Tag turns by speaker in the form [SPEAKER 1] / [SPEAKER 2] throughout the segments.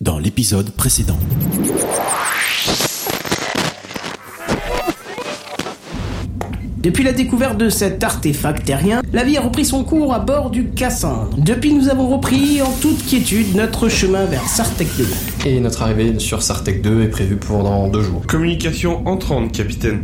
[SPEAKER 1] dans l'épisode précédent.
[SPEAKER 2] Depuis la découverte de cet artefact terrien, la vie a repris son cours à bord du Cassandre. Depuis, nous avons repris en toute quiétude notre chemin vers Sartec 2.
[SPEAKER 3] Et notre arrivée sur Sartec 2 est prévue pour dans deux jours.
[SPEAKER 4] Communication entrante, capitaine.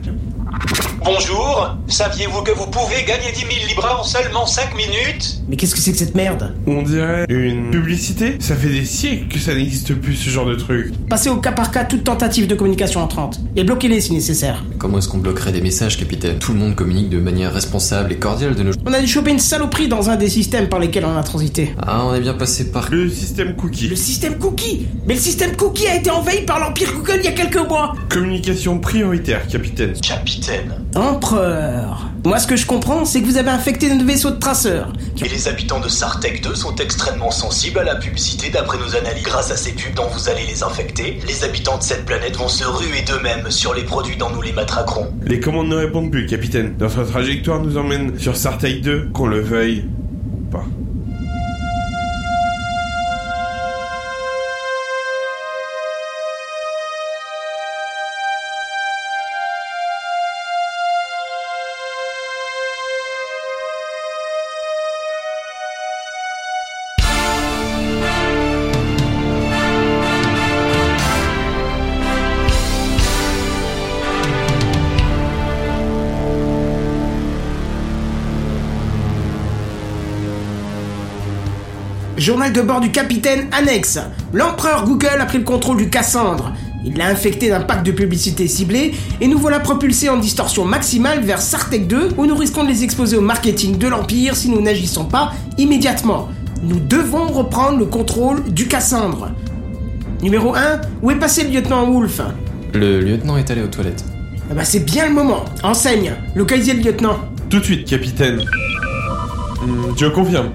[SPEAKER 5] Bonjour, saviez-vous que vous pouvez gagner 10 000 libras en seulement 5 minutes
[SPEAKER 2] Mais qu'est-ce que c'est que cette merde
[SPEAKER 4] On dirait une publicité Ça fait des siècles que ça n'existe plus ce genre de truc.
[SPEAKER 2] Passez au cas par cas toute tentative de communication entrante et bloquez-les si nécessaire.
[SPEAKER 3] Comment est-ce qu'on bloquerait des messages, capitaine Tout le monde communique de manière responsable et cordiale de nos jours.
[SPEAKER 2] On a dû choper une saloperie dans un des systèmes par lesquels on a transité.
[SPEAKER 3] Ah, on est bien passé par.
[SPEAKER 4] Le système
[SPEAKER 2] Le
[SPEAKER 4] cookie.
[SPEAKER 2] système cookie Mais le système cookie a été envahi par l'Empire Google il y a quelques mois
[SPEAKER 4] Communication prioritaire, capitaine.
[SPEAKER 5] Capitaine,
[SPEAKER 2] Empereur Moi, ce que je comprends, c'est que vous avez infecté notre vaisseau de traceurs.
[SPEAKER 5] et les habitants de Sartec 2 sont extrêmement sensibles à la publicité d'après nos analyses. Grâce à ces pubs dont vous allez les infecter, les habitants de cette planète vont se ruer d'eux-mêmes sur les produits dont nous les matraquerons.
[SPEAKER 4] Les commandes ne répondent plus, capitaine. Notre trajectoire nous emmène sur Sartec 2, qu'on le veuille ou pas.
[SPEAKER 2] Journal de bord du capitaine annexe. L'empereur Google a pris le contrôle du Cassandre. Il l'a infecté d'un pack de publicité ciblée et nous voilà propulsés en distorsion maximale vers Sartec 2 où nous risquons de les exposer au marketing de l'Empire si nous n'agissons pas immédiatement. Nous devons reprendre le contrôle du Cassandre. Numéro 1, où est passé le lieutenant Wolf
[SPEAKER 3] Le lieutenant est allé aux toilettes.
[SPEAKER 2] Ah bah c'est bien le moment. Enseigne, localisez le lieutenant.
[SPEAKER 4] Tout de suite, capitaine. Hmm, je confirme.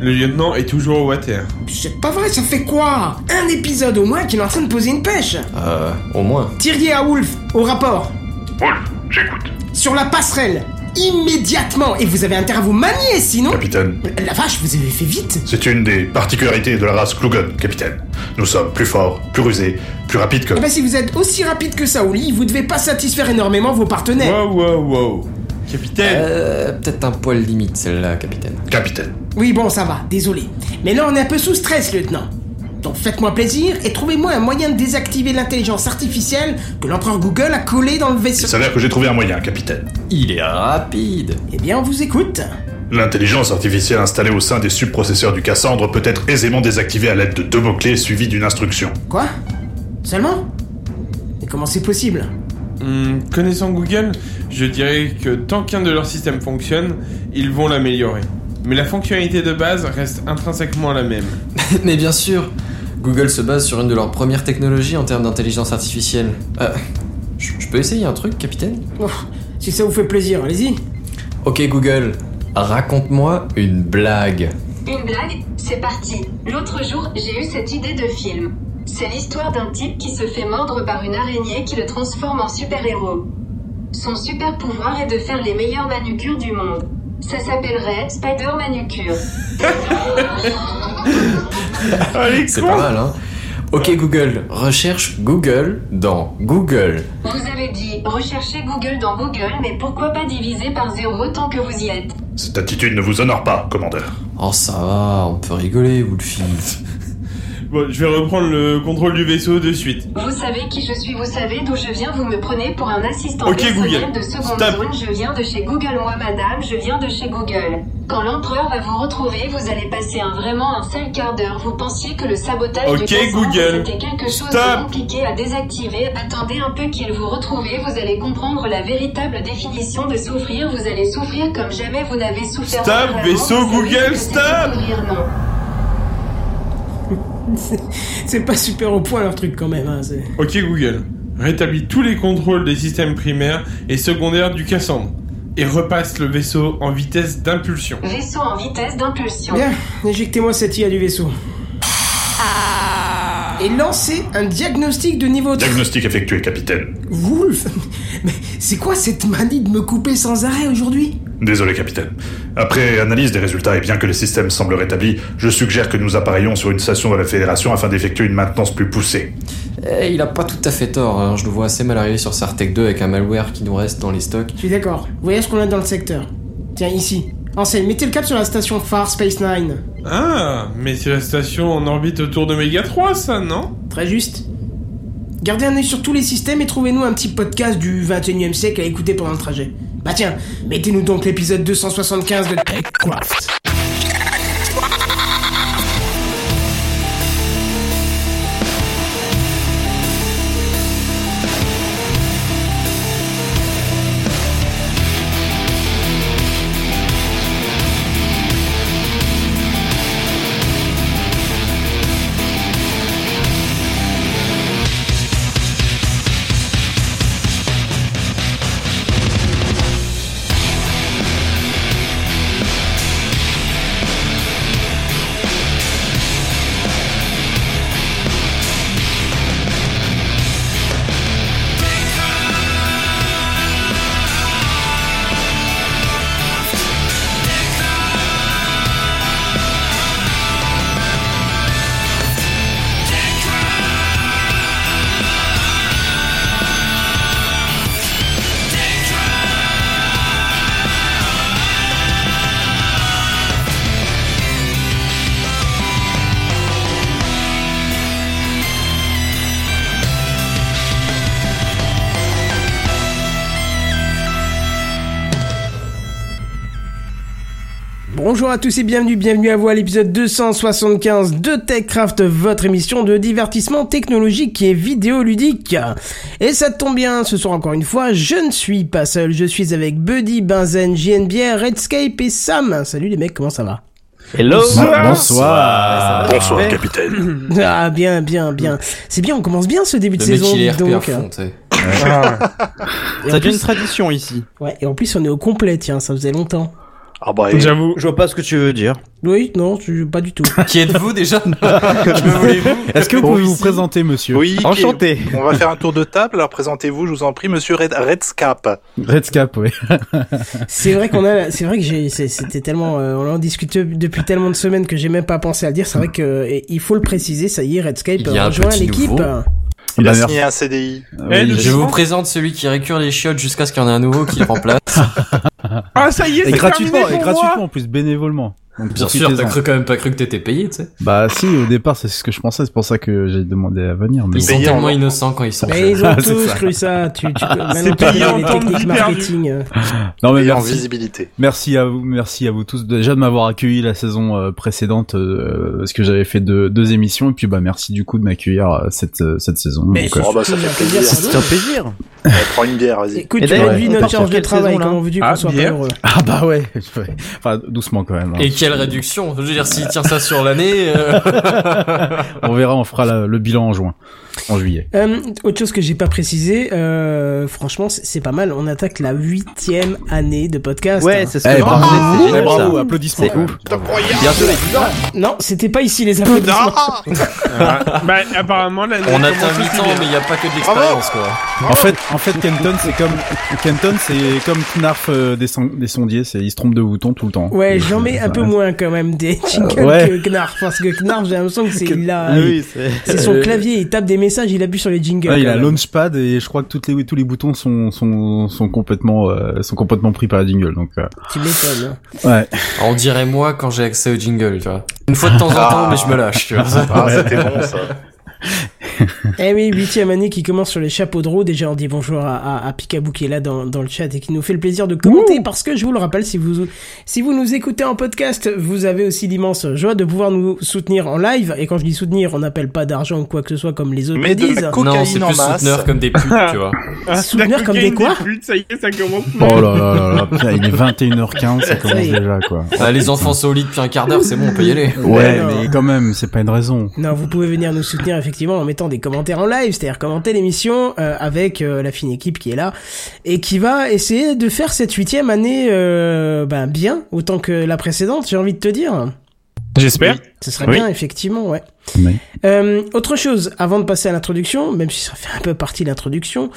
[SPEAKER 4] Le lieutenant est toujours au water.
[SPEAKER 2] C'est pas vrai, ça fait quoi Un épisode au moins qu'il est en train de poser une pêche.
[SPEAKER 3] Euh, au moins.
[SPEAKER 2] Thierry à Wolf, au rapport.
[SPEAKER 6] Wolf, j'écoute.
[SPEAKER 2] sur la passerelle immédiatement et vous avez intérêt à vous manier sinon
[SPEAKER 6] Capitaine,
[SPEAKER 2] la vache vous avez fait vite
[SPEAKER 6] c'est une des particularités de la race Klugon, capitaine. Nous sommes plus forts, plus rusés, plus rapides que...
[SPEAKER 2] Eh ben, si vous êtes aussi rapide que ça au lit vous devez pas satisfaire énormément vos partenaires
[SPEAKER 4] Wow, wow, wow. Capitaine
[SPEAKER 3] Euh, peut-être un poil limite celle-là, capitaine.
[SPEAKER 6] Capitaine.
[SPEAKER 2] oui bon ça va désolé mais là on est un peu sous stress lieutenant donc faites-moi plaisir et trouvez-moi un moyen de désactiver l'intelligence artificielle que l'empereur Google a collée dans le
[SPEAKER 6] Il
[SPEAKER 2] vaisseau
[SPEAKER 6] s'avère que j'ai trouvé un moyen, capitaine.
[SPEAKER 3] Il est rapide
[SPEAKER 2] eh bien on vous écoute
[SPEAKER 6] L'intelligence artificielle installée au sein des subprocesseurs du Cassandre peut être aisément désactivée à l'aide de deux mots-clés suivis d'une instruction.
[SPEAKER 2] quoi seulement mais comment c'est possible
[SPEAKER 4] Hmm, connaissant Google, je dirais que tant qu'un de leurs systèmes fonctionne, ils vont l'améliorer. Mais la fonctionnalité de base reste intrinsèquement la même.
[SPEAKER 3] Mais bien sûr Google se base sur une de leurs premières technologies en termes d'intelligence artificielle. Euh, je je peux essayer un truc, capitaine
[SPEAKER 2] Ouf, si ça vous fait plaisir allez-y
[SPEAKER 3] Ok, Google, raconte-moi une blague.
[SPEAKER 7] Une blague C'est parti. L'autre jour, j'ai eu cette idée de film. C'est l'histoire d'un type qui se fait mordre par une araignée qui le transforme en super-héros. Son super pouvoir est de faire les meilleures manucures du monde. Ça s'appellerait Spider Manucure.
[SPEAKER 4] Allez,
[SPEAKER 3] C'est pas mal, hein Ok, Google, recherche Google dans Google.
[SPEAKER 7] Vous avez dit, recherchez Google dans Google, mais pourquoi pas diviser par zéro tant que vous y êtes
[SPEAKER 6] Cette attitude ne vous honore pas, commandeur.
[SPEAKER 3] Oh, ça va, on peut rigoler, Wolfie.
[SPEAKER 4] Bon, je vais reprendre le contrôle du vaisseau de suite.
[SPEAKER 7] Vous savez qui je suis, vous savez d'où je viens, vous me prenez pour un assistant
[SPEAKER 4] Ok,
[SPEAKER 7] personnel
[SPEAKER 4] Google.
[SPEAKER 7] de seconde
[SPEAKER 4] Stop.
[SPEAKER 7] zone, je viens de chez Google, moi madame, je viens de chez Google. Quand l'empereur va vous retrouver, vous allez passer un, vraiment un sale quart d'heure, vous pensiez que le sabotage
[SPEAKER 4] Ok,
[SPEAKER 7] du Cassandre,
[SPEAKER 4] Google.
[SPEAKER 7] c'était quelque chose
[SPEAKER 4] Stop.
[SPEAKER 7] de compliqué à désactiver, attendez un peu qu'il vous retrouve, vous allez comprendre la véritable définition de souffrir, vous allez souffrir comme jamais vous n'avez
[SPEAKER 4] Stop,
[SPEAKER 7] souffert. auparavant,
[SPEAKER 4] vaisseau
[SPEAKER 7] vous savez ce
[SPEAKER 4] Google,
[SPEAKER 7] que c'est que
[SPEAKER 4] stop.
[SPEAKER 7] souffrir, non.
[SPEAKER 2] c'est pas super au point leur truc quand même hein, c'est-
[SPEAKER 4] Ok Google, rétablis tous les contrôles des systèmes primaires et secondaires du Cassandre et repasse le vaisseau en vitesse d'impulsion.
[SPEAKER 7] Vaisseau en vitesse d'impulsion.
[SPEAKER 2] Bien, éjectez-moi cette IA du vaisseau. et lancer un diagnostic de niveau 3.
[SPEAKER 6] Diagnostic effectué, capitaine.
[SPEAKER 2] Wolf Mais c'est quoi cette manie de me couper sans arrêt aujourd'hui
[SPEAKER 6] Désolé, capitaine. Après analyse des résultats et bien que les systèmes semblent rétablis, je suggère que nous appareillons sur une station de la Fédération afin d'effectuer une maintenance plus poussée.
[SPEAKER 3] Eh, il a pas tout à fait tort, hein. je le vois assez mal arrivé sur Sartec 2 avec un malware qui nous reste dans les stocks.
[SPEAKER 2] Je suis d'accord. Voyez ce qu'on a dans le secteur. Tiens, ici. Enseigne, mettez le cap sur la station phare Space 9.
[SPEAKER 4] Ah, mais c'est la station en orbite autour de Méga 3, ça, non
[SPEAKER 2] Très juste. Gardez un œil sur tous les systèmes et trouvez-nous un petit podcast du 21 e siècle à écouter pendant le trajet. Bah tiens, mettez-nous donc l'épisode 275 de TechCraft. Bonjour à tous et bienvenue, bienvenue à vous à l'épisode 275 de TechCraft, votre émission de divertissement technologique et vidéoludique. Et ça tombe bien, ce soir encore une fois, je ne suis pas seul, je suis avec Buddy, Benzen, JNBR, Redscape et Sam. Salut les mecs, comment ça va
[SPEAKER 1] Hello
[SPEAKER 4] Ah.
[SPEAKER 6] Bonsoir Bonsoir, capitaine.
[SPEAKER 2] Ah bien, bien, bien. C'est bien, on commence bien ce début de
[SPEAKER 3] Mm. Le mec,
[SPEAKER 2] saison,
[SPEAKER 3] il est
[SPEAKER 2] dis
[SPEAKER 3] RP à
[SPEAKER 2] donc. euh.
[SPEAKER 3] fond, tu sais.
[SPEAKER 2] Et,
[SPEAKER 1] Ça
[SPEAKER 2] en
[SPEAKER 1] devient une
[SPEAKER 2] plus,
[SPEAKER 1] tradition ici.
[SPEAKER 2] ouais, et en plus on est au complet, tiens, ça faisait longtemps.
[SPEAKER 1] Ah bah,
[SPEAKER 4] J'avoue.
[SPEAKER 1] je vois pas ce que tu veux dire.
[SPEAKER 2] Oui, non, tu- pas du tout.
[SPEAKER 3] Qui êtes-vous déjà Que voulez-vous
[SPEAKER 8] Est-ce que vous
[SPEAKER 9] Bon,
[SPEAKER 8] pouvez vous
[SPEAKER 9] ici-
[SPEAKER 8] présenter, monsieur
[SPEAKER 9] Oui,
[SPEAKER 1] Enchanté.
[SPEAKER 9] puis, On va faire un tour de table, alors présentez-vous, je vous en prie, monsieur Red Redscap.
[SPEAKER 8] Redscap, oui.
[SPEAKER 2] C'est vrai qu'on a, c'est vrai que j'ai, c'est- c'était tellement, euh, on en discutait depuis tellement de semaines que j'ai même pas pensé à le dire. C'est vrai que euh, et il faut le préciser, ça y est, Redscape
[SPEAKER 3] Il y a un
[SPEAKER 2] rejoint
[SPEAKER 3] petit
[SPEAKER 2] l'équipe.
[SPEAKER 3] nouveau.
[SPEAKER 9] Il
[SPEAKER 8] Bah,
[SPEAKER 9] a
[SPEAKER 8] merci.
[SPEAKER 9] signé un CDI.
[SPEAKER 4] Eh,
[SPEAKER 8] Oui,
[SPEAKER 4] le-
[SPEAKER 3] Je vous présente celui qui récure les chiottes jusqu'à ce qu'il y en ait un nouveau qui le remplace.
[SPEAKER 4] Ah, ça y est,
[SPEAKER 8] Et
[SPEAKER 4] c'est hein.
[SPEAKER 8] gratuitement,
[SPEAKER 4] terminé
[SPEAKER 8] et
[SPEAKER 4] pour
[SPEAKER 8] gratuitement en plus, bénévolement. Donc, profitez-en.
[SPEAKER 3] quand même pas cru que t'étais payé, tu sais.
[SPEAKER 8] Bah si, au départ, c'est ce que je pensais, c'est pour ça que j'ai demandé à venir. Mais
[SPEAKER 3] Ils sont
[SPEAKER 9] Payé en-
[SPEAKER 3] tellement innocents quand ils sont
[SPEAKER 2] hein. Mais
[SPEAKER 3] jeunes.
[SPEAKER 2] ils ont
[SPEAKER 8] C'est
[SPEAKER 2] tous
[SPEAKER 8] ça.
[SPEAKER 2] cru ça. Tu, tu, maintenant,
[SPEAKER 4] payé
[SPEAKER 2] tu
[SPEAKER 4] en
[SPEAKER 2] connais les
[SPEAKER 4] temps de vie
[SPEAKER 2] techniques
[SPEAKER 4] perdue.
[SPEAKER 2] marketing. euh.
[SPEAKER 8] Non mais
[SPEAKER 9] Et en
[SPEAKER 8] merci,
[SPEAKER 9] visibilité.
[SPEAKER 8] merci à vous, merci à vous tous déjà de m'avoir accueilli la saison euh, précédente euh, parce que j'avais fait deux, deux émissions et puis bah merci du coup de m'accueillir euh, cette euh, cette saison.
[SPEAKER 2] Mais
[SPEAKER 8] Donc, euh,
[SPEAKER 9] Oh bah ça
[SPEAKER 2] Toujours
[SPEAKER 9] fait
[SPEAKER 2] plaisir.
[SPEAKER 9] plaisir.
[SPEAKER 1] C'est un plaisir.
[SPEAKER 9] On prend une bière, vas-y.
[SPEAKER 2] Écoute,
[SPEAKER 1] Et
[SPEAKER 2] tu
[SPEAKER 1] d'ailleurs,
[SPEAKER 2] réduis
[SPEAKER 1] on
[SPEAKER 2] notre
[SPEAKER 1] part sur
[SPEAKER 2] charge de
[SPEAKER 1] quelle
[SPEAKER 2] travail.
[SPEAKER 1] saison, là
[SPEAKER 2] Comment veux-tu qu'on
[SPEAKER 4] Ah,
[SPEAKER 2] soit pas
[SPEAKER 4] bien.
[SPEAKER 2] heureux
[SPEAKER 8] ah bah ouais, ouais. enfin doucement quand même. hein.
[SPEAKER 3] Et quelle réduction Je veux dire, s'il tient ça sur l'année, euh,
[SPEAKER 8] On verra, on fera la- le bilan en juin, en juillet.
[SPEAKER 2] Euh, autre chose que j'ai pas précisé, euh, franchement, c'est c'est pas mal. On attaque la huitième année de podcast.
[SPEAKER 1] Ouais,
[SPEAKER 2] hein.
[SPEAKER 1] c'est ce que
[SPEAKER 8] Eh,
[SPEAKER 1] je
[SPEAKER 8] bravo.
[SPEAKER 1] pensais, c'est
[SPEAKER 8] Eh,
[SPEAKER 1] génial,
[SPEAKER 8] bravo,
[SPEAKER 1] ça.
[SPEAKER 8] applaudissements.
[SPEAKER 1] C'est ouf.
[SPEAKER 9] Te croyais
[SPEAKER 1] Bientôt les 10 ans.
[SPEAKER 2] non, c'était pas ici les applaudissements.
[SPEAKER 9] Ah
[SPEAKER 4] Ah, Bah, apparemment, là,
[SPEAKER 3] on
[SPEAKER 4] a
[SPEAKER 3] atteint 8 ans, mais il n'y a pas que de l'expérience, quoi.
[SPEAKER 8] En fait, en fait, Kenton, c'est comme Kenton, c'est comme Knarf euh, des, son- des sondiers, c'est il se trompe de bouton tout le temps. euh,
[SPEAKER 2] Ouais,
[SPEAKER 8] Et
[SPEAKER 2] j'en mets
[SPEAKER 8] c'est-
[SPEAKER 2] un peu
[SPEAKER 8] ouais.
[SPEAKER 2] moins quand même des jingles
[SPEAKER 8] ouais.
[SPEAKER 2] que Knarf, parce que Knarf, j'ai l'impression que c'est il a-
[SPEAKER 1] Ah oui, c'est.
[SPEAKER 2] C'est son clavier, euh, il tape des messages, il appuie sur les jingles.
[SPEAKER 8] Ouais, Euh, Ah, il a
[SPEAKER 2] quand même.
[SPEAKER 8] launchpad et je crois que toutes les tous les boutons sont sont sont complètement euh, sont complètement pris par la jingle donc euh,
[SPEAKER 2] Tu m'étonnes. hein.
[SPEAKER 8] ouais
[SPEAKER 3] On dirait moi quand j'ai accès au jingle, tu vois. Une fois de temps en
[SPEAKER 8] Ah.
[SPEAKER 3] temps, mais je me lâche, tu vois.
[SPEAKER 9] Ah, c'était bon ça.
[SPEAKER 2] eh oui, huitième année qui commence sur les chapeaux de roue. Déjà, on dit bonjour à, à, à Picabou qui est là dans, dans le chat et qui nous fait le plaisir de commenter parce que je vous le rappelle, si vous, si vous nous écoutez en podcast, vous avez aussi l'immense joie de pouvoir nous soutenir en live. Et quand je dis soutenir, on n'appelle pas d'argent ou quoi que ce soit comme les autres
[SPEAKER 9] Mais de
[SPEAKER 2] disent.
[SPEAKER 3] Non,
[SPEAKER 9] la
[SPEAKER 3] c'est
[SPEAKER 9] Cocaïne en
[SPEAKER 3] plus
[SPEAKER 9] masse.
[SPEAKER 3] souteneur comme des putes, tu vois.
[SPEAKER 4] Ah,
[SPEAKER 2] Soutenir comme des quoi
[SPEAKER 4] Ça y est, ça commence.
[SPEAKER 8] oh là là là là putain, il est 21h15 ça
[SPEAKER 2] Ça
[SPEAKER 8] commence
[SPEAKER 2] y est.
[SPEAKER 8] déjà quoi
[SPEAKER 3] Ah, les enfants sont au lit depuis un quart d'heure, c'est bon, on peut y aller.
[SPEAKER 8] ouais
[SPEAKER 2] non.
[SPEAKER 8] mais quand même c'est pas une raison
[SPEAKER 2] Non, vous pouvez venir nous soutenir effectivement en mettant des commentaires en live, c'est-à-dire commenter l'émission euh, avec euh, la fine équipe qui est là et qui va essayer de faire cette huitième année euh, ben, bien, autant que la précédente, j'ai envie de te dire.
[SPEAKER 10] J'espère.
[SPEAKER 2] Ce serait
[SPEAKER 10] Oui.
[SPEAKER 2] bien, effectivement, ouais.
[SPEAKER 8] Oui.
[SPEAKER 2] Euh, autre chose, avant de passer à l'introduction, même si ça fait un peu partie de l'introduction,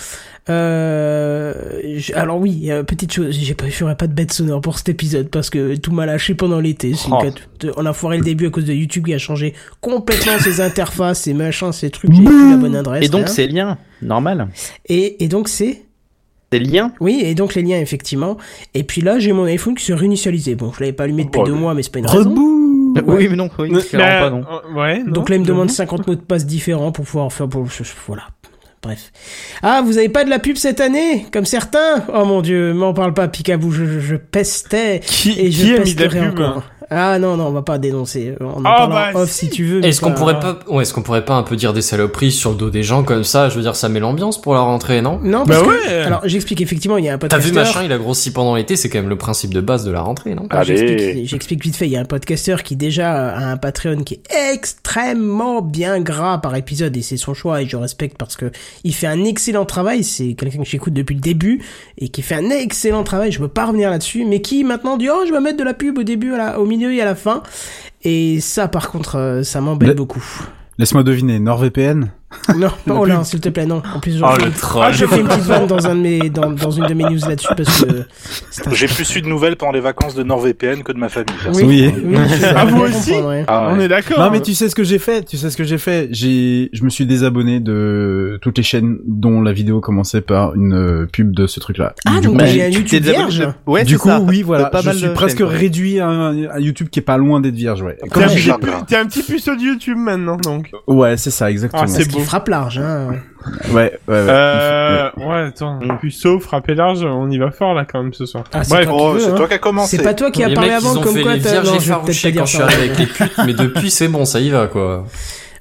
[SPEAKER 2] euh, j- alors oui, euh, petite chose, j'ai pas, je ferai pas de bête sonore pour cet épisode parce que tout m'a lâché pendant l'été. C'est une
[SPEAKER 1] Oh.
[SPEAKER 2] cata- On a foiré le début à cause de YouTube qui a changé complètement ses interfaces, ses machins, ses trucs. J'ai plus la bonne adresse.
[SPEAKER 1] Et donc
[SPEAKER 2] rien.
[SPEAKER 1] c'est lien, normal.
[SPEAKER 2] et, et donc c'est
[SPEAKER 1] C'est lien.
[SPEAKER 2] oui, et donc les liens, effectivement. Et puis là, j'ai mon iPhone qui se réinitialisait. Bon, je l'avais pas allumé depuis
[SPEAKER 1] Oh,
[SPEAKER 2] deux
[SPEAKER 1] le-
[SPEAKER 2] mois, mais c'est pas une raison.
[SPEAKER 8] Rebou
[SPEAKER 1] Oui, mais non, oui, clairement pas non.
[SPEAKER 4] Euh, ouais. non,
[SPEAKER 2] Donc là, il me demande
[SPEAKER 4] j'avoue.
[SPEAKER 2] 50 mots de passe différents pour pouvoir faire. Bon, je- je- voilà. Bref. Ah, vous avez pas de la pub cette année, comme certains Oh mon dieu, m'en parle pas, Picabou, je, je- je pestais.
[SPEAKER 4] Qui,
[SPEAKER 2] Et je
[SPEAKER 4] qui a mis de la
[SPEAKER 2] pesterai
[SPEAKER 4] pub hein
[SPEAKER 2] encore. Ah non, non, on va pas dénoncer. On en
[SPEAKER 4] Ah,
[SPEAKER 2] parlera
[SPEAKER 4] bah,
[SPEAKER 2] off si, tu veux. mais
[SPEAKER 3] Est-ce qu'on
[SPEAKER 2] pas-
[SPEAKER 3] pourrait pas, ouais, est-ce qu'on pourrait pas un peu dire des saloperies sur le dos des gens comme ça Je veux dire, ça met l'ambiance pour la rentrée, non
[SPEAKER 2] Non, parce
[SPEAKER 4] Bah
[SPEAKER 2] que.
[SPEAKER 4] ouais.
[SPEAKER 2] Alors, j'explique, effectivement, il y a un
[SPEAKER 3] T'as vu
[SPEAKER 2] podcasteur.
[SPEAKER 3] machin, il a grossi pendant l'été, c'est quand même le principe de base de la rentrée, non
[SPEAKER 2] Alors,
[SPEAKER 10] Allez.
[SPEAKER 2] J'explique j'explique vite fait, il y a un podcasteur qui déjà a un Patreon qui est extrêmement bien gras par épisode et c'est son choix et je respecte parce que il fait un excellent travail, c'est quelqu'un que j'écoute depuis le début et qui fait un excellent travail, je peux pas revenir là-dessus, mais qui maintenant dit oh je vais mettre de la pub au début, à la- au milieu et à la fin et ça par contre euh, ça m'embête
[SPEAKER 8] Le-
[SPEAKER 2] beaucoup.
[SPEAKER 8] Laisse-moi deviner, NordVPN
[SPEAKER 2] Non, oh là s'il te plaît non, en plus je,
[SPEAKER 10] Oh
[SPEAKER 2] fais-
[SPEAKER 10] le
[SPEAKER 2] Ah,
[SPEAKER 10] troll.
[SPEAKER 2] je fais une petite vanne dans, un de mes, dans, dans une de mes news là-dessus parce que c'est un-
[SPEAKER 9] J'ai plus eu de nouvelles pendant les vacances de NordVPN que de ma famille. perso.
[SPEAKER 8] Oui.
[SPEAKER 2] je-
[SPEAKER 10] Ah, vous
[SPEAKER 2] je
[SPEAKER 10] aussi
[SPEAKER 2] comprends, ouais.
[SPEAKER 9] Ah ouais.
[SPEAKER 10] On est d'accord.
[SPEAKER 8] Non mais tu sais ce que j'ai fait, tu sais ce que j'ai fait. J'ai, je me suis désabonné de toutes les chaînes dont la vidéo commençait par une euh, pub de ce truc-là.
[SPEAKER 2] Ah,
[SPEAKER 8] du
[SPEAKER 2] donc,
[SPEAKER 8] coup,
[SPEAKER 2] Bah,
[SPEAKER 8] j'ai-
[SPEAKER 2] j'ai un YouTube vierge.
[SPEAKER 1] Ouais,
[SPEAKER 8] du
[SPEAKER 1] c'est
[SPEAKER 8] coup,
[SPEAKER 1] ça.
[SPEAKER 8] oui, voilà,
[SPEAKER 1] De pas
[SPEAKER 8] je
[SPEAKER 1] mal
[SPEAKER 8] suis
[SPEAKER 1] de
[SPEAKER 8] presque
[SPEAKER 1] chaînes, quoi.
[SPEAKER 8] réduit à un, à YouTube qui est pas loin d'être vierge, ouais.
[SPEAKER 4] T'es
[SPEAKER 9] Comment
[SPEAKER 4] un,
[SPEAKER 9] je
[SPEAKER 4] petit
[SPEAKER 9] grimpe,
[SPEAKER 4] pu-
[SPEAKER 9] là
[SPEAKER 4] t'es un petit puceau de YouTube maintenant, donc.
[SPEAKER 8] Ouais, c'est ça, exactement.
[SPEAKER 4] Ah, c'est
[SPEAKER 2] Qui
[SPEAKER 4] beau.
[SPEAKER 2] frappe large, hein.
[SPEAKER 8] Ouais, ouais, ouais.
[SPEAKER 4] Euh, ouais, attends,
[SPEAKER 1] Mm.
[SPEAKER 4] puceau, frappé large, on y va fort là quand même ce soir.
[SPEAKER 2] Ah, c'est
[SPEAKER 4] Bref,
[SPEAKER 2] toi
[SPEAKER 9] Oh,
[SPEAKER 2] qui veux,
[SPEAKER 9] c'est
[SPEAKER 2] hein.
[SPEAKER 9] toi qui as commencé.
[SPEAKER 2] C'est pas toi qui a
[SPEAKER 3] les
[SPEAKER 2] parlé
[SPEAKER 3] mecs, ils
[SPEAKER 2] avant,
[SPEAKER 3] ont
[SPEAKER 2] comme
[SPEAKER 3] fait
[SPEAKER 2] quoi
[SPEAKER 3] les
[SPEAKER 2] t'as.
[SPEAKER 3] vierges
[SPEAKER 2] Non, je vais peut-être pas
[SPEAKER 3] effarouchées quand
[SPEAKER 2] dire
[SPEAKER 3] je suis
[SPEAKER 2] ça.
[SPEAKER 3] arrivé avec les putes, mais depuis c'est bon, ça y va quoi.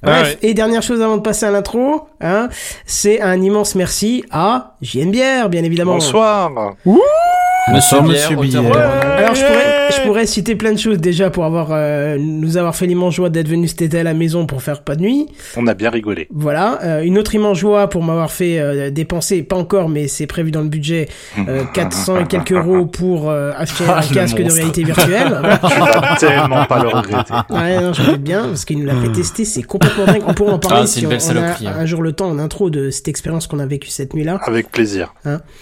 [SPEAKER 4] Ah
[SPEAKER 2] Bref,
[SPEAKER 4] ouais.
[SPEAKER 2] et dernière chose avant de passer à l'intro, hein, c'est un immense merci à JN Bière, bien évidemment.
[SPEAKER 9] Bonsoir.
[SPEAKER 8] Bonsoir,
[SPEAKER 3] Bière,
[SPEAKER 8] Monsieur
[SPEAKER 3] auteur-
[SPEAKER 8] Bière.
[SPEAKER 3] Ouais.
[SPEAKER 2] Alors je pourrais, je pourrais citer plein de choses déjà pour avoir euh, nous avoir fait l'immense joie d'être venu cet été à la maison pour faire pas de nuit.
[SPEAKER 9] On a bien rigolé.
[SPEAKER 2] Voilà, euh, une autre immense joie pour m'avoir fait euh, dépenser, pas encore, mais c'est prévu dans le budget, euh, 400 et quelques euros pour euh, acheter
[SPEAKER 3] Ah,
[SPEAKER 2] un
[SPEAKER 3] le
[SPEAKER 2] casque de
[SPEAKER 3] monstre.
[SPEAKER 2] réalité virtuelle.
[SPEAKER 9] Tu vas tellement pas le regretter.
[SPEAKER 2] Ouais, non, je me doute bien, parce qu'il nous l'a fait tester, c'est complètement dingue. On pourra en parler
[SPEAKER 3] Ah, c'est
[SPEAKER 2] si
[SPEAKER 3] une
[SPEAKER 2] on,
[SPEAKER 3] belle
[SPEAKER 2] on
[SPEAKER 3] saloperie,
[SPEAKER 2] a
[SPEAKER 3] hein.
[SPEAKER 2] un jour le temps en intro de cette expérience qu'on a vécue cette nuit-là.
[SPEAKER 9] Avec plaisir.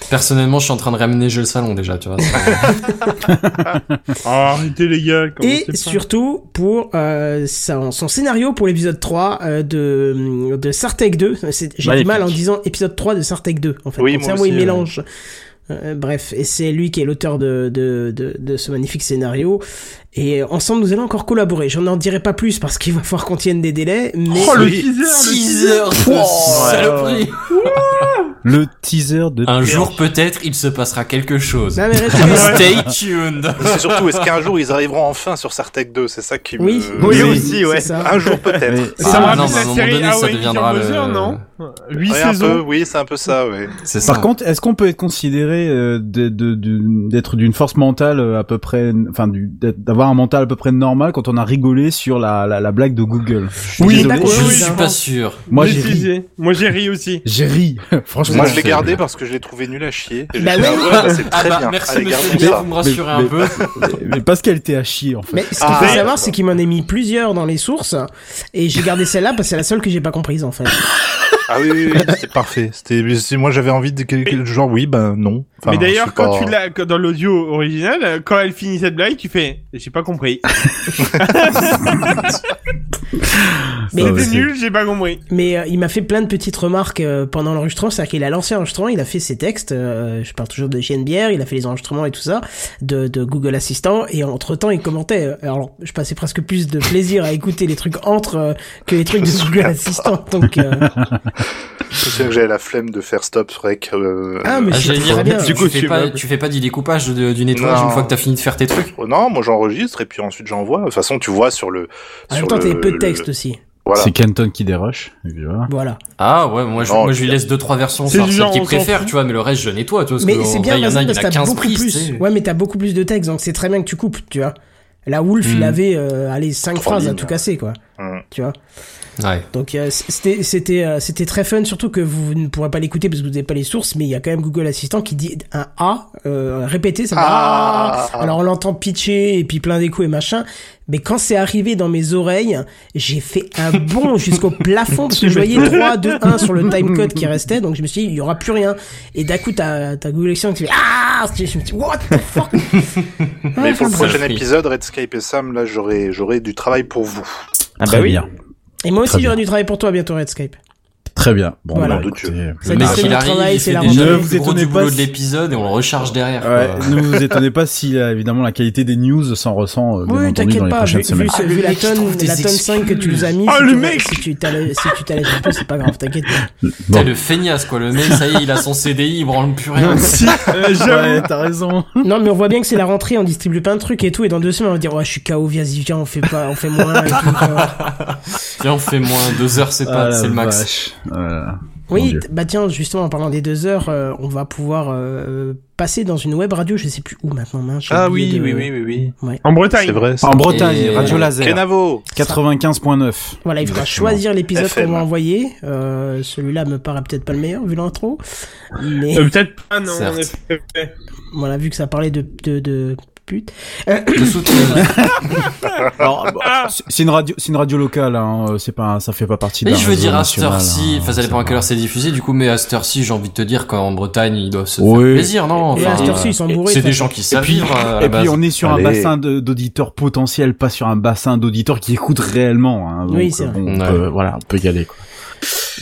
[SPEAKER 3] Personnellement, je suis en train de ramener jeu le salon déjà, tu vois.
[SPEAKER 4] oh, arrêtez les gars.
[SPEAKER 2] Et
[SPEAKER 4] commencez pas.
[SPEAKER 2] surtout pour euh, son, son scénario pour l'épisode 3 euh, de, de Sartek 2. C'est- J'ai du
[SPEAKER 8] Magnifique.
[SPEAKER 2] mal en disant épisode 3 de Sartek 2. En fait,
[SPEAKER 9] Oui,
[SPEAKER 2] mon
[SPEAKER 9] moi
[SPEAKER 2] cerveau
[SPEAKER 9] aussi,
[SPEAKER 2] il
[SPEAKER 9] ouais.
[SPEAKER 2] mélange. Euh, bref, et c'est lui qui est l'auteur de, de, de, de ce magnifique scénario. Et ensemble, nous allons encore collaborer. J'en en dirai pas plus parce qu'il va falloir qu'on tienne des délais. Mais
[SPEAKER 4] Oh le teaser, le teaser.
[SPEAKER 3] heures saloperie
[SPEAKER 8] Le teaser de.
[SPEAKER 3] Un jour peut-être, il se passera quelque chose.
[SPEAKER 2] Non, mais restez-
[SPEAKER 3] Stay tuned
[SPEAKER 9] C'est surtout, est-ce qu'un jour ils arriveront enfin sur Sartec 2 C'est ça qui me.
[SPEAKER 2] Oui.
[SPEAKER 1] Oui,
[SPEAKER 8] Oui,
[SPEAKER 1] aussi, ouais.
[SPEAKER 2] c'est ça.
[SPEAKER 9] Un jour peut-être.
[SPEAKER 4] Ça
[SPEAKER 3] Ah,
[SPEAKER 4] me
[SPEAKER 3] non, mais à un
[SPEAKER 4] rappelle la
[SPEAKER 3] moment
[SPEAKER 4] série
[SPEAKER 3] donné, ça
[SPEAKER 4] Hawaii
[SPEAKER 3] deviendra
[SPEAKER 4] Jim Bowser,
[SPEAKER 3] le-
[SPEAKER 4] non 8
[SPEAKER 9] Ouais, un peu,
[SPEAKER 4] saisons.
[SPEAKER 9] oui, c'est un peu ça, ouais.
[SPEAKER 3] C'est ça.
[SPEAKER 8] Par contre, est-ce qu'on peut être considéré euh, de- de- de- d'être d'une force mentale euh, à peu près, enfin, du- d'être- d'avoir un mental à peu près normal quand on a rigolé sur la, la, la blague de Google Je suis
[SPEAKER 4] Oui,
[SPEAKER 8] désolé,
[SPEAKER 4] d'accord,
[SPEAKER 8] je-
[SPEAKER 3] je
[SPEAKER 4] oui,
[SPEAKER 3] suis
[SPEAKER 4] oui.
[SPEAKER 3] pas sûr.
[SPEAKER 8] moi
[SPEAKER 4] Mais
[SPEAKER 8] j'ai
[SPEAKER 4] si,
[SPEAKER 8] ri.
[SPEAKER 4] j'ai- Moi j'ai ri aussi.
[SPEAKER 8] J'ai ri. Franchement,
[SPEAKER 9] Moi, je l'ai gardé parce que je l'ai trouvé nul à chier. Et j'ai
[SPEAKER 2] Bah
[SPEAKER 9] fait,
[SPEAKER 2] oui.
[SPEAKER 9] ah ouais, bah, c'est
[SPEAKER 3] Ah
[SPEAKER 9] très
[SPEAKER 3] bah,
[SPEAKER 9] bien.
[SPEAKER 3] merci
[SPEAKER 9] Allez,
[SPEAKER 3] monsieur
[SPEAKER 9] gardons
[SPEAKER 8] Bière.
[SPEAKER 3] Bière,
[SPEAKER 9] ça.
[SPEAKER 3] vous me rassurez un
[SPEAKER 8] mais-
[SPEAKER 3] peu.
[SPEAKER 8] mais parce qu'elle était à chier en fait.
[SPEAKER 2] Mais ce qu'il
[SPEAKER 9] Ah.
[SPEAKER 2] faut savoir, c'est qu'il m'en a mis plusieurs dans les sources, et j'ai gardé celle-là parce que c'est la seule que j'ai pas comprise en fait.
[SPEAKER 9] Ah oui, oui, oui, c'était parfait. C'était, si moi j'avais envie de quelque genre, oui, ben non.
[SPEAKER 1] Ah,
[SPEAKER 9] Enfin,
[SPEAKER 4] Mais d'ailleurs,
[SPEAKER 9] c'est
[SPEAKER 4] quand tu
[SPEAKER 9] pas-
[SPEAKER 4] l'as, quand- dans l'audio original, euh, quand elle finit cette blague, tu fais, j'ai pas compris.
[SPEAKER 2] Mais,
[SPEAKER 8] Ah ouais,
[SPEAKER 4] C'était
[SPEAKER 8] c'est-
[SPEAKER 4] nul, j'ai pas compris.
[SPEAKER 2] mais euh, il m'a fait plein de petites remarques euh, pendant l'enregistrement, c'est-à-dire qu'il a lancé l'enregistrement, il a fait ses textes, euh, je parle toujours de JNBR, il a fait les enregistrements et tout ça, de, de Google Assistant, et entre-temps il commentait. euh, Alors je passais presque plus de plaisir à écouter les trucs entre euh, que les trucs de
[SPEAKER 9] Je me
[SPEAKER 2] Google
[SPEAKER 9] souviens
[SPEAKER 2] Assistant. Donc, euh,
[SPEAKER 9] Je me souviens que j'avais la flemme de faire stop rec. euh,
[SPEAKER 2] Ah, mais
[SPEAKER 3] Ah,
[SPEAKER 2] je suis
[SPEAKER 3] J'allais
[SPEAKER 2] très
[SPEAKER 3] dire,
[SPEAKER 2] bien.
[SPEAKER 3] tu,
[SPEAKER 4] Du coup,
[SPEAKER 3] fais
[SPEAKER 4] tu
[SPEAKER 3] pas,
[SPEAKER 4] meubles.
[SPEAKER 3] tu fais pas du découpage de- du nettoyage
[SPEAKER 9] Non.
[SPEAKER 3] une fois que t'as fini de faire tes trucs.
[SPEAKER 9] euh, Non, moi j'enregistre et puis ensuite j'envoie. De toute façon, tu vois sur le.
[SPEAKER 2] En
[SPEAKER 9] sur
[SPEAKER 2] même temps,
[SPEAKER 9] le-
[SPEAKER 2] t'avais peu de
[SPEAKER 9] le-
[SPEAKER 2] texte aussi.
[SPEAKER 9] Voilà.
[SPEAKER 8] C'est Kenton qui déroche. et puis voilà.
[SPEAKER 2] Voilà.
[SPEAKER 3] Ah ouais, moi je,
[SPEAKER 9] Non,
[SPEAKER 3] moi, je lui
[SPEAKER 9] tu-
[SPEAKER 3] laisse deux trois versions,
[SPEAKER 4] Oh, C'est
[SPEAKER 3] ça
[SPEAKER 4] du
[SPEAKER 3] celle
[SPEAKER 4] genre,
[SPEAKER 3] qu'il
[SPEAKER 4] on s'en
[SPEAKER 3] préfère,
[SPEAKER 4] fout.
[SPEAKER 3] tu vois, mais le reste je nettoie, tu vois. Parce
[SPEAKER 2] Mais
[SPEAKER 3] que,
[SPEAKER 2] c'est
[SPEAKER 3] en
[SPEAKER 2] bien,
[SPEAKER 3] vrai, il y en a,
[SPEAKER 2] vas-y,
[SPEAKER 3] il y
[SPEAKER 2] parce
[SPEAKER 3] en
[SPEAKER 2] que
[SPEAKER 3] a
[SPEAKER 2] t'as
[SPEAKER 3] 15
[SPEAKER 2] beaucoup
[SPEAKER 3] prises. tu
[SPEAKER 2] plus.
[SPEAKER 3] sais.
[SPEAKER 2] Ouais, mais t'as beaucoup plus de textes, donc c'est très bien que tu coupes, tu vois. Là, Wolf,
[SPEAKER 3] Mm.
[SPEAKER 2] il avait, euh, allez, cinq
[SPEAKER 9] Trois
[SPEAKER 2] phrases à
[SPEAKER 9] lignes,
[SPEAKER 2] tout
[SPEAKER 9] ouais.
[SPEAKER 2] casser, quoi.
[SPEAKER 9] Mm.
[SPEAKER 2] Tu vois
[SPEAKER 3] Ouais.
[SPEAKER 2] Donc euh, c- c'était c'était euh, c'était très fun, surtout que vous ne pourrez pas l'écouter parce que vous n'avez pas les sources, mais il y a quand même Google Assistant qui dit un A euh, répété, ça fait
[SPEAKER 9] Ah.
[SPEAKER 2] Ah Alors on l'entend pitcher et puis plein d'échos et machin, mais quand c'est arrivé dans mes oreilles, j'ai fait un bond jusqu'au plafond parce que je voyais 3, 2, 1 sur le timecode qui restait, donc je me suis dit il y aura plus rien. Et d'un coup t'as t'as Google Assistant qui fait ah je me dis what the fuck. Ah.
[SPEAKER 9] Mais pour
[SPEAKER 2] Enfin,
[SPEAKER 9] le
[SPEAKER 2] bref.
[SPEAKER 9] prochain épisode, Redscape et Sam, là, j'aurai, j'aurai du travail pour vous.
[SPEAKER 11] bah
[SPEAKER 1] Ah
[SPEAKER 8] Très bien.
[SPEAKER 2] et moi aussi
[SPEAKER 8] Très bien.
[SPEAKER 2] j'aurai du travail pour toi bientôt Redscape.
[SPEAKER 8] Très bien. Bon,
[SPEAKER 2] Voilà.
[SPEAKER 8] bah,
[SPEAKER 9] Nom de
[SPEAKER 8] écoutez,
[SPEAKER 2] Ça
[SPEAKER 3] Le mec,
[SPEAKER 2] dit, c'est
[SPEAKER 3] il
[SPEAKER 2] notre
[SPEAKER 3] arrive,
[SPEAKER 2] travail,
[SPEAKER 3] il
[SPEAKER 2] c'est
[SPEAKER 3] fait
[SPEAKER 2] la
[SPEAKER 3] déjà
[SPEAKER 8] rentrée.
[SPEAKER 3] le
[SPEAKER 8] Ne
[SPEAKER 3] plus
[SPEAKER 8] vous
[SPEAKER 3] gros
[SPEAKER 8] étonnez
[SPEAKER 3] du boulot
[SPEAKER 8] pas
[SPEAKER 3] de
[SPEAKER 8] si-
[SPEAKER 3] l'épisode et on le recharge derrière.
[SPEAKER 8] Ouais,
[SPEAKER 3] quoi.
[SPEAKER 8] ne vous étonnez pas si euh, évidemment la qualité des news s'en ressent euh, bien
[SPEAKER 2] Oui,
[SPEAKER 8] entendu dans
[SPEAKER 2] t'inquiète
[SPEAKER 8] les
[SPEAKER 2] pas, vu,
[SPEAKER 8] prochaines
[SPEAKER 2] vu,
[SPEAKER 8] semaines.
[SPEAKER 2] ce- vu la tonne,
[SPEAKER 3] des
[SPEAKER 2] la tonne 5 que tu nous as mis,
[SPEAKER 9] Ah,
[SPEAKER 2] si,
[SPEAKER 9] le
[SPEAKER 2] tu,
[SPEAKER 9] mec
[SPEAKER 2] si tu t'allèges si tu t'allèges un peu, c'est pas grave, t'inquiète pas.
[SPEAKER 8] Bon.
[SPEAKER 3] T'es le feignasse quoi, le mec ça y est, il a son CDI, il branle plus rien.
[SPEAKER 8] Si, ouais, t'as raison.
[SPEAKER 2] Non, mais on voit bien que c'est la rentrée, on distribue plein de trucs et tout, et dans deux semaines, on va dire, ouais, je suis KO, vas-y, viens, on fait pas, on fait moins, et tout, tu vois.
[SPEAKER 3] Tiens, on fait moins, deux heures c'est
[SPEAKER 8] Ah,
[SPEAKER 3] pas,
[SPEAKER 8] la
[SPEAKER 3] c'est le max.
[SPEAKER 8] vache. Voilà. Mon
[SPEAKER 2] Oui,
[SPEAKER 8] Dieu.
[SPEAKER 2] t- bah tiens, justement, en parlant des deux heures, euh, on va pouvoir euh, passer dans une web radio, je sais plus où maintenant, mince,
[SPEAKER 3] Ah
[SPEAKER 2] j'ai oublié de-
[SPEAKER 9] Ah oui, oui.
[SPEAKER 4] En Bretagne.
[SPEAKER 9] C'est vrai.
[SPEAKER 8] En Bretagne,
[SPEAKER 3] Et-
[SPEAKER 8] Radio Laser.
[SPEAKER 9] Kenavo
[SPEAKER 8] 95.9.
[SPEAKER 2] Voilà, il faudra
[SPEAKER 8] Exactement.
[SPEAKER 2] choisir l'épisode qu'on
[SPEAKER 9] FM.
[SPEAKER 2] va envoyer. Euh, Celui-là me paraît peut-être pas le meilleur, vu l'intro, mais...
[SPEAKER 4] Euh, Peut-être pas, non,
[SPEAKER 3] Certes.
[SPEAKER 4] en effet.
[SPEAKER 2] Voilà, vu que ça parlait de, de, de pute. Euh,
[SPEAKER 3] Je soutiens.
[SPEAKER 8] Alors, bon, c'est- c'est une radio, c'est une radio locale, hein, euh, c'est pas, ça fait pas partie de
[SPEAKER 3] Mais
[SPEAKER 8] la
[SPEAKER 3] je veux
[SPEAKER 8] radio
[SPEAKER 3] dire à cette
[SPEAKER 8] nationale,
[SPEAKER 3] heure-ci,
[SPEAKER 8] hein,
[SPEAKER 3] enfin ça dépend à
[SPEAKER 8] va.
[SPEAKER 3] quelle heure c'est diffusé du coup, mais à cette heure-ci j'ai envie de te dire qu'en Bretagne ils doivent se
[SPEAKER 8] Oui.
[SPEAKER 3] faire plaisir, non
[SPEAKER 2] et à cette
[SPEAKER 3] Enfin,
[SPEAKER 2] heure-ci, ils sont bourrés.
[SPEAKER 3] C'est
[SPEAKER 2] de
[SPEAKER 3] des
[SPEAKER 2] toute façon.
[SPEAKER 3] gens qui savent
[SPEAKER 8] puis-
[SPEAKER 3] vivre à la
[SPEAKER 8] Et puis
[SPEAKER 3] base.
[SPEAKER 8] on est sur
[SPEAKER 9] Allez.
[SPEAKER 8] un bassin de- d'auditeurs potentiels, pas sur un bassin d'auditeurs qui écoutent réellement. Hein, donc,
[SPEAKER 2] Oui, c'est
[SPEAKER 8] euh,
[SPEAKER 2] vrai.
[SPEAKER 8] bon, on
[SPEAKER 3] Ouais.
[SPEAKER 8] peut- voilà, on peut y aller. Quoi.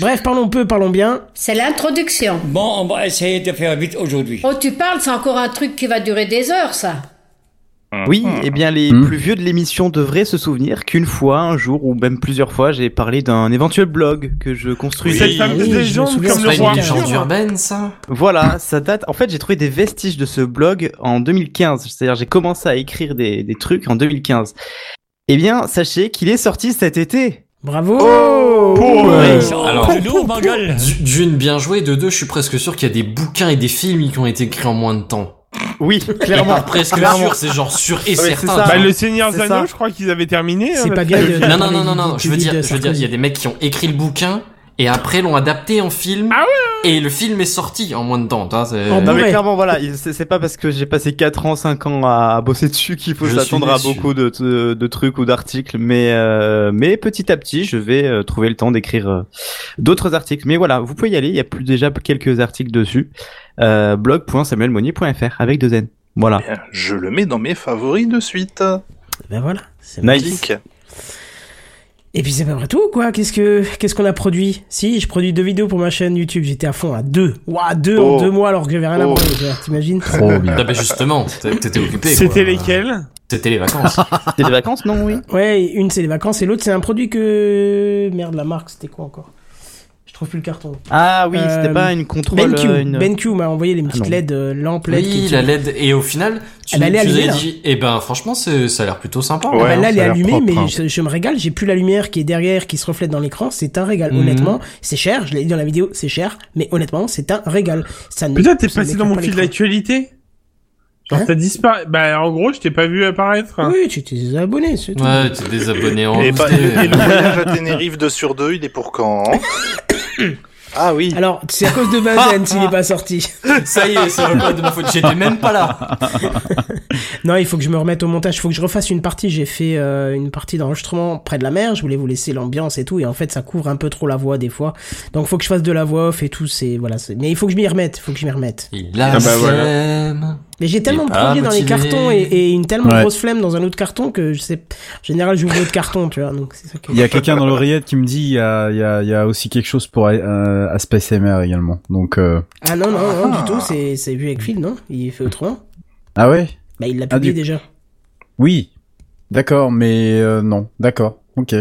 [SPEAKER 2] Bref, parlons peu, parlons bien.
[SPEAKER 10] C'est l'introduction.
[SPEAKER 12] Bon, on va essayer de faire vite aujourd'hui.
[SPEAKER 10] Oh, tu parles, c'est encore un truc qui va durer des heures, ça.
[SPEAKER 1] Oui, eh bien les
[SPEAKER 8] Hmm.
[SPEAKER 1] plus vieux de l'émission devraient se souvenir qu'une fois, un jour ou même plusieurs fois, j'ai parlé d'un éventuel blog que je construisais.
[SPEAKER 4] Cette
[SPEAKER 3] Ah
[SPEAKER 4] fameuse
[SPEAKER 2] oui, je me
[SPEAKER 4] légende
[SPEAKER 2] souviens,
[SPEAKER 4] comme
[SPEAKER 2] c'est
[SPEAKER 4] le
[SPEAKER 3] C'est pas
[SPEAKER 4] roi
[SPEAKER 3] une légende
[SPEAKER 4] Arthur.
[SPEAKER 3] urbaine ça
[SPEAKER 1] Voilà, ça date. En fait, j'ai trouvé des vestiges de ce blog en 2015. C'est-à-dire, j'ai commencé à écrire des, des trucs en 2015. Eh bien, sachez qu'il est sorti cet été.
[SPEAKER 2] Bravo. Oh,
[SPEAKER 1] Ouais.
[SPEAKER 3] Alors,
[SPEAKER 12] de nous, ma gueule
[SPEAKER 3] Du- D'une, bien joué. De deux, je suis presque sûr qu'il y a des bouquins et des films qui ont été écrits en moins de temps.
[SPEAKER 1] Oui, clairement.
[SPEAKER 3] Pas presque
[SPEAKER 1] Clairement.
[SPEAKER 3] sûr, c'est genre sûr et
[SPEAKER 1] c'est
[SPEAKER 3] certain.
[SPEAKER 1] ça.
[SPEAKER 3] tu
[SPEAKER 4] Bah,
[SPEAKER 3] vois.
[SPEAKER 4] le Seigneur
[SPEAKER 1] C'est
[SPEAKER 4] Zano,
[SPEAKER 1] ça.
[SPEAKER 4] je crois qu'ils avaient terminé.
[SPEAKER 2] C'est
[SPEAKER 4] hein,
[SPEAKER 2] pas
[SPEAKER 4] la-
[SPEAKER 2] bien de-
[SPEAKER 3] Non, non,
[SPEAKER 2] parler
[SPEAKER 3] non, non,
[SPEAKER 2] du-
[SPEAKER 3] non,
[SPEAKER 2] du
[SPEAKER 3] je veux
[SPEAKER 2] vide
[SPEAKER 3] dire,
[SPEAKER 2] de
[SPEAKER 3] je veux dire, il y a des mecs qui ont écrit le bouquin et après l'ont adapté en film.
[SPEAKER 4] Ah
[SPEAKER 3] Et le film est sorti en moins de temps. tu vois, c'est-
[SPEAKER 2] En
[SPEAKER 1] Non
[SPEAKER 2] Bah Ouais.
[SPEAKER 1] mais clairement voilà, il- c'est c'est pas parce que j'ai passé 4 ans, 5 ans à bosser dessus qu'il faut
[SPEAKER 3] Je
[SPEAKER 1] s'attendre
[SPEAKER 3] suis
[SPEAKER 1] à
[SPEAKER 3] déçu.
[SPEAKER 1] beaucoup de, de, de trucs ou d'articles, mais euh, mais petit à petit je vais euh, trouver le temps d'écrire euh, d'autres articles. Mais voilà, vous pouvez y aller, il y a plus déjà quelques articles dessus. Euh, blog.samuelmonier.fr avec deux n. Voilà.
[SPEAKER 9] Bien, Je le mets dans mes favoris de suite.
[SPEAKER 2] Ben voilà. c'est bon.
[SPEAKER 1] Nice.
[SPEAKER 9] Clic.
[SPEAKER 2] Et puis c'est pas vrai tout ou quoi Qu'est-ce que qu'est-ce qu'on a produit Si, je produis deux vidéos pour ma chaîne YouTube. J'étais à fond à deux. Ouah, deux en
[SPEAKER 9] Oh.
[SPEAKER 2] deux mois alors que j'avais rien à
[SPEAKER 9] Oh.
[SPEAKER 2] produire. genre, T'imagines
[SPEAKER 8] Trop bien.
[SPEAKER 3] Ah bah justement, t'é- t'étais occupé.
[SPEAKER 4] C'était
[SPEAKER 3] quoi.
[SPEAKER 4] lesquels
[SPEAKER 3] C'était les vacances.
[SPEAKER 2] Ah,
[SPEAKER 1] C'était des vacances non oui
[SPEAKER 2] Ouais, une c'est les vacances et l'autre c'est un produit que merde la marque c'était quoi encore Je trouve plus le carton.
[SPEAKER 1] Ah oui,
[SPEAKER 2] Euh,
[SPEAKER 1] c'était pas une contrôle
[SPEAKER 2] BenQ,
[SPEAKER 1] euh, une-
[SPEAKER 2] BenQ m'a envoyé
[SPEAKER 3] Ah
[SPEAKER 2] les petites
[SPEAKER 1] non.
[SPEAKER 2] LED euh, lampes LED. qui-
[SPEAKER 3] Oui, la LED. Et au final, tu,
[SPEAKER 2] Ah bah, elle est
[SPEAKER 3] tu nous
[SPEAKER 2] allumée,
[SPEAKER 3] avais
[SPEAKER 2] là.
[SPEAKER 3] dit, eh ben franchement, c'est- ça a l'air plutôt sympa.
[SPEAKER 9] Ouais.
[SPEAKER 2] Ah bah
[SPEAKER 9] hein,
[SPEAKER 2] là,
[SPEAKER 9] ça
[SPEAKER 2] elle est
[SPEAKER 9] a l'air
[SPEAKER 2] allumée,
[SPEAKER 9] propre,
[SPEAKER 2] mais
[SPEAKER 9] hein.
[SPEAKER 2] je, je me régale. J'ai plus la lumière qui est derrière, qui se reflète dans l'écran. C'est un régal.
[SPEAKER 3] Mhm.
[SPEAKER 2] Honnêtement, c'est cher. Je l'ai dit dans la vidéo, c'est cher. Mais honnêtement, c'est un régal. Ça ne.
[SPEAKER 4] Putain, t'es
[SPEAKER 2] ça
[SPEAKER 4] passé
[SPEAKER 2] n'éclaire
[SPEAKER 4] dans mon
[SPEAKER 2] pas
[SPEAKER 4] fil
[SPEAKER 2] l'écran.
[SPEAKER 4] d'actualité Genre,
[SPEAKER 2] Hein
[SPEAKER 4] t'as disparu. Bah, en gros, je t'ai pas vu apparaître. hein.
[SPEAKER 2] Oui, tu t'es abonné, c'est tout.
[SPEAKER 3] Ouais, t'es désabonné en.
[SPEAKER 9] Et, pas- et- et le
[SPEAKER 1] Ah,
[SPEAKER 9] voyage à Tenerife 2 sur 2, il est pour quand Ah oui.
[SPEAKER 2] Alors, c'est à cause de Bazen s'il n'est pas sorti.
[SPEAKER 3] Ça y est, c'est repas de ma faute. J'étais même pas là.
[SPEAKER 2] Non, il faut que je me remette au montage. Il faut que je refasse une partie. J'ai fait euh, une partie d'enregistrement près de la mer. Je voulais vous laisser l'ambiance et tout. Et en fait, ça couvre un peu trop la voix des fois. Donc, faut que je fasse de la voix off et tout. C'est voilà. c'est- Mais il faut que je m'y remette. Il faut que je m'y remette.
[SPEAKER 3] Il la
[SPEAKER 4] Ah bah voilà.
[SPEAKER 3] flemme.
[SPEAKER 2] Mais j'ai tellement de
[SPEAKER 3] pas
[SPEAKER 2] projets dans les
[SPEAKER 3] motivé.
[SPEAKER 2] cartons et, et une tellement
[SPEAKER 8] Ouais.
[SPEAKER 2] grosse flemme dans un autre carton que je sais. En général, j'ouvre l'autre carton, tu vois. Donc c'est ça que.
[SPEAKER 8] Il y a quelqu'un dans l'oreillette qui me dit il y a, il y, a, il y a aussi quelque chose pour euh, Aspect CMR également. Donc euh...
[SPEAKER 2] Ah non non non
[SPEAKER 9] Ah.
[SPEAKER 2] du tout. C'est c'est vu avec Phil, non Il fait autrement.
[SPEAKER 8] ah ouais,
[SPEAKER 2] Bah il l'a
[SPEAKER 8] Ah,
[SPEAKER 2] publié
[SPEAKER 8] du-
[SPEAKER 2] déjà.
[SPEAKER 8] oui, d'accord, mais euh, non, d'accord, ok,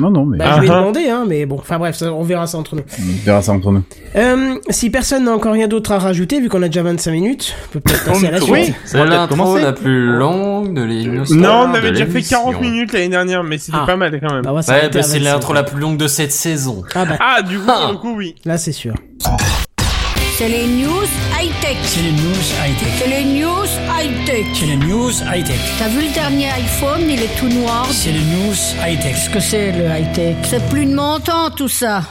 [SPEAKER 8] non non mais
[SPEAKER 2] Bah je lui ai
[SPEAKER 4] Ah, ah.
[SPEAKER 2] demandé, hein. Mais bon, enfin bref, ça, on verra ça entre nous.
[SPEAKER 8] on verra ça entre nous.
[SPEAKER 2] Euh, si personne n'a encore rien d'autre à rajouter, vu qu'on a déjà 25 minutes, on peut
[SPEAKER 3] Oh,
[SPEAKER 2] peut-être passer à la
[SPEAKER 1] Oui.
[SPEAKER 2] suite.
[SPEAKER 3] C'est l'intro
[SPEAKER 1] commencer.
[SPEAKER 3] la plus longue de l'émission.
[SPEAKER 4] Non, on
[SPEAKER 3] Ah, de
[SPEAKER 4] avait déjà fait
[SPEAKER 3] l'émission.
[SPEAKER 4] 40 minutes l'année dernière, mais c'était
[SPEAKER 2] Ah.
[SPEAKER 4] pas mal quand même.
[SPEAKER 2] Bah, on va
[SPEAKER 3] Ouais,
[SPEAKER 2] s'arrêter
[SPEAKER 3] bah
[SPEAKER 2] à
[SPEAKER 3] c'est
[SPEAKER 2] 25.
[SPEAKER 3] l'intro la plus longue de cette saison.
[SPEAKER 2] Ah bah
[SPEAKER 4] Ah, du coup,
[SPEAKER 3] Ah.
[SPEAKER 4] du coup, oui.
[SPEAKER 2] là c'est sûr.
[SPEAKER 13] C'est les news high-tech. C'est les news high-tech. C'est les news high-tech.
[SPEAKER 12] C'est les news high-tech.
[SPEAKER 13] T'as vu le dernier iPhone, il est tout noir.
[SPEAKER 12] C'est les news high-tech.
[SPEAKER 13] Qu'est-ce que c'est le high-tech C'est plus de mon temps tout ça.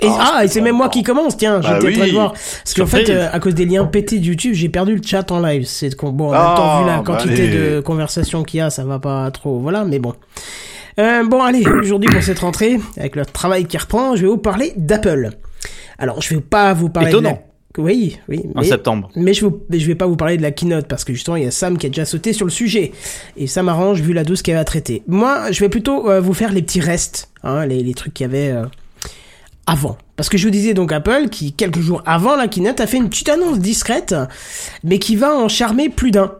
[SPEAKER 2] Et- ah, et c'est même moi qui commence, tiens,
[SPEAKER 13] Bah
[SPEAKER 2] j'étais en train
[SPEAKER 13] oui.
[SPEAKER 2] de voir. Parce qu'en fait,
[SPEAKER 13] Surprise.
[SPEAKER 2] euh, à cause des liens pétés de YouTube, j'ai perdu le chat en live. C'est qu'on- bon, en
[SPEAKER 13] Ah,
[SPEAKER 2] même temps, vu la
[SPEAKER 13] bah
[SPEAKER 2] quantité
[SPEAKER 13] allez.
[SPEAKER 2] de conversations qu'il y a, ça va pas trop, voilà, mais bon. Euh, bon, allez, aujourd'hui pour cette rentrée, avec le travail qui reprend, je vais vous parler d'Apple. Alors, je vais pas vous parler
[SPEAKER 1] Étonnant.
[SPEAKER 2] de la... Oui, oui.
[SPEAKER 13] Ah,
[SPEAKER 1] En septembre.
[SPEAKER 2] Mais je, vous, mais je vais pas vous parler de la keynote parce que justement il y a Sam qui a déjà sauté sur le sujet et ça m'arrange vu la dose qu'elle va traiter. Moi, je vais plutôt euh, vous faire les petits restes, hein, les, les trucs qu'il y avait euh, avant. Parce que je vous disais donc Apple qui quelques jours avant la keynote a fait une petite annonce discrète, mais qui va en charmer plus d'un.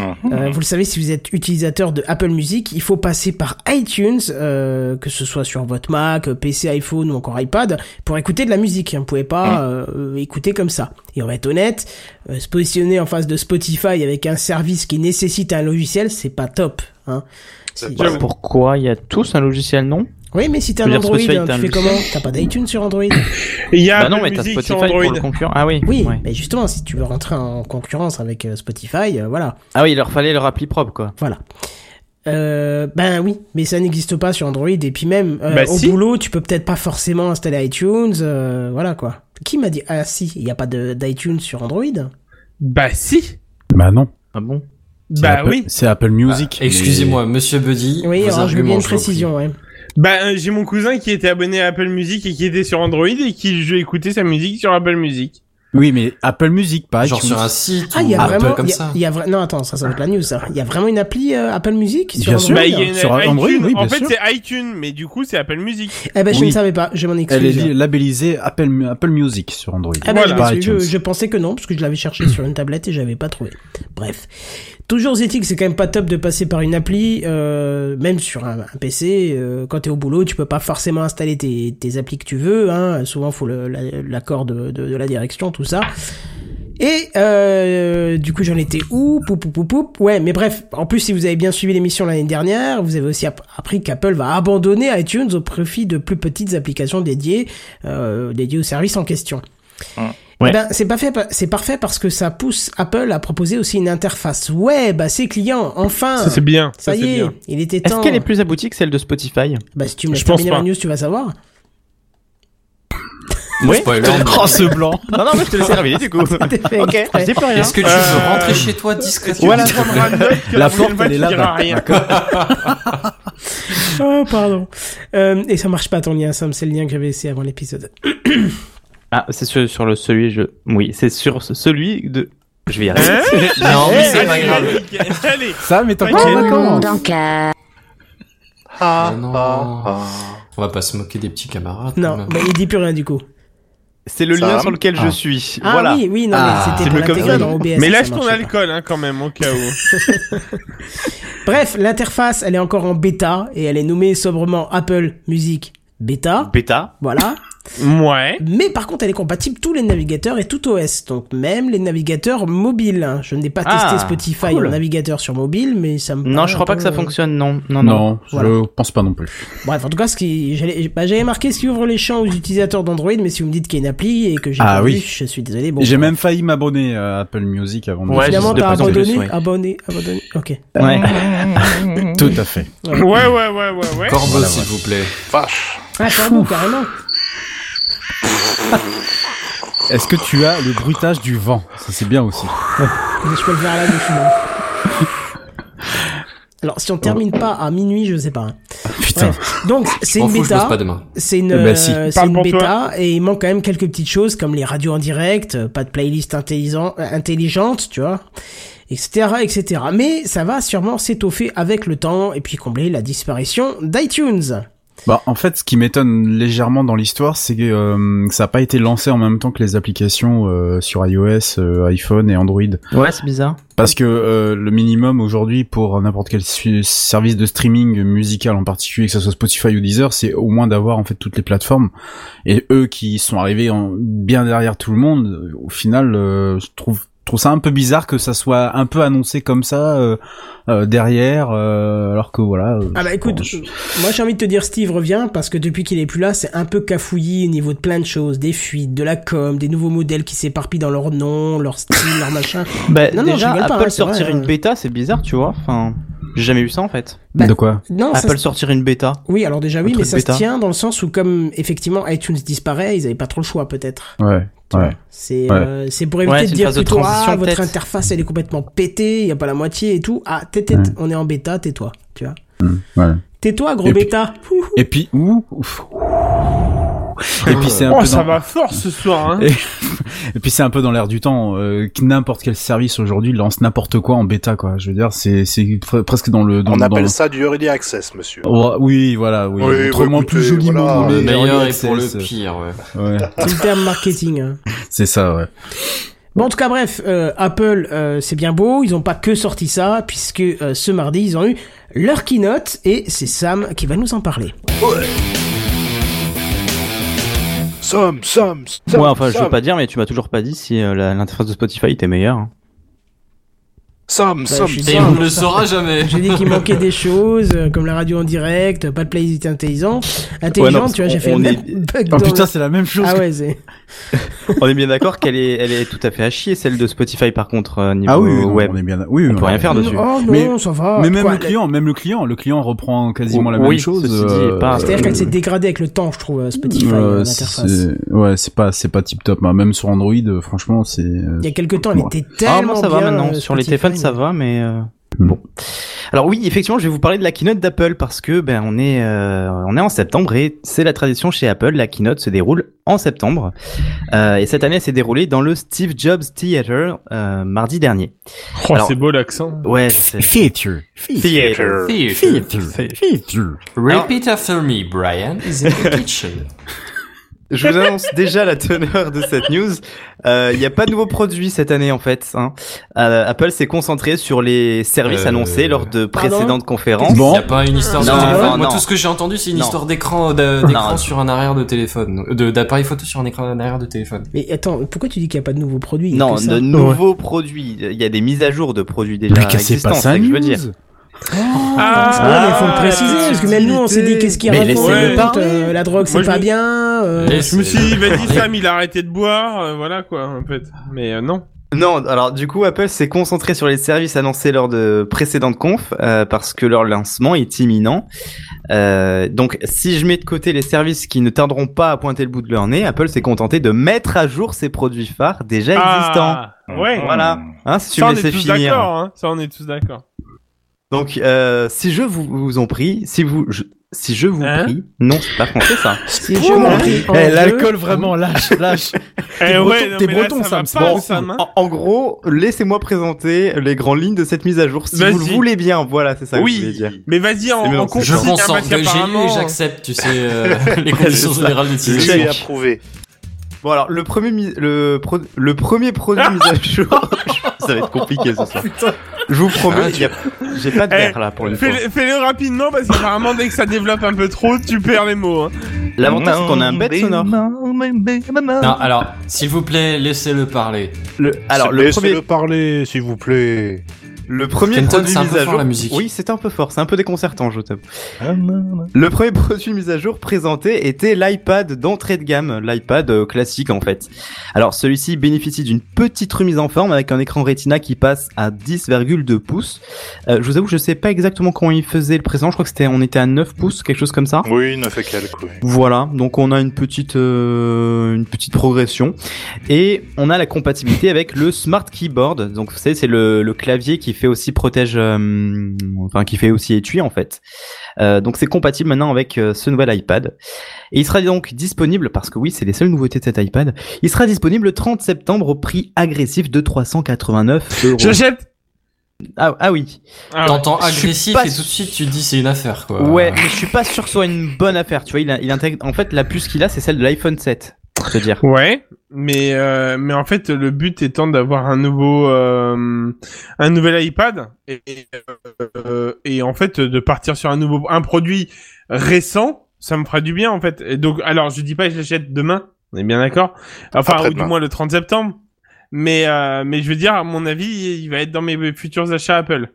[SPEAKER 2] Euh, vous le savez, si vous êtes utilisateur de Apple Music, il faut passer par iTunes, euh, que ce soit sur votre Mac, PC, iPhone ou encore iPad, pour écouter de la musique. Vous pouvez pas euh, écouter comme ça. Et on va être honnête, euh, se positionner en face de Spotify avec un service qui nécessite un logiciel, c'est pas top. Hein. Si-
[SPEAKER 1] Pourquoi il y a tous un logiciel non
[SPEAKER 2] Oui, mais si t'as
[SPEAKER 1] Je
[SPEAKER 2] un
[SPEAKER 1] veux dire,
[SPEAKER 2] Android,
[SPEAKER 1] Spotify, t'as
[SPEAKER 2] tu
[SPEAKER 1] un
[SPEAKER 2] fais
[SPEAKER 1] logiciel.
[SPEAKER 2] comment T'as pas d'iTunes sur Android
[SPEAKER 1] Il y a Bah non, Apple mais t'as Music sur Spotify pour Android. le concurrent. Ah oui,
[SPEAKER 2] Oui,
[SPEAKER 1] ouais.
[SPEAKER 2] mais justement, si tu veux rentrer en concurrence avec euh, Spotify, euh, voilà.
[SPEAKER 1] Ah oui, il leur fallait leur appli propre quoi.
[SPEAKER 2] Voilà. Euh, ben oui, mais ça n'existe pas sur Android. Et puis même, euh,
[SPEAKER 1] Bah
[SPEAKER 2] au
[SPEAKER 1] si.
[SPEAKER 2] boulot, tu peux peut-être pas forcément installer iTunes. euh, voilà quoi. Qui m'a dit Ah si, il n'y a pas de- d'iTunes sur Android
[SPEAKER 4] Bah si.
[SPEAKER 8] Bah non.
[SPEAKER 1] Ah bon
[SPEAKER 4] Bah oui.
[SPEAKER 8] C'est Apple Music.
[SPEAKER 4] Ah, excusez-moi,
[SPEAKER 3] monsieur Buddy.
[SPEAKER 2] Oui, alors je veux bien une précision, ouais.
[SPEAKER 4] Bah, euh, j'ai mon cousin qui était abonné à Apple Music et qui était sur Android et qui je écoutais sa musique sur Apple Music.
[SPEAKER 8] Oui, mais Apple Music, pas
[SPEAKER 4] Genre
[SPEAKER 8] iTunes.
[SPEAKER 4] sur un site
[SPEAKER 2] Ah, il y a
[SPEAKER 8] Apple.
[SPEAKER 2] vraiment. il y a- il y a vra- Non, attends, ça, ça va être la news, ça. Il y a vraiment une appli euh, Apple Music sur
[SPEAKER 8] Bien
[SPEAKER 2] Android
[SPEAKER 8] sûr.
[SPEAKER 4] Bah, il y a une-
[SPEAKER 8] Sur
[SPEAKER 4] iTunes,
[SPEAKER 8] Android, oui,
[SPEAKER 4] en
[SPEAKER 8] bien
[SPEAKER 4] fait,
[SPEAKER 8] sûr.
[SPEAKER 4] c'est iTunes, mais du coup, c'est Apple Music.
[SPEAKER 2] Eh ben, je
[SPEAKER 8] Oui.
[SPEAKER 2] ne savais pas, je m'en excuse.
[SPEAKER 8] Elle est li- labellisée Apple, Apple Music sur Android.
[SPEAKER 2] Ah bah, je
[SPEAKER 8] Pas
[SPEAKER 2] m'excuse, je,
[SPEAKER 8] iTunes.
[SPEAKER 2] je pensais que non, parce que je l'avais cherché sur une tablette et j'avais pas trouvé. Bref. Toujours éthique, c'est quand même pas top de passer par une appli, euh, même sur un, un PC. euh, quand t'es au boulot, tu peux pas forcément installer tes, tes applis que tu veux. Hein, souvent, faut le- la- l'accord de, de- de la direction, tout ça. Et euh, du coup, j'en étais où Pou, pou, pou, pou. Ouais, mais bref. En plus, si vous avez bien suivi l'émission l'année dernière, vous avez aussi app- appris qu'Apple va abandonner iTunes au profit de plus petites applications dédiées, euh, dédiées au service en question. Eh ben, c'est pas fait, c'est parfait parce que ça pousse Apple à proposer aussi une interface web à ses clients. Enfin,
[SPEAKER 1] Ça,
[SPEAKER 8] Ah.
[SPEAKER 1] c'est bien.
[SPEAKER 2] Ça,
[SPEAKER 1] Ça,
[SPEAKER 2] y
[SPEAKER 1] c'est
[SPEAKER 2] est,
[SPEAKER 1] bien.
[SPEAKER 2] il était
[SPEAKER 1] Est-ce
[SPEAKER 2] temps.
[SPEAKER 1] qu'elle est plus aboutie que celle de Spotify
[SPEAKER 2] Bah si tu me laisses
[SPEAKER 1] Je pense
[SPEAKER 2] terminer la
[SPEAKER 1] pas.
[SPEAKER 2] news, tu vas savoir.
[SPEAKER 1] Oui.
[SPEAKER 3] Spoiler.
[SPEAKER 2] hein.
[SPEAKER 1] Oh ce blanc. Non non, mais je te laisse révéler du coup.
[SPEAKER 2] Ok.
[SPEAKER 1] Je dis plus rien.
[SPEAKER 3] Est-ce que tu veux rentrer chez toi discrètement
[SPEAKER 1] voilà,
[SPEAKER 3] s'il te
[SPEAKER 1] ça me
[SPEAKER 3] plaît
[SPEAKER 1] ramène que La la prochaine porte, fois, elle tu est là-bas. diras rien.
[SPEAKER 2] Oh pardon. Euh, et ça marche pas ton lien, Sam. C'est le lien que j'avais essayé avant l'épisode.
[SPEAKER 1] Ah, c'est sur, sur le celui je Oui, c'est sur ce- celui de je vais y
[SPEAKER 2] Euh,
[SPEAKER 1] arriver.
[SPEAKER 3] Non, mais c'est
[SPEAKER 1] Allez,
[SPEAKER 3] pas grave.
[SPEAKER 4] Hein Allez.
[SPEAKER 8] Ça, mais t'en
[SPEAKER 3] Ah, non. On va pas se moquer des petits camarades.
[SPEAKER 1] Ah,
[SPEAKER 3] quand
[SPEAKER 2] Non,
[SPEAKER 3] même.
[SPEAKER 2] bah, il dit plus rien du coup.
[SPEAKER 1] C'est le
[SPEAKER 3] Ça
[SPEAKER 1] lien
[SPEAKER 3] va
[SPEAKER 1] sur lequel
[SPEAKER 3] Ah.
[SPEAKER 1] je suis.
[SPEAKER 2] Ah
[SPEAKER 1] voilà.
[SPEAKER 2] oui, oui, non, mais c'était
[SPEAKER 1] C'est
[SPEAKER 2] pour
[SPEAKER 1] mieux comme
[SPEAKER 2] l'intégrer
[SPEAKER 1] ça.
[SPEAKER 2] dans OBS,
[SPEAKER 4] Mais
[SPEAKER 2] ça
[SPEAKER 4] lâche ton
[SPEAKER 2] marche pas.
[SPEAKER 4] alcool, hein, quand même, au cas où.
[SPEAKER 2] Bref, l'interface, elle est encore en bêta et elle est nommée sobrement Apple Music Beta.
[SPEAKER 1] Bêta.
[SPEAKER 2] Voilà.
[SPEAKER 4] Ouais.
[SPEAKER 2] Mais par contre, elle est compatible tous les navigateurs et tout OS, donc même les navigateurs mobiles. hein. Je n'ai pas
[SPEAKER 1] Ah,
[SPEAKER 2] testé Spotify
[SPEAKER 1] cool.
[SPEAKER 2] en navigateur sur mobile, mais ça me.
[SPEAKER 1] Non,
[SPEAKER 2] paraît
[SPEAKER 1] je
[SPEAKER 2] un
[SPEAKER 1] crois pas
[SPEAKER 2] peu-
[SPEAKER 1] que ça fonctionne. Non, non, non.
[SPEAKER 8] Non,
[SPEAKER 2] Voilà.
[SPEAKER 8] je pense pas non plus.
[SPEAKER 2] Bref, en tout cas, ce qui j'allais- bah, j'avais marqué ce qui ouvre les champs aux utilisateurs d'Android, mais si vous me dites qu'il y a une appli et que j'ai
[SPEAKER 8] Ah
[SPEAKER 2] pas
[SPEAKER 8] oui.
[SPEAKER 2] vu, je suis désolé. Bon,
[SPEAKER 8] J'ai même failli m'abonner à Apple Music avant de
[SPEAKER 2] Ouais, finalement,
[SPEAKER 8] de
[SPEAKER 2] t'as
[SPEAKER 8] plus en
[SPEAKER 2] abandonné,
[SPEAKER 8] plus, ouais.
[SPEAKER 2] abonné, abonné. Ok.
[SPEAKER 8] Tout à fait.
[SPEAKER 4] Ouais, ouais, ouais, ouais, ouais.
[SPEAKER 3] Corbeau,
[SPEAKER 8] Voilà,
[SPEAKER 3] s'il
[SPEAKER 8] ouais.
[SPEAKER 3] vous plaît. Vache.
[SPEAKER 2] Ah, pardon, carrément.
[SPEAKER 8] Est-ce que tu as le bruitage du vent Ça c'est bien aussi.
[SPEAKER 2] Je peux le faire là, je suis bon. Alors, si on termine pas à minuit, je sais pas. hein.
[SPEAKER 8] Putain.
[SPEAKER 2] Bref. Donc, c'est
[SPEAKER 3] m'en
[SPEAKER 2] une
[SPEAKER 3] fous, je
[SPEAKER 2] bêta.
[SPEAKER 3] bosse pas bah, demain.
[SPEAKER 2] C'est une,
[SPEAKER 8] Eh ben,
[SPEAKER 2] euh,
[SPEAKER 8] si.
[SPEAKER 2] c'est
[SPEAKER 8] Parle
[SPEAKER 2] une
[SPEAKER 8] pour
[SPEAKER 2] bêta et il manque quand même quelques petites choses comme les radios en direct, euh, pas de playlist intelligent, euh, intelligente, tu vois, etc., etc. Mais ça va sûrement s'étoffer avec le temps et puis combler la disparition d'iTunes.
[SPEAKER 8] Bah, en fait, ce qui m'étonne légèrement dans l'histoire, c'est que euh, ça n'a pas été lancé en même temps que les applications euh, sur iOS, euh, iPhone et Android.
[SPEAKER 1] Ouais, c'est bizarre.
[SPEAKER 8] Parce que euh, le minimum aujourd'hui pour n'importe quel su- service de streaming musical en particulier, que ce soit Spotify ou Deezer, c'est au moins d'avoir en fait toutes les plateformes. Et eux qui sont arrivés en, bien derrière tout le monde, euh, au final, euh, je trouve trouve ça un peu bizarre que ça soit un peu annoncé comme ça euh, euh, derrière, euh, alors que voilà. euh,
[SPEAKER 2] Ah bah écoute,
[SPEAKER 8] bon, je-
[SPEAKER 2] euh, moi j'ai envie de te dire Steve reviens parce que depuis qu'il est plus là, c'est un peu cafouillis au niveau de plein de choses, des fuites, de la com, des nouveaux modèles qui s'éparpillent dans leur nom, leur style, leur machin.
[SPEAKER 1] Bah,
[SPEAKER 2] Non, non, je
[SPEAKER 1] déjà,
[SPEAKER 2] rigole pas,
[SPEAKER 1] Apple
[SPEAKER 2] hein, c'est vrai,
[SPEAKER 1] sortir
[SPEAKER 2] euh.
[SPEAKER 1] une bêta, c'est bizarre, tu vois. Enfin, j'ai jamais vu ça en fait.
[SPEAKER 2] Bah,
[SPEAKER 8] de quoi
[SPEAKER 2] non, ça,
[SPEAKER 1] Apple
[SPEAKER 2] c'est-
[SPEAKER 1] sortir une bêta.
[SPEAKER 2] Oui, alors déjà oui,
[SPEAKER 1] Un
[SPEAKER 2] mais
[SPEAKER 1] truc
[SPEAKER 2] ça
[SPEAKER 1] bêta.
[SPEAKER 2] se tient dans le sens où comme effectivement iTunes disparaît, ils avaient pas trop le choix peut-être.
[SPEAKER 8] Ouais. Ouais.
[SPEAKER 2] C'est
[SPEAKER 8] Ouais.
[SPEAKER 2] euh, c'est pour éviter
[SPEAKER 1] Ouais, c'est
[SPEAKER 2] de
[SPEAKER 1] une
[SPEAKER 2] dire
[SPEAKER 1] phase de
[SPEAKER 2] plutôt
[SPEAKER 1] transition,
[SPEAKER 2] ah votre
[SPEAKER 1] peut-être.
[SPEAKER 2] interface elle est complètement pétée, y a pas la moitié et tout. Ah t'es, t'es-
[SPEAKER 1] Mm.
[SPEAKER 8] Ouais.
[SPEAKER 2] on est en bêta, tais-toi, tu vois.
[SPEAKER 8] Hmm, voilà.
[SPEAKER 2] Tais-toi gros
[SPEAKER 8] Et puis-
[SPEAKER 2] bêta.
[SPEAKER 8] Et puis ouh, ouf. Et puis c'est un
[SPEAKER 4] Oh,
[SPEAKER 8] peu
[SPEAKER 4] ça
[SPEAKER 8] dans-
[SPEAKER 4] va fort ce soir, hein.
[SPEAKER 8] Et, et puis c'est un peu dans l'air du temps euh, que n'importe quel service aujourd'hui lance n'importe quoi en bêta quoi. Je veux dire c'est c'est pre- presque dans le dans,
[SPEAKER 9] On
[SPEAKER 8] dans
[SPEAKER 9] appelle
[SPEAKER 8] le-
[SPEAKER 9] ça du Early Access, monsieur.
[SPEAKER 8] Oh, oui voilà oui,
[SPEAKER 9] Oui,
[SPEAKER 8] autrement
[SPEAKER 9] bah, écoutez,
[SPEAKER 8] plus joliment
[SPEAKER 9] voilà,
[SPEAKER 8] nommé
[SPEAKER 9] le
[SPEAKER 8] Early
[SPEAKER 3] meilleur est pour le
[SPEAKER 8] Access.
[SPEAKER 3] pire, ouais.
[SPEAKER 8] Ouais,
[SPEAKER 2] C'est le terme marketing. hein.
[SPEAKER 8] c'est ça ouais.
[SPEAKER 2] Bon, en tout cas, bref, euh, Apple, euh, c'est bien beau. Ils n'ont pas que sorti ça, puisque euh, ce mardi, ils ont eu leur keynote, et c'est Sam qui va nous en parler.
[SPEAKER 9] Somme, somme, somme.
[SPEAKER 1] Ouais, enfin, je veux
[SPEAKER 9] somme,
[SPEAKER 1] pas dire, mais tu m'as toujours pas dit si euh, la- l'interface de Spotify était meilleure. hein.
[SPEAKER 9] Somme,
[SPEAKER 2] Bah,
[SPEAKER 9] somme,
[SPEAKER 2] je suis
[SPEAKER 9] somme.
[SPEAKER 3] Et on ne le saura jamais.
[SPEAKER 2] J'ai dit qu'il manquait des choses, euh, comme la radio en direct, pas de playlist intelligent. Intelligent,
[SPEAKER 1] Ouais, non,
[SPEAKER 2] tu vois, j'ai
[SPEAKER 1] on-
[SPEAKER 2] fait le
[SPEAKER 1] on
[SPEAKER 2] même
[SPEAKER 1] est-
[SPEAKER 2] bug
[SPEAKER 8] Oh
[SPEAKER 2] dans
[SPEAKER 8] putain
[SPEAKER 2] le-
[SPEAKER 8] c'est la même chose.
[SPEAKER 2] Ah
[SPEAKER 8] que-
[SPEAKER 2] ouais, c'est...
[SPEAKER 1] On est bien d'accord qu'elle est, elle est tout à fait à chier, celle de Spotify, par contre, euh, niveau
[SPEAKER 8] Ah oui, oui, non,
[SPEAKER 1] web.
[SPEAKER 8] on est bien. Oui,
[SPEAKER 1] On peut rien faire dessus.
[SPEAKER 2] Oh non,
[SPEAKER 8] Mais-
[SPEAKER 2] ça va.
[SPEAKER 8] Mais même
[SPEAKER 2] Quoi,
[SPEAKER 8] le client, même le client, le client reprend quasiment la
[SPEAKER 1] Oh, Oui,
[SPEAKER 8] même chose.
[SPEAKER 1] ceci dit, pas-
[SPEAKER 2] C'est-à-dire
[SPEAKER 1] Euh,
[SPEAKER 2] qu'elle s'est dégradée avec le temps, je trouve, euh, Spotify,
[SPEAKER 8] Euh,
[SPEAKER 2] euh, l'interface.
[SPEAKER 8] c'est- ouais, c'est pas, c'est pas tip top. Même sur Android, euh, franchement, c'est. euh,
[SPEAKER 2] Il y a quelques temps, elle
[SPEAKER 8] Ouais.
[SPEAKER 2] était
[SPEAKER 1] Ah,
[SPEAKER 2] tellement
[SPEAKER 1] moi, ça va
[SPEAKER 2] bien,
[SPEAKER 1] maintenant.
[SPEAKER 2] euh,
[SPEAKER 1] Sur les
[SPEAKER 2] Spotify,
[SPEAKER 1] téléphones, ça va, mais euh, bon. Alors oui, effectivement, je vais vous parler de la keynote d'Apple parce que ben on est euh, on est en septembre et c'est la tradition chez Apple. La keynote se déroule en septembre Euh, et cette année, elle s'est déroulée dans le Steve Jobs Theater euh, mardi dernier.
[SPEAKER 4] Oh,
[SPEAKER 1] Alors-
[SPEAKER 4] c'est beau l'accent.
[SPEAKER 1] Ouais, je sais.
[SPEAKER 8] Feature.
[SPEAKER 1] Theater.
[SPEAKER 3] Theater. Repeat after me, Brian is in the kitchen.
[SPEAKER 1] Je vous annonce déjà la teneur de cette news. Euh, Il n'y a pas de nouveaux produits cette année en fait. hein. Euh, Apple s'est concentré sur les services
[SPEAKER 3] Euh,
[SPEAKER 1] annoncés lors de précédentes conférences.
[SPEAKER 3] Il
[SPEAKER 8] Bon.
[SPEAKER 3] y a pas une histoire
[SPEAKER 1] Non,
[SPEAKER 3] de téléphone.
[SPEAKER 1] non,
[SPEAKER 3] Moi,
[SPEAKER 1] non.
[SPEAKER 3] tout ce que j'ai entendu, c'est une
[SPEAKER 1] Non.
[SPEAKER 3] histoire d'écran d'a- d'écran
[SPEAKER 1] Non.
[SPEAKER 3] sur un arrière de téléphone, de- d'appareil photo sur un écran arrière de téléphone.
[SPEAKER 2] Mais attends, pourquoi tu dis qu'il n'y a pas de nouveaux produits Il y a
[SPEAKER 1] Non,
[SPEAKER 2] que ça.
[SPEAKER 1] de nouveaux produits. Il y a des mises à jour de produits déjà
[SPEAKER 8] Mais cassez
[SPEAKER 1] existants.
[SPEAKER 8] pas ça,
[SPEAKER 1] c'est ce que je veux
[SPEAKER 8] news.
[SPEAKER 1] dire.
[SPEAKER 2] Ah,
[SPEAKER 4] Ah,
[SPEAKER 2] mais faut le préciser, parce que même nous on s'est dit qu'est-ce qu'il
[SPEAKER 1] Mais
[SPEAKER 2] raconte,
[SPEAKER 1] laissez-le parler.
[SPEAKER 2] euh, la drogue
[SPEAKER 4] Moi,
[SPEAKER 2] c'est
[SPEAKER 4] je
[SPEAKER 2] pas
[SPEAKER 4] me-
[SPEAKER 2] bien, euh,
[SPEAKER 1] eh,
[SPEAKER 3] Et
[SPEAKER 4] Je me suis dit, vas-y Sam, il a arrêté de boire, euh, voilà quoi, en fait. Mais euh, non.
[SPEAKER 1] Non, alors du coup, Apple s'est concentré sur les services annoncés lors de précédentes confs euh, parce que leur lancement est imminent. Euh, donc, si je mets de côté les services qui ne tarderont pas à pointer le bout de leur nez, Apple s'est contenté de mettre à jour ses produits phares déjà existants.
[SPEAKER 4] Ah, ouais.
[SPEAKER 1] Voilà.
[SPEAKER 9] Hmm.
[SPEAKER 1] Hein, si tu
[SPEAKER 4] ça,
[SPEAKER 1] me
[SPEAKER 4] on est
[SPEAKER 1] laissais
[SPEAKER 4] tous
[SPEAKER 1] finir.
[SPEAKER 4] d'accord, hein. Ça, on est tous d'accord.
[SPEAKER 1] Donc, euh, si je vous, vous en prie, si vous, je- si je vous
[SPEAKER 4] Hein
[SPEAKER 1] prie, non, c'est pas français ça.
[SPEAKER 2] si je m'en prie en deux,
[SPEAKER 8] Eh, vraiment lâche, lâche.
[SPEAKER 4] Eh
[SPEAKER 8] breton,
[SPEAKER 4] ouais, non,
[SPEAKER 8] t'es
[SPEAKER 4] mais là,
[SPEAKER 8] breton,
[SPEAKER 4] ça va
[SPEAKER 8] Sam, c'est
[SPEAKER 4] pas,
[SPEAKER 8] bon.
[SPEAKER 4] Sam, hein.
[SPEAKER 1] En, en gros, laissez-moi présenter les grandes lignes de cette mise à jour, si
[SPEAKER 4] Vas-y.
[SPEAKER 1] vous le voulez bien. Voilà, c'est ça que je voulais dire.
[SPEAKER 4] Mais vas-y, en,
[SPEAKER 1] C'est
[SPEAKER 4] en
[SPEAKER 1] bien.
[SPEAKER 4] consigne,
[SPEAKER 3] Je
[SPEAKER 4] hein,
[SPEAKER 3] pense en
[SPEAKER 4] parce qu'apparemment-
[SPEAKER 3] GU, j'accepte, tu sais, euh, les conditions
[SPEAKER 1] C'est ça.
[SPEAKER 3] générales
[SPEAKER 1] C'est Check.
[SPEAKER 9] J'ai
[SPEAKER 3] d'utilisation.
[SPEAKER 9] approuvé.
[SPEAKER 1] Bon alors le premier mis- le pro- le premier produit mis à jour. ça va être compliqué ce soir. Je vous promets,
[SPEAKER 3] Ah, tu-
[SPEAKER 1] y a- j'ai pas de
[SPEAKER 4] Eh,
[SPEAKER 1] verre là pour une fois.
[SPEAKER 4] Fais-le fais-le rapidement parce qu'apparemment dès que ça développe un peu trop, tu perds les mots. Hein.
[SPEAKER 1] L'avantage c'est qu'on a un bête sonore.
[SPEAKER 3] Non, alors, s'il vous plaît, laissez-le parler.
[SPEAKER 1] Le, alors le premier
[SPEAKER 9] Laissez-le parler, s'il vous plaît.
[SPEAKER 1] le premier
[SPEAKER 3] Kenton,
[SPEAKER 1] produit
[SPEAKER 3] c'est un
[SPEAKER 1] mis
[SPEAKER 3] peu
[SPEAKER 1] à
[SPEAKER 3] fort,
[SPEAKER 1] jour.
[SPEAKER 3] la musique.
[SPEAKER 1] Oui, c'est un peu fort, c'est un peu déconcertant, je t'avoue.
[SPEAKER 9] Ah,
[SPEAKER 1] Le premier produit mis à jour présenté était l'iPad d'entrée de gamme, l'iPad euh, classique en fait. Alors celui-ci bénéficie d'une petite remise en forme avec un écran Retina qui passe à 10,2 pouces. Euh, je vous avoue, je sais pas exactement comment il faisait le présent, je crois que c'était on était à 9 pouces, quelque chose comme ça.
[SPEAKER 9] Oui, ne fait qu'elle, oui.
[SPEAKER 1] Voilà, donc on a une petite euh, une petite progression et on a la compatibilité avec le Smart Keyboard. Donc vous savez, c'est le, le clavier qui fait aussi protège, euh, enfin qui fait aussi étui en fait. Euh, donc c'est compatible maintenant avec euh, ce nouvel iPad et il sera donc disponible parce que oui, c'est les seules nouveautés de cet iPad. Il sera disponible le 30 septembre au prix agressif de 389 euros.
[SPEAKER 4] J'achète.
[SPEAKER 1] Ah, ah oui.
[SPEAKER 4] Ah,
[SPEAKER 3] T'entends
[SPEAKER 1] je suis
[SPEAKER 3] agressif
[SPEAKER 1] pas
[SPEAKER 3] et tout de suite tu dis c'est une affaire, quoi.
[SPEAKER 1] Ouais, mais je suis pas sûr que ce soit une bonne affaire. Tu vois, il, a- il intègre. En fait, la puce qu'il a, c'est celle de l'iPhone 7. Je veux dire.
[SPEAKER 4] Ouais, mais euh, mais en fait le but étant d'avoir un nouveau euh, un nouvel iPad et euh, et en fait de partir sur un nouveau un produit récent, ça me fera du bien en fait. Et donc alors je dis pas que je l'achète demain, on est bien d'accord. Enfin ou du
[SPEAKER 9] Après-demain.
[SPEAKER 4] moins le 30 septembre. Mais, euh, mais je veux dire, à mon avis, il va être dans mes futurs achats Apple.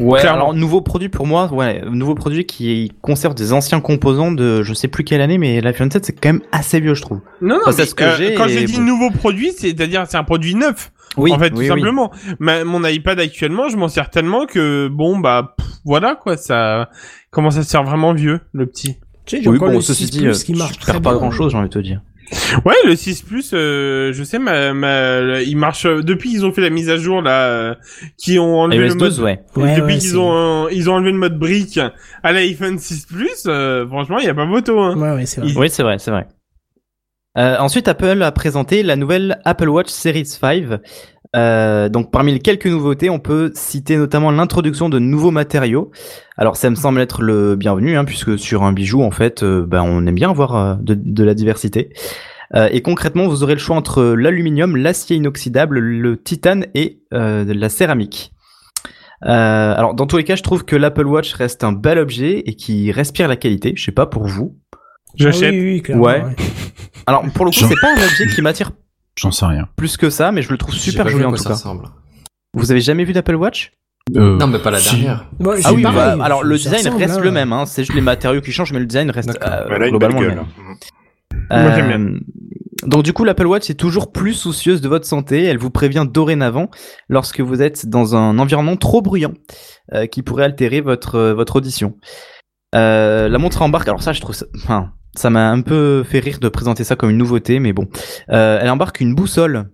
[SPEAKER 1] Ouais,
[SPEAKER 4] Clairement.
[SPEAKER 1] alors nouveau produit pour moi, ouais, nouveau produit qui conserve des anciens composants de je sais plus quelle année, mais l'iPhone 7 c'est quand même assez vieux, je trouve.
[SPEAKER 4] Non, non,
[SPEAKER 1] Enfin, c'est
[SPEAKER 4] mais,
[SPEAKER 1] ce que
[SPEAKER 4] euh,
[SPEAKER 1] j'ai
[SPEAKER 4] quand
[SPEAKER 1] et
[SPEAKER 4] je dis
[SPEAKER 1] bon.
[SPEAKER 4] nouveau produit, c'est-à-dire c'est un produit neuf.
[SPEAKER 1] Oui,
[SPEAKER 4] en fait, tout
[SPEAKER 1] oui, oui.
[SPEAKER 4] simplement. Ma- mon iPad actuellement, je m'en sers tellement que bon bah pff, voilà quoi, ça commence à se faire vraiment vieux le petit.
[SPEAKER 1] Tu sais, j'ai Oui, encore bon, le ceci 6 dit, Plus qui euh, marche tu très perds pas bien. grand-chose, j'ai envie de te dire.
[SPEAKER 4] Ouais, le 6 Plus, euh, je sais, ma, ma- le- il marche. euh, depuis ils ont fait la mise à jour là, euh, qui ont enlevé le
[SPEAKER 1] iOS
[SPEAKER 4] mode.
[SPEAKER 1] 12, ouais.
[SPEAKER 4] Et
[SPEAKER 1] Ouais,
[SPEAKER 4] depuis
[SPEAKER 1] ouais, c'est-
[SPEAKER 4] qu'ils ont euh, ils ont enlevé le mode brique à l'iPhone 6 Plus, euh, franchement, il y a pas photo. Hein.
[SPEAKER 2] Ouais, ouais, c'est
[SPEAKER 4] vrai.
[SPEAKER 1] Oui, c'est vrai, c'est vrai. Euh, ensuite, Apple a présenté la nouvelle Apple Watch Series 5. Euh, donc, parmi les quelques nouveautés, on peut citer notamment l'introduction de nouveaux matériaux. Alors, ça me semble être le bienvenu, hein, puisque sur un bijou, en fait, euh, ben, on aime bien avoir euh, de, de la diversité. Euh, et concrètement, vous aurez le choix entre l'aluminium, l'acier inoxydable, le titane et euh, de la céramique. Euh, alors, dans tous les cas, je trouve que l'Apple Watch reste un bel objet et qui respire la qualité. Je sais pas pour vous.
[SPEAKER 4] J'achète. Ah oui, oui, clairement,
[SPEAKER 1] ouais.
[SPEAKER 4] ouais.
[SPEAKER 1] Alors, pour le coup,
[SPEAKER 8] J'en-
[SPEAKER 1] c'est pas un objet qui m'attire
[SPEAKER 8] J'en sais rien.
[SPEAKER 1] plus que ça, mais je le trouve
[SPEAKER 8] J'ai
[SPEAKER 1] super
[SPEAKER 8] pas vu
[SPEAKER 1] joli
[SPEAKER 8] à
[SPEAKER 1] en
[SPEAKER 8] quoi
[SPEAKER 1] tout
[SPEAKER 8] ça
[SPEAKER 1] cas.
[SPEAKER 8] ressemble.
[SPEAKER 1] Vous avez jamais vu d'Apple Watch
[SPEAKER 8] Euh,
[SPEAKER 3] Non, mais pas la si. dernière.
[SPEAKER 2] Bon,
[SPEAKER 1] ah
[SPEAKER 2] c'est
[SPEAKER 1] oui,
[SPEAKER 2] pareil,
[SPEAKER 1] bah, alors le
[SPEAKER 2] ça
[SPEAKER 1] design
[SPEAKER 2] ressemble,
[SPEAKER 1] reste
[SPEAKER 2] hein.
[SPEAKER 1] le même, hein, c'est juste les matériaux qui changent, mais le design reste euh,
[SPEAKER 9] Elle a une belle
[SPEAKER 1] globalement le
[SPEAKER 9] gueule.
[SPEAKER 1] même.
[SPEAKER 9] Moi, j'aime bien.
[SPEAKER 1] Euh, donc du coup, l'Apple Watch est toujours plus soucieuse de votre santé. Elle vous prévient dorénavant lorsque vous êtes dans un environnement trop bruyant euh, qui pourrait altérer votre euh, votre audition. Euh, la montre embarque. Alors ça, je trouve ça. enfin, ça m'a un peu fait rire de présenter ça comme une nouveauté, mais bon. Euh, elle embarque une boussole.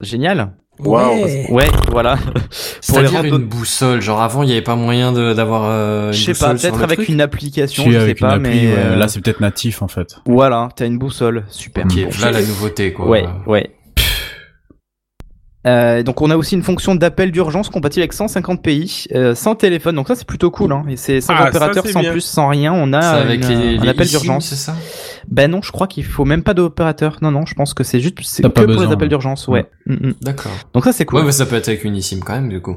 [SPEAKER 1] Génial.
[SPEAKER 3] Waouh.
[SPEAKER 1] Ouais. voilà. Pour les
[SPEAKER 3] C'est-à-dire
[SPEAKER 1] rando-
[SPEAKER 3] une boussole. Genre avant, il n'y avait pas moyen de- d'avoir euh, une
[SPEAKER 1] Je sais pas,
[SPEAKER 3] boussole sur
[SPEAKER 1] peut-être
[SPEAKER 3] le
[SPEAKER 1] avec
[SPEAKER 3] truc
[SPEAKER 1] une application,
[SPEAKER 8] Si,
[SPEAKER 1] je sais
[SPEAKER 8] avec
[SPEAKER 1] pas,
[SPEAKER 8] une appli,
[SPEAKER 1] mais
[SPEAKER 8] ouais.
[SPEAKER 1] euh,
[SPEAKER 8] là c'est peut-être natif en fait.
[SPEAKER 1] Voilà, t'as une boussole, super.
[SPEAKER 3] Ok, voilà la nouveauté, quoi.
[SPEAKER 1] Ouais, ouais. Euh, donc on a aussi une fonction d'appel d'urgence compatible avec 150 pays, euh, sans téléphone. Donc ça c'est plutôt cool. Hein. Et c'est sans
[SPEAKER 3] Ah, ça,
[SPEAKER 1] opérateur,
[SPEAKER 3] c'est
[SPEAKER 1] sans
[SPEAKER 3] bien.
[SPEAKER 1] plus, sans rien. On a
[SPEAKER 3] C'est avec
[SPEAKER 1] Ah, une,
[SPEAKER 3] les-
[SPEAKER 1] un
[SPEAKER 3] les
[SPEAKER 1] appel
[SPEAKER 3] eSIM,
[SPEAKER 1] d'urgence.
[SPEAKER 3] c'est ça
[SPEAKER 1] Ben non, je crois qu'il faut même pas d'opérateur. Non non, je pense que c'est juste c'est que
[SPEAKER 3] T'as pas
[SPEAKER 1] pour les
[SPEAKER 3] besoin,
[SPEAKER 1] appels
[SPEAKER 3] ouais.
[SPEAKER 1] d'urgence. Ouais. Mm, mm.
[SPEAKER 3] D'accord.
[SPEAKER 1] Donc ça c'est cool.
[SPEAKER 3] Ouais, mais ça peut être avec une eSIM quand même, du coup.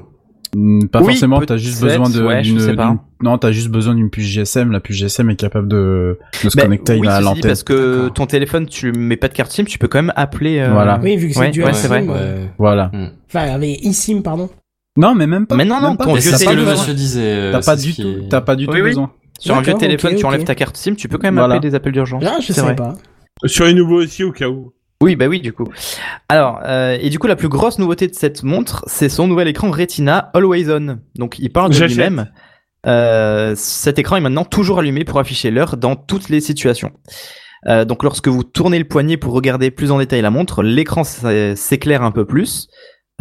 [SPEAKER 8] Hmm, Pas
[SPEAKER 1] Oui,
[SPEAKER 8] forcément, t'as juste
[SPEAKER 1] peut-être,
[SPEAKER 8] besoin de.
[SPEAKER 1] ouais, je
[SPEAKER 8] d'une-
[SPEAKER 1] sais pas.
[SPEAKER 8] d'une- Non, t'as juste besoin d'une puce GSM. La puce GSM est capable de, de se
[SPEAKER 1] Ben,
[SPEAKER 8] connecter
[SPEAKER 1] oui,
[SPEAKER 8] à
[SPEAKER 1] ceci dit,
[SPEAKER 8] l'antenne.
[SPEAKER 1] parce que ton téléphone, tu mets pas de carte SIM, tu peux quand même appeler. euh,
[SPEAKER 8] Voilà.
[SPEAKER 2] Oui, vu que c'est
[SPEAKER 1] ouais,
[SPEAKER 2] du
[SPEAKER 1] ouais,
[SPEAKER 2] SIM,
[SPEAKER 1] c'est vrai.
[SPEAKER 2] ouais.
[SPEAKER 8] Voilà.
[SPEAKER 2] Enfin, avec eSIM, pardon.
[SPEAKER 8] Non, mais même pas.
[SPEAKER 1] Mais non, non,
[SPEAKER 8] même pas.
[SPEAKER 1] ton vieux
[SPEAKER 8] T'as pas
[SPEAKER 1] téléphone.
[SPEAKER 8] besoin.
[SPEAKER 1] Je disais, euh,
[SPEAKER 8] T'as pas
[SPEAKER 1] c'est
[SPEAKER 8] du
[SPEAKER 1] ce qui
[SPEAKER 8] tout.
[SPEAKER 1] est-
[SPEAKER 8] T'as pas du tout
[SPEAKER 1] Oui, oui.
[SPEAKER 8] besoin.
[SPEAKER 1] Sur un vieux
[SPEAKER 8] D'accord,
[SPEAKER 1] téléphone,
[SPEAKER 8] ok,
[SPEAKER 1] tu
[SPEAKER 8] ok.
[SPEAKER 1] enlèves ta carte SIM, tu peux quand même
[SPEAKER 8] Voilà.
[SPEAKER 1] appeler des appels d'urgence.
[SPEAKER 2] Ah, je
[SPEAKER 1] c'est
[SPEAKER 2] sais
[SPEAKER 1] vrai.
[SPEAKER 2] pas.
[SPEAKER 4] Sur les nouveaux aussi au cas où.
[SPEAKER 1] Oui, bah oui, du coup. Alors, euh, et du coup, la plus grosse nouveauté de cette montre, c'est son nouvel écran Retina Always On. Donc, il parle de
[SPEAKER 4] J'achète.
[SPEAKER 1] lui-même. Euh, cet écran est maintenant toujours allumé pour afficher l'heure dans toutes les situations. Euh, donc, lorsque vous tournez le poignet pour regarder plus en détail la montre, l'écran s'é- s'éclaire un peu plus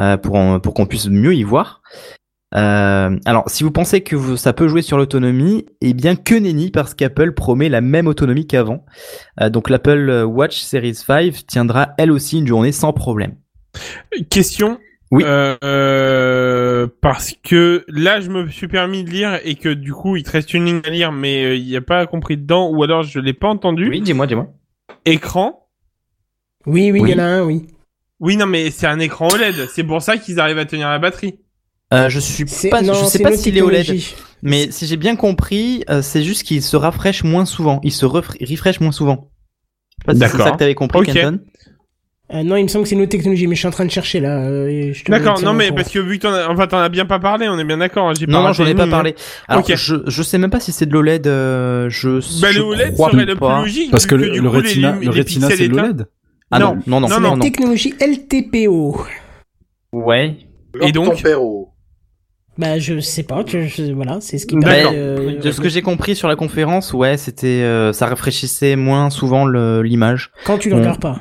[SPEAKER 1] euh, pour, en- pour qu'on puisse mieux y voir. Euh, alors, si vous pensez que vous- ça peut jouer sur l'autonomie, eh bien que nenni, parce qu'Apple promet la même autonomie qu'avant. Euh, donc l'Apple Watch Series 5 tiendra elle aussi une journée sans problème.
[SPEAKER 4] Question.
[SPEAKER 1] Oui.
[SPEAKER 4] Euh, euh, parce que là, je me suis permis de lire et que du coup, il te reste une ligne à lire, mais euh, il n'y a pas compris dedans, ou alors je l'ai pas entendu.
[SPEAKER 2] Hmm.
[SPEAKER 1] Oui, dis-moi, dis-moi.
[SPEAKER 4] Écran.
[SPEAKER 2] Oui, oui, il
[SPEAKER 4] Oui.
[SPEAKER 2] y en a un, oui.
[SPEAKER 4] Oui, non, mais c'est un écran OLED. C'est pour ça qu'ils arrivent à tenir la batterie.
[SPEAKER 1] Euh, je suis
[SPEAKER 2] C'est-
[SPEAKER 1] pas,
[SPEAKER 2] non,
[SPEAKER 1] je sais
[SPEAKER 2] c'est
[SPEAKER 1] pas
[SPEAKER 2] une
[SPEAKER 1] s'il est OLED,
[SPEAKER 2] technologie.
[SPEAKER 1] mais si j'ai bien compris, euh, c'est juste qu'il se rafraîche moins souvent. Il se refra- refresh moins souvent. Je sais pas si c'est
[SPEAKER 4] D'accord.
[SPEAKER 1] ça que t'avais compris,
[SPEAKER 4] Ok.
[SPEAKER 1] Kenton.
[SPEAKER 2] Euh, non, il me semble que c'est une autre technologie, mais je suis en train de chercher là. euh, et je te
[SPEAKER 4] D'accord.
[SPEAKER 2] tiens
[SPEAKER 4] Non,
[SPEAKER 2] au
[SPEAKER 4] mais
[SPEAKER 2] courant.
[SPEAKER 4] parce que vu que t'en as, enfin, t'en as bien pas parlé, on est bien d'accord. hein. j'ai
[SPEAKER 1] Non, non, j'en ai
[SPEAKER 4] raté
[SPEAKER 1] pas
[SPEAKER 4] une,
[SPEAKER 1] parlé.
[SPEAKER 4] hein.
[SPEAKER 1] Alors,
[SPEAKER 4] Ok.
[SPEAKER 1] je, je sais même pas si c'est de l'OLED. euh, je,
[SPEAKER 4] Bah,
[SPEAKER 1] je
[SPEAKER 4] le OLED
[SPEAKER 1] crois
[SPEAKER 4] serait le plus
[SPEAKER 1] pas.
[SPEAKER 4] logique, Parce que vu le- que du le coup, les Retina- lumi- le les Retina, pixels c'est de éteints-
[SPEAKER 8] E
[SPEAKER 4] l'OLED.
[SPEAKER 1] Ah non, non, non,
[SPEAKER 2] c'est
[SPEAKER 1] non,
[SPEAKER 2] la
[SPEAKER 1] non.
[SPEAKER 2] technologie LTPO.
[SPEAKER 1] Ouais.
[SPEAKER 4] Et donc.
[SPEAKER 2] Bah, je sais pas, que je- voilà, c'est ce qui permet
[SPEAKER 1] D'accord.
[SPEAKER 2] de-
[SPEAKER 1] de ce que j'ai compris sur la conférence, ouais, c'était, euh, ça rafraîchissait moins souvent le- l'image.
[SPEAKER 2] Quand tu le
[SPEAKER 1] On-
[SPEAKER 2] regardes pas.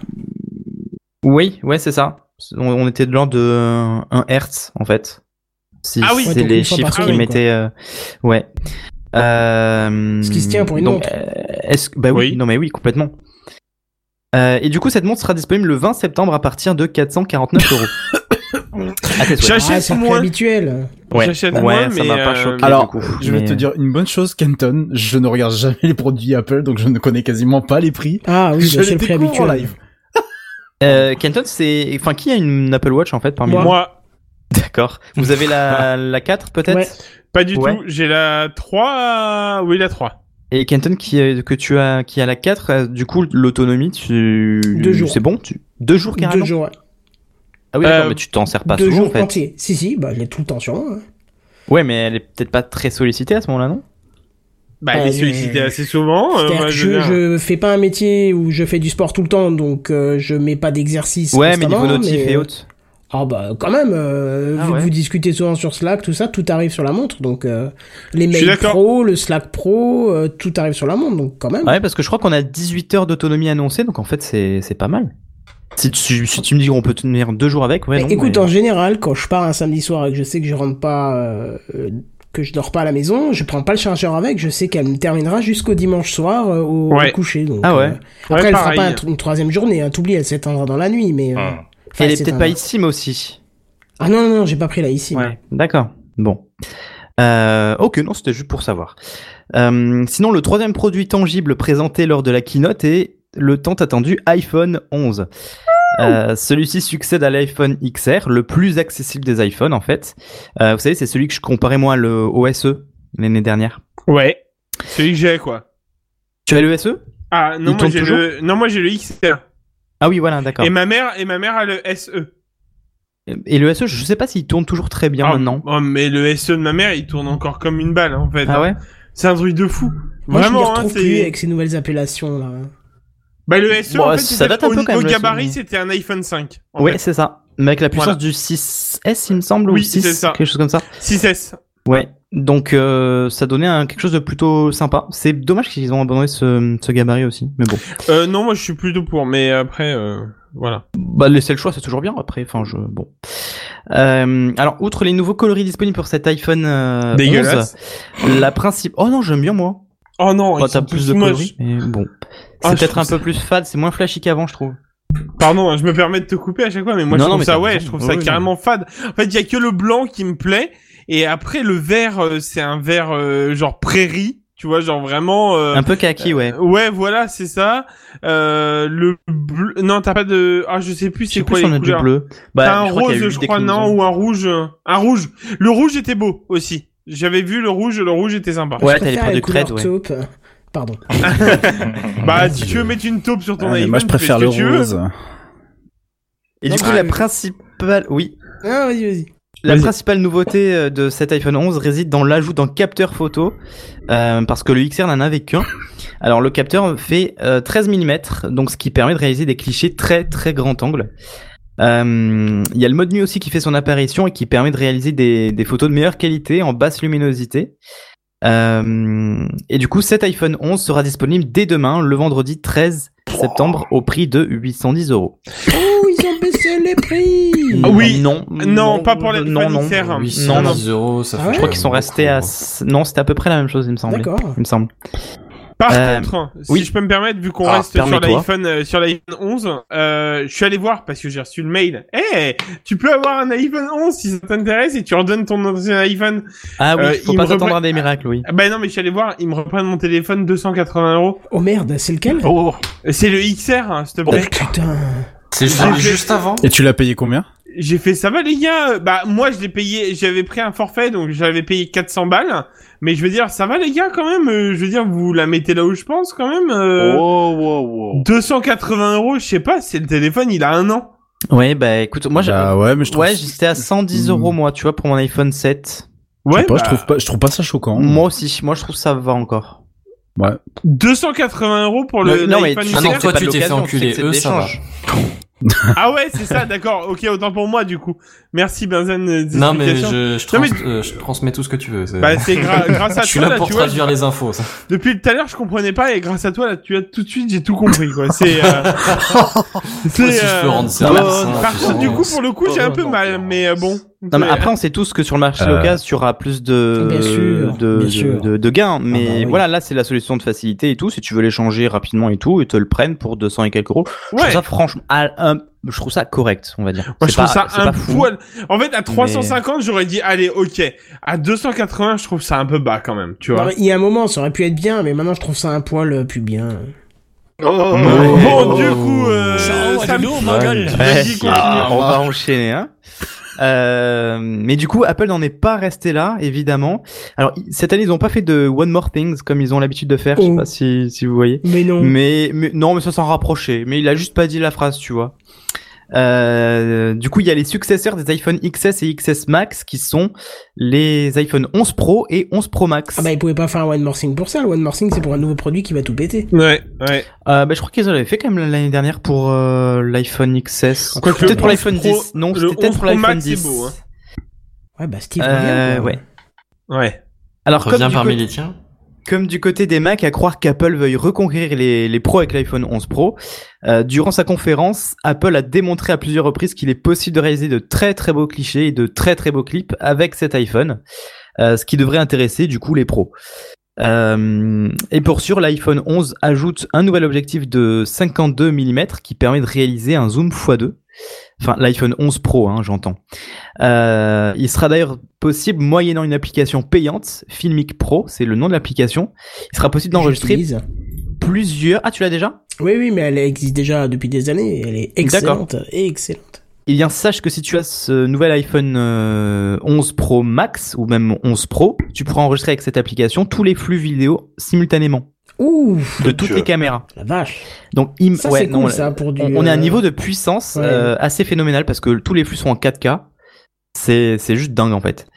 [SPEAKER 1] Oui, ouais, c'est ça. On, on était de l'ordre de 1 Hertz, en fait. Si
[SPEAKER 2] Ah oui. Ouais,
[SPEAKER 1] c'est
[SPEAKER 2] donc
[SPEAKER 1] les
[SPEAKER 2] une fois par
[SPEAKER 1] chiffres qui
[SPEAKER 2] seconde,
[SPEAKER 1] mettaient. euh, ouais. Euh,
[SPEAKER 2] Ce qui se tient pour une
[SPEAKER 1] donc,
[SPEAKER 2] montre.
[SPEAKER 1] euh, est-ce que- bah oui,
[SPEAKER 4] Oui.
[SPEAKER 1] non mais oui, complètement. Euh, et du coup, cette montre sera disponible le 20 septembre à partir de 449 euros. À tes souhaits.
[SPEAKER 2] Ah, c'est un prix habituel.
[SPEAKER 1] Ouais,
[SPEAKER 4] J'achète
[SPEAKER 1] ouais,
[SPEAKER 4] moins,
[SPEAKER 1] ça
[SPEAKER 4] mais,
[SPEAKER 1] m'a pas
[SPEAKER 4] euh,
[SPEAKER 1] choqué.
[SPEAKER 8] Alors,
[SPEAKER 1] du coup,
[SPEAKER 8] je vais
[SPEAKER 1] mais-
[SPEAKER 8] te dire une bonne chose, Kenton. Je ne regarde jamais les produits Apple, donc je ne connais quasiment pas les prix.
[SPEAKER 2] Ah oui,
[SPEAKER 8] je
[SPEAKER 2] bah,
[SPEAKER 8] les
[SPEAKER 2] c'est le prix
[SPEAKER 8] découvre en
[SPEAKER 2] habituel.
[SPEAKER 8] live.
[SPEAKER 1] Euh, Kenton, c'est, enfin, qui a une Apple Watch en fait parmi
[SPEAKER 4] Moi.
[SPEAKER 1] vous D'accord. Vous avez la, la 4 peut-être
[SPEAKER 4] Ouais. Pas du
[SPEAKER 1] Ouais.
[SPEAKER 4] tout. J'ai la 3. Oui, la 3.
[SPEAKER 1] Et Kenton qui est- que tu as qui a la 4, euh, du coup l'autonomie tu
[SPEAKER 2] Deux jours.
[SPEAKER 1] c'est bon, tu deux jours carrément.
[SPEAKER 2] Deux jours, ouais.
[SPEAKER 1] Ah oui, d'accord, mais tu t'en sers pas
[SPEAKER 2] Deux
[SPEAKER 1] souvent,
[SPEAKER 2] jours
[SPEAKER 1] en fait.
[SPEAKER 2] entiers. Si, si, bah, je l'ai tout le temps sur moi. hein.
[SPEAKER 1] Ouais, mais elle est peut-être pas très sollicitée à ce moment-là, non
[SPEAKER 4] Bah,
[SPEAKER 2] elle est Euh,
[SPEAKER 4] sollicitée assez souvent. euh,
[SPEAKER 2] C'est-à-dire
[SPEAKER 4] moi,
[SPEAKER 2] que
[SPEAKER 4] je veux
[SPEAKER 2] je,
[SPEAKER 4] dire.
[SPEAKER 2] je fais pas un métier où je fais du sport tout le temps, donc euh, je mets pas d'exercice.
[SPEAKER 1] Ouais, mais
[SPEAKER 2] constamment,
[SPEAKER 1] niveau notif
[SPEAKER 2] mais-
[SPEAKER 1] et autres.
[SPEAKER 2] Ah bah quand même, euh,
[SPEAKER 1] Ah
[SPEAKER 2] vu que
[SPEAKER 1] ouais.
[SPEAKER 2] vous discutez souvent sur Slack, tout ça, tout arrive sur la montre, donc euh, les
[SPEAKER 1] Je suis
[SPEAKER 2] mails
[SPEAKER 1] d'accord.
[SPEAKER 2] pro, le Slack pro, euh, tout arrive sur la montre, donc quand même.
[SPEAKER 1] Ouais, parce que je crois qu'on a 18 heures d'autonomie annoncée, donc en fait, c'est c'est pas mal. Si tu, si tu me dis qu'on peut tenir deux jours avec, ouais,
[SPEAKER 2] Mais
[SPEAKER 1] non,
[SPEAKER 2] Bah, écoute,
[SPEAKER 1] mais-
[SPEAKER 2] en général, quand je pars un samedi soir et que je sais que je rentre pas, euh, euh, que je dors pas à la maison, je prends pas le chargeur avec. Je sais qu'elle me terminera jusqu'au dimanche soir euh, au, au
[SPEAKER 1] Ouais.
[SPEAKER 2] coucher. donc,
[SPEAKER 1] Ah ouais.
[SPEAKER 2] euh,
[SPEAKER 1] Ouais,
[SPEAKER 2] après, elle fera
[SPEAKER 1] pareil.
[SPEAKER 2] pas un tr- une troisième journée. Hein, T'oublies, elle s'éteindra dans la nuit, mais. euh,
[SPEAKER 4] Ah.
[SPEAKER 2] enfin,
[SPEAKER 1] Elle est
[SPEAKER 2] c'est
[SPEAKER 1] peut-être
[SPEAKER 2] un-
[SPEAKER 1] pas ici, mais aussi.
[SPEAKER 2] Ah non, non, non, j'ai pas pris la ici.
[SPEAKER 1] D'accord. Bon. Euh, ok, non, c'était juste pour savoir. Euh, sinon, le troisième produit tangible présenté lors de la keynote est le tant attendu iPhone 11. Euh, celui-ci succède à l'iPhone XR, le plus accessible des iPhones en fait. Euh, vous savez, c'est celui que je comparais moi le OSE l'année dernière.
[SPEAKER 4] Ouais. Celui que j'ai, quoi.
[SPEAKER 1] Tu as le E? SE
[SPEAKER 4] Ah, non,
[SPEAKER 1] Il
[SPEAKER 4] moi
[SPEAKER 1] tourne
[SPEAKER 4] j'ai
[SPEAKER 1] toujours
[SPEAKER 4] le... non, moi j'ai le XR.
[SPEAKER 1] Ah oui, voilà, d'accord.
[SPEAKER 4] Et ma mère, et ma mère a le E. SE.
[SPEAKER 1] Et le SE, je sais pas s'il tourne toujours très bien maintenant.
[SPEAKER 4] Oh, mais le SE de ma mère, il tourne encore comme une balle, en fait.
[SPEAKER 1] Ah
[SPEAKER 4] hein.
[SPEAKER 1] ouais
[SPEAKER 4] C'est un truc de fou.
[SPEAKER 2] Moi, je
[SPEAKER 4] Vraiment,
[SPEAKER 2] me
[SPEAKER 4] hein,
[SPEAKER 2] retrouve
[SPEAKER 4] c'est-
[SPEAKER 2] plus avec ces nouvelles appellations là.
[SPEAKER 4] Bah, le SE,
[SPEAKER 1] Bon,
[SPEAKER 4] en fait,
[SPEAKER 1] ça
[SPEAKER 4] c'était-
[SPEAKER 1] date un
[SPEAKER 4] au,
[SPEAKER 1] peu quand même,
[SPEAKER 4] au
[SPEAKER 1] le
[SPEAKER 4] gabarit,
[SPEAKER 1] SE.
[SPEAKER 4] c'était un iPhone 5. en
[SPEAKER 1] Ouais,
[SPEAKER 4] fait.
[SPEAKER 1] c'est ça. Mais avec la puissance
[SPEAKER 4] Voilà.
[SPEAKER 1] du 6S, il me semble,
[SPEAKER 4] Oui,
[SPEAKER 1] ou 6,
[SPEAKER 4] c'est ça.
[SPEAKER 1] quelque chose comme ça.
[SPEAKER 4] 6S.
[SPEAKER 1] Ouais, donc euh, ça donnait un- quelque chose de plutôt sympa. C'est dommage qu'ils ont abandonné ce, ce gabarit aussi, mais bon.
[SPEAKER 4] Euh, non, moi je suis plutôt pour, mais après, euh, voilà.
[SPEAKER 1] Bah laisser le choix, c'est toujours bien après. Enfin, je bon. Euh, alors, outre les nouveaux coloris disponibles pour cet iPhone euh,
[SPEAKER 4] Dégueulasse.
[SPEAKER 1] 11, la principe. Oh non, j'aime bien moi.
[SPEAKER 4] Oh non,
[SPEAKER 1] Bah,
[SPEAKER 4] ils
[SPEAKER 1] t'as
[SPEAKER 4] sont
[SPEAKER 1] plus
[SPEAKER 4] tous
[SPEAKER 1] de
[SPEAKER 4] moches.
[SPEAKER 1] coloris, mais bon.
[SPEAKER 4] Ah,
[SPEAKER 1] C'est
[SPEAKER 4] je
[SPEAKER 1] peut-être un
[SPEAKER 4] trouve
[SPEAKER 1] peu plus fade, c'est moins flashy qu'avant, je trouve.
[SPEAKER 4] Pardon, hein, je me permets de te couper à chaque fois, mais moi
[SPEAKER 1] Non,
[SPEAKER 4] je
[SPEAKER 1] non,
[SPEAKER 4] trouve
[SPEAKER 1] mais
[SPEAKER 4] ça
[SPEAKER 1] t'as
[SPEAKER 4] ouais,
[SPEAKER 1] raison.
[SPEAKER 4] je trouve
[SPEAKER 1] Ouais,
[SPEAKER 4] ça
[SPEAKER 1] ouais,
[SPEAKER 4] carrément fade. En fait, il y a que le blanc qui me plaît, et après le vert, euh, c'est un vert euh, genre prairie, tu vois, genre vraiment. euh,
[SPEAKER 1] Un peu kaki, ouais.
[SPEAKER 4] Ouais, voilà, c'est ça. Euh, le bleu, non, t'as pas de, ah, je sais plus
[SPEAKER 1] sais
[SPEAKER 4] c'est
[SPEAKER 1] plus
[SPEAKER 4] quoi
[SPEAKER 1] si on
[SPEAKER 4] les
[SPEAKER 1] a du
[SPEAKER 4] couleurs.
[SPEAKER 1] bleu. Bah,
[SPEAKER 4] t'as un
[SPEAKER 1] je crois qu'il y a
[SPEAKER 4] rose,
[SPEAKER 1] huit
[SPEAKER 4] je crois, non,
[SPEAKER 1] déclinaisons.
[SPEAKER 4] ou un rouge, euh, un rouge. Le rouge était beau aussi. J'avais vu le rouge, le rouge était sympa.
[SPEAKER 1] Ouais,
[SPEAKER 2] Je
[SPEAKER 1] t'as les
[SPEAKER 2] préfère
[SPEAKER 1] produits
[SPEAKER 2] couleurs
[SPEAKER 1] creds, ouais.
[SPEAKER 2] taupe. Pardon.
[SPEAKER 4] Bah, si tu veux mettre une taupe sur ton
[SPEAKER 8] Ah, mais
[SPEAKER 4] iPhone,
[SPEAKER 8] moi, je
[SPEAKER 4] tu fais ce
[SPEAKER 8] préfère
[SPEAKER 4] que
[SPEAKER 8] le
[SPEAKER 4] tu veux.
[SPEAKER 8] rose.
[SPEAKER 1] Et du coup,
[SPEAKER 4] Ah,
[SPEAKER 1] la
[SPEAKER 4] mais-
[SPEAKER 1] principale, oui.
[SPEAKER 2] Ah, vas-y, vas-y.
[SPEAKER 1] La
[SPEAKER 2] Vas-y.
[SPEAKER 1] principale nouveauté euh, de cet iPhone 11 réside dans l'ajout d'un capteur photo, euh, parce que le XR n'en avait qu'un. Alors le capteur fait euh, 13 mm, donc ce qui permet de réaliser des clichés très très grand angle. Euh, Il y a le mode nuit aussi qui fait son apparition et qui permet de réaliser des, des photos de meilleure qualité en basse luminosité. Euh, et du coup, cet iPhone 11 sera disponible dès demain, le vendredi 13 septembre, au prix de 810 euros.
[SPEAKER 2] Oh, ils ont baissé les prix.
[SPEAKER 1] Ah oui.
[SPEAKER 4] non,
[SPEAKER 1] Non,
[SPEAKER 4] non, pas pour les
[SPEAKER 1] non, non.
[SPEAKER 4] mammifères.
[SPEAKER 1] Non, non.
[SPEAKER 3] 810 euros, ça
[SPEAKER 2] Ah
[SPEAKER 3] fait.
[SPEAKER 1] Je crois qu'ils sont restés à. Non, c'était à peu près la même chose, il me semble.
[SPEAKER 2] D'accord.
[SPEAKER 1] Il me semble.
[SPEAKER 4] Par
[SPEAKER 1] Euh,
[SPEAKER 4] contre, si
[SPEAKER 1] oui.
[SPEAKER 4] je peux me permettre, vu qu'on
[SPEAKER 1] Ah,
[SPEAKER 4] reste sur
[SPEAKER 1] permets-toi.
[SPEAKER 4] l'iPhone, euh, sur l'iPhone 11, euh, je suis allé voir parce que j'ai reçu le mail. Eh, tu peux avoir un iPhone 11 si ça t'intéresse et tu redonnes ton ancien iPhone.
[SPEAKER 1] Ah oui,
[SPEAKER 4] Euh,
[SPEAKER 1] faut
[SPEAKER 4] ils
[SPEAKER 1] pas
[SPEAKER 4] me
[SPEAKER 1] s'attendre
[SPEAKER 4] reprennent-
[SPEAKER 1] à des miracles, oui.
[SPEAKER 4] Ah, Bah non, mais je suis allé voir, ils me reprennent mon téléphone 280 euros.
[SPEAKER 2] Oh merde, c'est lequel
[SPEAKER 4] Oh, c'est le XR, hein, s'il te plaît.
[SPEAKER 2] Putain.
[SPEAKER 3] C'est
[SPEAKER 4] juste-
[SPEAKER 3] juste,
[SPEAKER 4] Ah, juste
[SPEAKER 3] avant.
[SPEAKER 8] Et tu l'as payé combien
[SPEAKER 4] J'ai fait ça va les gars. Euh, Bah moi je l'ai payé, j'avais pris un forfait donc j'avais payé 400 balles. Mais je veux dire ça va les gars quand même. euh, Je veux dire vous la mettez là où je pense quand même.
[SPEAKER 9] Oh.
[SPEAKER 4] euh, 280 euros, je sais pas. C'est le téléphone, il a un an.
[SPEAKER 1] Ouais, bah écoute, moi j'ai.
[SPEAKER 8] Bah ouais, mais je trouve- Hmm.
[SPEAKER 1] Ouais, j'étais à 110 euros moi, tu vois, pour mon iPhone 7.
[SPEAKER 4] Ouais.
[SPEAKER 8] je,
[SPEAKER 4] bah,
[SPEAKER 8] sais pas, je trouve pas, je trouve pas ça choquant.
[SPEAKER 1] Eh Moi aussi, moi je trouve ça va encore.
[SPEAKER 8] Ouais.
[SPEAKER 4] 280 euros pour le.
[SPEAKER 1] non, mais
[SPEAKER 4] l'iPhone
[SPEAKER 1] tu-
[SPEAKER 4] XR.
[SPEAKER 1] Ah non,
[SPEAKER 3] non, toi
[SPEAKER 1] c'est
[SPEAKER 3] tu
[SPEAKER 1] pas
[SPEAKER 3] t'es fait
[SPEAKER 1] l'occasion,
[SPEAKER 3] enculer,
[SPEAKER 1] c'est que c'est
[SPEAKER 3] eux
[SPEAKER 1] de
[SPEAKER 3] ça va.
[SPEAKER 1] l'échange.
[SPEAKER 4] Ah ouais, c'est ça, d'accord. Ok, autant pour moi du coup. Merci Benzen. euh, des
[SPEAKER 3] Non mais
[SPEAKER 4] explications.
[SPEAKER 3] je, je,
[SPEAKER 4] Non,
[SPEAKER 3] trans-
[SPEAKER 4] mais
[SPEAKER 3] euh, je transmets tout ce que tu veux.
[SPEAKER 4] Bah, c'est gra- grâce à
[SPEAKER 3] Je suis
[SPEAKER 4] toi,
[SPEAKER 3] là
[SPEAKER 4] là,
[SPEAKER 3] pour
[SPEAKER 4] tu vois,
[SPEAKER 3] traduire les infos. Ça.
[SPEAKER 4] depuis tout à l'heure je comprenais pas et grâce à toi là tu as tout de suite j'ai tout compris quoi. C'est. euh,
[SPEAKER 3] Moi aussi, je
[SPEAKER 4] euh,
[SPEAKER 3] peux rendre service, hein,
[SPEAKER 4] Par
[SPEAKER 3] tu
[SPEAKER 4] contre
[SPEAKER 3] sais.
[SPEAKER 4] du coup pour le coup j'ai un peu mal mais euh, bon.
[SPEAKER 1] Non, mais après, on sait tous que sur le marché
[SPEAKER 8] Euh.
[SPEAKER 1] local, tu auras plus de,
[SPEAKER 2] Bien sûr,
[SPEAKER 1] de,
[SPEAKER 2] bien
[SPEAKER 1] de-
[SPEAKER 2] sûr.
[SPEAKER 1] de- de gains. Mais
[SPEAKER 2] bah oui.
[SPEAKER 1] voilà, là, c'est la solution de facilité et tout. Si tu veux l'échanger rapidement et tout, ils te le prennent pour 200 et quelques euros. Je
[SPEAKER 4] Ouais.
[SPEAKER 1] trouve ça, franchement, à un- je trouve ça correct, on va dire.
[SPEAKER 4] Moi,
[SPEAKER 1] C'est
[SPEAKER 4] je trouve
[SPEAKER 1] pas-
[SPEAKER 4] ça
[SPEAKER 1] c'est
[SPEAKER 4] un
[SPEAKER 1] pas fou.
[SPEAKER 4] poil. En fait, à 350, j'aurais dit, allez, ok. À 280, je trouve ça un peu bas quand même, tu vois.
[SPEAKER 2] Non, Il y a un moment, ça aurait pu être bien, mais maintenant je trouve ça un poil euh, plus bien.
[SPEAKER 4] Bon, Oh, du coup, euh,
[SPEAKER 12] Ça envoie
[SPEAKER 4] Sam-
[SPEAKER 12] du lourd, mon gueule.
[SPEAKER 1] Ouais,
[SPEAKER 4] Vas-y, continue.
[SPEAKER 1] ah, on va enchaîner. Hein. Euh, mais du coup, Apple n'en est pas resté là, évidemment. Alors i- cette année, ils n'ont pas fait de One More Things comme ils ont l'habitude de faire. Je sais
[SPEAKER 2] Oh.
[SPEAKER 1] pas si, si vous voyez.
[SPEAKER 2] Mais non.
[SPEAKER 4] Mm.
[SPEAKER 1] Mais, mais non, mais ça s'en rapprochait. Mais il a juste pas dit la phrase, tu vois. Euh, du coup, il y a les successeurs des iPhone XS et XS Max qui sont les iPhone 11 Pro et 11 Pro Max.
[SPEAKER 2] Ah bah ils pouvaient pas faire un One More Thing pour ça. Le One More Thing c'est pour un nouveau produit qui va tout péter.
[SPEAKER 4] Ouais, ouais.
[SPEAKER 1] Euh, bah, je crois qu'ils l'avaient fait quand même l'année dernière pour euh, l'iPhone XS.
[SPEAKER 4] Quoique le
[SPEAKER 1] Peut-être pour
[SPEAKER 4] 11
[SPEAKER 1] l'iPhone
[SPEAKER 4] Pro-
[SPEAKER 1] 10. Non,
[SPEAKER 4] le
[SPEAKER 1] c'était peut-être
[SPEAKER 4] 11
[SPEAKER 1] pour
[SPEAKER 4] Pro
[SPEAKER 1] l'iPhone
[SPEAKER 4] Max, c'est
[SPEAKER 1] 10.
[SPEAKER 4] beau, hein.
[SPEAKER 2] Ouais bah Steve
[SPEAKER 1] Euh,
[SPEAKER 2] revient, quoi.
[SPEAKER 1] ouais.
[SPEAKER 4] Ouais.
[SPEAKER 1] Alors,
[SPEAKER 3] Reviens
[SPEAKER 1] comme du
[SPEAKER 3] parmi
[SPEAKER 1] côté-
[SPEAKER 3] les tiens.
[SPEAKER 1] Comme du côté des Mac, à croire qu'Apple veuille reconquérir les, les pros avec l'iPhone 11 Pro, euh, durant sa conférence, Apple a démontré à plusieurs reprises qu'il est possible de réaliser de très très beaux clichés et de très très beaux clips avec cet iPhone, euh, ce qui devrait intéresser du coup les pros. Euh, et pour sûr, l'iPhone 11 ajoute un nouvel objectif de 52 mm qui permet de réaliser un zoom x2. Enfin, l'iPhone 11 Pro, hein, j'entends. Euh, il sera d'ailleurs possible, moyennant une application payante, Filmic Pro, c'est le nom de l'application, il sera possible d'enregistrer
[SPEAKER 2] J'utilise.
[SPEAKER 1] plusieurs... Ah, tu l'as déjà
[SPEAKER 2] Oui oui mais elle existe déjà depuis des années. Elle est excellente, excellente.
[SPEAKER 1] Eh bien, sache que si tu as ce nouvel iPhone euh, 11 Pro Max, ou même 11 Pro, tu pourras enregistrer avec cette application tous les flux vidéo simultanément,
[SPEAKER 2] Ouh
[SPEAKER 1] de toutes les caméras.
[SPEAKER 2] la vache.
[SPEAKER 1] Donc, im-
[SPEAKER 2] Ça
[SPEAKER 1] Mm, ouais,
[SPEAKER 2] c'est
[SPEAKER 1] non,
[SPEAKER 2] cool ça pour du.
[SPEAKER 1] on, on est à un
[SPEAKER 2] euh,
[SPEAKER 1] niveau de puissance
[SPEAKER 2] ouais.
[SPEAKER 1] euh, assez phénoménal parce que tous les flux sont en 4K. C'est c'est juste dingue en fait.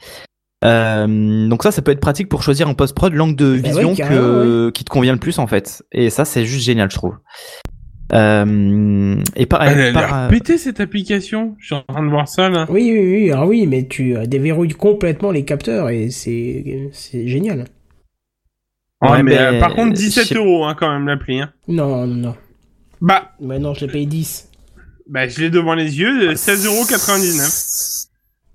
[SPEAKER 1] Euh, donc ça, ça peut être pratique pour choisir en post-prod l'angle de
[SPEAKER 2] Bah
[SPEAKER 1] vision
[SPEAKER 2] ouais, carrément,
[SPEAKER 1] que, qui te convient le plus en fait. Et ça, c'est juste génial, je trouve. Euh, et par,
[SPEAKER 4] Elle a
[SPEAKER 1] par-
[SPEAKER 4] l'air pétée, cette application. Je suis en train de voir ça là.
[SPEAKER 2] Oui, oui, oui, alors oui, mais tu euh, déverrouilles complètement les capteurs et c'est c'est génial.
[SPEAKER 4] Ouais,
[SPEAKER 1] Ouais,
[SPEAKER 4] mais,
[SPEAKER 1] ben,
[SPEAKER 4] euh, par contre,
[SPEAKER 1] je
[SPEAKER 4] 17
[SPEAKER 1] sais-
[SPEAKER 4] euros hein, quand même l'appli. Hein.
[SPEAKER 2] Non, non, non.
[SPEAKER 4] Bah,
[SPEAKER 2] Mais non, je l'ai payé 10.
[SPEAKER 4] bah, je l'ai devant les yeux, euh, 16,99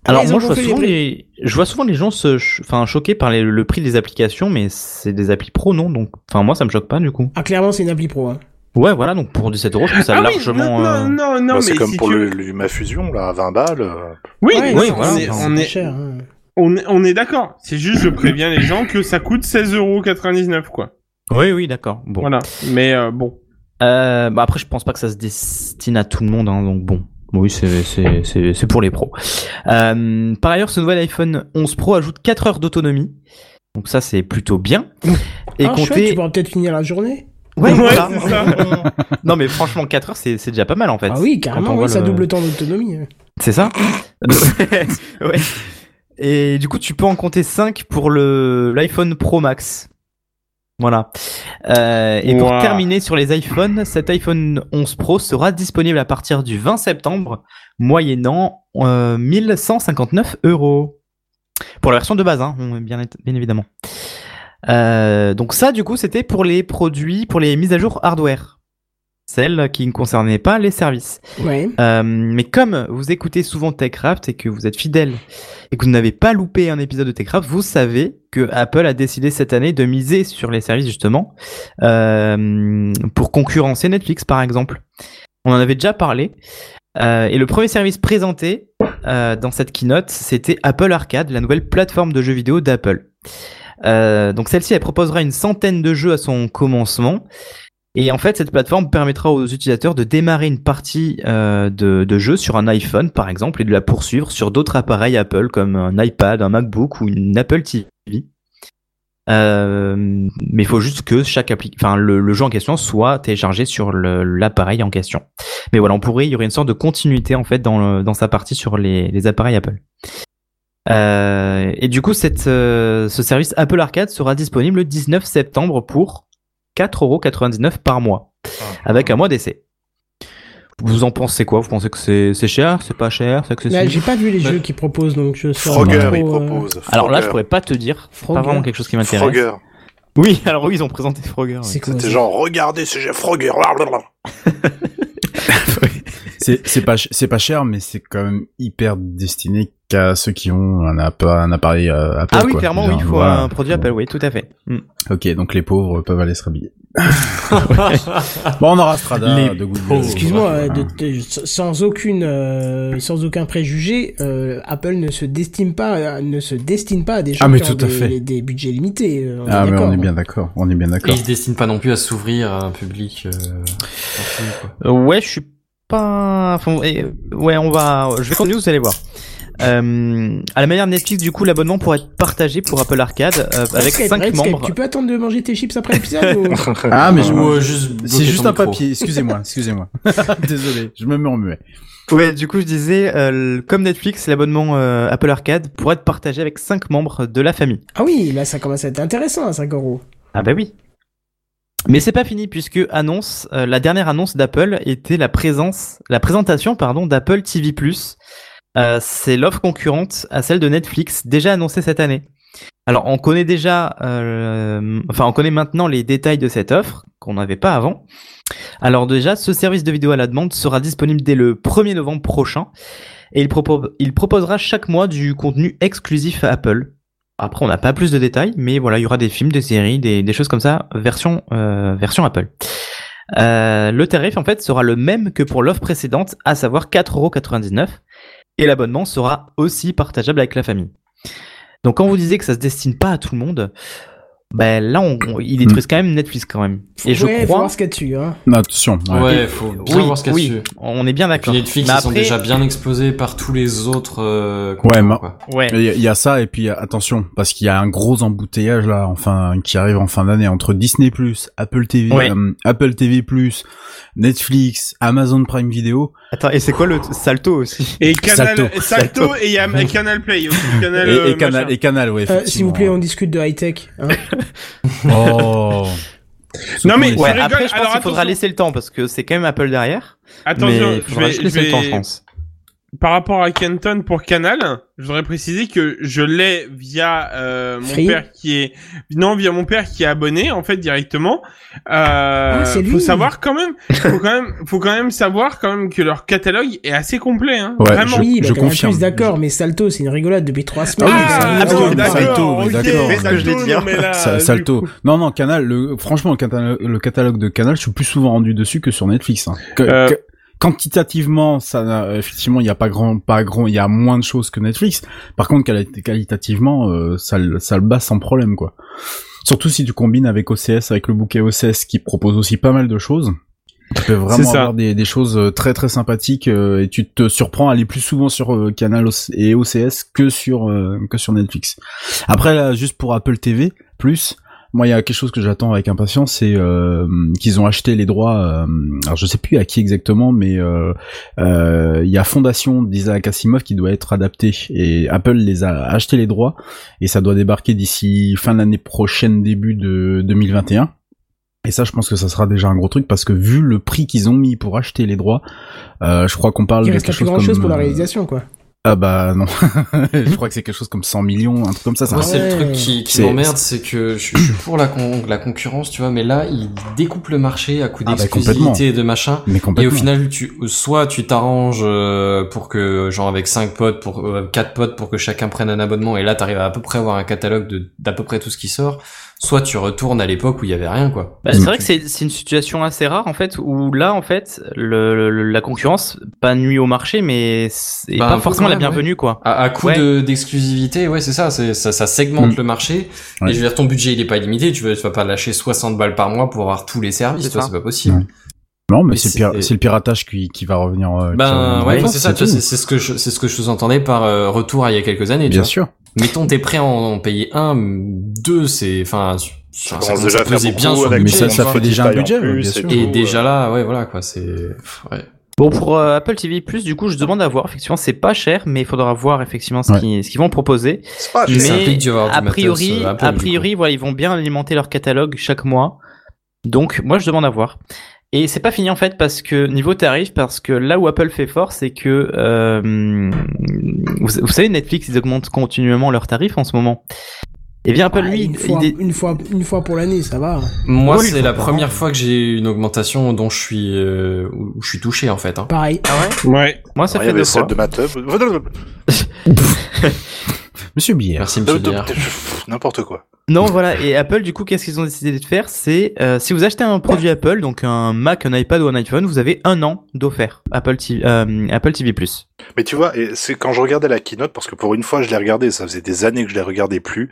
[SPEAKER 1] Alors
[SPEAKER 2] Ah, ils
[SPEAKER 1] moi,
[SPEAKER 2] ont
[SPEAKER 1] je vois,
[SPEAKER 2] gonflé les
[SPEAKER 1] souvent
[SPEAKER 2] prix.
[SPEAKER 1] les, je vois souvent les gens se, ch- enfin, choqués par les- le prix des applications, mais c'est des applis pro, non Donc, enfin, moi, ça me choque pas du coup.
[SPEAKER 2] Ah, clairement, c'est une appli pro. Hein.
[SPEAKER 1] Ouais, voilà. Donc pour 17 euros, je trouve ça
[SPEAKER 4] Ah oui,
[SPEAKER 1] largement.
[SPEAKER 4] non, non, non,
[SPEAKER 1] euh,
[SPEAKER 4] non,
[SPEAKER 9] Bah,
[SPEAKER 4] mais
[SPEAKER 9] c'est comme
[SPEAKER 4] si
[SPEAKER 9] pour
[SPEAKER 4] tu-
[SPEAKER 9] le- l'Uma Fusion, là, à 20 balles. euh,
[SPEAKER 4] Oui,
[SPEAKER 2] Ouais,
[SPEAKER 1] oui,
[SPEAKER 2] c'est-
[SPEAKER 1] voilà,
[SPEAKER 2] c'est-
[SPEAKER 1] enfin,
[SPEAKER 2] c'est
[SPEAKER 4] on
[SPEAKER 2] pas
[SPEAKER 4] est-
[SPEAKER 2] cher. hein.
[SPEAKER 4] On est, on est d'accord. C'est juste, je préviens les gens que ça coûte 16,99€ quoi.
[SPEAKER 1] Oui, oui, d'accord. Bon.
[SPEAKER 4] Voilà. Mais euh, bon.
[SPEAKER 1] Euh, bah après, je pense pas que ça se destine à tout le monde, hein, donc bon. Oui, c'est- c'est c'est- c'est pour les pros. Euh, par ailleurs, ce nouvel iPhone 11 Pro ajoute 4 heures d'autonomie. Donc ça, c'est plutôt bien. Et
[SPEAKER 2] Ah, chouette, tu
[SPEAKER 1] compter...
[SPEAKER 2] pourras peut-être finir la journée.
[SPEAKER 1] Ouais, voilà.
[SPEAKER 4] c'est ça.
[SPEAKER 1] non, mais franchement, 4 heures, c'est c'est déjà pas mal, en fait.
[SPEAKER 2] Ah oui,
[SPEAKER 1] Quand
[SPEAKER 2] carrément,
[SPEAKER 1] on
[SPEAKER 2] oui,
[SPEAKER 1] voit
[SPEAKER 2] ça
[SPEAKER 1] le-
[SPEAKER 2] double le temps d'autonomie. hein.
[SPEAKER 1] C'est ça Ouais. Et du coup, tu peux en compter 5 pour le l'iPhone Pro Max. Voilà. Euh, et pour
[SPEAKER 4] Ouah.
[SPEAKER 1] terminer sur les iPhones, cet iPhone 11 Pro sera disponible à partir du 20 septembre, moyennant euh, 1159 euros. Pour la version de base, hein, on- bien, bien évidemment. Euh, donc ça, du coup, c'était pour les produits, pour les mises à jour hardware. Celles qui ne concernaient pas les services.
[SPEAKER 2] Ouais.
[SPEAKER 1] Euh, mais comme vous écoutez souvent TechCraft et que vous êtes fidèle et que vous n'avez pas loupé un épisode de TechCraft, vous savez que Apple a décidé cette année de miser sur les services justement euh, pour concurrencer Netflix par exemple. On en avait déjà parlé. Euh, et le premier service présenté euh, dans cette keynote, c'était Apple Arcade, la nouvelle plateforme de jeux vidéo d'Apple. Euh, donc celle-ci, elle proposera une centaine de jeux à son commencement. Et en fait, cette plateforme permettra aux utilisateurs de démarrer une partie euh, de, de jeu sur un iPhone, par exemple, et de la poursuivre sur d'autres appareils Apple, comme un iPad, un MacBook ou une Apple TV. Euh, mais il faut juste que chaque appli, enfin le, le jeu en question soit téléchargé sur le- l'appareil en question. Mais voilà, on pourrait, il y aurait une sorte de continuité en fait dans, le- dans sa partie sur les, les appareils Apple. Euh, et du coup, cette, euh, ce service Apple Arcade sera disponible le 19 septembre pour 4,99€ par mois, avec un mois d'essai. Vous en pensez quoi Vous pensez que c'est c'est cher C'est pas cher C'est
[SPEAKER 2] Mais
[SPEAKER 1] accessible
[SPEAKER 2] j'ai pas vu les jeux qu'ils proposent, donc je sais
[SPEAKER 9] Frogger,
[SPEAKER 2] pas
[SPEAKER 9] il
[SPEAKER 2] trop, euh,
[SPEAKER 9] propose.
[SPEAKER 1] Alors là, je
[SPEAKER 9] Frogger.
[SPEAKER 1] pourrais pas te dire. C'est pas
[SPEAKER 2] Frogger.
[SPEAKER 1] vraiment quelque chose qui m'intéresse.
[SPEAKER 9] Frogger.
[SPEAKER 1] Oui, alors oui, ils ont présenté Frogger. oui.
[SPEAKER 2] C'est quoi
[SPEAKER 9] C'était
[SPEAKER 2] ça
[SPEAKER 9] genre, regardez ce jeu, Frogger. blablabla.
[SPEAKER 8] C'est c'est pas ch- c'est pas cher, mais c'est quand même hyper destiné qu'à ceux qui ont un, app- un appareil euh, Apple.
[SPEAKER 1] Ah oui,
[SPEAKER 8] quoi.
[SPEAKER 1] clairement, oui,
[SPEAKER 8] Genre,
[SPEAKER 1] il faut
[SPEAKER 8] voilà.
[SPEAKER 1] un produit Apple, oui, tout à fait. Mm.
[SPEAKER 8] Ok, donc les pauvres peuvent aller se rhabiller.
[SPEAKER 1] Ah.
[SPEAKER 8] bon, on aura Strada
[SPEAKER 1] Les
[SPEAKER 8] de Google.
[SPEAKER 1] pauvres.
[SPEAKER 2] Excuse-moi, euh, de- de- sans aucune, euh, sans aucun préjugé, euh, Apple ne se destine pas, euh, ne se destine pas à des jeux
[SPEAKER 8] Ah, mais
[SPEAKER 2] qui ont
[SPEAKER 8] tout à
[SPEAKER 2] des,
[SPEAKER 8] fait.
[SPEAKER 2] des budgets limités. euh,
[SPEAKER 8] Ah, mais
[SPEAKER 2] d'accord.
[SPEAKER 8] on est bien d'accord. On est bien
[SPEAKER 3] Et
[SPEAKER 8] d'accord.
[SPEAKER 3] il se destine pas non plus à s'ouvrir à un public. euh, infini, quoi.
[SPEAKER 1] Euh, ouais, je suis pas. enfin, eh, ouais, on va. Je vais continuer, vous allez voir. Euh, à la manière de Netflix, du coup, l'abonnement pourrait être partagé pour Apple Arcade
[SPEAKER 2] Ah,
[SPEAKER 1] euh, avec
[SPEAKER 2] Redscape,
[SPEAKER 1] 5
[SPEAKER 2] Redscape,
[SPEAKER 1] membres.
[SPEAKER 2] Tu peux attendre de manger tes chips après l'épisode ou...
[SPEAKER 8] Ah, mais je...
[SPEAKER 1] Ou, euh, juste
[SPEAKER 8] c'est
[SPEAKER 1] bloquer
[SPEAKER 8] juste
[SPEAKER 1] ton
[SPEAKER 8] un
[SPEAKER 1] micro.
[SPEAKER 8] papier. Excusez-moi, excusez-moi. Désolé, je me mets en muet.
[SPEAKER 1] Ouais, du coup, je disais, euh, le- comme Netflix, l'abonnement euh, Apple Arcade pourrait être partagé avec 5 membres de la famille.
[SPEAKER 2] Ah oui, là ça commence à être intéressant à 5 euros.
[SPEAKER 1] Ah bah oui. Mais c'est pas fini puisque annonce, euh, la dernière annonce d'Apple était la présence, la présentation pardon d'Apple TV+. Euh, c'est l'offre concurrente à celle de Netflix déjà annoncée cette année. Alors on connaît déjà, euh, enfin on connaît maintenant les détails de cette offre qu'on n'avait pas avant. Alors déjà, ce service de vidéo à la demande sera disponible dès le 1er novembre prochain et il, propo- il proposera chaque mois du contenu exclusif à Apple. Après, on n'a pas plus de détails, mais voilà, il y aura des films, des séries, des, des choses comme ça, version, euh, version Apple. Euh, le tarif, en fait, sera le même que pour l'offre précédente, à savoir 4,99€, et l'abonnement sera aussi partageable avec la famille. Donc, quand vous disiez que ça se destine pas à tout le monde, ben là, on, on- il détruise quand même Netflix quand même. Et je
[SPEAKER 2] ouais, faut
[SPEAKER 1] crois
[SPEAKER 2] voir ce qu'il y a dessus. Hein.
[SPEAKER 8] Attention.
[SPEAKER 3] Ouais, faut bien
[SPEAKER 1] Oui,
[SPEAKER 3] voir ce qu'il y a
[SPEAKER 1] oui,
[SPEAKER 3] dessus.
[SPEAKER 1] On est bien d'accord.
[SPEAKER 3] Netflix,
[SPEAKER 1] Mais
[SPEAKER 3] ils sont
[SPEAKER 1] après-
[SPEAKER 3] déjà bien explosés par tous les autres. euh,
[SPEAKER 8] Ouais,
[SPEAKER 3] concurrents,
[SPEAKER 8] ma-
[SPEAKER 3] quoi.
[SPEAKER 1] Ouais.
[SPEAKER 8] Il y a- il y, a ça et puis euh, attention parce qu'il y a un gros embouteillage là, enfin qui arrive en fin d'année entre Disney Apple TV,
[SPEAKER 1] Ouais.
[SPEAKER 8] euh, Apple TV Netflix, Amazon Prime Video.
[SPEAKER 1] Attends, et c'est quoi le salto aussi
[SPEAKER 4] Et Canal,
[SPEAKER 8] Salto.
[SPEAKER 4] Salto, et il y a et Canal Play aussi. Canal,
[SPEAKER 8] Et- et
[SPEAKER 4] euh,
[SPEAKER 8] Canal-
[SPEAKER 4] machin.
[SPEAKER 8] et Canal, ouais,
[SPEAKER 2] Euh, S'il vous plaît, on discute de high-tech. hein.
[SPEAKER 8] Oh.
[SPEAKER 4] Non, mais
[SPEAKER 1] Ouais,
[SPEAKER 4] je rigole.
[SPEAKER 1] après, je pense
[SPEAKER 4] Alors,
[SPEAKER 1] qu'il faudra
[SPEAKER 4] attention.
[SPEAKER 1] laisser le temps parce que c'est quand même Apple derrière.
[SPEAKER 4] Attention,
[SPEAKER 1] mais il
[SPEAKER 4] je
[SPEAKER 1] faudra
[SPEAKER 4] vais,
[SPEAKER 1] juste laisser
[SPEAKER 4] je
[SPEAKER 1] le temps,
[SPEAKER 4] vais-
[SPEAKER 1] je pense.
[SPEAKER 4] Par rapport à Kenton pour Canal, je voudrais préciser que je l'ai via euh, mon
[SPEAKER 2] Free
[SPEAKER 4] père qui est non via mon père qui est abonné en fait directement. Euh,
[SPEAKER 2] Ah, c'est lui.
[SPEAKER 4] faut savoir quand même, faut quand même, faut quand même savoir quand même que leur catalogue est assez complet. Hein,
[SPEAKER 8] Ouais,
[SPEAKER 4] vraiment.
[SPEAKER 2] oui, il a
[SPEAKER 8] Je
[SPEAKER 2] quand même
[SPEAKER 8] confirme.
[SPEAKER 2] plus d'accord, mais Salto, c'est une rigolade depuis 3 semaines.
[SPEAKER 4] Ah,
[SPEAKER 2] C'est-
[SPEAKER 4] bon,
[SPEAKER 8] Absolument,
[SPEAKER 4] d'accord,
[SPEAKER 8] Salto,
[SPEAKER 4] ok,
[SPEAKER 8] mais d'accord.
[SPEAKER 4] mais
[SPEAKER 8] C'est ce que je
[SPEAKER 1] voulais
[SPEAKER 4] Salto,
[SPEAKER 1] dire.
[SPEAKER 4] non, mais là,
[SPEAKER 8] Sa-
[SPEAKER 4] euh,
[SPEAKER 8] Salto.
[SPEAKER 4] du coup-
[SPEAKER 8] Non, non, Canal. Le, franchement, le catalogue, le catalogue de Canal, je suis plus souvent rendu dessus que sur Netflix. hein. Que-
[SPEAKER 4] Euh.
[SPEAKER 8] que- quantitativement, ça, n'a- effectivement, il y a pas grand, pas grand, il y a moins de choses que Netflix. Par contre, quali- qualitativement, euh, ça, le- ça le bat sans problème, quoi. Surtout si tu combines avec OCS, avec le bouquet OCS qui propose aussi pas mal de choses. Tu
[SPEAKER 4] C'est
[SPEAKER 8] peux vraiment
[SPEAKER 4] ça.
[SPEAKER 8] avoir des, des choses euh, très très sympathiques euh, et tu te surprends à aller plus souvent sur euh, Canal OC- et OCS que sur euh, que sur Netflix. Après là, juste pour Apple TV plus moi, il y a quelque chose que j'attends avec impatience, c'est euh, qu'ils ont acheté les droits. euh, alors, je sais plus à qui exactement, mais euh, euh, il y a Fondation d'Isaac Asimov qui doit être adaptée et Apple les a acheté les droits et ça doit débarquer d'ici fin de l'année prochaine, début de 2021. Et ça, je pense que ça sera déjà un gros truc parce que vu le prix qu'ils ont mis pour acheter les droits, euh, je crois qu'on parle
[SPEAKER 2] Il
[SPEAKER 8] de
[SPEAKER 2] reste
[SPEAKER 8] quelque
[SPEAKER 2] plus
[SPEAKER 8] chose
[SPEAKER 2] grand
[SPEAKER 8] comme
[SPEAKER 2] chose pour la
[SPEAKER 8] euh,
[SPEAKER 2] réalisation, quoi.
[SPEAKER 8] Ah bah non, je crois que c'est quelque chose comme 100 millions, un truc comme ça. c'est
[SPEAKER 3] Moi,
[SPEAKER 8] un-
[SPEAKER 3] c'est le
[SPEAKER 2] ouais.
[SPEAKER 3] truc qui, qui
[SPEAKER 8] C'est-
[SPEAKER 3] m'emmerde, c'est que je, suis- je suis pour la, con- la concurrence, tu vois, mais là, ils découpent le marché à coup
[SPEAKER 8] Ah bah,
[SPEAKER 3] d'exclusivité
[SPEAKER 8] complètement.
[SPEAKER 3] et de machin.
[SPEAKER 8] Mais
[SPEAKER 3] Et au
[SPEAKER 8] complètement.
[SPEAKER 3] final, tu, soit tu t'arranges euh, pour que, genre avec 5 potes, pour euh, quatre potes, pour que chacun prenne un abonnement, et là, t'arrives à à peu près avoir un catalogue de- d'à peu près tout ce qui sort, soit tu retournes à l'époque où il y avait rien, quoi.
[SPEAKER 1] Bah, c'est vrai que c'est c'est une situation assez rare en fait où là en fait le, le- la concurrence pas nuit au marché mais c'est
[SPEAKER 3] Bah, un
[SPEAKER 1] pas
[SPEAKER 3] peu
[SPEAKER 1] forcément
[SPEAKER 3] quand
[SPEAKER 1] la
[SPEAKER 3] même, ouais.
[SPEAKER 1] bienvenue quoi.
[SPEAKER 3] À, à coup
[SPEAKER 1] Ouais.
[SPEAKER 3] de- d'exclusivité, ouais, c'est ça, c'est- ça, ça segmente
[SPEAKER 8] Mm.
[SPEAKER 3] le marché.
[SPEAKER 8] Ouais.
[SPEAKER 3] Et je veux dire, ton budget, il est pas illimité, tu vas, tu vas pas lâcher 60 balles par mois pour avoir tous les services,
[SPEAKER 1] C'est
[SPEAKER 3] tu vois,
[SPEAKER 1] ça.
[SPEAKER 3] c'est pas possible.
[SPEAKER 8] Ouais. Non, mais,
[SPEAKER 3] Mais
[SPEAKER 8] c'est le,
[SPEAKER 3] c'est-
[SPEAKER 8] pira- c'est le piratage qui, qui va revenir. euh, qui
[SPEAKER 3] Ben
[SPEAKER 8] reviendra en
[SPEAKER 3] ouais,
[SPEAKER 8] force,
[SPEAKER 3] c'est ça, tu vois,
[SPEAKER 8] tout.
[SPEAKER 3] c'est c'est ce que je, c'est ce que je sous-entendais par euh, retour à il y a quelques années. tu
[SPEAKER 8] Bien
[SPEAKER 3] vois.
[SPEAKER 8] sûr.
[SPEAKER 3] Mettons t'es prêt à en, en payer un, deux, c'est enfin su- ça,
[SPEAKER 9] Ça commence
[SPEAKER 3] commence
[SPEAKER 9] déjà
[SPEAKER 3] à
[SPEAKER 9] à faire
[SPEAKER 3] peser
[SPEAKER 9] beaucoup
[SPEAKER 3] bien sur le
[SPEAKER 9] avec
[SPEAKER 8] Mais
[SPEAKER 3] budget,
[SPEAKER 8] ça,
[SPEAKER 9] les
[SPEAKER 8] ça
[SPEAKER 3] tu vois.
[SPEAKER 8] fait déjà un
[SPEAKER 9] détails en
[SPEAKER 8] budget,
[SPEAKER 9] plus
[SPEAKER 8] bien
[SPEAKER 9] et
[SPEAKER 8] sûr.
[SPEAKER 9] tout,
[SPEAKER 3] Et
[SPEAKER 9] euh,
[SPEAKER 3] déjà là, ouais, voilà quoi, c'est ouais.
[SPEAKER 1] Bon pour euh, Apple TV Plus du coup je demande à voir effectivement c'est pas cher mais il faudra voir effectivement ce
[SPEAKER 8] Ouais.
[SPEAKER 1] qu'ils ce qu'ils vont proposer.
[SPEAKER 9] C'est pas
[SPEAKER 3] ça
[SPEAKER 1] mais
[SPEAKER 3] implique d'y avoir du
[SPEAKER 1] a
[SPEAKER 3] matos,
[SPEAKER 1] priori
[SPEAKER 3] euh, Apple,
[SPEAKER 1] a
[SPEAKER 3] du
[SPEAKER 1] priori voilà ils vont bien alimenter leur catalogue chaque mois donc moi je demande à voir et c'est pas fini en fait parce que niveau tarif parce que là où Apple fait fort c'est que euh, vous, vous savez Netflix ils augmentent continuellement leurs tarifs en ce moment et bien Apple
[SPEAKER 2] Ah,
[SPEAKER 1] lui
[SPEAKER 2] une,
[SPEAKER 1] il
[SPEAKER 2] fois,
[SPEAKER 1] dé-
[SPEAKER 2] une, fois, une fois pour l'année, ça va.
[SPEAKER 3] Moi,
[SPEAKER 1] Ouais,
[SPEAKER 3] c'est
[SPEAKER 1] il
[SPEAKER 3] la
[SPEAKER 1] faut-
[SPEAKER 3] première fois que j'ai une augmentation dont je suis euh, où où je suis touché en fait. Hein.
[SPEAKER 2] Pareil.
[SPEAKER 9] Ah
[SPEAKER 4] Ouais.
[SPEAKER 1] moi ça
[SPEAKER 9] Il y
[SPEAKER 1] fait
[SPEAKER 9] avait
[SPEAKER 1] deux fois
[SPEAKER 9] celle de ma teub.
[SPEAKER 8] Monsieur Bière.
[SPEAKER 3] Merci Monsieur Bière.
[SPEAKER 9] N'importe quoi.
[SPEAKER 1] Non, voilà. Et Apple, du coup, qu'est-ce qu'ils ont décidé de faire C'est euh, si vous achetez un produit Apple, donc un Mac, un iPad ou un iPhone, vous avez un an d'offert Apple TV, euh, Apple TV+.
[SPEAKER 9] Mais tu vois, et c'est quand je regardais la keynote, parce que pour une fois je l'ai regardé, ça faisait des années que je l'ai regardé plus.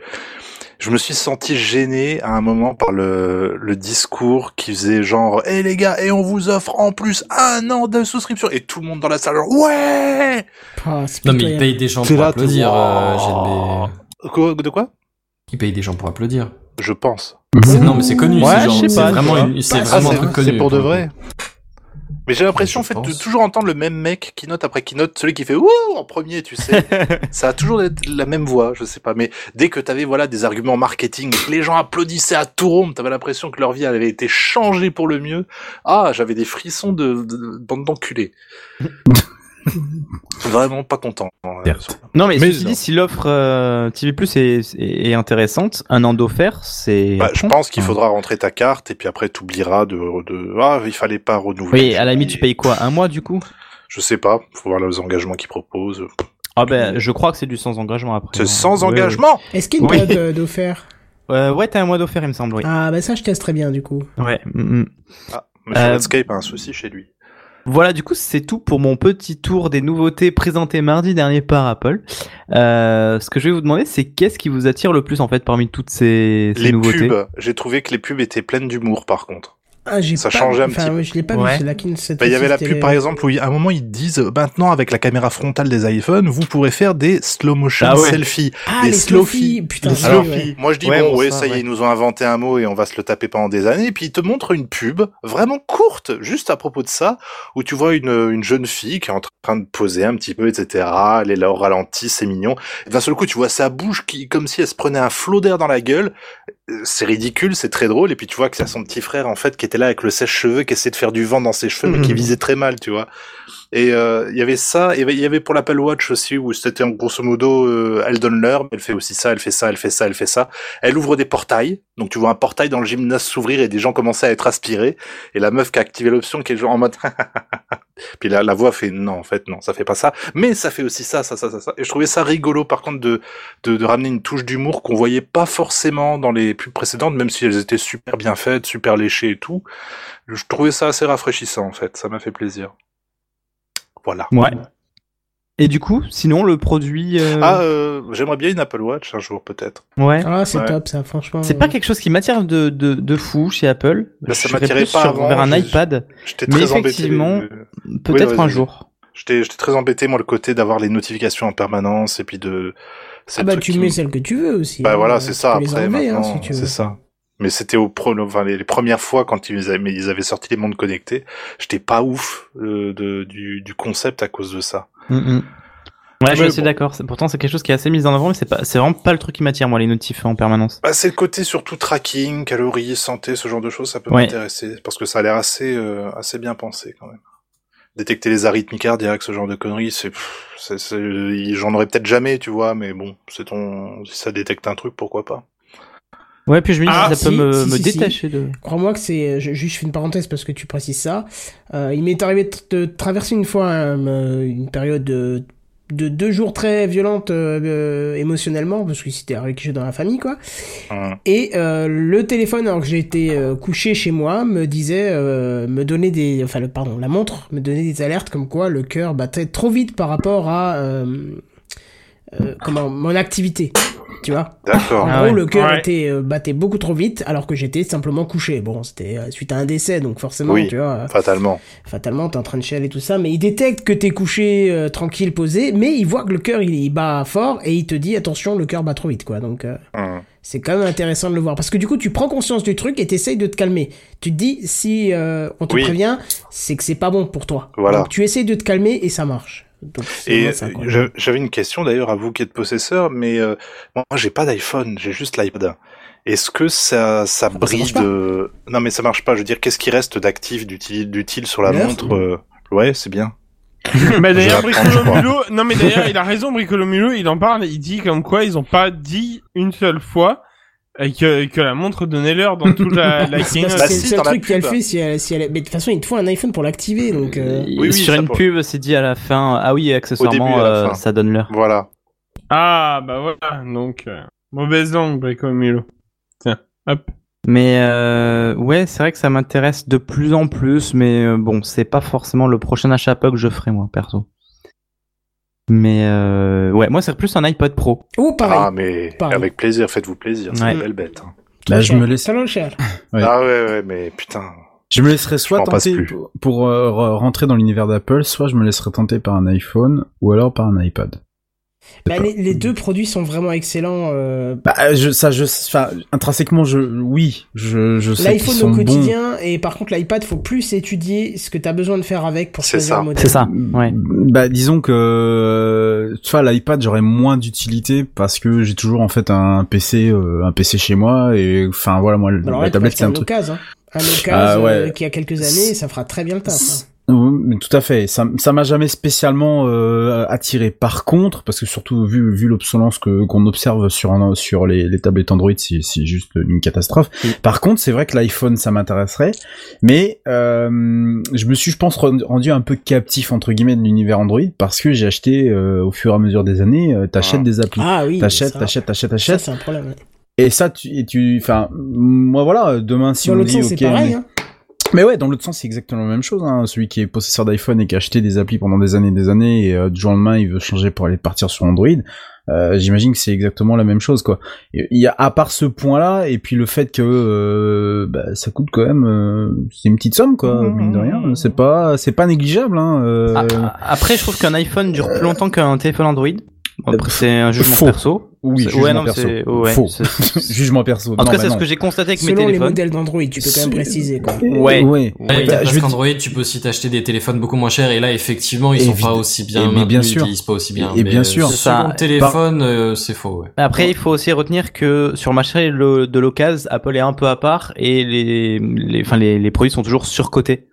[SPEAKER 9] je me suis senti gêné à un moment par le, le discours qui faisait genre Eh les gars, et on vous offre en plus un an de souscription !» Et tout le monde dans la salle genre « Ouais !»
[SPEAKER 2] Ah,
[SPEAKER 3] Non, mais ils payent des gens
[SPEAKER 9] T'es
[SPEAKER 3] pour
[SPEAKER 9] là,
[SPEAKER 3] applaudir,
[SPEAKER 9] t'es-
[SPEAKER 3] euh, GNB.
[SPEAKER 9] De quoi
[SPEAKER 3] Ils payent des gens pour applaudir.
[SPEAKER 9] Je pense.
[SPEAKER 3] C'est- Non, mais c'est connu,
[SPEAKER 9] Ouais,
[SPEAKER 3] c'est genre-
[SPEAKER 9] je sais
[SPEAKER 3] c'est
[SPEAKER 9] pas, tu
[SPEAKER 3] vraiment,
[SPEAKER 9] vois.
[SPEAKER 3] une- c'est
[SPEAKER 9] Ah,
[SPEAKER 3] vraiment un
[SPEAKER 9] c'est-
[SPEAKER 3] truc
[SPEAKER 9] c'est
[SPEAKER 3] connu.
[SPEAKER 9] pour de
[SPEAKER 3] le
[SPEAKER 9] vrai.
[SPEAKER 3] coup.
[SPEAKER 9] Mais j'ai l'impression en fait de toujours entendre le même mec qui note après qui note, celui qui fait wouh en premier, tu sais. ça a toujours été la même voix, je sais pas. Mais dès que t'avais voilà des arguments marketing, que les gens applaudissaient à tout rond, t'avais l'impression que leur vie elle avait été changée pour le mieux. Ah, j'avais des frissons de, de- de- bande d'enculés. Vraiment pas content. hein,
[SPEAKER 1] Non, mais, ceci dit, si l'offre euh, TV Plus est, est- est intéressante, un an d'offert, c'est.
[SPEAKER 9] Bah, je pense qu'il
[SPEAKER 1] Mmh.
[SPEAKER 9] faudra rentrer ta carte et puis après t'oublieras de, de ah il fallait pas renouveler.
[SPEAKER 1] Oui, à la limite, tu payes quoi Un mois du coup
[SPEAKER 9] Je sais pas, faut voir les engagements qu'ils proposent.
[SPEAKER 1] Ah ben, je crois que c'est du sans engagement après.
[SPEAKER 9] C'est
[SPEAKER 1] hein.
[SPEAKER 9] sans
[SPEAKER 1] Ouais,
[SPEAKER 9] engagement
[SPEAKER 1] ouais.
[SPEAKER 2] Est-ce qu'il y a une
[SPEAKER 1] Oui.
[SPEAKER 2] période euh, d'offert
[SPEAKER 1] Euh, ouais, t'as un mois d'offert, il me semble, oui.
[SPEAKER 2] Ah, bah ça, je casse très bien du coup.
[SPEAKER 1] Ouais. mm, mm.
[SPEAKER 9] Monsieur
[SPEAKER 1] Euh,
[SPEAKER 9] Ah, Netscape a un souci chez lui.
[SPEAKER 1] Voilà, du coup, c'est tout pour mon petit tour des nouveautés présentées mardi dernier par Apple. Euh, ce que je vais vous demander, c'est qu'est-ce qui vous attire le plus en fait parmi toutes ces, ces
[SPEAKER 9] Les
[SPEAKER 1] nouveautés
[SPEAKER 9] pubs, j'ai trouvé que les pubs étaient pleines d'humour par contre.
[SPEAKER 2] Ah, j'ai
[SPEAKER 9] Ça
[SPEAKER 2] pas-
[SPEAKER 9] changeait un
[SPEAKER 2] enfin,
[SPEAKER 9] petit peu.
[SPEAKER 2] ouais, je l'ai pas
[SPEAKER 9] Ouais.
[SPEAKER 2] vu, c'est la kin- cette
[SPEAKER 9] Bah, Il y avait la
[SPEAKER 2] fois-ci,
[SPEAKER 9] pub
[SPEAKER 2] c'était- euh,
[SPEAKER 9] par exemple où il- à un moment ils disent euh, maintenant avec la caméra frontale des iPhones vous pourrez faire des slow motion
[SPEAKER 1] Ah ouais.
[SPEAKER 9] selfies,
[SPEAKER 2] Ah,
[SPEAKER 9] des
[SPEAKER 2] les
[SPEAKER 9] slow-fi.
[SPEAKER 2] slow-fi, putain,
[SPEAKER 9] Des
[SPEAKER 2] j'ai
[SPEAKER 9] slow-fi.
[SPEAKER 2] vu, ouais.
[SPEAKER 9] Moi je dis
[SPEAKER 1] Ouais,
[SPEAKER 9] bon,
[SPEAKER 1] bon,
[SPEAKER 9] ouais
[SPEAKER 1] ça,
[SPEAKER 9] ça y est
[SPEAKER 1] ouais.
[SPEAKER 9] ils nous ont inventé un mot et on va se le taper pendant des années et puis ils te montrent une pub vraiment courte juste à propos de ça où tu vois une, une jeune fille qui est en train de poser un petit peu etc elle est là au ralenti c'est mignon Et d'un seul coup tu vois sa bouche qui comme si elle se prenait un flot d'air dans la gueule Euh, c'est ridicule, c'est très drôle, et puis tu vois que c'est son petit frère en fait qui était là avec le sèche-cheveux, qui essayait de faire du vent dans ses cheveux, mais qui
[SPEAKER 2] Mhm.
[SPEAKER 9] visait très mal, tu vois. Et euh, il y avait ça, et il y avait pour l'Apple Watch aussi, où c'était en grosso modo, euh, elle donne l'heure, mais elle fait aussi ça, elle fait ça, elle fait ça, elle fait ça. Elle ouvre des portails, donc tu vois un portail dans le gymnase s'ouvrir et des gens commencer à être aspirés, et la meuf qui a activé l'option qui est genre en mode... Puis là, la voix fait non, en fait, non, ça fait pas ça. Mais ça fait aussi ça, ça, ça, ça, ça. Et je trouvais ça rigolo, par contre, de, de, de ramener une touche d'humour qu'on voyait pas forcément dans les pubs précédentes, même si elles étaient super bien faites, super léchées et tout. Je trouvais ça assez rafraîchissant, en fait. Ça m'a fait plaisir. Voilà.
[SPEAKER 1] Ouais. Et du coup, sinon, le produit. euh,
[SPEAKER 9] Ah, euh, j'aimerais bien une Apple Watch un jour, peut-être.
[SPEAKER 1] ouais.
[SPEAKER 2] Ah, c'est
[SPEAKER 9] Ouais.
[SPEAKER 2] top ça, franchement. Ah,
[SPEAKER 1] C'est pas quelque chose qui m'attire de, de, de fou chez Apple.
[SPEAKER 9] Bah, ça
[SPEAKER 1] Je serais
[SPEAKER 9] m'attirait
[SPEAKER 1] plus
[SPEAKER 9] pas
[SPEAKER 1] sur-
[SPEAKER 9] avant,
[SPEAKER 1] vers un
[SPEAKER 9] je-
[SPEAKER 1] iPad.
[SPEAKER 9] J'étais
[SPEAKER 1] Mais
[SPEAKER 9] très embêté.
[SPEAKER 1] effectivement,
[SPEAKER 9] euh,
[SPEAKER 1] peut-être
[SPEAKER 9] oui,
[SPEAKER 1] un
[SPEAKER 9] vas-y.
[SPEAKER 1] jour.
[SPEAKER 9] J'étais j'étais très embêté, moi, le côté d'avoir les notifications en permanence et puis de. c'est
[SPEAKER 2] Ah,
[SPEAKER 9] le
[SPEAKER 2] bah
[SPEAKER 9] truc
[SPEAKER 2] tu
[SPEAKER 9] qui
[SPEAKER 2] mets
[SPEAKER 9] me-
[SPEAKER 2] celle que tu veux aussi.
[SPEAKER 9] Bah
[SPEAKER 2] hein,
[SPEAKER 9] voilà,
[SPEAKER 2] tu
[SPEAKER 9] c'est ça
[SPEAKER 2] peux les
[SPEAKER 9] après
[SPEAKER 2] enlever, hein,
[SPEAKER 9] maintenant,
[SPEAKER 2] si tu veux.
[SPEAKER 9] c'est ça. Mais c'était au pro, enfin les, les premières fois quand ils avaient, ils avaient sorti les mondes connectés, j'étais pas ouf euh, de, du, du concept à cause de ça.
[SPEAKER 1] Mm, mm. Ouais, je
[SPEAKER 9] Mais
[SPEAKER 1] suis
[SPEAKER 9] bon.
[SPEAKER 1] d'accord. C'est- Pourtant, c'est quelque chose qui est assez mis en avant, mais c'est pas, c'est vraiment pas le truc qui m'attire, moi, les notifs en permanence.
[SPEAKER 9] Bah, c'est le côté surtout tracking, calories, santé, ce genre de choses, ça peut
[SPEAKER 1] Ouais.
[SPEAKER 9] m'intéresser parce que ça a l'air assez euh, assez bien pensé quand même. Détecter les arythmies cardiaques, ce genre de conneries, c'est, pff, c'est- c'est- j'en aurais peut-être jamais, tu vois, mais bon, c'est ton, si ça détecte un truc, pourquoi pas.
[SPEAKER 1] Ouais, puis je me dis,
[SPEAKER 2] Ah,
[SPEAKER 1] ça peut
[SPEAKER 2] si,
[SPEAKER 1] me,
[SPEAKER 2] si,
[SPEAKER 1] me
[SPEAKER 2] si, si.
[SPEAKER 1] détacher de.
[SPEAKER 2] Crois-moi que c'est. Je, juste, je fais une parenthèse parce que tu précises ça. Euh, il m'est arrivé de, de traverser une fois euh, une période de, de deux jours très violente euh, euh, émotionnellement, parce que c'était arrivé quelque chose dans la famille, quoi.
[SPEAKER 9] Hum.
[SPEAKER 2] Et euh, le téléphone, alors que j'étais euh, couché chez moi, me disait, euh, me donnait des, enfin, le, pardon, la montre me donnait des alertes comme quoi le cœur battait trop vite par rapport à euh, euh, comment mon activité, tu vois.
[SPEAKER 9] D'accord.
[SPEAKER 2] En
[SPEAKER 1] Ah
[SPEAKER 2] gros,
[SPEAKER 1] ouais.
[SPEAKER 2] le cœur
[SPEAKER 4] Ouais.
[SPEAKER 2] était, euh, battait beaucoup trop vite alors que j'étais simplement couché. Bon, c'était euh, suite à un décès, donc forcément,
[SPEAKER 9] Oui.
[SPEAKER 2] tu vois, euh,
[SPEAKER 9] Fatalement.
[SPEAKER 2] fatalement, t'es en train de chialer tout ça, mais il détecte que t'es couché, euh, tranquille, posé, mais il voit que le cœur, il, il bat fort et il te dit, attention, le cœur bat trop vite, quoi. Donc, euh,
[SPEAKER 9] Hum.
[SPEAKER 2] c'est quand même intéressant de le voir. Parce que du coup, tu prends conscience du truc et t'essayes de te calmer. Tu te dis, si euh, on te
[SPEAKER 9] Oui.
[SPEAKER 2] prévient, c'est que c'est pas bon pour toi.
[SPEAKER 9] Voilà.
[SPEAKER 2] Donc, tu essayes de te calmer et ça marche. Donc, c'est
[SPEAKER 9] Et
[SPEAKER 2] vraiment ça, quoi.
[SPEAKER 9] j'a- j'avais une question d'ailleurs à vous qui êtes possesseur, mais euh, moi j'ai pas d'iPhone, j'ai juste l'iPad. Est-ce que ça, ça
[SPEAKER 2] Bah, marche
[SPEAKER 9] bride
[SPEAKER 2] pas.
[SPEAKER 9] euh, Non mais ça marche pas. Je veux dire, qu'est-ce qui reste d'actif, d'utile, d'utile sur la
[SPEAKER 2] L'heure.
[SPEAKER 9] montre euh, Ouais, c'est bien.
[SPEAKER 4] Bah d'ailleurs,
[SPEAKER 9] Je vais apprendre, je crois.
[SPEAKER 4] Bricolomulo, non mais d'ailleurs, il a raison, Bricolomulo, il en parle, il dit comme quoi ils ont pas dit une seule fois euh, que, que la montre donnait l'heure dans toute la, la
[SPEAKER 2] C'est parce que
[SPEAKER 4] keynote.
[SPEAKER 9] Bah
[SPEAKER 2] c'est le
[SPEAKER 9] si,
[SPEAKER 2] seul
[SPEAKER 9] dans la
[SPEAKER 2] truc qu'elle
[SPEAKER 9] pub.
[SPEAKER 2] fait si elle, si elle... Mais de toute façon, il te faut un iPhone pour l'activer, donc... euh,
[SPEAKER 1] Et
[SPEAKER 9] oui,
[SPEAKER 1] sur
[SPEAKER 9] ça
[SPEAKER 1] une
[SPEAKER 9] pour-
[SPEAKER 1] pub, c'est dit à la fin. Ah oui, accessoirement,
[SPEAKER 9] à la
[SPEAKER 1] euh,
[SPEAKER 9] fin.
[SPEAKER 1] ça donne l'heure.
[SPEAKER 9] Voilà.
[SPEAKER 4] Ah bah voilà, donc euh, mauvaise langue, Bricolomulo. Tiens, hop.
[SPEAKER 1] Mais euh, ouais, c'est vrai que ça m'intéresse de plus en plus, mais euh, bon, c'est pas forcément le prochain achat Apple que je ferai moi, perso. Mais euh, ouais, moi c'est plus un iPod Pro.
[SPEAKER 2] Oh, pareil.
[SPEAKER 9] Ah, mais
[SPEAKER 2] Pareil.
[SPEAKER 9] avec plaisir, faites-vous plaisir. C'est
[SPEAKER 1] Ouais.
[SPEAKER 9] une belle bête. hein.
[SPEAKER 8] Là, Bah, je me laisse.
[SPEAKER 2] Ça l'en cher.
[SPEAKER 8] Ouais.
[SPEAKER 9] Ah ouais, ouais, mais putain.
[SPEAKER 8] Je me laisserais soit
[SPEAKER 9] m'en passe
[SPEAKER 8] tenter
[SPEAKER 9] plus.
[SPEAKER 8] pour, pour, euh, re- rentrer dans l'univers d'Apple, soit je me laisserais tenter par un iPhone ou alors par un iPad.
[SPEAKER 2] Bah, les, les deux produits sont vraiment excellents. euh,
[SPEAKER 8] Bah, euh, je, ça, je, enfin, intrinsèquement, je, oui, je, je sais qu'ils
[SPEAKER 2] L'iPhone
[SPEAKER 8] sont
[SPEAKER 2] au
[SPEAKER 8] bons.
[SPEAKER 2] quotidien et par contre l'iPad, faut plus étudier ce que t'as besoin de faire avec pour
[SPEAKER 9] C'est
[SPEAKER 2] choisir
[SPEAKER 9] ça.
[SPEAKER 2] le modèle.
[SPEAKER 1] C'est ça. Ouais.
[SPEAKER 8] Ah, Bah, disons que, euh, tu vois, l'iPad, j'aurais moins d'utilité parce que j'ai toujours en fait un PC, euh, un PC chez moi et, enfin, voilà, moi, le-
[SPEAKER 2] Bah, Alors
[SPEAKER 8] la
[SPEAKER 2] là, tu
[SPEAKER 8] tablette,
[SPEAKER 2] peux
[SPEAKER 8] c'est un
[SPEAKER 2] acheter un
[SPEAKER 8] truc.
[SPEAKER 2] occasion. Hein. Un occasion
[SPEAKER 8] Ah, ouais.
[SPEAKER 2] euh, qui a quelques années, ça fera très bien le taf. hein.
[SPEAKER 8] Oui, mais tout à fait. Ça, ça m'a jamais spécialement euh, attiré. Par contre, parce que surtout vu vu l'obsolence que qu'on observe sur un, sur les, les tablettes Android, c'est c'est juste une catastrophe. Par contre, c'est vrai que l'iPhone, ça m'intéresserait, mais euh, je me suis, je pense, rendu- rendu un peu captif entre guillemets de l'univers Android parce que j'ai acheté euh, au fur et à mesure des années, euh, t'achètes
[SPEAKER 9] Ah.
[SPEAKER 8] des applis.
[SPEAKER 2] Ah oui.
[SPEAKER 8] T'achètes,
[SPEAKER 2] ça-
[SPEAKER 8] t'achètes, t'achètes,
[SPEAKER 2] Ça,
[SPEAKER 8] t'achètes.
[SPEAKER 2] c'est un problème. ouais.
[SPEAKER 8] Et ça, tu, et tu, enfin, moi voilà, demain si
[SPEAKER 2] Dans
[SPEAKER 8] on me
[SPEAKER 2] l'autre
[SPEAKER 8] dit,
[SPEAKER 2] sens,
[SPEAKER 8] ok,
[SPEAKER 2] c'est pareil.
[SPEAKER 8] mais-
[SPEAKER 2] hein.
[SPEAKER 8] mais ouais, dans l'autre sens, c'est exactement la même chose. Hein. Celui qui est possesseur d'iPhone et qui a acheté des applis pendant des années et des années, et euh, du jour au lendemain, il veut changer pour aller partir sur Android. euh, J'imagine que c'est exactement la même chose, quoi. Et Il y a à part ce point-là, et puis le fait que euh, bah, ça coûte quand même, euh, c'est une petite somme, quoi,
[SPEAKER 2] Mmh,
[SPEAKER 8] mine de rien. C'est pas, c'est pas négligeable, hein. euh,
[SPEAKER 1] Ah, ah, après, je trouve qu'un iPhone dure plus longtemps qu'un téléphone Android. Bon, après, c'est un jugement
[SPEAKER 8] Euh, Faux.
[SPEAKER 1] perso.
[SPEAKER 8] oui,
[SPEAKER 1] c'est-
[SPEAKER 8] jugement
[SPEAKER 1] ouais, non,
[SPEAKER 8] perso.
[SPEAKER 1] c'est- ouais,
[SPEAKER 8] Faux.
[SPEAKER 1] c'est-
[SPEAKER 8] jugement
[SPEAKER 1] En
[SPEAKER 8] perso.
[SPEAKER 1] tout
[SPEAKER 8] Non,
[SPEAKER 1] cas,
[SPEAKER 8] bah
[SPEAKER 1] c'est ce
[SPEAKER 8] non.
[SPEAKER 1] que j'ai constaté avec mes
[SPEAKER 2] Selon les
[SPEAKER 1] téléphones.
[SPEAKER 2] modèles d'AndRoid, tu peux quand même
[SPEAKER 8] C'est-
[SPEAKER 2] préciser.
[SPEAKER 9] Ah,
[SPEAKER 2] Quoi.
[SPEAKER 1] Ouais.
[SPEAKER 8] ouais.
[SPEAKER 3] Ouais,
[SPEAKER 8] Bah,
[SPEAKER 3] parce
[SPEAKER 8] je vais te-
[SPEAKER 3] qu'Android, tu peux aussi t'acheter des téléphones beaucoup moins chers et là effectivement ils sont
[SPEAKER 8] Évi-
[SPEAKER 3] pas aussi bien
[SPEAKER 8] et- mais bien
[SPEAKER 3] maintenus,
[SPEAKER 8] sûr.
[SPEAKER 3] ils vieillissent pas aussi bien.
[SPEAKER 8] Et bien
[SPEAKER 3] mais
[SPEAKER 8] sûr.
[SPEAKER 1] Ça-
[SPEAKER 3] Selon le téléphone, euh, c'est faux. Ouais.
[SPEAKER 1] Après, il faut aussi retenir que sur le marché le- de l'occasion, Apple est un peu à part et les, les, enfin, les, les produits sont toujours surcotés.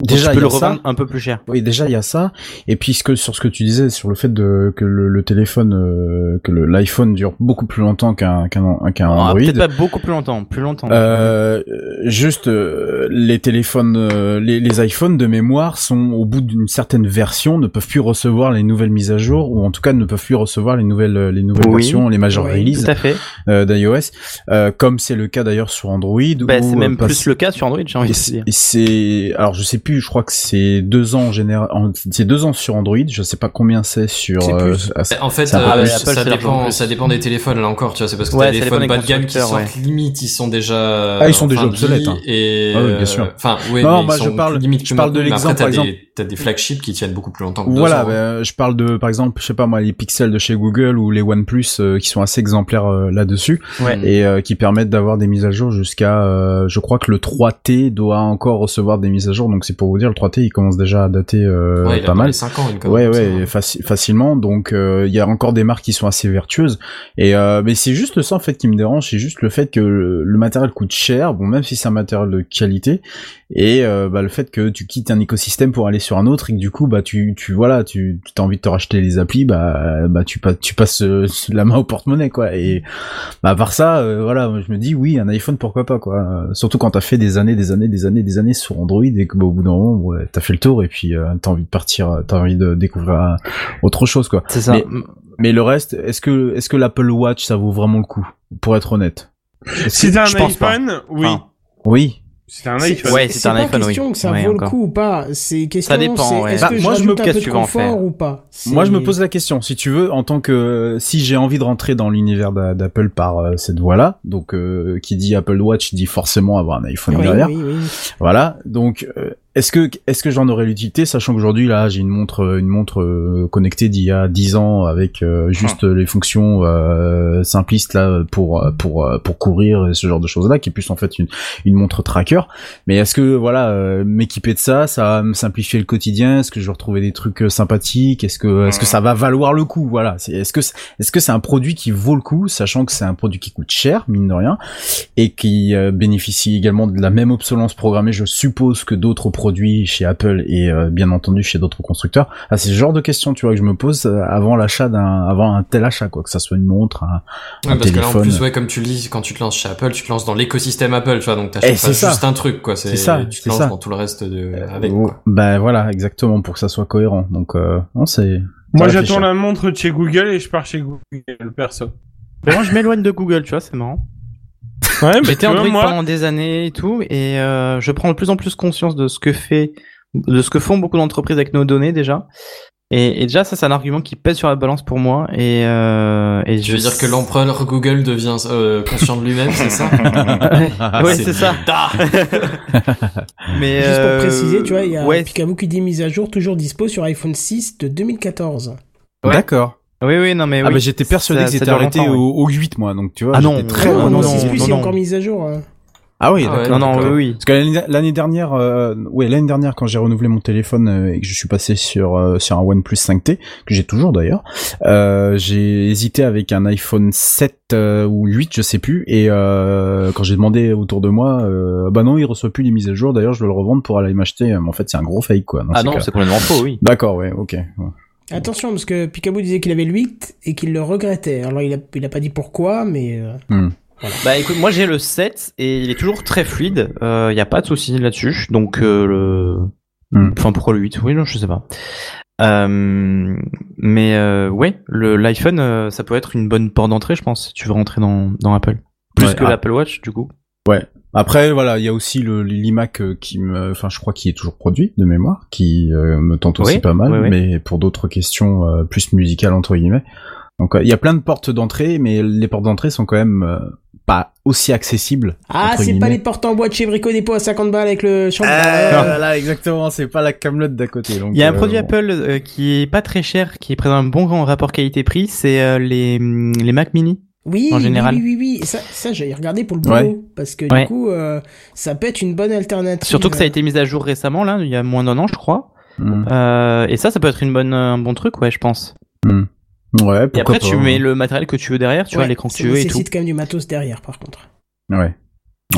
[SPEAKER 1] Donc,
[SPEAKER 8] Déjà,
[SPEAKER 1] tu
[SPEAKER 8] il
[SPEAKER 1] peux
[SPEAKER 8] y
[SPEAKER 1] le
[SPEAKER 8] a ça.
[SPEAKER 1] revendre un peu plus cher.
[SPEAKER 8] Oui, déjà il y a ça. Et puis ce que- sur ce que tu disais sur le fait de que le, le téléphone, euh, que le- l'iPhone dure beaucoup plus longtemps qu'un qu'un qu'un
[SPEAKER 1] Ah,
[SPEAKER 8] Android.
[SPEAKER 1] Peut-être pas beaucoup plus longtemps, plus longtemps.
[SPEAKER 8] Euh, juste euh, les téléphones, euh, les, les iPhones de mémoire sont au bout d'une certaine version ne peuvent plus recevoir les nouvelles mises à jour ou en tout cas ne peuvent plus recevoir les nouvelles euh, les nouvelles
[SPEAKER 1] Oui.
[SPEAKER 8] versions, les major
[SPEAKER 2] Oui,
[SPEAKER 8] releases
[SPEAKER 1] Tout à fait.
[SPEAKER 8] euh, d'iOS, euh, comme c'est le cas d'ailleurs sur Android.
[SPEAKER 1] Bah,
[SPEAKER 8] où,
[SPEAKER 1] c'est
[SPEAKER 8] euh,
[SPEAKER 1] même
[SPEAKER 8] pas-
[SPEAKER 1] plus le cas sur Android, j'ai envie
[SPEAKER 8] et
[SPEAKER 1] de te
[SPEAKER 8] c'est-
[SPEAKER 1] dire.
[SPEAKER 8] et c'est alors je sais plus, je crois que c'est deux ans en général, en- c'est deux ans sur Android, je sais pas combien c'est sur.
[SPEAKER 2] C'est plus.
[SPEAKER 8] ah, c'est-
[SPEAKER 3] En fait,
[SPEAKER 8] Ça
[SPEAKER 3] euh,
[SPEAKER 8] rappelle-
[SPEAKER 3] ça,
[SPEAKER 1] Apple, c'est l'argent en
[SPEAKER 3] dépend,
[SPEAKER 1] plus.
[SPEAKER 3] ça dépend des téléphones là encore. Tu vois, c'est parce que t'as
[SPEAKER 1] Ouais, ça
[SPEAKER 3] des
[SPEAKER 1] dépend
[SPEAKER 3] téléphones
[SPEAKER 1] des
[SPEAKER 3] bas de gamme qui sortent
[SPEAKER 1] constructeurs,
[SPEAKER 3] limite, ils sont déjà
[SPEAKER 8] Ah, ils sont
[SPEAKER 3] en
[SPEAKER 8] déjà
[SPEAKER 3] fin de
[SPEAKER 8] obsolètes,
[SPEAKER 3] vie
[SPEAKER 8] hein.
[SPEAKER 3] Et
[SPEAKER 8] Ah oui, bien sûr.
[SPEAKER 3] euh, Enfin, ouais,
[SPEAKER 8] Non,
[SPEAKER 3] mais
[SPEAKER 8] moi,
[SPEAKER 3] ils
[SPEAKER 8] je
[SPEAKER 3] sont
[SPEAKER 8] parle-
[SPEAKER 3] plus limites
[SPEAKER 8] je
[SPEAKER 3] que
[SPEAKER 8] parle de
[SPEAKER 3] maintenant. Mais après,
[SPEAKER 8] l'exemple,
[SPEAKER 3] t'as
[SPEAKER 8] par
[SPEAKER 3] des- T'as des flagships qui tiennent beaucoup plus longtemps. Que deux
[SPEAKER 8] Voilà,
[SPEAKER 3] ans, hein.
[SPEAKER 8] ben, je parle de par exemple, je sais pas moi, les pixels de chez Google ou les OnePlus euh, qui sont assez exemplaires euh, là-dessus
[SPEAKER 1] Ouais.
[SPEAKER 8] et euh, qui permettent d'avoir des mises à jour jusqu'à, euh, je crois que le 3T doit encore recevoir des mises à jour, donc c'est pour vous dire le 3T il commence déjà à dater euh,
[SPEAKER 3] Ouais, il a
[SPEAKER 8] pas
[SPEAKER 3] dans
[SPEAKER 8] mal.
[SPEAKER 3] les cinq ans, une connerie
[SPEAKER 8] Ouais,
[SPEAKER 3] comme ça,
[SPEAKER 8] ouais,
[SPEAKER 3] hein.
[SPEAKER 8] faci- facilement. Donc, euh, il y a encore des marques qui sont assez vertueuses. Et euh, mais c'est juste ça en fait qui me dérange, c'est juste le fait que le, le matériel coûte cher. Bon, même si c'est un matériel de qualité, et euh, bah, le fait que tu quittes un écosystème pour aller sur un autre et que du coup, bah tu, tu voilà, tu as envie de te racheter les applis, bah bah tu passes, tu passes euh, la main au porte-monnaie quoi. Et bah, à part ça, euh, voilà, moi, je me dis oui, un iPhone pourquoi pas quoi. Euh, Surtout quand t'as fait des années, des années, des années, des années sur Android et que bah, au bout d'un moment, ouais, t'as fait le tour et puis euh, t'as envie de partir, euh, t'as envie de découvrir euh, autre chose quoi.
[SPEAKER 1] C'est ça.
[SPEAKER 8] mais- Mais le reste, est-ce que est-ce que l'Apple Watch ça vaut vraiment le coup Pour être honnête.
[SPEAKER 4] Si t'as
[SPEAKER 1] Je
[SPEAKER 4] un
[SPEAKER 1] pense pas.
[SPEAKER 4] iPhone, oui.
[SPEAKER 1] Enfin,
[SPEAKER 8] Oui.
[SPEAKER 4] Si t'as un
[SPEAKER 2] C'est-
[SPEAKER 4] iPhone.
[SPEAKER 1] Ouais,
[SPEAKER 2] c'est
[SPEAKER 1] c'est un
[SPEAKER 2] pas
[SPEAKER 1] iPhone,
[SPEAKER 2] question
[SPEAKER 1] oui.
[SPEAKER 2] que ça
[SPEAKER 1] Ouais,
[SPEAKER 2] vaut le
[SPEAKER 1] encore.
[SPEAKER 2] coup ou pas. C'est question.
[SPEAKER 1] dépend,
[SPEAKER 2] c'est
[SPEAKER 1] ouais.
[SPEAKER 2] Est-ce
[SPEAKER 1] Bah,
[SPEAKER 2] que
[SPEAKER 8] moi, je me-
[SPEAKER 2] rajoute un
[SPEAKER 1] qu'est-ce
[SPEAKER 2] peu de
[SPEAKER 1] que tu vas en
[SPEAKER 2] confort
[SPEAKER 1] faire
[SPEAKER 2] ou pas C'est-
[SPEAKER 8] Moi, je me pose la question. Si tu veux, en tant que si j'ai envie de rentrer dans l'univers d'a- d'Apple par euh, cette voie-là, donc euh, qui dit Apple Watch dit forcément avoir un iPhone
[SPEAKER 2] Oui,
[SPEAKER 8] derrière.
[SPEAKER 2] oui, oui.
[SPEAKER 8] Voilà. Donc, euh, est-ce que est-ce que j'en aurais l'utilité, sachant qu'aujourd'hui là, j'ai une montre euh, une montre euh, connectée d'il y a 10 ans avec euh, juste euh, les fonctions euh, simplistes là pour euh, pour euh, pour courir et ce genre de choses là, qui est plus en fait une une montre tracker. Mais est-ce que voilà, euh, m'équiper de ça, ça va me simplifier le quotidien Est-ce que je vais retrouver des trucs euh, sympathiques Est-ce que est-ce que ça va valoir le coup Voilà. C'est- Est-ce que c'est- est-ce que c'est un produit qui vaut le coup, sachant que c'est un produit qui coûte cher mine de rien et qui euh, bénéficie également de la même obsolescence programmée, je suppose, que d'autres produits chez Apple et euh, bien entendu chez d'autres constructeurs. Ah, c'est ce genre de questions, tu vois, que je me pose euh, avant l'achat d'un, avant un tel achat, quoi, que ça soit une montre, un,
[SPEAKER 3] Ouais,
[SPEAKER 8] un
[SPEAKER 3] parce que là, en
[SPEAKER 8] téléphone.
[SPEAKER 3] plus, ouais, comme tu le dis, quand tu te lances chez Apple, tu te lances dans l'écosystème Apple, tu vois, donc t'achètes
[SPEAKER 8] Eh,
[SPEAKER 3] pas
[SPEAKER 8] c'est ça.
[SPEAKER 3] juste un truc, quoi. C'est
[SPEAKER 8] C'est ça,
[SPEAKER 3] Tu te
[SPEAKER 8] c'est
[SPEAKER 3] lances
[SPEAKER 8] ça.
[SPEAKER 3] dans tout le reste de,
[SPEAKER 1] Euh,
[SPEAKER 3] avec,
[SPEAKER 8] Oh,
[SPEAKER 3] quoi.
[SPEAKER 8] ben voilà, exactement, pour que ça soit cohérent. Donc, euh, non, c'est.
[SPEAKER 4] Moi,
[SPEAKER 8] ça
[SPEAKER 4] j'attends
[SPEAKER 8] réfléchit.
[SPEAKER 4] la montre de chez Google et je pars chez Google, perso.
[SPEAKER 1] moi, je m'éloigne de Google, tu vois, c'est marrant.
[SPEAKER 4] Ouais,
[SPEAKER 1] J'étais
[SPEAKER 4] Bah, tu vois,
[SPEAKER 1] Android
[SPEAKER 4] moi,
[SPEAKER 1] pendant des années et tout, et euh, je prends de plus en plus conscience de ce que fait, de ce que font beaucoup d'entreprises avec nos données déjà, Et, et déjà, ça, c'est un argument qui pèse sur la balance pour moi. Et, euh, et
[SPEAKER 3] Je veux dire que l'empereur Google devient euh, conscient de lui-même, c'est ça
[SPEAKER 1] ouais, c'est ça.
[SPEAKER 3] Ah
[SPEAKER 1] Mais
[SPEAKER 2] Juste
[SPEAKER 1] euh,
[SPEAKER 2] pour préciser, tu vois, il y a
[SPEAKER 1] ouais,
[SPEAKER 2] Picaboo qui dit mise à jour, toujours dispo sur iPhone 6 de 2014.
[SPEAKER 1] Ouais.
[SPEAKER 8] D'accord.
[SPEAKER 1] Oui, oui, non, mais
[SPEAKER 8] Ah
[SPEAKER 1] Eh oui.
[SPEAKER 8] bah j'étais persuadé
[SPEAKER 1] Ça-
[SPEAKER 8] que
[SPEAKER 1] ça
[SPEAKER 8] c'était
[SPEAKER 1] dure
[SPEAKER 8] arrêté
[SPEAKER 1] longtemps, ouais.
[SPEAKER 8] au, au 8 moi donc tu vois.
[SPEAKER 1] Ah non,
[SPEAKER 8] j'étais très
[SPEAKER 1] non,
[SPEAKER 8] loin
[SPEAKER 2] non,
[SPEAKER 8] dans
[SPEAKER 2] non,
[SPEAKER 8] le-
[SPEAKER 1] non,
[SPEAKER 2] plus, c'est
[SPEAKER 1] non.
[SPEAKER 2] encore mise à jour. hein.
[SPEAKER 8] Ah oui,
[SPEAKER 3] Ah ouais,
[SPEAKER 8] d'accord.
[SPEAKER 1] Non, non,
[SPEAKER 3] d'accord.
[SPEAKER 1] oui, oui.
[SPEAKER 8] Parce que l'année- l'année dernière, euh, ouais, l'année dernière, quand j'ai renouvelé mon téléphone euh, et que je suis passé sur euh, sur un OnePlus 5T que j'ai toujours d'ailleurs, euh, j'ai hésité avec un iPhone 7 euh, ou 8, je sais plus. Et euh, quand j'ai demandé autour de moi, euh, bah non, il reçoit plus les mises à jour. D'ailleurs, je dois le revendre pour aller m'acheter. Mais en fait, c'est un gros fake quoi. dans
[SPEAKER 1] Ah
[SPEAKER 8] ces
[SPEAKER 1] non,
[SPEAKER 8] cas-là.
[SPEAKER 1] c'est complètement faux, oui.
[SPEAKER 8] D'accord, ouais, ok. ouais.
[SPEAKER 2] Attention, parce que Picaboo disait qu'il avait le 8 et qu'il le regrettait. Alors, il a, il a pas dit pourquoi, mais. euh,
[SPEAKER 1] Bah écoute, moi j'ai le 7 et il est toujours très fluide. Il euh, y a pas de souci là-dessus. Donc euh, le.
[SPEAKER 8] Hmm.
[SPEAKER 1] Enfin, pourquoi le 8 Oui, non, je sais pas. Euh, mais euh, ouais, le- l'iPhone, euh, ça peut être une bonne porte d'entrée, je pense, si tu veux rentrer dans, dans Apple. Plus
[SPEAKER 8] Ouais,
[SPEAKER 1] que
[SPEAKER 8] ah.
[SPEAKER 1] l'Apple Watch, du coup.
[SPEAKER 8] Après, voilà, il y a aussi le l'iMac euh, qui me, enfin, je crois qu'il est toujours produit de mémoire, qui euh, me tente aussi
[SPEAKER 1] Oui,
[SPEAKER 8] pas mal,
[SPEAKER 1] oui, oui.
[SPEAKER 8] mais pour d'autres questions euh, plus musicales entre guillemets. Donc, euh, il y a plein de portes d'entrée, mais les portes d'entrée sont quand même euh, pas aussi accessibles.
[SPEAKER 2] Ah,
[SPEAKER 8] entre
[SPEAKER 2] c'est pas
[SPEAKER 8] guillemets.
[SPEAKER 2] les portes en boîte chez Brico Dépôt à 50 balles avec le champ.
[SPEAKER 1] Euh,
[SPEAKER 8] Ah, voilà, exactement, c'est pas la camelote d'à côté. donc,
[SPEAKER 1] Il y a un
[SPEAKER 8] euh,
[SPEAKER 1] produit
[SPEAKER 8] bon.
[SPEAKER 1] Apple euh, qui est pas très cher, qui présente un bon grand rapport qualité-prix, c'est euh, les, hum, les Mac Mini.
[SPEAKER 2] Oui,
[SPEAKER 1] En
[SPEAKER 2] oui,
[SPEAKER 1] général.
[SPEAKER 2] oui, oui, oui. Ça, ça j'ai regardé pour le boulot.
[SPEAKER 8] Ouais.
[SPEAKER 2] Parce que
[SPEAKER 1] Ouais.
[SPEAKER 2] du coup, euh, ça peut être une bonne alternative.
[SPEAKER 1] Surtout que ça a été mis à jour récemment, là, il y a moins d'un an, je crois.
[SPEAKER 8] Mm.
[SPEAKER 1] Euh, et ça, ça peut être une bonne, un bon truc, ouais, je pense. Et
[SPEAKER 8] Ouais, pourquoi
[SPEAKER 1] après,
[SPEAKER 8] pas,
[SPEAKER 1] tu
[SPEAKER 8] hein.
[SPEAKER 1] mets le matériel que tu veux derrière, tu vois,
[SPEAKER 2] Ouais,
[SPEAKER 1] l'écran que
[SPEAKER 2] ça
[SPEAKER 1] tu veux et tout.
[SPEAKER 2] nécessite quand même du matos derrière, par contre.
[SPEAKER 8] hein. Ouais.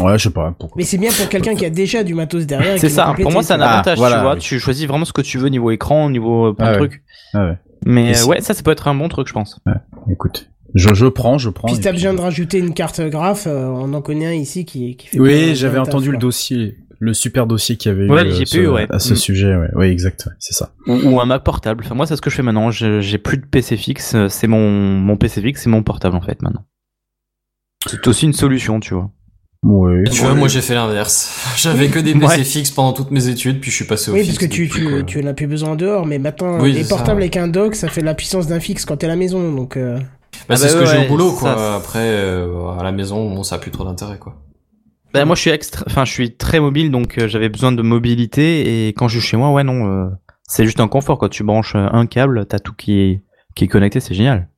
[SPEAKER 8] Ouais, je sais pas. Pourquoi.
[SPEAKER 2] Mais c'est bien pour quelqu'un qui a déjà du matos derrière. et
[SPEAKER 1] C'est
[SPEAKER 2] qui
[SPEAKER 1] ça,
[SPEAKER 2] veut compléter,
[SPEAKER 1] pour moi, c'est un
[SPEAKER 2] tu vois.
[SPEAKER 8] Ah,
[SPEAKER 1] avantage,
[SPEAKER 8] voilà,
[SPEAKER 1] tu vois.
[SPEAKER 8] oui.
[SPEAKER 1] Tu choisis vraiment ce que tu veux niveau écran, niveau euh, plein
[SPEAKER 8] Ah
[SPEAKER 1] de
[SPEAKER 8] ouais.
[SPEAKER 1] trucs.
[SPEAKER 8] Ah ouais. Et
[SPEAKER 1] Mais euh,
[SPEAKER 8] c'est-
[SPEAKER 1] ouais, ça, ça peut être un bon truc, je pense.
[SPEAKER 8] Écoute, je je prends, je prends.
[SPEAKER 2] Puis si
[SPEAKER 8] et
[SPEAKER 2] t'as
[SPEAKER 8] puis-
[SPEAKER 2] besoin de rajouter une carte graphe, euh, on en connaît un ici qui, qui fait. pas mal
[SPEAKER 8] Oui,
[SPEAKER 2] de
[SPEAKER 8] j'avais
[SPEAKER 2] taf,
[SPEAKER 8] entendu
[SPEAKER 2] quoi.
[SPEAKER 8] le dossier, le super dossier qu'il y avait
[SPEAKER 1] Ouais,
[SPEAKER 8] eu
[SPEAKER 1] le
[SPEAKER 8] euh,
[SPEAKER 1] GPU,
[SPEAKER 8] ce-
[SPEAKER 1] ouais.
[SPEAKER 8] à ce
[SPEAKER 1] Mm.
[SPEAKER 8] sujet. Ouais, ouais exact, ouais, c'est ça.
[SPEAKER 1] Ou, ou un Mac portable. Enfin, moi, c'est ce que je fais maintenant. Je- J'ai plus de PC fixe. euh, C'est mon, mon PC fixe, c'est mon portable, en fait, maintenant. C'est aussi une solution, tu vois.
[SPEAKER 8] Ouais.
[SPEAKER 3] Tu vois, moi j'ai fait l'inverse. J'avais que des PC
[SPEAKER 1] Ouais.
[SPEAKER 3] fixes pendant toutes mes études, puis je suis passé au
[SPEAKER 2] Oui,
[SPEAKER 3] fixe
[SPEAKER 2] parce que tu,
[SPEAKER 3] depuis,
[SPEAKER 2] tu,
[SPEAKER 3] quoi.
[SPEAKER 2] tu n'as plus besoin dehors, mais maintenant,
[SPEAKER 3] Oui,
[SPEAKER 2] les
[SPEAKER 3] c'est ça,
[SPEAKER 2] portables
[SPEAKER 3] ouais.
[SPEAKER 2] avec un dock, ça fait la puissance d'un fixe quand t'es à la maison, donc. euh,
[SPEAKER 3] Bah,
[SPEAKER 1] Ah
[SPEAKER 3] c'est
[SPEAKER 1] bah
[SPEAKER 3] ce que
[SPEAKER 1] ouais,
[SPEAKER 3] j'ai au boulot,
[SPEAKER 1] ça,
[SPEAKER 3] quoi.
[SPEAKER 1] c'est-
[SPEAKER 3] Après, euh, à la maison, bon, ça a plus trop d'intérêt, quoi.
[SPEAKER 1] Bah, moi, je suis extra... enfin, je suis très mobile, donc euh, j'avais besoin de mobilité. Et quand je suis chez moi, ouais, non, euh, c'est juste un confort. Quand tu branches euh, un câble, t'as tout qui est, qui est connecté, c'est génial.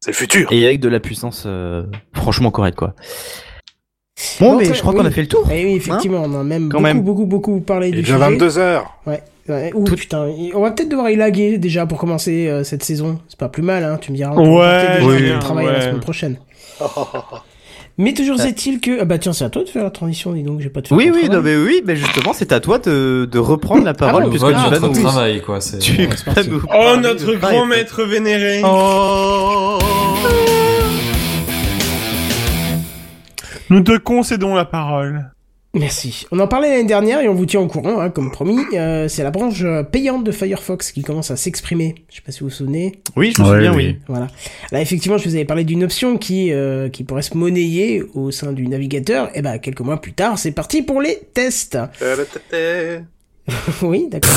[SPEAKER 9] C'est le futur.
[SPEAKER 1] Et avec de la puissance euh, franchement correcte, quoi. Bon,
[SPEAKER 2] Bon,
[SPEAKER 1] mais
[SPEAKER 2] très-
[SPEAKER 1] je crois
[SPEAKER 2] oui.
[SPEAKER 1] qu'on a fait le tour.
[SPEAKER 2] Eh oui, effectivement, on a même
[SPEAKER 1] Quand
[SPEAKER 2] beaucoup,
[SPEAKER 1] même.
[SPEAKER 2] beaucoup, beaucoup parlé
[SPEAKER 9] Il est
[SPEAKER 2] du
[SPEAKER 9] déjà
[SPEAKER 2] sujet.
[SPEAKER 9] 22 heures.
[SPEAKER 2] Ouais, ouh, putain, il- on va peut-être devoir y laguer déjà pour commencer euh, cette saison. C'est pas plus mal, hein, tu me diras. on peut
[SPEAKER 4] Ouais,
[SPEAKER 2] porter déjà
[SPEAKER 4] oui, hein,
[SPEAKER 2] le travail à la
[SPEAKER 4] ouais.
[SPEAKER 2] semaine prochaine. Mais toujours
[SPEAKER 1] Ouais.
[SPEAKER 2] est-il que. Ah bah tiens, c'est à toi de faire la transition, dis donc, j'ai pas de
[SPEAKER 1] Oui, oui, non, mais oui, mais justement, c'est à toi de, de reprendre la parole
[SPEAKER 2] Ah,
[SPEAKER 1] puisque
[SPEAKER 3] Voilà
[SPEAKER 1] tu vas
[SPEAKER 3] notre
[SPEAKER 1] nous.
[SPEAKER 3] travail, quoi. C'est...
[SPEAKER 1] Tu
[SPEAKER 2] c'est parti.
[SPEAKER 1] vas nous
[SPEAKER 4] Oh,
[SPEAKER 1] parler
[SPEAKER 4] notre
[SPEAKER 1] de
[SPEAKER 4] grand
[SPEAKER 1] Pride.
[SPEAKER 4] maître vénéré
[SPEAKER 1] Oh.
[SPEAKER 4] Nous te concédons la parole.
[SPEAKER 2] Merci. On en parlait l'année dernière et on vous tient au courant, hein, comme promis. Euh, c'est la branche euh, payante de Firefox qui commence à s'exprimer. Je sais pas si vous vous souvenez.
[SPEAKER 1] Oui, je me
[SPEAKER 8] Ouais,
[SPEAKER 1] souviens,
[SPEAKER 8] oui.
[SPEAKER 1] oui.
[SPEAKER 2] Voilà. Là, effectivement, je vous avais parlé d'une option qui, euh, qui pourrait se monnayer au sein du navigateur. Et ben, quelques mois plus tard, c'est parti pour les tests.
[SPEAKER 9] C'est
[SPEAKER 2] oui, d'accord.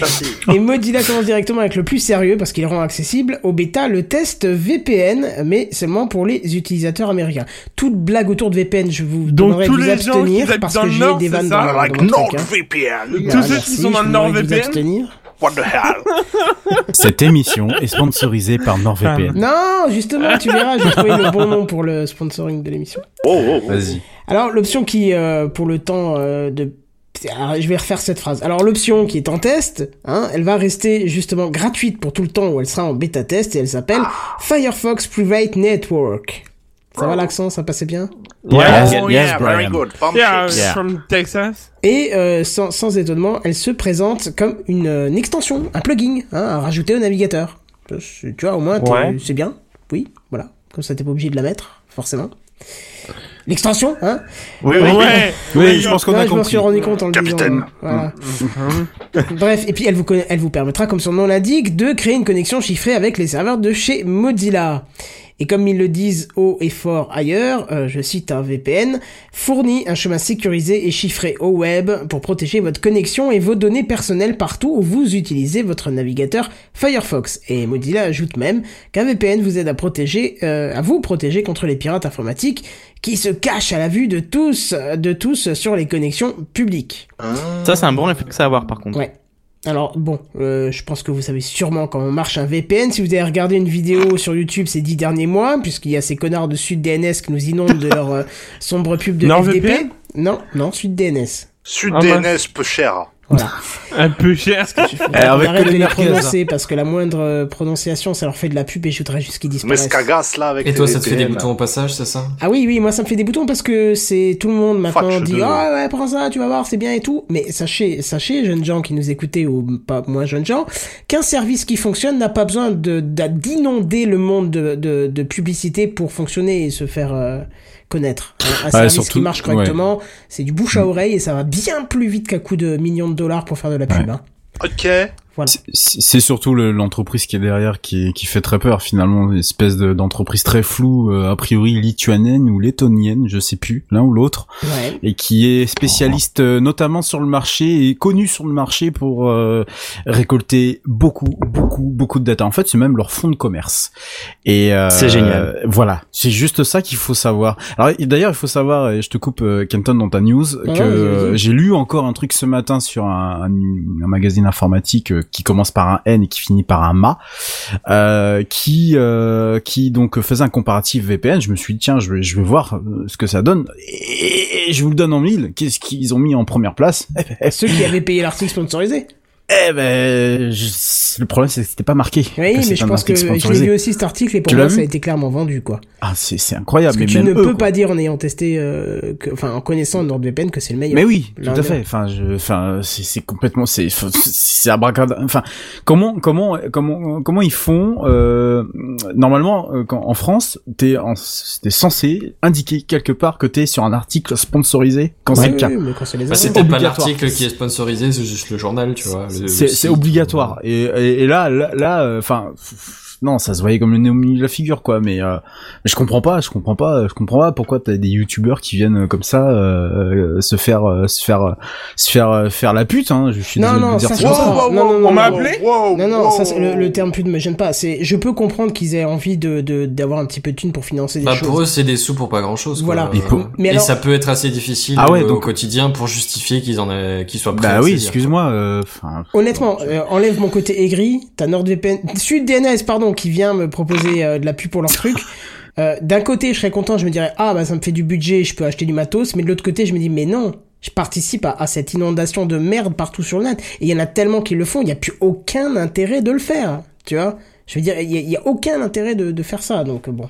[SPEAKER 9] parti.
[SPEAKER 2] Et Mozilla commence directement avec le plus sérieux parce qu'il rend accessible au bêta le test VPN, mais seulement pour les utilisateurs américains. Toute blague autour de VPN, je vous
[SPEAKER 4] Donc
[SPEAKER 2] demanderai
[SPEAKER 4] tous
[SPEAKER 2] de vous
[SPEAKER 4] les gens qui
[SPEAKER 2] abstenir
[SPEAKER 4] habitent
[SPEAKER 2] parce
[SPEAKER 4] dans
[SPEAKER 2] que
[SPEAKER 4] le
[SPEAKER 2] j'ai
[SPEAKER 4] Nord,
[SPEAKER 2] des
[SPEAKER 4] c'est
[SPEAKER 2] vannes
[SPEAKER 4] ça
[SPEAKER 2] dans, dans
[SPEAKER 9] Like
[SPEAKER 2] mon truc. hein.
[SPEAKER 9] NordVPN.
[SPEAKER 2] Voilà,
[SPEAKER 4] ceux qui
[SPEAKER 2] merci,
[SPEAKER 4] sont dans
[SPEAKER 2] je
[SPEAKER 4] le
[SPEAKER 2] vous demanderai de vous
[SPEAKER 4] NordVPN.
[SPEAKER 2] abstenir.
[SPEAKER 9] What the hell?
[SPEAKER 8] Cette émission est sponsorisée par
[SPEAKER 1] Ah.
[SPEAKER 8] NordVPN.
[SPEAKER 2] Non, justement, tu verras, j'ai trouvé le bon nom pour le sponsoring de l'émission.
[SPEAKER 9] Oh, oh, oh.
[SPEAKER 8] Vas-y.
[SPEAKER 2] Alors, l'option qui, euh, pour le temps euh, de... Alors, je vais refaire cette phrase. Alors, l'option qui est en test, hein, elle va rester justement gratuite pour tout le temps où elle sera en bêta test et elle s'appelle
[SPEAKER 4] Ah.
[SPEAKER 2] Firefox Private Network. Ça va l'accent, ça passait bien
[SPEAKER 8] Yes,
[SPEAKER 9] Oh,
[SPEAKER 8] yes,
[SPEAKER 9] yeah,
[SPEAKER 8] Brian.
[SPEAKER 9] very good. Pump
[SPEAKER 4] Yeah,
[SPEAKER 9] shakes.
[SPEAKER 8] Yeah.
[SPEAKER 4] from Texas.
[SPEAKER 2] Et euh, sans, sans étonnement, elle se présente comme une, euh, une extension, un plugin hein, à rajouter au navigateur. Euh, c'est- Tu vois, au moins, t'es-
[SPEAKER 1] Ouais.
[SPEAKER 2] c'est bien. Oui, voilà. Comme ça, t'es pas obligé de la mettre, forcément. L'extension, hein
[SPEAKER 1] Oui, oui.
[SPEAKER 4] Ouais.
[SPEAKER 8] Oui, je pense qu'on
[SPEAKER 2] Ouais,
[SPEAKER 8] a
[SPEAKER 2] je m'en suis
[SPEAKER 8] compris.
[SPEAKER 2] rendu compte en le
[SPEAKER 9] Capitaine.
[SPEAKER 2] disant. Voilà. Bref, et puis elle vous, conna- elle vous permettra, comme son nom l'indique, de créer une connexion chiffrée avec les serveurs de chez Mozilla. et comme ils le disent haut et fort ailleurs, euh, je cite un VPN, fournit un chemin sécurisé et chiffré au web pour protéger votre connexion et vos données personnelles partout où vous utilisez votre navigateur Firefox. Et Mozilla ajoute même qu'un VPN vous aide à protéger, euh, à vous protéger contre les pirates informatiques qui se cachent à la vue de tous, de tous sur les connexions publiques.
[SPEAKER 1] Ça, c'est un bon réflexe à avoir par contre.
[SPEAKER 2] Ouais. Alors bon, euh, je pense que vous savez sûrement comment marche un VPN. Si vous avez regardé une vidéo sur YouTube ces dix derniers mois, puisqu'il y a ces connards de Sud DNS qui nous inondent de leur euh, sombre pub de
[SPEAKER 4] NordVPN?
[SPEAKER 2] FDP. Non, non, Sud DNS.
[SPEAKER 9] Sud
[SPEAKER 4] Ah,
[SPEAKER 9] DNS peu cher.
[SPEAKER 2] Voilà.
[SPEAKER 4] Un peu cher.
[SPEAKER 2] Alors,
[SPEAKER 8] avec que
[SPEAKER 2] de
[SPEAKER 8] les
[SPEAKER 2] les
[SPEAKER 8] merguez,
[SPEAKER 2] prononcer parce que la moindre euh, prononciation, ça leur fait de la pub et je voudrais juste qu'ils
[SPEAKER 9] Mais
[SPEAKER 2] disparaissent.
[SPEAKER 9] ce cagasse là avec
[SPEAKER 3] Et toi,
[SPEAKER 9] les
[SPEAKER 3] ça te fait des
[SPEAKER 9] VPN,
[SPEAKER 3] boutons au passage, c'est ça
[SPEAKER 2] Ah oui, oui, moi ça me fait des boutons parce que c'est tout le monde maintenant
[SPEAKER 9] Faction
[SPEAKER 2] dit
[SPEAKER 9] de-
[SPEAKER 2] ah ouais prends ça, tu vas voir c'est bien et tout. Mais sachez, sachez jeunes gens qui nous écoutez ou pas moins jeunes gens, qu'un service qui fonctionne n'a pas besoin de d'a- d'inonder le monde de, de, de publicité pour fonctionner et se faire euh, connaître. Un, un service
[SPEAKER 8] surtout,
[SPEAKER 2] qui marche
[SPEAKER 8] ouais.
[SPEAKER 2] correctement, c'est du bouche à oreille et ça va bien plus vite qu'à coup de millions de dollars pour faire de la pub. hein.
[SPEAKER 9] Ok.
[SPEAKER 8] C'est- C'est surtout le- l'entreprise qui est derrière qui, est- qui fait très peur finalement, une espèce de- d'entreprise très floue, euh, a priori lituanienne ou lettonienne, je sais plus, l'un ou l'autre,
[SPEAKER 2] Ouais.
[SPEAKER 8] et qui est spécialiste euh, notamment sur le marché et connue sur le marché pour euh, récolter beaucoup, beaucoup, beaucoup de data. En fait, c'est même leur fonds de commerce. Et euh,
[SPEAKER 1] C'est génial.
[SPEAKER 8] euh, Voilà, c'est juste ça qu'il faut savoir. Alors et d'ailleurs, il faut savoir, et je te coupe euh, Kenton dans ta news,
[SPEAKER 2] Ouais,
[SPEAKER 8] que
[SPEAKER 2] vas-y, vas-y.
[SPEAKER 8] j'ai lu encore un truc ce matin sur un, un- un magazine informatique euh, qui commence par un N et qui finit par un MA, euh, qui euh, qui donc faisait un comparatif VPN. Je me suis dit tiens, je vais je vais voir euh, ce que ça donne et, et je vous le donne en mille. Qu'est-ce qu'ils ont mis en première place Eh ben,
[SPEAKER 2] Ceux qui avaient payé l'article sponsorisé.
[SPEAKER 8] eh ben, je- le problème c'est que c'était pas marqué.
[SPEAKER 2] Oui,
[SPEAKER 8] c'est
[SPEAKER 2] mais je
[SPEAKER 8] un
[SPEAKER 2] pense que
[SPEAKER 8] article
[SPEAKER 2] je l'ai
[SPEAKER 8] sponsorisé.
[SPEAKER 2] lu aussi cet article et pour
[SPEAKER 8] Tu l'as
[SPEAKER 2] moi ça a
[SPEAKER 8] vu
[SPEAKER 2] été clairement vendu quoi.
[SPEAKER 8] Ah c'est c'est incroyable.
[SPEAKER 2] Parce que
[SPEAKER 8] mais
[SPEAKER 2] tu
[SPEAKER 8] même
[SPEAKER 2] ne
[SPEAKER 8] eux,
[SPEAKER 2] peux
[SPEAKER 8] quoi.
[SPEAKER 2] pas dire en ayant testé, euh, que- enfin en connaissant NordVPN que c'est le meilleur.
[SPEAKER 8] Mais oui, tout
[SPEAKER 2] L'un
[SPEAKER 8] à
[SPEAKER 2] des-
[SPEAKER 8] fait. Enfin, je, enfin, c'est c'est complètement, c'est, c'est abracadabra. Enfin, comment, comment, comment, comment ils font euh, Normalement, euh, quand, en France, t'es, en- t'es censé indiquer quelque part que t'es sur un article sponsorisé quand
[SPEAKER 2] Ouais,
[SPEAKER 8] c'est le
[SPEAKER 2] oui,
[SPEAKER 8] cas.
[SPEAKER 2] oui, mais quand c'est les
[SPEAKER 3] Bah,
[SPEAKER 2] autres.
[SPEAKER 3] c'est peut-être pas
[SPEAKER 8] obligatoire.
[SPEAKER 3] l'article qui est sponsorisé, c'est juste le journal, tu vois. le- le
[SPEAKER 8] C'est,
[SPEAKER 3] site.
[SPEAKER 8] c'est obligatoire. Et, et, et là, là, là, euh, enfin, pff, non, ça se voyait comme le nez au milieu de la figure, quoi. Mais, euh, mais je comprends pas, je comprends pas, je comprends pas pourquoi t'as des youtubeurs qui viennent euh, comme ça euh, euh, se faire, euh, se faire, euh, se faire, euh, faire la pute. Hein. Je suis
[SPEAKER 2] Non,
[SPEAKER 8] désolé de
[SPEAKER 2] non,
[SPEAKER 8] dire
[SPEAKER 2] ça,
[SPEAKER 8] ça
[SPEAKER 2] je
[SPEAKER 8] comme
[SPEAKER 2] comprends.
[SPEAKER 8] ça.
[SPEAKER 2] Non, non, non,
[SPEAKER 4] on m'a
[SPEAKER 2] non.
[SPEAKER 4] appelé
[SPEAKER 2] Non, non, ça, c'est- le, le terme pub me gêne pas. C'est, je peux comprendre qu'ils aient envie de, de- d'avoir un petit peu de thunes pour financer des
[SPEAKER 3] Bah,
[SPEAKER 2] choses.
[SPEAKER 3] pour eux, c'est des sous pour pas grand chose.
[SPEAKER 2] Voilà.
[SPEAKER 8] Mais pour-
[SPEAKER 3] Et
[SPEAKER 2] mais alors-
[SPEAKER 3] ça peut être assez difficile
[SPEAKER 8] Ah ouais,
[SPEAKER 3] euh, au
[SPEAKER 8] donc-
[SPEAKER 3] quotidien pour justifier qu'ils en aient, qu'ils soient prêts.
[SPEAKER 8] Bah
[SPEAKER 3] à
[SPEAKER 8] oui,
[SPEAKER 3] saisir.
[SPEAKER 8] excuse-moi. euh, enfin,
[SPEAKER 2] Honnêtement, euh, enlève mon côté aigri, t'as NordVPN, Sud DNS pardon, qui vient me proposer euh, de la pub pour leur truc. Euh, D'un côté, je serais content, je me dirais ah bah ça me fait du budget, je peux acheter du matos, mais de l'autre côté, je me dis mais non, je participe à, à cette inondation de merde partout sur le net. Et il y en a tellement qui le font, il n'y a plus aucun intérêt de le faire, tu vois. Je veux dire, il y a- il y, a aucun intérêt de, de faire ça, donc euh, bon,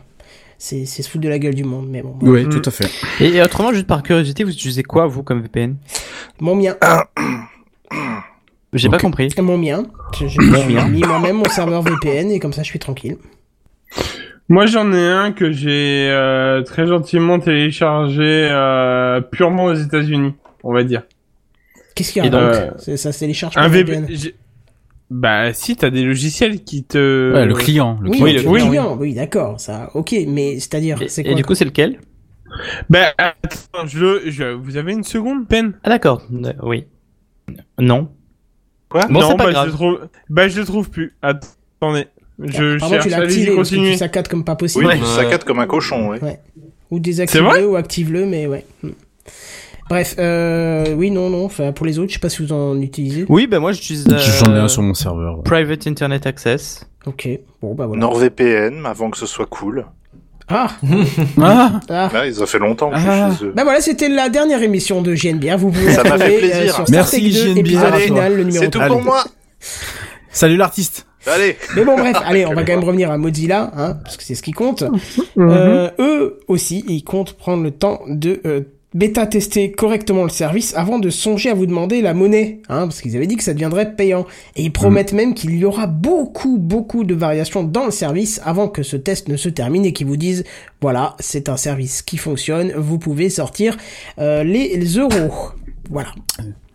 [SPEAKER 2] c'est c'est se foutre de la gueule du monde, mais bon.
[SPEAKER 8] Oui, tout à fait.
[SPEAKER 1] Et et autrement, juste par curiosité, vous utilisez quoi vous comme VPN
[SPEAKER 2] Mon mien,
[SPEAKER 1] J'ai
[SPEAKER 8] Ok.
[SPEAKER 1] pas compris.
[SPEAKER 2] mon mien, je, je- j'ai mis moi-même mon serveur VPN et comme ça je suis tranquille.
[SPEAKER 4] Moi, j'en ai un que j'ai euh, très gentiment téléchargé euh, purement aux États-Unis, on va dire.
[SPEAKER 2] Qu'est-ce qu'il y a
[SPEAKER 4] Et donc,
[SPEAKER 2] donc Ça ça se télécharge
[SPEAKER 4] Un
[SPEAKER 2] pas
[SPEAKER 4] VPN.
[SPEAKER 2] VPN.
[SPEAKER 4] j'ai- Bah, si, t'as des logiciels qui te.
[SPEAKER 8] Ouais, le client, le
[SPEAKER 2] Oui,
[SPEAKER 8] client.
[SPEAKER 2] oui,
[SPEAKER 4] le
[SPEAKER 2] oui,
[SPEAKER 4] client,
[SPEAKER 2] oui, d'accord, ça, ok, mais c'est-à-dire,
[SPEAKER 1] Et,
[SPEAKER 2] c'est
[SPEAKER 1] et
[SPEAKER 2] quoi
[SPEAKER 1] du coup, c'est lequel
[SPEAKER 4] Bah, attends, je le. Je... Vous avez une seconde, Ben peine
[SPEAKER 1] Ah d'accord. Euh, Oui. Non.
[SPEAKER 9] Quoi
[SPEAKER 1] Bon,
[SPEAKER 4] Non,
[SPEAKER 1] c'est pas
[SPEAKER 4] bah,
[SPEAKER 1] grave.
[SPEAKER 4] je le trouve. Bah, je le trouve plus. Attendez. Je
[SPEAKER 2] Apparemment, tu
[SPEAKER 4] cherche.
[SPEAKER 2] l'as
[SPEAKER 4] Allez-y,
[SPEAKER 2] activé, parce que
[SPEAKER 4] continuez.
[SPEAKER 2] tu saccades comme pas
[SPEAKER 9] Oui,
[SPEAKER 2] possible.
[SPEAKER 9] tu
[SPEAKER 3] Ouais.
[SPEAKER 9] saccates comme un cochon, ouais.
[SPEAKER 2] Ou
[SPEAKER 4] C'est
[SPEAKER 2] désactive-le, ou active-le, mais ouais. Hmm. Bref, euh, oui, non, non, enfin, pour les autres, je sais pas si vous en utilisez.
[SPEAKER 1] Oui, ben moi j'utilise. euh,
[SPEAKER 8] J'en ai un sur mon serveur. ouais.
[SPEAKER 1] Private Internet Access.
[SPEAKER 2] Ok, bon, bah voilà.
[SPEAKER 9] NordVPN, avant que ce soit cool.
[SPEAKER 2] Ah,
[SPEAKER 8] Ah
[SPEAKER 2] ah.
[SPEAKER 9] Là, ils ont fait longtemps que
[SPEAKER 8] Ah.
[SPEAKER 9] je suis chez eux.
[SPEAKER 2] Bah voilà, c'était la dernière émission de JNBR. Vous pouvez
[SPEAKER 9] Ça m'a fait
[SPEAKER 2] retrouver,
[SPEAKER 9] plaisir.
[SPEAKER 2] sur
[SPEAKER 8] Merci,
[SPEAKER 2] Startech 2,
[SPEAKER 8] JNBR,
[SPEAKER 2] épisode
[SPEAKER 9] à toi.
[SPEAKER 2] final, le numéro
[SPEAKER 9] C'est tout
[SPEAKER 8] Allez.
[SPEAKER 9] pour moi
[SPEAKER 8] Salut l'artiste.
[SPEAKER 9] Allez
[SPEAKER 2] Mais bon, bref, allez, on va quand même revenir à Mozilla, hein, parce que c'est ce qui compte. Euh, eux aussi, ils comptent prendre le temps de euh, bêta-tester correctement le service avant de songer à vous demander la monnaie, hein, parce qu'ils avaient dit que ça deviendrait payant. Et ils
[SPEAKER 8] Mhm.
[SPEAKER 2] promettent même qu'il y aura beaucoup, beaucoup de variations dans le service avant que ce test ne se termine et qu'ils vous disent, voilà, c'est un service qui fonctionne, vous pouvez sortir euh, les euros. Voilà.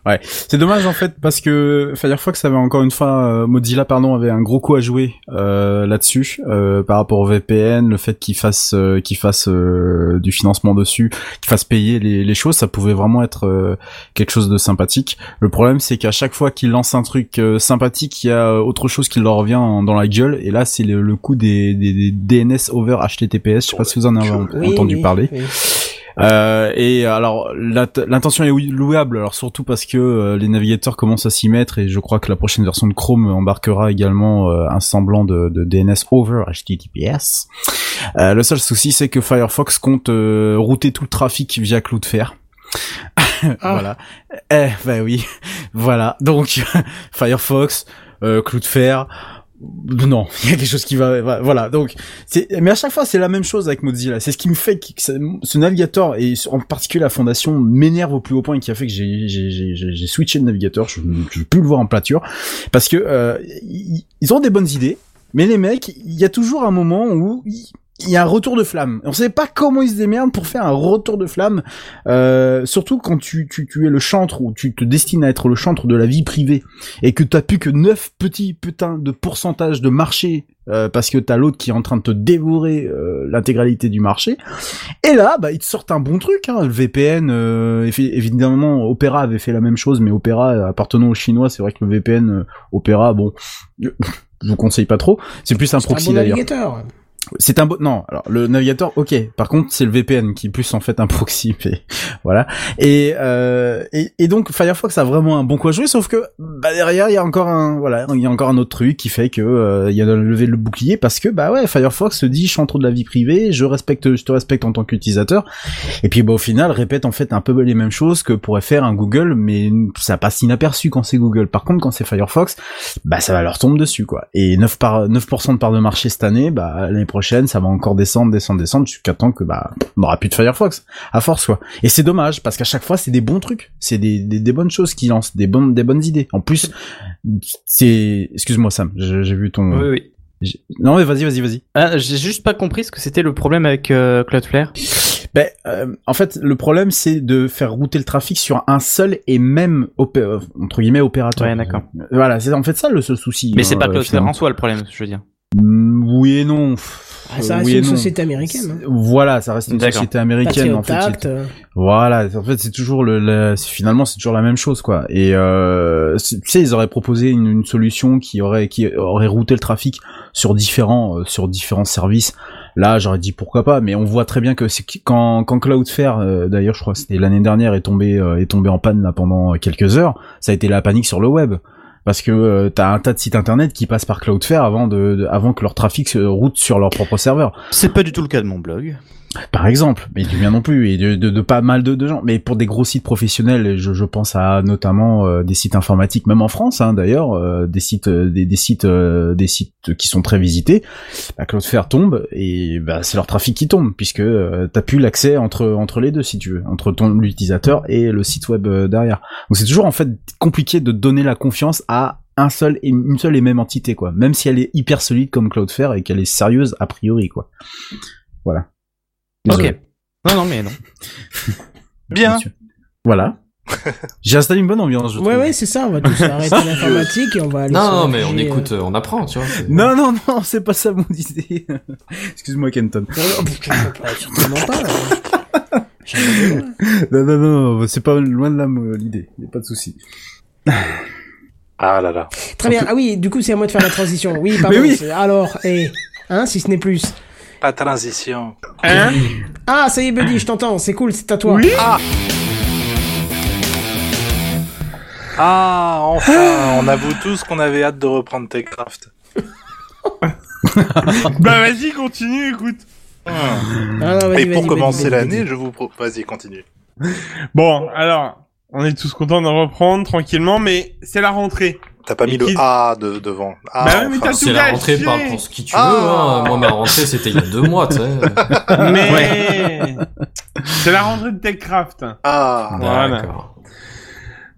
[SPEAKER 8] Ouais, c'est dommage en fait parce que Firefox avait encore une fois euh, Mozilla pardon avait un gros coup à jouer euh, là-dessus euh, par rapport au VPN, le fait qu'ils fassent euh, qu'ils fassent euh, du financement dessus, qu'ils fassent payer les, les choses, ça pouvait vraiment être euh, quelque chose de sympathique. Le problème c'est qu'à chaque fois qu'ils lancent un truc euh, sympathique, il y a autre chose qui leur revient en- dans la gueule et là c'est le, le coup des, des, des DNS over HTTPS. Je sais pas si vous en avez en-
[SPEAKER 2] Oui,
[SPEAKER 8] entendu
[SPEAKER 2] oui,
[SPEAKER 8] parler.
[SPEAKER 2] oui.
[SPEAKER 8] Euh, et alors l'int- l'intention est oui- louable, alors surtout parce que euh, les navigateurs commencent à s'y mettre et je crois que la prochaine version de Chrome embarquera également euh, un semblant de, de DNS over HTTPS. Euh, le seul souci c'est que Firefox compte euh, router tout le trafic via Cloudflare. voilà. Eh ben oui, voilà. Donc Firefox, euh, Cloudflare. Non, il y a quelque chose qui va, va- voilà. Donc, c'est, mais à chaque fois c'est la même chose avec Mozilla. C'est ce qui me fait que ça- ce navigateur et en particulier la fondation m'énerve au plus haut point et qui a fait que j'ai, j'ai, j'ai, j'ai- j'ai switché de navigateur. Je, je veux plus le voir en pâture parce que euh, ils ils ont des bonnes idées, mais les mecs, il y a toujours un moment où ils- il y a un retour de flamme. On sait pas comment ils se démerdent pour faire un retour de flamme, euh, surtout quand tu, tu, tu es le chantre ou tu te destines à être le chantre de la vie privée et que t'as plus que 9 petits putains de pourcentage de marché euh, parce que t'as l'autre qui est en train de te dévorer euh, l'intégralité du marché. Et là, bah, ils te sortent un bon truc. Hein. Le VPN, euh, effi- évidemment, Opera avait fait la même chose, mais Opera euh, appartenant aux Chinois, c'est vrai que le VPN euh, Opera, bon, je je vous conseille pas trop. C'est plus un proxy
[SPEAKER 2] bon
[SPEAKER 8] d'ailleurs.
[SPEAKER 2] navigateur.
[SPEAKER 8] C'est un bot. Non, alors le navigateur, ok. Par contre, c'est le VPN qui est plus en fait un proxy. mais voilà. Et, euh, et et donc Firefox a vraiment un bon coup à jouer, sauf que bah, derrière il y a encore un voilà, il y a encore un autre truc qui fait que euh, il y a de lever le bouclier parce que bah ouais, Firefox se dit je suis en trop de la vie privée, je respecte, je te respecte en tant qu'utilisateur. Et puis bah au final répète en fait un peu les mêmes choses que pourrait faire un Google, mais ça passe inaperçu quand c'est Google. Par contre, quand c'est Firefox, bah ça va leur tomber dessus quoi. Et 9 par 9% de part de marché cette année, bah l'année prochaine, ça va encore descendre, descendre, descendre jusqu'à temps que bah on n'aura plus de Firefox à force quoi. Et c'est dommage parce qu'à chaque fois, c'est des bons trucs, c'est des, des, des bonnes choses qu'ils lancent, des bonnes des bonnes idées. En plus, c'est excuse-moi Sam, je- j'ai vu ton
[SPEAKER 1] Oui, oui.
[SPEAKER 8] J'ai- Non mais vas-y, vas-y, vas-y.
[SPEAKER 1] Ah, j'ai juste pas compris ce que c'était le problème avec euh, Cloudflare.
[SPEAKER 8] Ben, euh, en fait, le problème, c'est de faire router le trafic sur un seul et même opé- euh, entre guillemets opérateur.
[SPEAKER 1] Ouais, d'accord.
[SPEAKER 8] Voilà, c'est en fait ça le seul souci.
[SPEAKER 1] Mais c'est
[SPEAKER 8] hein,
[SPEAKER 1] pas
[SPEAKER 8] euh,
[SPEAKER 1] Cloudflare
[SPEAKER 8] finalement.
[SPEAKER 1] en soi le problème, je veux dire.
[SPEAKER 8] Mm, Oui et non. Pff,
[SPEAKER 2] Ah, ça
[SPEAKER 8] euh,
[SPEAKER 2] reste
[SPEAKER 8] oui et
[SPEAKER 2] une
[SPEAKER 8] non.
[SPEAKER 2] société américaine. hein.
[SPEAKER 8] Voilà, ça reste une
[SPEAKER 1] D'accord.
[SPEAKER 8] société américaine en fait.
[SPEAKER 2] Patriote,
[SPEAKER 8] qui-
[SPEAKER 2] euh.
[SPEAKER 8] Voilà, en fait c'est toujours le, le- c'est- finalement c'est toujours la même chose quoi. Et euh, c'est- tu sais ils auraient proposé une, une solution qui aurait qui aurait routé le trafic sur différents euh, sur différents services. Là j'aurais dit pourquoi pas, mais on voit très bien que c'est qui- quand quand Cloudflare euh, d'ailleurs je crois que c'était l'année dernière est tombé euh, est tombé en panne là pendant euh, quelques heures, ça a été la panique sur le web parce que euh, t'as un tas de sites internet qui passent par Cloudflare avant de, de- avant que leur trafic se route sur leur propre serveur.
[SPEAKER 1] C'est pas du tout le cas de mon blog.
[SPEAKER 8] Par exemple, mais du bien non plus, et de, de, de pas mal de, de gens. Mais pour des gros sites professionnels, je, je pense à notamment euh, des sites informatiques, même en France hein, d'ailleurs, euh, des sites, euh, des, des sites, euh, des sites qui sont très visités. Bah, Cloudflare tombe et bah, c'est leur trafic qui tombe puisque euh, t'as plus l'accès entre entre les deux si tu veux, entre ton utilisateur et le site web euh, derrière. Donc c'est toujours en fait compliqué de donner la confiance à un seul et une seule et même entité quoi, même si elle est hyper solide comme Cloudflare et qu'elle est sérieuse a priori quoi. Voilà. Désolé.
[SPEAKER 1] Ok. Non, non, mais non.
[SPEAKER 8] Bien. Voilà. J'ai installé une bonne ambiance. Je
[SPEAKER 2] Ouais,
[SPEAKER 8] trouve.
[SPEAKER 2] ouais, c'est ça. On va tous arrêter l'informatique et on va aller.
[SPEAKER 3] Non,
[SPEAKER 2] se
[SPEAKER 3] non, mais on
[SPEAKER 2] réfugier,
[SPEAKER 3] écoute, euh, on apprend, tu vois. c'est-
[SPEAKER 8] Non, non, non, c'est pas ça mon idée. Excuse-moi, Kenton.
[SPEAKER 2] euh, non, non, bah, Certainement pas. hein.
[SPEAKER 8] non, non, non, c'est pas loin de là euh, l'idée. Y a pas de souci.
[SPEAKER 9] Ah là là.
[SPEAKER 2] Très bien. Ah oui, du coup, c'est à moi de faire la transition. Oui, pardon. c'est- Alors, et hein, si ce n'est plus.
[SPEAKER 9] Pas de transition.
[SPEAKER 4] Hein
[SPEAKER 2] Ah, ça y est, Buddy, je t'entends. C'est cool, c'est à toi.
[SPEAKER 9] Ah Ah, enfin, on avoue tous qu'on avait hâte de reprendre Techcraft.
[SPEAKER 4] bah vas-y, continue, écoute.
[SPEAKER 2] Ah, non, vas-y,
[SPEAKER 9] Et pour
[SPEAKER 2] vas-y,
[SPEAKER 9] commencer
[SPEAKER 2] vas-y, vas-y,
[SPEAKER 9] l'année, je vous propose... Vas-y, continue.
[SPEAKER 4] Bon, alors, on est tous contents d'en reprendre tranquillement, mais c'est la rentrée.
[SPEAKER 9] T'as pas mis
[SPEAKER 4] Et
[SPEAKER 9] le
[SPEAKER 4] qui-
[SPEAKER 9] A de, devant. Ah,
[SPEAKER 4] Bah oui, mais
[SPEAKER 9] enfin.
[SPEAKER 4] t'as
[SPEAKER 3] C'est
[SPEAKER 4] tout
[SPEAKER 3] la
[SPEAKER 4] gâché.
[SPEAKER 3] rentrée par pour ce qui tu veux.
[SPEAKER 9] Ah.
[SPEAKER 3] hein. Moi, ma rentrée, c'était il y a deux mois, tu sais.
[SPEAKER 4] Mais c'est la rentrée de Techcraft.
[SPEAKER 9] Ah,
[SPEAKER 4] Voilà.
[SPEAKER 3] D'accord.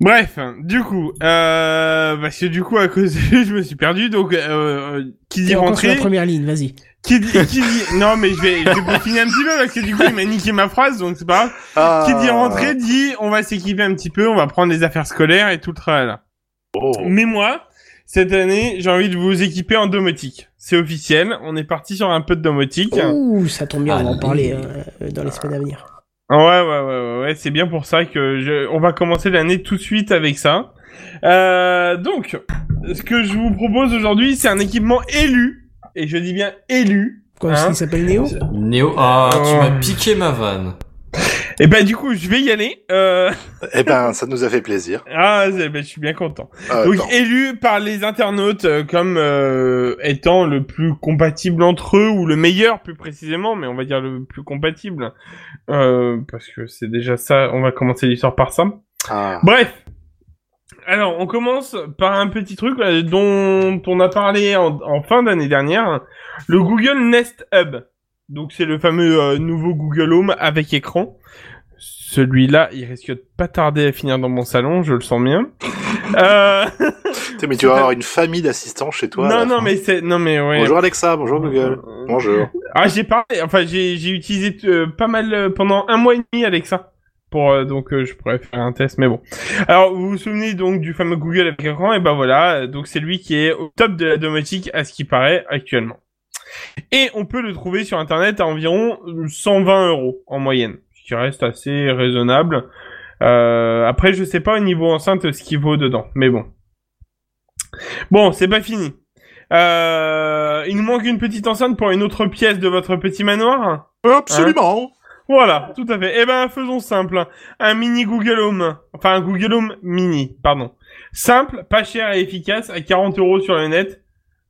[SPEAKER 4] Bref, du coup, euh, parce que du coup, à cause de lui, je me suis perdu, donc, euh, qui dit
[SPEAKER 2] T'es encore sur
[SPEAKER 4] rentrer,
[SPEAKER 2] la première ligne, vas-y.
[SPEAKER 4] qui dit, qui dit, non, mais je vais, je vais peaufiner un petit peu, parce que du coup, il m'a niqué ma phrase, donc c'est pas grave.
[SPEAKER 9] Ah.
[SPEAKER 4] Qui dit rentrer, dit, on va s'équiper un petit peu, on va prendre les affaires scolaires et tout le tralala.
[SPEAKER 9] Oh.
[SPEAKER 4] Mais moi, cette année, j'ai envie de vous équiper en domotique. C'est officiel, on est parti sur un peu de domotique.
[SPEAKER 9] Oh.
[SPEAKER 2] Ouh, ça tombe bien, on va en
[SPEAKER 3] Allez.
[SPEAKER 2] parler euh, dans les semaines à venir.
[SPEAKER 4] Ouais, ouais, ouais, ouais, ouais, c'est bien pour ça que je... on va commencer l'année tout de suite avec ça. Euh, donc, ce que je vous propose aujourd'hui, c'est un équipement élu, et je dis bien élu.
[SPEAKER 2] Quoi,
[SPEAKER 4] Hein
[SPEAKER 2] il s'appelle Néo
[SPEAKER 3] Néo, ah, tu
[SPEAKER 4] Oh.
[SPEAKER 3] m'as piqué ma vanne.
[SPEAKER 4] Et ben du coup, je vais y aller. Euh...
[SPEAKER 9] Eh ben, ça nous a fait plaisir.
[SPEAKER 4] Ah, c'est- ben, je suis bien content.
[SPEAKER 9] Ah,
[SPEAKER 4] Donc,
[SPEAKER 9] attends.
[SPEAKER 4] élu par les internautes euh, comme euh, étant le plus compatible entre eux, ou le meilleur plus précisément, mais on va dire le plus compatible, euh, parce que c'est déjà ça, on va commencer l'histoire par ça.
[SPEAKER 9] Ah.
[SPEAKER 4] Bref. Alors, on commence par un petit truc là, dont on a parlé en, en fin d'année dernière, le Google Nest Hub. Donc c'est le fameux euh, nouveau Google Home avec écran. Celui-là, il risque de pas tarder à finir dans mon salon, je le sens bien. Euh,
[SPEAKER 9] Putain, mais tu vas avoir une famille d'assistants chez toi. à la
[SPEAKER 4] non, non,
[SPEAKER 9] fin.
[SPEAKER 4] mais c'est, non, mais ouais.
[SPEAKER 9] Bonjour Alexa, bonjour Google. Bonjour.
[SPEAKER 4] Ah, j'ai parlé, enfin, j'ai, j'ai utilisé euh, pas mal euh, pendant un mois et demi Alexa. Pour, euh, donc, euh, je pourrais faire un test, mais bon. Alors, vous vous souvenez donc du fameux Google avec écran, et ben voilà, euh, donc c'est lui qui est au top de la domotique à ce qui paraît actuellement. Et on peut le trouver sur internet à environ 120 euros en moyenne, ce qui reste assez raisonnable. Euh, après, je sais pas au niveau enceinte ce qu'il vaut dedans, mais bon. Bon, c'est pas fini. Euh, il nous manque une petite enceinte pour une autre pièce de votre petit manoir.
[SPEAKER 9] Absolument.
[SPEAKER 4] Voilà, tout à fait. Eh ben, faisons simple. Un mini Google Home. Enfin, un Google Home mini, pardon. Simple, pas cher et efficace, à 40 euros sur le net.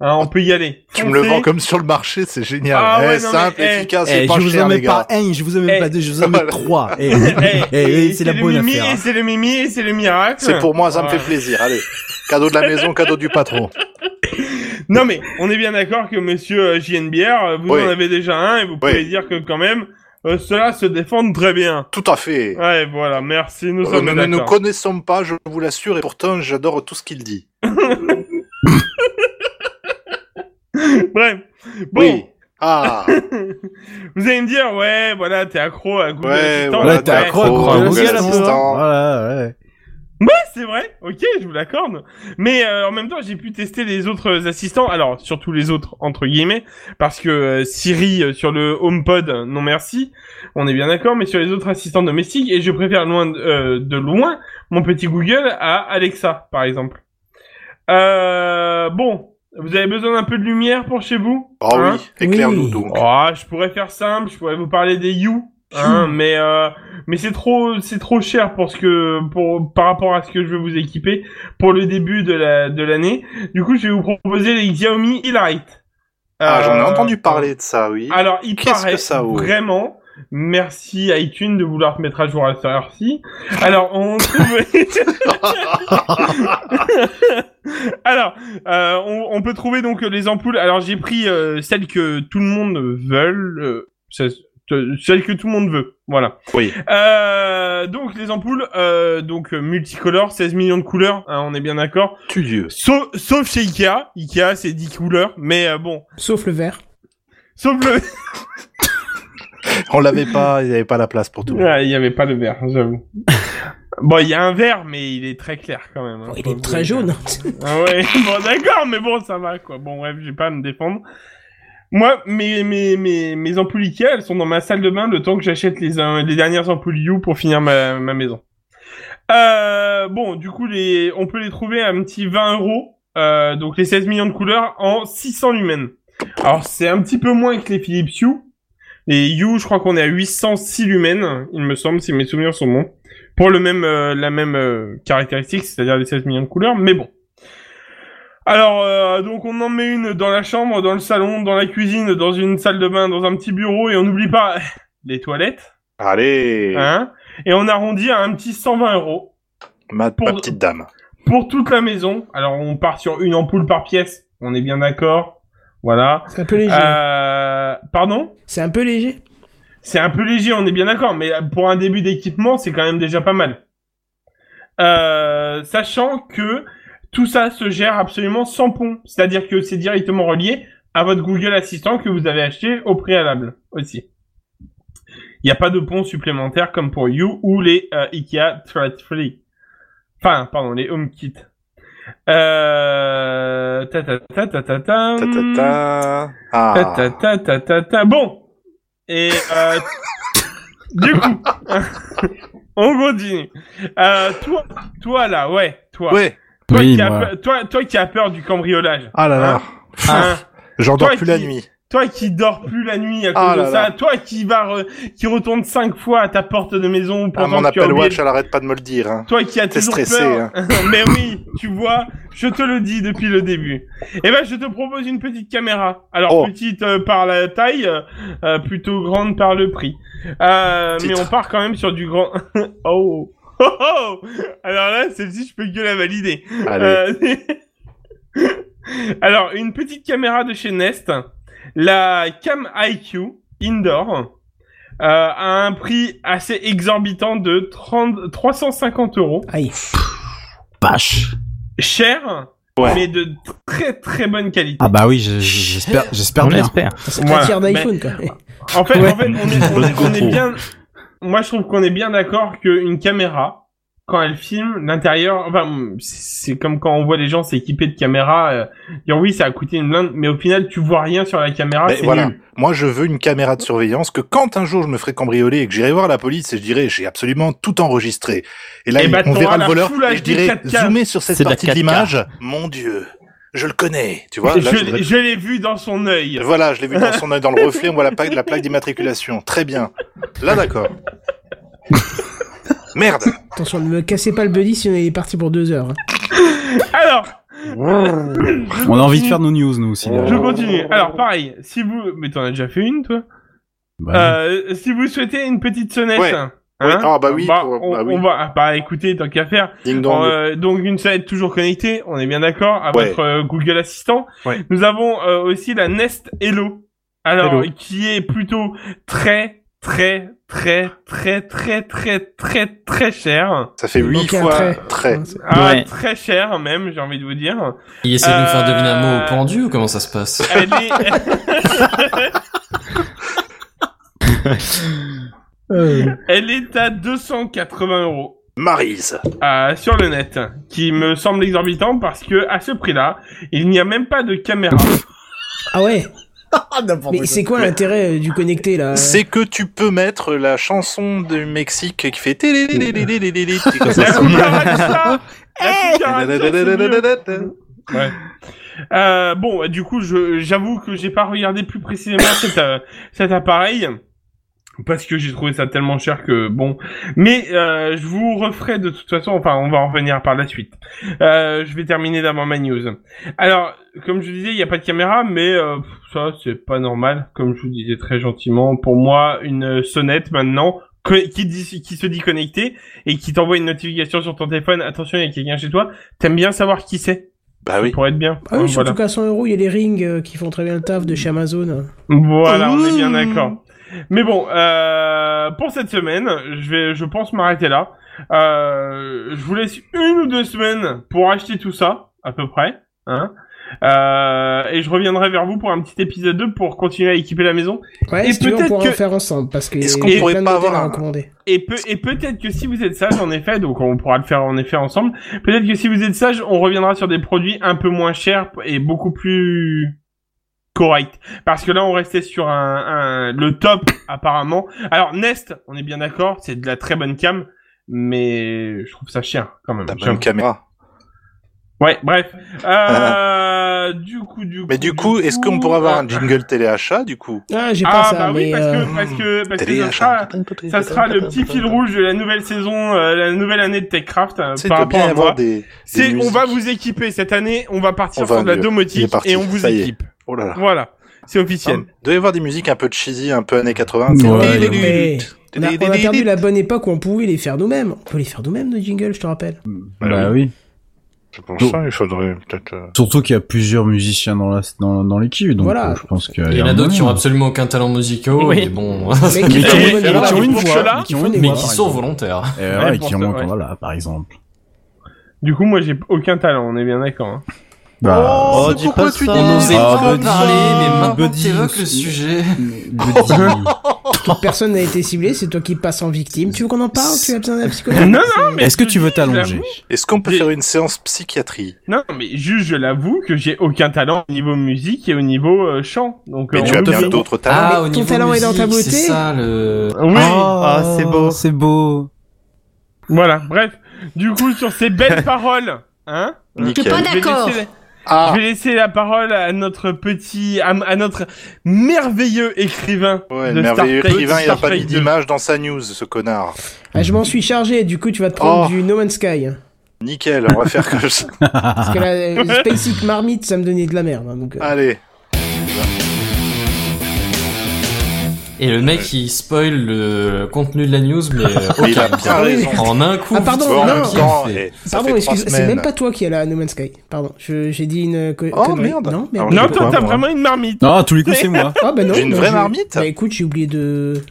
[SPEAKER 4] Hein, on peut y aller.
[SPEAKER 9] Tu me le
[SPEAKER 4] Foncez.
[SPEAKER 9] vends comme sur le marché, c'est génial.
[SPEAKER 4] Ah
[SPEAKER 9] Eh,
[SPEAKER 4] ouais, non,
[SPEAKER 9] simple,
[SPEAKER 4] mais, eh,
[SPEAKER 9] efficace,
[SPEAKER 8] Eh,
[SPEAKER 9] c'est pas
[SPEAKER 8] je vous en
[SPEAKER 9] cher, les
[SPEAKER 8] mets
[SPEAKER 9] gars.
[SPEAKER 8] pas un, je vous en
[SPEAKER 4] Eh.
[SPEAKER 8] mets pas deux, je vous en mets trois. Eh,
[SPEAKER 4] Eh,
[SPEAKER 8] eh, eh,
[SPEAKER 4] et
[SPEAKER 8] c'est la
[SPEAKER 4] le
[SPEAKER 8] bonne
[SPEAKER 4] mimi,
[SPEAKER 8] affaire.
[SPEAKER 4] Et c'est le mimi et c'est le miracle.
[SPEAKER 9] C'est pour moi, ça me
[SPEAKER 4] Ouais. Ah,
[SPEAKER 9] fait plaisir. Allez, cadeau de la maison, cadeau du patron.
[SPEAKER 4] Non mais on est bien d'accord que monsieur euh, JNBR, euh, vous
[SPEAKER 9] Oui.
[SPEAKER 4] en avez déjà un et vous
[SPEAKER 9] Oui.
[SPEAKER 4] pouvez dire que quand même euh, ceux-là se défendent très bien.
[SPEAKER 9] Tout à fait.
[SPEAKER 4] Ouais, voilà, merci, nous
[SPEAKER 9] Euh,
[SPEAKER 4] sommes
[SPEAKER 9] nous ne nous
[SPEAKER 4] d'accord.
[SPEAKER 9] connaissons pas, je vous l'assure, et pourtant j'adore tout ce qu'il dit.
[SPEAKER 4] Bref. Bon,
[SPEAKER 9] Oui. Ah,
[SPEAKER 4] vous allez me dire, ouais, voilà, t'es accro à Google
[SPEAKER 9] Ouais,
[SPEAKER 4] Assistant.
[SPEAKER 9] voilà,
[SPEAKER 8] Ouais, t'es accro à
[SPEAKER 9] accro
[SPEAKER 8] Google
[SPEAKER 4] Ouais,
[SPEAKER 9] Assistant.
[SPEAKER 8] Assistant. Voilà, ouais.
[SPEAKER 4] c'est vrai, ok, je vous l'accorde. Mais euh, en même temps, j'ai pu tester les autres assistants, alors surtout les autres entre guillemets, parce que euh, Siri euh, sur le HomePod, euh, non merci, on est bien d'accord, mais sur les autres assistants domestiques, et je préfère loin de, euh, de loin mon petit Google à Alexa, par exemple. Euh, bon, vous avez besoin d'un peu de lumière pour chez vous
[SPEAKER 9] Ah
[SPEAKER 4] hein
[SPEAKER 9] oui, éclaire-nous
[SPEAKER 2] Oui.
[SPEAKER 9] donc.
[SPEAKER 4] Oh, je pourrais faire simple, je pourrais vous parler des You, hein, mais euh, mais c'est trop c'est trop cher pour ce que pour par rapport à ce que je veux vous équiper pour le début de la de l'année. Du coup, je vais vous proposer les Xiaomi E-Lite.
[SPEAKER 9] Ah, j'en ai
[SPEAKER 4] Euh, Ah.
[SPEAKER 9] entendu parler de ça, oui.
[SPEAKER 4] Alors, il
[SPEAKER 9] Qu'est-ce que
[SPEAKER 4] paraît
[SPEAKER 9] ça vaut
[SPEAKER 4] vraiment. Merci iTunes de vouloir mettre à jour à cette heure-ci. Alors, on trouve... Alors, euh, on, on peut trouver donc euh, les ampoules. Alors, j'ai pris euh, celles que tout le monde veut. euh, celles celles que tout le monde veut. Voilà.
[SPEAKER 9] Oui.
[SPEAKER 4] Euh, donc, les ampoules euh, donc euh, multicolores, 16 millions de couleurs. hein, on est bien d'accord.
[SPEAKER 9] Tu Dieu.
[SPEAKER 4] Sauf, sauf chez Ikea. Ikea, c'est 10 couleurs. Mais euh, bon.
[SPEAKER 2] Sauf le vert.
[SPEAKER 4] Sauf le...
[SPEAKER 9] On l'avait pas, il n'y avait pas la place pour tout.
[SPEAKER 4] Ouais, il n'y avait pas de vert, j'avoue. bon, il y a un vert, mais il est très clair quand même. hein,
[SPEAKER 2] Bon, il
[SPEAKER 4] faut
[SPEAKER 2] est très
[SPEAKER 4] avouer.
[SPEAKER 2] jaune. hein.
[SPEAKER 4] Ah ouais, bon d'accord, mais bon, ça va quoi. Bon, bref, j'ai pas à me défendre. Moi, mes, mes, mes, mes ampoules Ikea, elles sont dans ma salle de bain le temps que j'achète les, euh, les dernières ampoules You pour finir ma, ma maison. Euh, bon, du coup, les, on peut les trouver à un petit 20 euros, euh, donc les 16 millions de couleurs, en 600 lumens. Alors, c'est un petit peu moins que les Philips Hue. Les Hue, je crois qu'on est à 806 lumens, il me semble, si mes souvenirs sont bons. Pour le même, euh, la même euh, caractéristique, c'est-à-dire les 16 millions de couleurs, mais bon. Alors, euh, donc on en met une dans la chambre, dans le salon, dans la cuisine, dans une salle de bain, dans un petit bureau, et on n'oublie pas les toilettes,
[SPEAKER 9] Allez,
[SPEAKER 4] hein, et on arrondit à un petit 120 euros
[SPEAKER 9] ma,
[SPEAKER 4] pour-
[SPEAKER 9] ma petite dame.
[SPEAKER 4] pour toute la maison. Alors, on part sur une ampoule par pièce, on est bien d'accord, voilà.
[SPEAKER 2] C'est un peu léger.
[SPEAKER 4] Euh, pardon
[SPEAKER 2] C'est un peu léger.
[SPEAKER 4] C'est un peu léger, on est bien d'accord, mais pour un début d'équipement, c'est quand même déjà pas mal. euh, sachant que tout ça se gère absolument sans pont. C'est-à-dire que c'est directement relié à votre Google Assistant que vous avez acheté au préalable aussi. Il n'y a pas de pont supplémentaire comme pour You ou les euh, IKEA Threat Free. Enfin, pardon, les HomeKit. Euh... Ta ta ta ta ta ta.
[SPEAKER 9] Ta ta ta.
[SPEAKER 4] Ta
[SPEAKER 9] Ah.
[SPEAKER 4] ta ta ta ta ta. Bon. Et euh, du coup, on continue. Euh, toi, toi là, ouais, toi.
[SPEAKER 9] Ouais.
[SPEAKER 4] Toi,
[SPEAKER 8] Oui,
[SPEAKER 4] qui as
[SPEAKER 8] moi.
[SPEAKER 4] peur- toi, toi qui as peur du cambriolage.
[SPEAKER 9] Ah là là.
[SPEAKER 4] Hein Hein
[SPEAKER 9] J'en dors
[SPEAKER 4] Toi
[SPEAKER 9] plus la
[SPEAKER 4] qui-
[SPEAKER 9] nuit.
[SPEAKER 4] Toi qui dors plus la nuit à cause
[SPEAKER 9] Ah
[SPEAKER 4] de
[SPEAKER 9] là
[SPEAKER 4] ça.
[SPEAKER 9] là.
[SPEAKER 4] Toi qui va re- qui retourne cinq fois à ta porte de maison
[SPEAKER 9] Ah,
[SPEAKER 4] pendant
[SPEAKER 9] mon
[SPEAKER 4] que tu as
[SPEAKER 9] Apple
[SPEAKER 4] oublié-
[SPEAKER 9] Watch, elle arrête pas de me le dire. hein.
[SPEAKER 4] Toi qui as
[SPEAKER 9] T'es
[SPEAKER 4] toujours
[SPEAKER 9] stressé, hein.
[SPEAKER 4] peur. Mais oui, tu vois, je te le dis depuis le début. Eh ben, je te propose une petite caméra. Alors
[SPEAKER 9] Oh.
[SPEAKER 4] petite euh, par la taille, euh, euh, plutôt grande par le prix. Euh, mais
[SPEAKER 9] Titre.
[SPEAKER 4] on part quand même sur du grand. oh. Oh, oh Alors là, celle-ci, je peux que la valider.
[SPEAKER 9] Allez.
[SPEAKER 4] Euh, Alors, une petite caméra de chez Nest, la Cam IQ Indoor, euh, à un prix assez exorbitant de 30, 350 euros.
[SPEAKER 2] Aïe.
[SPEAKER 8] Pâche.
[SPEAKER 4] Cher,
[SPEAKER 9] Ouais.
[SPEAKER 4] mais de très très bonne qualité.
[SPEAKER 8] Ah bah oui, je- je- j'espère, j'espère
[SPEAKER 1] On
[SPEAKER 8] bien.
[SPEAKER 1] l'espère.
[SPEAKER 2] C'est
[SPEAKER 4] Voilà.
[SPEAKER 2] un tiers d'iPhone, quoi.
[SPEAKER 4] En fait,
[SPEAKER 2] Ouais.
[SPEAKER 4] en fait, on est, on
[SPEAKER 9] Bonne
[SPEAKER 4] est- on est
[SPEAKER 9] GoPro.
[SPEAKER 4] bien. Moi, je trouve qu'on est bien d'accord qu'une caméra, quand elle filme l'intérieur, enfin, c'est c'est comme quand on voit les gens s'équiper de caméras, euh, dire oui, ça a coûté une blinde, mais au final, tu vois rien sur la caméra.
[SPEAKER 9] Ben
[SPEAKER 4] ah, c'est
[SPEAKER 9] voilà.
[SPEAKER 4] nul.
[SPEAKER 9] Moi, je veux une caméra de surveillance que quand un jour je me ferai cambrioler et que j'irai voir la police et je dirai j'ai absolument tout enregistré. Et là,
[SPEAKER 4] Eh ben,
[SPEAKER 9] on
[SPEAKER 4] t'auras
[SPEAKER 9] verra le
[SPEAKER 4] la
[SPEAKER 9] voleur
[SPEAKER 4] Full
[SPEAKER 9] et je
[SPEAKER 4] HD
[SPEAKER 9] dirai
[SPEAKER 4] 4K.
[SPEAKER 9] zoomer sur cette
[SPEAKER 1] C'est de la
[SPEAKER 9] partie de
[SPEAKER 1] 4K.
[SPEAKER 9] l'image. Mon Dieu, je le connais. Tu vois, là, je
[SPEAKER 4] je
[SPEAKER 9] voudrais-
[SPEAKER 4] je l'ai vu dans son œil.
[SPEAKER 9] Voilà, je l'ai vu dans son œil, dans le reflet, on voit la, plaque- la plaque d'immatriculation. Très bien. Là, d'accord. Merde.
[SPEAKER 2] Attention, ne me cassez pas le buddy si on est parti pour deux heures. hein.
[SPEAKER 4] Alors,
[SPEAKER 8] On a envie de faire nos news, nous aussi. là.
[SPEAKER 4] je continue. Alors, pareil, si vous, mais t'en as déjà fait une, toi.
[SPEAKER 8] Bah,
[SPEAKER 4] Euh, si vous souhaitez une petite sonnette.
[SPEAKER 9] Ouais.
[SPEAKER 4] hein,
[SPEAKER 9] Oui, ah bah oui, pour-
[SPEAKER 4] on,
[SPEAKER 9] bah oui.
[SPEAKER 4] on va, ah, bah écoutez, tant qu'à faire,
[SPEAKER 9] Ding dong.
[SPEAKER 4] Euh, donc une sonnette toujours connectée, on est bien d'accord, à
[SPEAKER 9] Ouais.
[SPEAKER 4] votre euh, Google Assistant.
[SPEAKER 9] Ouais.
[SPEAKER 4] Nous avons euh, aussi la Nest Hello. Alors,
[SPEAKER 9] Hello.
[SPEAKER 4] qui est plutôt très, très, très, très, très, très, très, très cher.
[SPEAKER 9] Ça fait huit
[SPEAKER 2] Donc, il y a un
[SPEAKER 9] fois très.
[SPEAKER 2] trait.
[SPEAKER 4] Ah,
[SPEAKER 1] Ouais.
[SPEAKER 4] Très cher même, j'ai envie de vous dire.
[SPEAKER 3] Il essaie de nous faire deviner un mot
[SPEAKER 4] Euh,
[SPEAKER 3] au pendu ou comment ça se passe
[SPEAKER 8] Euh,
[SPEAKER 4] Elle est...
[SPEAKER 2] Euh,
[SPEAKER 4] Elle est à 280 euros.
[SPEAKER 9] Maryse.
[SPEAKER 4] euh, sur le net, qui me semble exorbitant parce que à ce prix-là, il n'y a même pas de caméra.
[SPEAKER 2] Ah ouais Mais c'est quoi l'intérêt euh, du connecté, là
[SPEAKER 9] C'est que tu peux mettre la chanson du Mexique qui fait télé télé, télé, télé, télé, comme
[SPEAKER 4] La
[SPEAKER 9] ça.
[SPEAKER 4] cucaracha La cucaracha, c'est mieux.
[SPEAKER 9] Moi,
[SPEAKER 4] Euh, Bon, du coup, je- j'avoue que j'ai pas regardé plus précisément cet, euh, cet appareil parce que j'ai trouvé ça tellement cher que bon. Mais euh, je vous referai de toute façon. Enfin, on va en revenir par la suite. Euh, je vais terminer d'abord ma news. Alors, comme je disais, il n'y a pas de caméra, mais euh, pff, ça c'est pas normal. Comme je vous disais très gentiment, pour moi, une sonnette maintenant co- qui, dit- qui se dit connectée et qui t'envoie une notification sur ton téléphone. Attention, il y a quelqu'un chez toi. T'aimes bien savoir qui c'est
[SPEAKER 9] Bah oui.
[SPEAKER 4] pour être bien.
[SPEAKER 2] Ah oui, surtout
[SPEAKER 4] voilà.
[SPEAKER 2] qu'à 100 euros, il y a les rings euh, qui font très bien le taf de chez Amazon.
[SPEAKER 4] Voilà, on est bien
[SPEAKER 2] Mmh.
[SPEAKER 4] d'accord. Mais bon, euh, pour cette semaine, je vais, je pense m'arrêter là. Euh, je vous laisse une ou deux semaines pour acheter tout ça, à peu près. Hein euh, et je reviendrai vers vous pour un petit épisode 2 pour continuer à équiper la maison.
[SPEAKER 2] Ouais,
[SPEAKER 4] Et
[SPEAKER 2] si tu veux, on
[SPEAKER 4] peut-être
[SPEAKER 2] pourra
[SPEAKER 4] que-
[SPEAKER 2] en faire ensemble, parce qu'il
[SPEAKER 9] Est-ce
[SPEAKER 2] y
[SPEAKER 9] qu'on
[SPEAKER 2] a
[SPEAKER 9] pourrait
[SPEAKER 2] plein de
[SPEAKER 9] pas
[SPEAKER 2] modèles
[SPEAKER 9] avoir
[SPEAKER 2] à
[SPEAKER 9] un-
[SPEAKER 2] recommander.
[SPEAKER 4] Et, peu, et peut-être que si vous êtes sage, en effet, donc on pourra le faire en effet ensemble. Peut-être que si vous êtes sage, on reviendra sur des produits un peu moins chers et beaucoup plus corrects. Parce que là, on restait sur un, un- le top apparemment. Alors Nest, on est bien d'accord, c'est de la très bonne cam, mais je trouve ça cher quand même.
[SPEAKER 9] T'as pas
[SPEAKER 4] J'avoue.
[SPEAKER 9] une caméra.
[SPEAKER 4] Ouais, bref. Euh, du coup, du coup.
[SPEAKER 9] Mais du coup, est-ce qu'on pourra avoir un jingle téléachat du coup
[SPEAKER 2] Ah, j'ai pas
[SPEAKER 4] Ah
[SPEAKER 2] ça,
[SPEAKER 4] bah
[SPEAKER 2] mais...
[SPEAKER 4] oui, parce
[SPEAKER 2] euh,
[SPEAKER 4] que parce que parce que ça sera- ça
[SPEAKER 9] Téléachat.
[SPEAKER 4] sera le petit fil rouge de la nouvelle saison, euh, la nouvelle année de TechCraft euh,
[SPEAKER 9] Tu sais, il
[SPEAKER 4] par
[SPEAKER 9] doit bien
[SPEAKER 4] rapport
[SPEAKER 9] y
[SPEAKER 4] à moi.
[SPEAKER 9] avoir des.
[SPEAKER 4] C'est,
[SPEAKER 9] des
[SPEAKER 4] on va
[SPEAKER 9] musiques.
[SPEAKER 4] vous équiper cette année, on va partir
[SPEAKER 9] On va
[SPEAKER 4] sur de la
[SPEAKER 9] mieux. Il est
[SPEAKER 4] domotique
[SPEAKER 9] parti,
[SPEAKER 4] et on vous
[SPEAKER 9] ça y est. Hein
[SPEAKER 4] équipe.
[SPEAKER 9] Oh là là.
[SPEAKER 4] Voilà, c'est officiel.
[SPEAKER 9] Il doit y avoir des musiques un peu cheesy, un peu années 80. c'est-
[SPEAKER 8] Ouais.
[SPEAKER 2] mais- On a, on a perdu la bonne époque où on pouvait les faire nous-mêmes. On peut les faire nous-mêmes, nos jingles, je te rappelle.
[SPEAKER 8] bah oui.
[SPEAKER 9] C'est pour ça, il faudrait peut-être. euh,
[SPEAKER 8] Surtout qu'il y a plusieurs musiciens dans la dans, dans l'équipe, donc
[SPEAKER 2] Voilà.
[SPEAKER 8] euh, je pense que
[SPEAKER 3] Il y en a d'autres qui ont
[SPEAKER 8] moyen.
[SPEAKER 3] absolument aucun talent musical,
[SPEAKER 1] Oui.
[SPEAKER 3] mais bon,
[SPEAKER 2] Mais qui
[SPEAKER 4] Mais-
[SPEAKER 2] font des bonnes
[SPEAKER 4] mais-
[SPEAKER 2] voix.
[SPEAKER 4] qui ont une voix,
[SPEAKER 2] Ils font
[SPEAKER 8] qui ont
[SPEAKER 2] des
[SPEAKER 8] une
[SPEAKER 3] mais
[SPEAKER 2] voix,
[SPEAKER 3] qui
[SPEAKER 8] par
[SPEAKER 2] pareil.
[SPEAKER 3] sont
[SPEAKER 8] exemple.
[SPEAKER 3] volontaires.
[SPEAKER 8] Euh, ouais,
[SPEAKER 4] Ouais,
[SPEAKER 8] qui
[SPEAKER 4] pour
[SPEAKER 8] ont
[SPEAKER 4] ça,
[SPEAKER 8] encore
[SPEAKER 4] ouais.
[SPEAKER 8] voilà par exemple.
[SPEAKER 4] Du coup, moi, j'ai aucun talent, on est bien d'accord. hein.
[SPEAKER 8] Bah,
[SPEAKER 3] Oh,
[SPEAKER 8] dis
[SPEAKER 3] pourquoi
[SPEAKER 8] pas
[SPEAKER 3] tu
[SPEAKER 8] ça.
[SPEAKER 3] dis- On osait
[SPEAKER 8] Ah,
[SPEAKER 3] pas en
[SPEAKER 8] Buddy.
[SPEAKER 3] parler, mais maintenant que
[SPEAKER 8] Buddy,
[SPEAKER 3] t'évoques
[SPEAKER 8] je-
[SPEAKER 3] le sujet.
[SPEAKER 8] Buddy.
[SPEAKER 2] Toute personne n'a été ciblée, c'est toi qui passes en victime. Tu veux qu'on en parle Tu as besoin d'un psychologue
[SPEAKER 4] Non, non, mais
[SPEAKER 8] Est-ce que tu veux
[SPEAKER 4] Oh,
[SPEAKER 8] t'allonger
[SPEAKER 9] Est-ce qu'on peut faire une séance psychiatrie
[SPEAKER 4] Non, mais juste, je l'avoue que j'ai aucun talent au niveau musique et au niveau euh, chant. Donc,
[SPEAKER 9] Mais
[SPEAKER 4] euh,
[SPEAKER 9] tu
[SPEAKER 4] on
[SPEAKER 9] as
[SPEAKER 4] oublie.
[SPEAKER 9] bien d'autres talents.
[SPEAKER 3] Ah, au
[SPEAKER 2] ton
[SPEAKER 3] niveau
[SPEAKER 2] talent est dans ta
[SPEAKER 3] musique,
[SPEAKER 2] beauté.
[SPEAKER 3] C'est ça le.
[SPEAKER 4] Oui,
[SPEAKER 1] Ah, c'est beau.
[SPEAKER 8] C'est beau.
[SPEAKER 4] voilà. Bref, du coup, sur ces belles paroles, hein
[SPEAKER 10] T'es
[SPEAKER 9] Nickel.
[SPEAKER 10] pas
[SPEAKER 4] je vais
[SPEAKER 10] d'accord.
[SPEAKER 4] laisser-
[SPEAKER 9] Ah,
[SPEAKER 4] Je vais laisser la parole à notre petit, à, à notre merveilleux écrivain.
[SPEAKER 9] ouais,
[SPEAKER 4] de
[SPEAKER 9] merveilleux
[SPEAKER 4] Star Trek-
[SPEAKER 9] écrivain, il a
[SPEAKER 4] Star
[SPEAKER 9] pas
[SPEAKER 4] Trek
[SPEAKER 9] mis
[SPEAKER 4] 2.
[SPEAKER 9] d'image dans sa news, ce connard.
[SPEAKER 2] Ah, Je m'en suis chargé, du coup tu vas te prendre
[SPEAKER 9] Oh.
[SPEAKER 2] du No Man's Sky. hein.
[SPEAKER 9] Nickel, on va faire comme ça.
[SPEAKER 2] Parce que la euh, SpaceX Marmite, ça me donnait de la merde. hein, donc, euh,
[SPEAKER 9] Allez.
[SPEAKER 3] Et le mec, il spoil le contenu de la news, mais euh,
[SPEAKER 9] Mais il a
[SPEAKER 3] aucun.
[SPEAKER 9] bien raison.
[SPEAKER 3] En un coup.
[SPEAKER 2] Ah, pardon,
[SPEAKER 9] Tu vois, en
[SPEAKER 2] non.
[SPEAKER 9] même temps, eh, ça fait
[SPEAKER 2] Pardon,
[SPEAKER 9] trois
[SPEAKER 2] excuse, c'est
[SPEAKER 9] semaines.
[SPEAKER 2] même pas toi qui as la No Man's Sky. Pardon, je- j'ai dit une co-
[SPEAKER 9] Oh,
[SPEAKER 2] connerie.
[SPEAKER 9] merde.
[SPEAKER 2] Non,
[SPEAKER 9] Alors,
[SPEAKER 2] merde.
[SPEAKER 9] je
[SPEAKER 4] Non,
[SPEAKER 9] sais
[SPEAKER 4] toi,
[SPEAKER 9] pas,
[SPEAKER 4] t'as
[SPEAKER 9] moi.
[SPEAKER 4] vraiment une marmite.
[SPEAKER 8] Non, à tous les coups, c'est moi.
[SPEAKER 2] Ah bah non.
[SPEAKER 9] J'ai une
[SPEAKER 2] bah,
[SPEAKER 9] vraie
[SPEAKER 2] je-
[SPEAKER 9] marmite Oh,
[SPEAKER 2] Bah écoute, j'ai oublié de.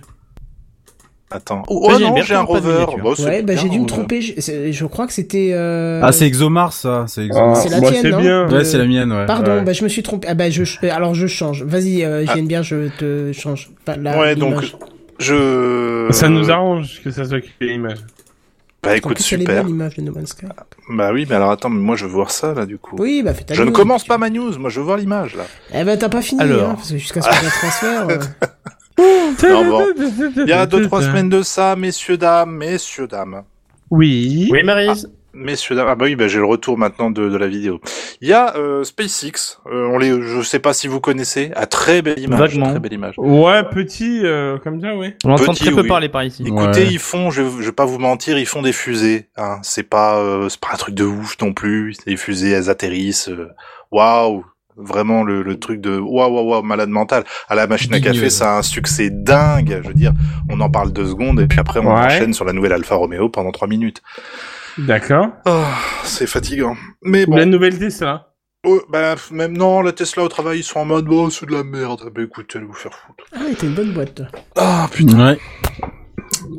[SPEAKER 9] Attends. Oh,
[SPEAKER 1] Ça, j'ai
[SPEAKER 9] non,
[SPEAKER 1] bien
[SPEAKER 9] j'ai un
[SPEAKER 1] pas de
[SPEAKER 9] rover.
[SPEAKER 1] miniature.
[SPEAKER 9] Bon, c'est
[SPEAKER 2] Ouais, bah
[SPEAKER 9] bien,
[SPEAKER 2] j'ai dû
[SPEAKER 9] un
[SPEAKER 2] me
[SPEAKER 9] rover.
[SPEAKER 2] tromper. Je, c'est- je crois que c'était. euh,
[SPEAKER 8] Ah, c'est Exomars, ça. C'est
[SPEAKER 4] Ah,
[SPEAKER 8] Exomars.
[SPEAKER 2] C'est la
[SPEAKER 4] moi,
[SPEAKER 2] tienne,
[SPEAKER 4] c'est
[SPEAKER 2] non
[SPEAKER 4] bien.
[SPEAKER 8] Ouais, c'est la mienne, ouais.
[SPEAKER 2] Pardon,
[SPEAKER 4] Oh. Ouais.
[SPEAKER 2] bah je me suis trompé. Ah bah je, euh, alors je change. Vas-y, euh, j'aime bien, je te change. Enfin, la-
[SPEAKER 9] Ah. Ouais,
[SPEAKER 2] l'image.
[SPEAKER 9] donc je.
[SPEAKER 4] Ça nous arrange que ça soit que l'image.
[SPEAKER 9] Bah
[SPEAKER 2] En
[SPEAKER 9] écoute,
[SPEAKER 2] plus, elle est belle
[SPEAKER 9] super.
[SPEAKER 2] l'image de No Man's Sky.
[SPEAKER 9] Bah oui, mais alors attends, mais moi je veux voir ça là du coup.
[SPEAKER 2] Oui, bah fais ta
[SPEAKER 9] Je ne
[SPEAKER 2] news.
[SPEAKER 9] commence pas ma news, moi je veux voir l'image là.
[SPEAKER 2] Eh bah t'as pas fini,
[SPEAKER 1] Alors.
[SPEAKER 2] hein, parce que jusqu'à ce que je la transfère. euh,
[SPEAKER 9] Ah, Non, bon. Il y a deux trois semaines de ça, messieurs dames, messieurs dames.
[SPEAKER 4] Oui.
[SPEAKER 1] Oui, Marise.
[SPEAKER 9] Messieurs, dames, ah bah oui, bah j'ai le retour maintenant de, de la vidéo. Il y a euh, SpaceX, euh, on les, je sais pas si vous connaissez, à très belle image.
[SPEAKER 1] Vaguement.
[SPEAKER 9] Très belle image.
[SPEAKER 4] Ouais, petit, euh, comme ça, oui.
[SPEAKER 1] On entend
[SPEAKER 9] Petit,
[SPEAKER 1] très peu
[SPEAKER 9] oui.
[SPEAKER 1] parler par ici.
[SPEAKER 9] Écoutez,
[SPEAKER 8] Ouais.
[SPEAKER 9] ils font, je, je vais pas vous mentir, ils font des fusées. Hein. C'est pas, euh, c'est pas un truc de ouf non plus. Les fusées, elles atterrissent. euh, Waouh, vraiment le, le truc de waouh, waouh, waouh, malade mental. À la machine à café,
[SPEAKER 3] Guignol.
[SPEAKER 9] ça a un succès dingue. Je veux dire, on en parle deux secondes et puis après on
[SPEAKER 4] Ouais.
[SPEAKER 9] enchaîne sur la nouvelle Alfa Romeo pendant trois minutes.
[SPEAKER 4] D'accord.
[SPEAKER 9] Ah, c'est fatigant. Mais
[SPEAKER 4] Ou
[SPEAKER 9] bon,
[SPEAKER 4] la nouvelle Tesla.
[SPEAKER 9] oh, bah, même non, la Tesla au travail, ils sont en mode bon, c'est de la merde. Bah écoute, allez vous faire foutre.
[SPEAKER 2] Ah, t'as une bonne boîte. toi.
[SPEAKER 9] Ah putain.
[SPEAKER 8] Ouais.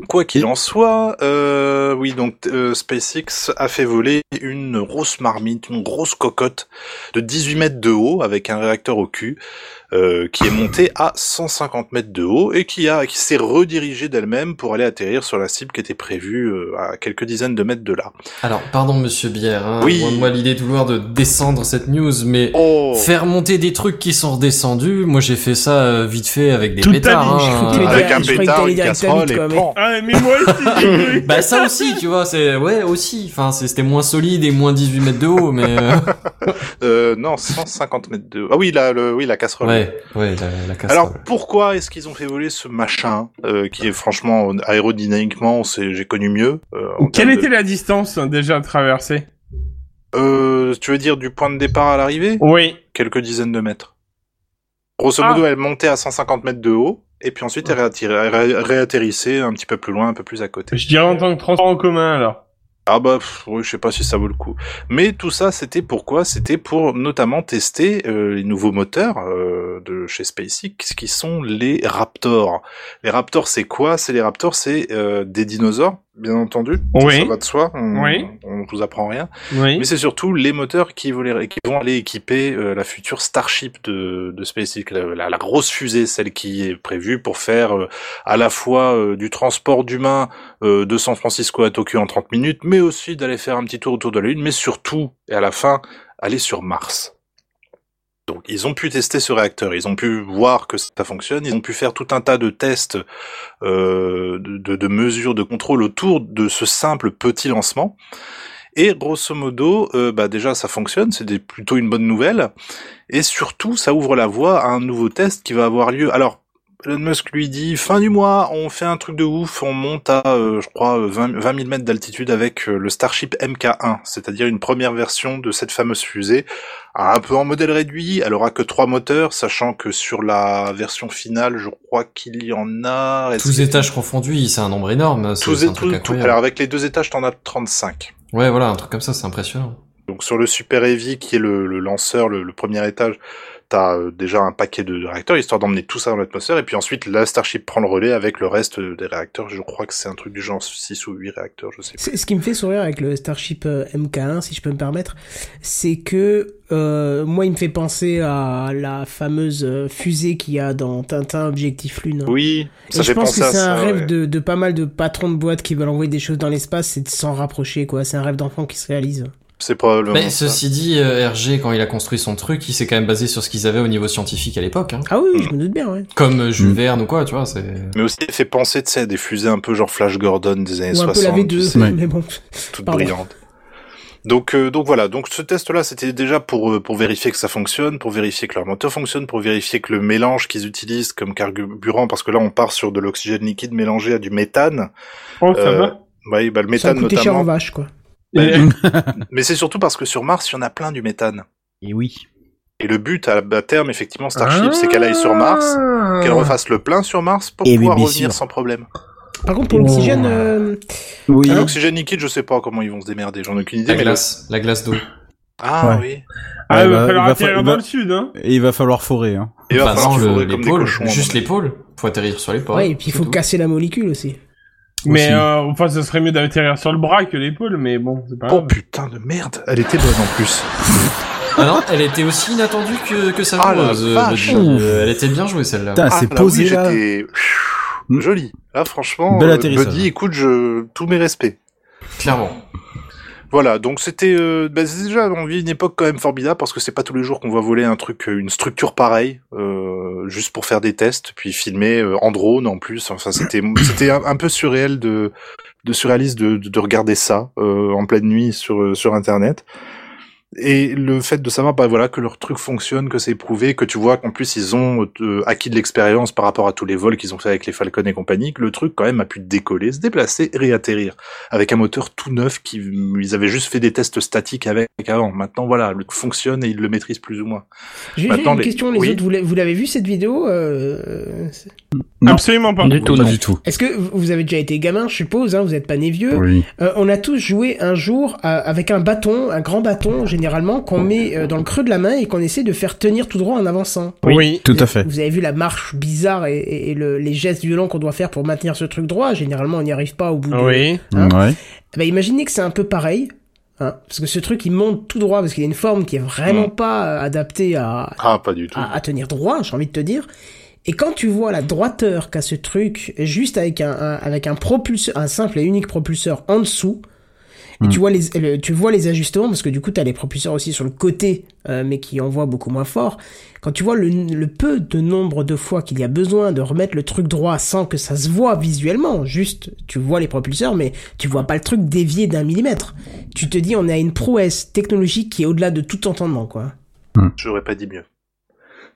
[SPEAKER 9] Quoi qu'il en soit, euh, oui, donc euh, SpaceX a fait voler une grosse marmite, une grosse cocotte de 18 mètres de haut avec un réacteur au cul euh, qui est monté à 150 mètres de haut et qui, a- qui s'est redirigée d'elle-même pour aller atterrir sur la cible qui était prévue euh, à quelques dizaines de mètres de là.
[SPEAKER 3] Alors, pardon, monsieur Bière. Hein,
[SPEAKER 9] Oui.
[SPEAKER 3] Loin de Moi, l'idée de vouloir de descendre cette news, mais.
[SPEAKER 9] Oh
[SPEAKER 3] Faire monter des trucs qui sont redescendus, moi j'ai fait ça euh, vite fait avec des
[SPEAKER 4] Toute ta
[SPEAKER 3] pétards.
[SPEAKER 4] vie, je
[SPEAKER 3] hein.
[SPEAKER 2] crois que tu
[SPEAKER 9] euh, Avec
[SPEAKER 2] Je
[SPEAKER 9] un
[SPEAKER 2] croyais que
[SPEAKER 9] pétard,
[SPEAKER 2] t'allais
[SPEAKER 9] une
[SPEAKER 2] dire avec ta
[SPEAKER 9] casserole
[SPEAKER 2] bite,
[SPEAKER 9] et
[SPEAKER 2] quoi, mais-
[SPEAKER 9] pan.
[SPEAKER 4] Ah, mais moi aussi.
[SPEAKER 3] Bah ça aussi, tu vois, c'est ouais aussi. Enfin, c'est- c'était moins solide et moins 18 mètres de haut, mais euh,
[SPEAKER 9] Euh, non, 150 mètres de haut. Ah oui, la, le, oui, la casserole.
[SPEAKER 3] ouais, ouais, la, la casserole.
[SPEAKER 9] Alors pourquoi est-ce qu'ils ont fait voler ce machin euh, qui est franchement aérodynamiquement c'est- j'ai connu mieux euh, en
[SPEAKER 4] Quelle
[SPEAKER 9] termes de-
[SPEAKER 4] était la distance hein, déjà traversée
[SPEAKER 9] Euh, tu veux dire du point de départ à l'arrivée
[SPEAKER 4] Oui.
[SPEAKER 9] Quelques dizaines de mètres. Grosso modo, elle montait à 150 mètres de haut, et puis ensuite elle réattir- ré- réatterrissait un petit peu plus loin, un peu plus à côté.
[SPEAKER 4] Je dirais en tant que transport en commun alors.
[SPEAKER 9] Ah bah, pff, oui, je sais pas si ça vaut le coup. Mais tout ça, c'était pourquoi C'était pour notamment tester euh, les nouveaux moteurs euh, de chez SpaceX, qui sont les Raptors. Les Raptors, c'est quoi C'est les Raptors, c'est euh, des dinosaures, bien entendu. Ça,
[SPEAKER 4] Oui.
[SPEAKER 9] Ça va de soi. On,
[SPEAKER 4] Oui.
[SPEAKER 9] on vous apprend rien.
[SPEAKER 4] Oui.
[SPEAKER 9] Mais c'est surtout les moteurs qui vont, les- qui vont aller équiper euh, la future Starship de, de SpaceX, la, la- la grosse fusée, celle qui est prévue pour faire euh, à la fois euh, du transport d'humains euh, de San Francisco à Tokyo en 30 minutes, mais aussi d'aller faire un petit tour autour de la Lune, mais surtout, et à la fin, aller sur Mars. Donc ils ont pu tester ce réacteur, ils ont pu voir que ça fonctionne, ils ont pu faire tout un tas de tests, euh, de- de- de mesures, de contrôle autour de ce simple petit lancement. Et grosso modo, euh, bah déjà ça fonctionne, c'est des- plutôt une bonne nouvelle. Et surtout, ça ouvre la voie à un nouveau test qui va avoir lieu. Alors, Elon Musk lui dit, fin du mois, on fait un truc de ouf, on monte à, euh, je crois, euh, 20, 20 000 mètres d'altitude avec euh, le Starship MK1, c'est-à-dire une première version de cette fameuse fusée, Ah, un peu en modèle réduit, elle aura que trois moteurs, sachant que sur la version finale, je crois qu'il y en a... est-ce
[SPEAKER 3] tous
[SPEAKER 9] que-
[SPEAKER 3] étages confondus, c'est un nombre énorme. hein, c'est-
[SPEAKER 9] tous,
[SPEAKER 3] c'est un
[SPEAKER 9] tous-
[SPEAKER 3] truc
[SPEAKER 9] tous-
[SPEAKER 3] incroyable.
[SPEAKER 9] alors avec les deux étages, t'en as 35.
[SPEAKER 3] Ouais, voilà, un truc comme ça, c'est impressionnant.
[SPEAKER 9] Donc sur le Super Heavy, qui est le, le lanceur, le, le premier étage, t'as euh, déjà un paquet de réacteurs, histoire d'emmener tout ça dans l'atmosphère, et puis ensuite la Starship prend le relais avec le reste euh, des réacteurs. Je crois que c'est un truc du genre 6 ou 8 réacteurs, je sais plus.
[SPEAKER 2] C'est- Ce qui me fait sourire avec le Starship euh, MK1, si je peux me permettre, c'est que euh, moi, il me fait penser à la fameuse euh, fusée qu'il y a dans Tintin Objectif Lune.
[SPEAKER 9] Oui, ça
[SPEAKER 2] Et je
[SPEAKER 9] fait
[SPEAKER 2] pense
[SPEAKER 9] penser
[SPEAKER 2] que
[SPEAKER 9] à
[SPEAKER 2] c'est un
[SPEAKER 9] ça,
[SPEAKER 2] rêve
[SPEAKER 9] ouais.
[SPEAKER 2] de, de pas mal de patrons de boîtes qui veulent envoyer des choses dans l'espace, c'est de s'en rapprocher, quoi. C'est un rêve d'enfant qui se réalise.
[SPEAKER 9] C'est probablement.
[SPEAKER 3] Mais
[SPEAKER 9] ça.
[SPEAKER 3] ceci dit, euh, RG, quand il a construit son truc, il s'est quand même basé sur ce qu'ils avaient au niveau scientifique à l'époque. Hein.
[SPEAKER 2] Ah oui,
[SPEAKER 9] Mm.
[SPEAKER 2] oui, je me doute bien, ouais.
[SPEAKER 3] Comme euh, Jules Verne ou quoi, tu vois, c'est...
[SPEAKER 9] Mais aussi, il fait penser, tu sais, à des fusées un peu genre Flash Gordon des années
[SPEAKER 2] Ou un
[SPEAKER 9] 60.
[SPEAKER 2] peu la
[SPEAKER 9] tu
[SPEAKER 2] V2,
[SPEAKER 9] sais,
[SPEAKER 2] mais bon.
[SPEAKER 9] toute
[SPEAKER 2] Pardon.
[SPEAKER 9] brillante. Donc, euh, donc voilà. Donc ce test-là, c'était déjà pour euh, pour vérifier que ça fonctionne, pour vérifier que leur moteur fonctionne, pour vérifier que le mélange qu'ils utilisent comme carburant, parce que là on part sur de l'oxygène liquide mélangé à du méthane.
[SPEAKER 4] Oh, ça va
[SPEAKER 9] Oui, bah le
[SPEAKER 2] Ça a
[SPEAKER 9] méthane
[SPEAKER 2] coûté cher en
[SPEAKER 9] notamment.
[SPEAKER 2] vache, quoi.
[SPEAKER 9] bah, Mais c'est surtout parce que sur Mars, il y en a plein du méthane.
[SPEAKER 8] Et oui.
[SPEAKER 9] Et le but à, à terme, effectivement, Starship,
[SPEAKER 2] Ah.
[SPEAKER 9] c'est qu'elle aille sur Mars, qu'elle refasse le plein sur Mars pour
[SPEAKER 8] Et oui,
[SPEAKER 9] pouvoir
[SPEAKER 8] bien
[SPEAKER 9] revenir
[SPEAKER 8] sûr.
[SPEAKER 9] sans problème.
[SPEAKER 2] Par contre, pour l'oxygène, euh,
[SPEAKER 8] Oui.
[SPEAKER 9] Ah, L'oxygène liquide, je sais pas comment ils vont se démerder, j'en ai aucune idée.
[SPEAKER 3] La
[SPEAKER 9] mais
[SPEAKER 3] glace, la glace d'eau.
[SPEAKER 9] le- Ah
[SPEAKER 8] Ouais.
[SPEAKER 9] oui.
[SPEAKER 4] Ah, il va
[SPEAKER 9] Eh ben,
[SPEAKER 8] bah,
[SPEAKER 4] falloir
[SPEAKER 8] il va fa-
[SPEAKER 4] atterrir
[SPEAKER 8] il
[SPEAKER 4] dans
[SPEAKER 8] va-
[SPEAKER 4] le sud, hein.
[SPEAKER 8] Et il va falloir forer. Hein.
[SPEAKER 9] Et il va
[SPEAKER 3] Enfin,
[SPEAKER 9] falloir
[SPEAKER 3] non,
[SPEAKER 9] se
[SPEAKER 3] le-
[SPEAKER 9] fourrer comme des
[SPEAKER 3] l'épaule,
[SPEAKER 9] cochons. à mon
[SPEAKER 3] juste
[SPEAKER 9] avis.
[SPEAKER 3] l'épaule. Faut atterrir sur l'épaule.
[SPEAKER 2] ouais, et puis il
[SPEAKER 3] c'est
[SPEAKER 2] faut
[SPEAKER 3] tout.
[SPEAKER 2] casser la molécule aussi.
[SPEAKER 4] Mais
[SPEAKER 3] Aussi.
[SPEAKER 4] euh, enfin, ça serait mieux d'atterrir sur le bras que l'épaule, mais bon, c'est pas
[SPEAKER 9] Oh
[SPEAKER 4] grave.
[SPEAKER 9] putain de merde, elle était bonne en plus.
[SPEAKER 3] Ah non, elle était aussi inattendue que, que ça.
[SPEAKER 9] Ah, la
[SPEAKER 3] euh,
[SPEAKER 9] vache.
[SPEAKER 3] euh, Elle était bien jouée celle-là.
[SPEAKER 8] Putain, c'est
[SPEAKER 9] là,
[SPEAKER 8] posé
[SPEAKER 9] Ah, bah oui,
[SPEAKER 8] là.
[SPEAKER 9] j'étais
[SPEAKER 8] Mm.
[SPEAKER 9] joli. Là franchement,
[SPEAKER 8] Bel
[SPEAKER 9] euh,
[SPEAKER 8] atterrissage.
[SPEAKER 9] Buddy, écoute, je tous mes respects.
[SPEAKER 3] Clairement.
[SPEAKER 9] Voilà, donc c'était euh, bah, c'est déjà on vit une époque quand même formidable parce que c'est pas tous les jours qu'on va voler un truc, euh, une structure pareille, euh, juste pour faire des tests, puis filmer euh, en drone en plus. Enfin, c'était c'était un, un peu surréel de de surréaliste de, de, de regarder ça euh, en pleine nuit sur euh, sur internet. Et le fait de savoir bah voilà que leur truc fonctionne, que c'est prouvé, que tu vois qu'en plus ils ont euh, acquis de l'expérience par rapport à tous les vols qu'ils ont fait avec les Falcon et compagnie, que le truc quand même a pu décoller, se déplacer, réatterrir avec un moteur tout neuf qui ils avaient juste fait des tests statiques avec avant. Maintenant voilà, le truc fonctionne et ils le maîtrisent plus ou moins.
[SPEAKER 2] J'ai j'ai
[SPEAKER 9] Maintenant,
[SPEAKER 2] une
[SPEAKER 9] les-
[SPEAKER 2] question, les
[SPEAKER 9] oui.
[SPEAKER 2] autres, vous l'avez- vous l'avez vu cette vidéo euh, c'est-
[SPEAKER 8] Non.
[SPEAKER 4] Absolument pas.
[SPEAKER 8] tout, pas du tout.
[SPEAKER 2] Est-ce que vous avez déjà été gamin, je suppose, hein, vous n'êtes pas né vieux
[SPEAKER 8] Oui.
[SPEAKER 2] Euh, on a tous joué un jour à- avec un bâton, un grand bâton généralement qu'on met euh, dans le creux de la main et qu'on essaie de faire tenir tout droit en avançant.
[SPEAKER 4] Oui.
[SPEAKER 8] Tout à fait.
[SPEAKER 2] Vous avez vu la marche bizarre et, et- et le- les gestes violents qu'on doit faire pour maintenir ce truc droit. Généralement, on n'y arrive pas au bout. de-
[SPEAKER 4] Oui.
[SPEAKER 2] Hein
[SPEAKER 8] ouais.
[SPEAKER 2] Eh ben, imaginez que c'est un peu pareil. hein, parce que ce truc, il monte tout droit parce qu'il a une forme qui est vraiment
[SPEAKER 8] Mm.
[SPEAKER 2] pas euh, adaptée à,
[SPEAKER 9] Ah pas du tout.
[SPEAKER 2] à, à tenir droit, j'ai envie de te dire. Et quand tu vois la droiteur qu'a ce truc, juste avec un, un- avec un propulseur, un simple et unique propulseur en dessous, et tu vois les, le- tu vois les ajustements parce que du coup t'as les propulseurs aussi sur le côté, euh, mais qui envoient beaucoup moins fort. Quand tu vois le, le peu de nombre de fois qu'il y a besoin de remettre le truc droit sans que ça se voit visuellement, juste tu vois les propulseurs, mais tu vois pas le truc dévié d'un millimètre. Tu te dis on a une prouesse technologique qui est au-delà de tout entendement, quoi.
[SPEAKER 9] J'aurais pas dit mieux.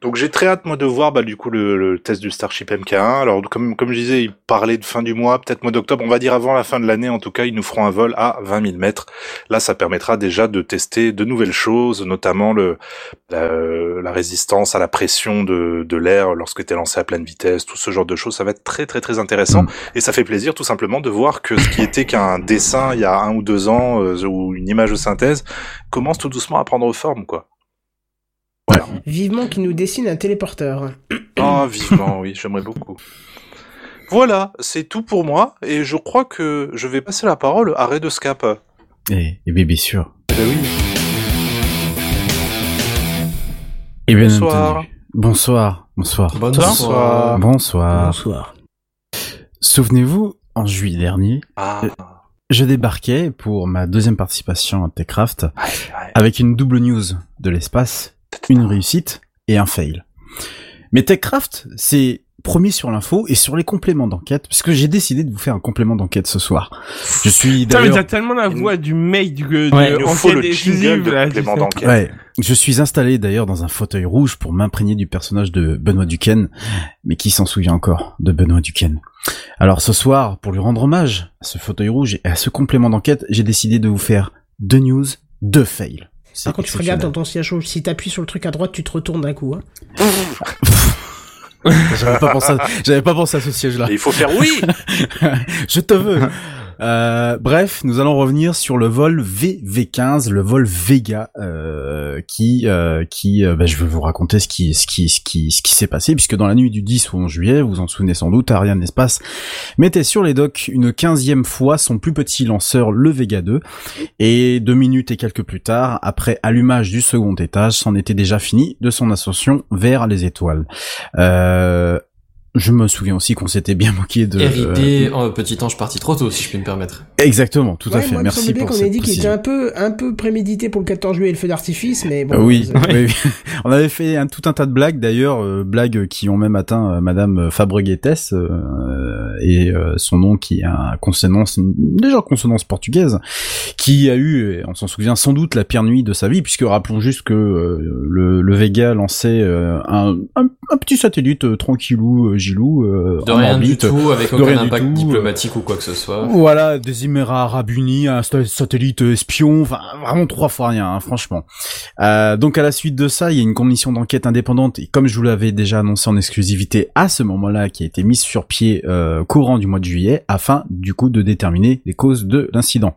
[SPEAKER 9] Donc j'ai très hâte moi de voir bah du coup le, le test du Starship MK1. Alors comme comme je disais, ils parlaient de fin du mois, peut-être mois d'octobre, on va dire avant la fin de l'année en tout cas, ils nous feront un vol à 20 000 mètres. Là, ça permettra déjà de tester de nouvelles choses, notamment le la, la résistance à la pression de de l'air lorsque tu es lancé à pleine vitesse, tout ce genre de choses, ça va être très très très intéressant
[SPEAKER 8] Mm.
[SPEAKER 9] et ça fait plaisir tout simplement de voir que ce qui était qu'un dessin il y a un ou deux ans euh, ou une image de synthèse commence tout doucement à prendre forme quoi.
[SPEAKER 2] Vivement qu'il nous dessine un téléporteur.
[SPEAKER 9] Ah, vivement, oui, j'aimerais beaucoup. Voilà, c'est tout pour moi, et je crois que je vais passer la parole à Red Scap.
[SPEAKER 8] Et, et Eh, bien, bien sûr.
[SPEAKER 9] Ben oui.
[SPEAKER 8] Et Eh bien
[SPEAKER 9] Bonsoir.
[SPEAKER 8] entendu. Bonsoir. Bonsoir.
[SPEAKER 9] Bonsoir.
[SPEAKER 2] Ah.
[SPEAKER 8] Bonsoir.
[SPEAKER 2] Bonsoir.
[SPEAKER 8] Souvenez-vous, en juillet dernier,
[SPEAKER 9] Ah,
[SPEAKER 8] je débarquais pour ma deuxième participation à Techcraft
[SPEAKER 9] ouais.
[SPEAKER 8] avec une double news de l'espace, une réussite et un fail. Mais TechCraft, c'est promis sur l'info et sur les compléments d'enquête, puisque j'ai décidé de vous faire un complément d'enquête ce soir. Je suis
[SPEAKER 4] Putain, mais t'as
[SPEAKER 8] d'ailleurs,
[SPEAKER 4] tellement la
[SPEAKER 9] Il nous-
[SPEAKER 4] voix du mec du que
[SPEAKER 9] il nous faut le jingle de complément d'enquête.
[SPEAKER 8] ouais, je suis installé d'ailleurs dans un fauteuil rouge pour m'imprégner du personnage de Benoît Duquesne, mais qui s'en souvient encore de Benoît Duquesne. Alors ce soir, pour lui rendre hommage à ce fauteuil rouge et à ce complément d'enquête, j'ai décidé de vous faire deux news, deux fails. C'est
[SPEAKER 2] Par contre, Ah, tu regardes
[SPEAKER 8] exceptionnel.
[SPEAKER 2] dans ton siège rouge, si t'appuies sur le truc à droite, tu te retournes d'un coup. Hein.
[SPEAKER 8] J'avais pas pensé à, j'avais pas pensé à ce siège-là.
[SPEAKER 9] Et il faut faire oui
[SPEAKER 8] Je te veux. Euh, bref, nous allons revenir sur le vol VV15, le vol Vega, euh, qui, euh, qui, euh, bah, je vais vous raconter ce qui, ce qui, ce qui, ce qui s'est passé, puisque dans la nuit du 10 au 11 juillet, vous vous en souvenez sans doute, Ariane Espace mettait sur les docks une quinzième fois son plus petit lanceur, le Vega 2, et deux minutes et quelques plus tard, après allumage du second étage, c'en était déjà fini de son ascension vers les étoiles. Euh, je me souviens aussi qu'on s'était bien moqué de... euh,
[SPEAKER 3] RIP, oh, petit ange parti trop tôt, si je puis me permettre.
[SPEAKER 8] Exactement, tout à fait.
[SPEAKER 2] moi, il me
[SPEAKER 8] Merci
[SPEAKER 2] semblait
[SPEAKER 8] pour
[SPEAKER 2] qu'on
[SPEAKER 8] cette
[SPEAKER 2] ait dit qu'il était
[SPEAKER 8] précision.
[SPEAKER 2] un peu, un peu prémédité pour le 14 juillet et le feu d'artifice, mais bon.
[SPEAKER 8] Euh, oui,
[SPEAKER 2] vous-
[SPEAKER 8] oui, oui. on avait fait un, tout un tas de blagues d'ailleurs, euh, blagues qui ont même atteint euh, Madame Fabreguettes euh, et euh, son nom qui a un consonance, une- déjà consonance portugaise, qui a eu, et on s'en souvient sans doute, la pire nuit de sa vie, puisque rappelons juste que euh, le, le Vega lançait euh, un, un- un petit satellite euh, tranquillou, euh, gilou, euh,
[SPEAKER 3] De
[SPEAKER 8] en
[SPEAKER 3] rien du
[SPEAKER 8] orbite,
[SPEAKER 3] tout, avec
[SPEAKER 8] de
[SPEAKER 3] aucun
[SPEAKER 8] rien du
[SPEAKER 3] impact
[SPEAKER 8] tout, euh,
[SPEAKER 3] diplomatique ou quoi que ce soit.
[SPEAKER 8] voilà, des Émirats Arabes Unis, un sta- satellite espion, enfin vraiment trois fois rien, hein, franchement. Euh, donc à la suite de ça, il y a une commission d'enquête indépendante et comme je vous l'avais déjà annoncé en exclusivité à ce moment-là, qui a été mise sur pied euh, courant du mois de juillet, afin du coup de déterminer les causes de l'incident.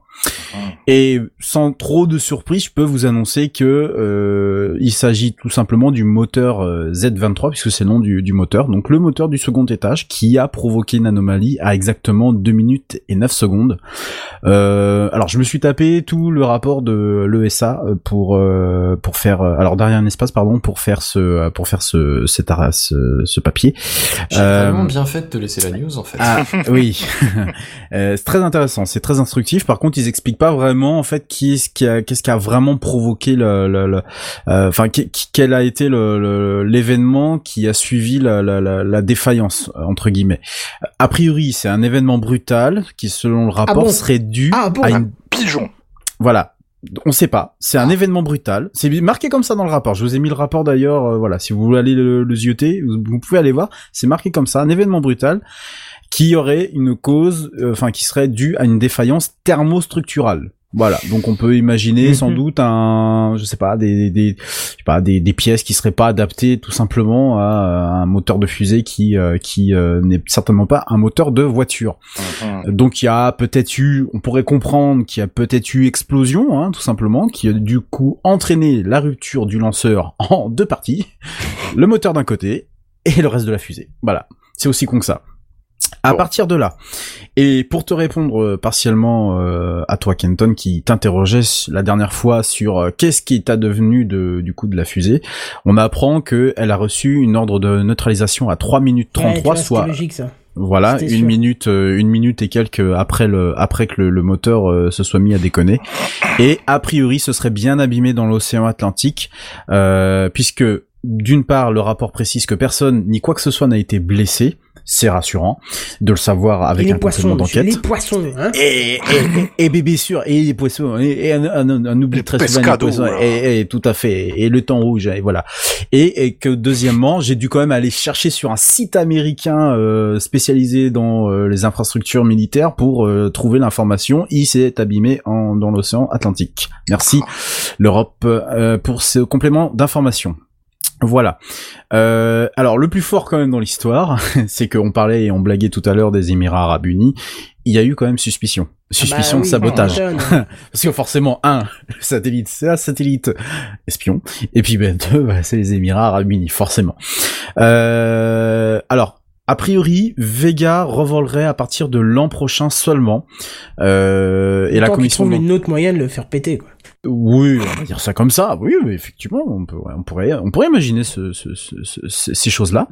[SPEAKER 8] Et sans trop de surprise, je peux vous annoncer que euh, il s'agit tout simplement du moteur euh, Z23 puisque c'est le nom du, du moteur, donc le moteur du second étage qui a provoqué une anomalie à exactement 2 minutes et 9 secondes. Euh, alors je me suis tapé tout le rapport de l'ESA euh, pour euh, pour faire euh, alors derrière un espace pardon pour faire ce euh, pour faire ce cet ara- ce, ce papier.
[SPEAKER 3] J'ai
[SPEAKER 8] Euh,
[SPEAKER 3] vraiment bien fait de te laisser la news, en fait.
[SPEAKER 8] ah oui, Euh, c'est très intéressant, c'est très instructif. Par contre, ils expliquent pas vraiment en fait qui est-ce qui a qu'est-ce qui a vraiment provoqué le, le- le- euh, enfin qui- qui- quel a été le- le- l'événement qui a suivi la, la- la- la défaillance euh, entre guillemets. A priori, c'est un événement brutal qui, selon le rapport,
[SPEAKER 2] bon
[SPEAKER 8] serait dû
[SPEAKER 2] Ah bon
[SPEAKER 8] à une
[SPEAKER 9] pigeon.
[SPEAKER 8] voilà. On sait pas. C'est un événement brutal. C'est marqué comme ça dans le rapport. Je vous ai mis le rapport d'ailleurs. euh, voilà, si vous voulez aller le, le zioter, vous, vous pouvez aller voir. C'est marqué comme ça, un événement brutal qui aurait une cause, euh, enfin qui serait due à une défaillance thermostructurale. Voilà, donc on peut imaginer sans doute un, je sais pas, des, des, je sais pas, des, des pièces qui seraient pas adaptées tout simplement à euh, un moteur de fusée qui, euh, qui euh, n'est certainement pas un moteur de voiture.
[SPEAKER 9] Ah
[SPEAKER 8] Euh, Donc il y a peut-être eu, on pourrait comprendre qu'il y a peut-être eu explosion, hein, tout simplement, qui a du coup entraîné la rupture du lanceur en deux parties, le moteur d'un côté et le reste de la fusée. Voilà, c'est aussi con que ça. À partir de là, et pour te répondre euh, partiellement euh, à toi Kenton qui t'interrogeait s- la dernière fois sur euh, qu'est-ce qui t'a devenu de, du coup de la fusée, on apprend que elle a reçu une ordre de neutralisation à 3 minutes
[SPEAKER 2] Ouais, tu
[SPEAKER 8] 33,
[SPEAKER 2] vois, c'était
[SPEAKER 8] soit
[SPEAKER 2] logique, ça.
[SPEAKER 8] voilà,
[SPEAKER 2] C'était
[SPEAKER 8] une
[SPEAKER 2] sûr.
[SPEAKER 8] minute, euh, une minute et quelques après le, après que le, le moteur euh, se soit mis à déconner. Et a priori, ce serait bien abîmé dans l'océan Atlantique, euh, puisque d'une part, le rapport précise que personne ni quoi que ce soit n'a été blessé. C'est rassurant de le savoir avec
[SPEAKER 2] Et
[SPEAKER 8] un
[SPEAKER 2] les poissons,
[SPEAKER 8] complément
[SPEAKER 2] monsieur,
[SPEAKER 8] d'enquête.
[SPEAKER 2] les poissons, hein.
[SPEAKER 8] Et, et, et bébé sûr, et les poissons, et, et un, un, un- un oubli très souvent, les
[SPEAKER 9] pescados,
[SPEAKER 8] poissons,
[SPEAKER 9] là.
[SPEAKER 8] et, et tout à fait, et le temps rouge, et voilà. Et, et que deuxièmement, j'ai dû quand même aller chercher sur un site américain euh, spécialisé dans euh, les infrastructures militaires pour euh, trouver l'information. Il s'est abîmé en, dans l'océan Atlantique. Merci l'Europe euh, pour ce complément d'information. Voilà. Euh, alors le plus fort quand même dans l'histoire, c'est qu'on parlait et on blaguait tout à l'heure des Émirats Arabes Unis. Il y a eu quand même suspicion,
[SPEAKER 2] Ah bah
[SPEAKER 8] suspicion de
[SPEAKER 2] oui,
[SPEAKER 8] sabotage,
[SPEAKER 2] Clinton.
[SPEAKER 8] parce que forcément un, le satellite, c'est un satellite espion, et puis ben deux, bah, c'est les Émirats Arabes Unis, forcément. Euh, alors. A priori, Vega revolerait à partir de l'an prochain seulement. Euh, et la
[SPEAKER 2] Tant qu'ils
[SPEAKER 8] commission
[SPEAKER 2] trouvent
[SPEAKER 8] d'en-
[SPEAKER 2] une autre moyen de le faire péter, quoi.
[SPEAKER 8] oui, on va dire ça comme ça. Oui, oui, effectivement, on, peut, on pourrait, on pourrait imaginer ce- ce- ce- ce- ces- ces choses-là.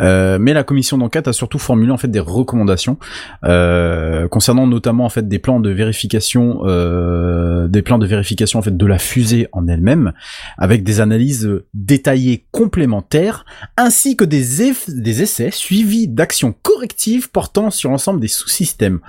[SPEAKER 8] Euh, mais la commission d'enquête a surtout formulé en fait des recommandations euh, concernant notamment en fait des plans de vérification, euh, des plans de vérification en fait de la fusée en elle-même, avec des analyses euh, détaillées complémentaires, ainsi que des, eff- des essais suivis d'actions correctives portant sur l'ensemble des sous-systèmes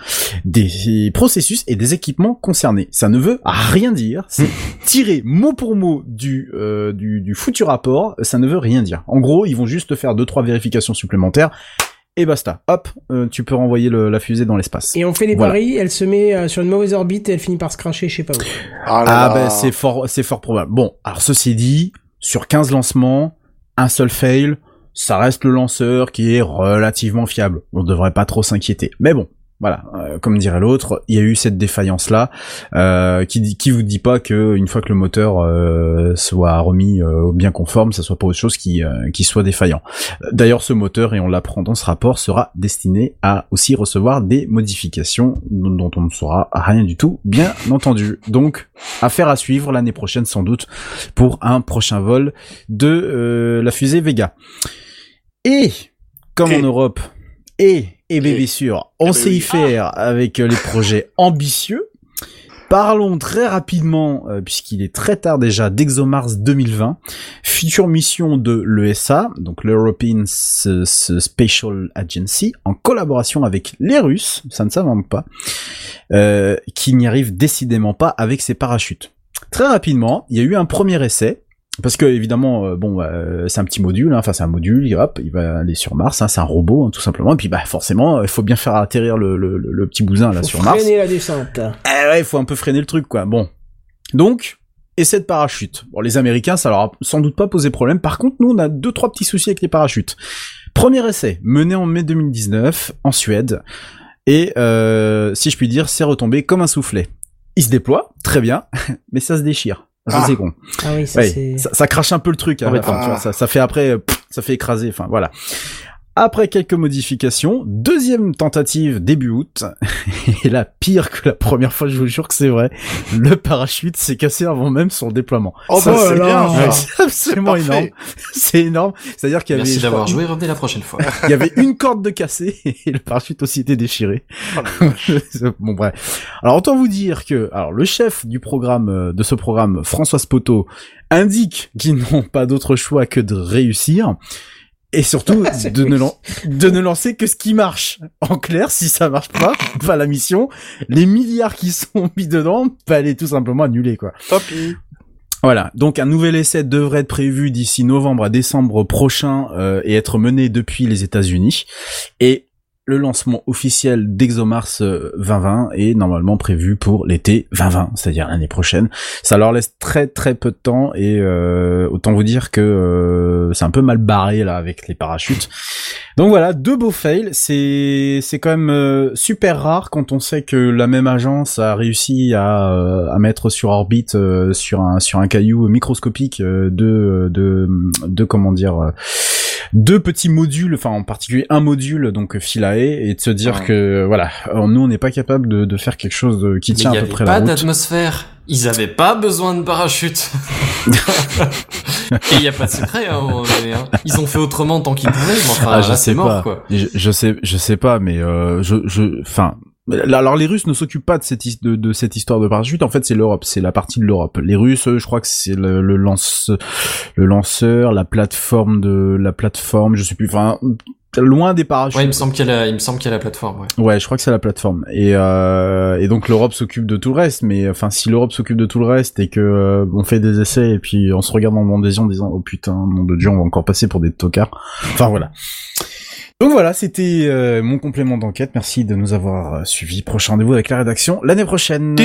[SPEAKER 8] des processus et des équipements concernés. Ça ne veut rien dire. C'est tiré mot pour mot du, euh, du, du foutu rapport. Ça ne veut rien dire. En gros, ils vont juste te faire deux trois vérifications supplémentaires et basta. Hop, euh, tu peux renvoyer le- la fusée dans l'espace.
[SPEAKER 2] Et on fait les
[SPEAKER 8] Voilà.
[SPEAKER 2] paris, elle se met euh, sur une mauvaise orbite et elle finit par se cracher, je sais pas où.
[SPEAKER 8] Ah ben c'est fort, c'est fort probable. Bon, alors ceci dit, sur 15 lancements, un seul fail, ça reste le lanceur qui est relativement fiable. On devrait pas trop s'inquiéter. Mais bon, Voilà, euh, comme dirait l'autre, il y a eu cette défaillance là euh, qui dit- qui vous dit pas que une fois que le moteur euh, soit remis euh, au bien conforme, ça soit pas autre chose qui euh, qui soit défaillant. D'ailleurs, ce moteur et on l'apprend dans ce rapport sera destiné à aussi recevoir des modifications dont, dont on ne saura rien du tout, bien entendu. Donc, affaire à suivre l'année prochaine sans doute pour un prochain vol de euh, la fusée Vega. Et comme en Europe, et et Eh ben bébé sûr, on sait y faire avec euh, les projets ambitieux. Parlons très rapidement, euh, puisqu'il est très tard déjà, d'ExoMars 2020, future mission de l'ESA, donc l'European S- S- Spatial Agency, en collaboration avec les Russes, ça ne s'invente pas, euh, qui n'y arrive décidément pas avec ses parachutes. Très rapidement, il y a eu un premier essai, parce que évidemment, euh, bon, euh, c'est un petit module, hein, enfin c'est un module, et hop, il va aller sur Mars, hein, c'est un robot hein, tout simplement, et puis bah forcément, il faut bien faire atterrir le, le- le- le petit bousin là sur Mars.
[SPEAKER 2] Freiner la descente. Ah
[SPEAKER 8] Eh ouais, il faut un peu freiner le truc, quoi. Bon. Donc, essai de parachute. Bon, les Américains, ça leur a sans doute pas posé problème. Par contre, nous, on a deux, trois petits soucis avec les parachutes. Premier essai, mené en mai 2019, en Suède. Et, euh, si je puis dire, c'est retombé comme un soufflet. Il se déploie, très bien, mais ça se déchire. Ça,
[SPEAKER 2] Ah.
[SPEAKER 8] c'est con.
[SPEAKER 2] Ah oui, ça,
[SPEAKER 8] Ouais,
[SPEAKER 2] c'est-
[SPEAKER 8] ça, ça crache un peu le truc. hein,
[SPEAKER 2] Ah ouais,
[SPEAKER 8] enfin,
[SPEAKER 2] ah.
[SPEAKER 8] tu vois, ça, ça fait après, euh, pff, ça fait écraser. Enfin, voilà. Après quelques modifications, deuxième tentative début août, et là pire que la première fois, je vous jure que c'est vrai, le parachute s'est cassé avant même son déploiement.
[SPEAKER 9] Oh bah, c'est bien, ça.
[SPEAKER 8] Ouais, c'est absolument
[SPEAKER 9] C'est
[SPEAKER 8] énorme.
[SPEAKER 9] parfait.
[SPEAKER 8] C'est énorme. C'est-à-dire qu'il y avait
[SPEAKER 3] Merci
[SPEAKER 8] je
[SPEAKER 3] d'avoir
[SPEAKER 8] crois,
[SPEAKER 3] joué, revenez la prochaine fois.
[SPEAKER 8] il y avait une corde de cassée et le parachute aussi était déchiré.
[SPEAKER 9] Ah,
[SPEAKER 8] bon bref. Alors autant vous dire que alors le chef du programme euh, de ce programme François Spoto indique qu'ils n'ont pas d'autre choix que de réussir et surtout de ne lan- de ne lancer que ce qui marche. En clair, si ça marche pas, pas la mission, les milliards qui sont mis dedans, bah, elle est tout simplement annulée quoi.
[SPEAKER 9] Tant pis.
[SPEAKER 8] Voilà, donc un nouvel essai devrait être prévu d'ici novembre à décembre prochain euh, et être mené depuis les États-Unis. Et le lancement officiel d'ExoMars euh, 2020 est normalement prévu pour l'été 2020, c'est-à-dire l'année prochaine. Ça leur laisse très très peu de temps et euh, autant vous dire que euh, c'est un peu mal barré là avec les parachutes. Donc voilà, deux beaux fails, c'est c'est quand même euh, super rare quand on sait que la même agence a réussi à, euh, à mettre sur orbite euh, sur un sur un caillou microscopique euh, de de de comment dire euh, deux petits modules, enfin en particulier un module donc Philae E, et de se dire que voilà, alors nous on n'est pas capable de, de faire quelque chose de- qui
[SPEAKER 3] Mais
[SPEAKER 8] tient
[SPEAKER 3] il y
[SPEAKER 8] à peu
[SPEAKER 3] avait
[SPEAKER 8] près
[SPEAKER 3] pas
[SPEAKER 8] la route.
[SPEAKER 3] d'atmosphère. Ils avaient pas besoin de parachute. Et il y a pas de secret, hein, on est, hein. Ils ont fait autrement tant qu'ils pouvaient, mais enfin,
[SPEAKER 8] Ah,
[SPEAKER 3] là, c'est mort,
[SPEAKER 8] pas.
[SPEAKER 3] quoi.
[SPEAKER 8] Je, je sais, je sais pas, mais euh, je, je, enfin. là, Alors les Russes ne s'occupent pas de cette, his- de, de cette histoire de parachute. En fait, c'est l'Europe, c'est la partie de l'Europe. Les Russes, eux, je crois que c'est le, le lance, le lanceur, la plateforme de la plateforme, je sais plus. Enfin, loin des parachutes.
[SPEAKER 3] Ouais, il me semble qu'il y a la, il me semble qu'il y a la plateforme, ouais.
[SPEAKER 8] Ouais, je crois que c'est la plateforme. Et, euh, et donc l'Europe s'occupe de tout le reste. Mais enfin, si l'Europe s'occupe de tout le reste et que euh, on fait des essais et puis on se regarde dans le monde des yeux en disant oh putain, nom de Dieu, on va encore passer pour des tocards. Enfin voilà. Donc voilà, c'était euh, mon complément d'enquête. Merci de nous avoir euh, suivis. Prochain rendez-vous avec la rédaction l'année prochaine.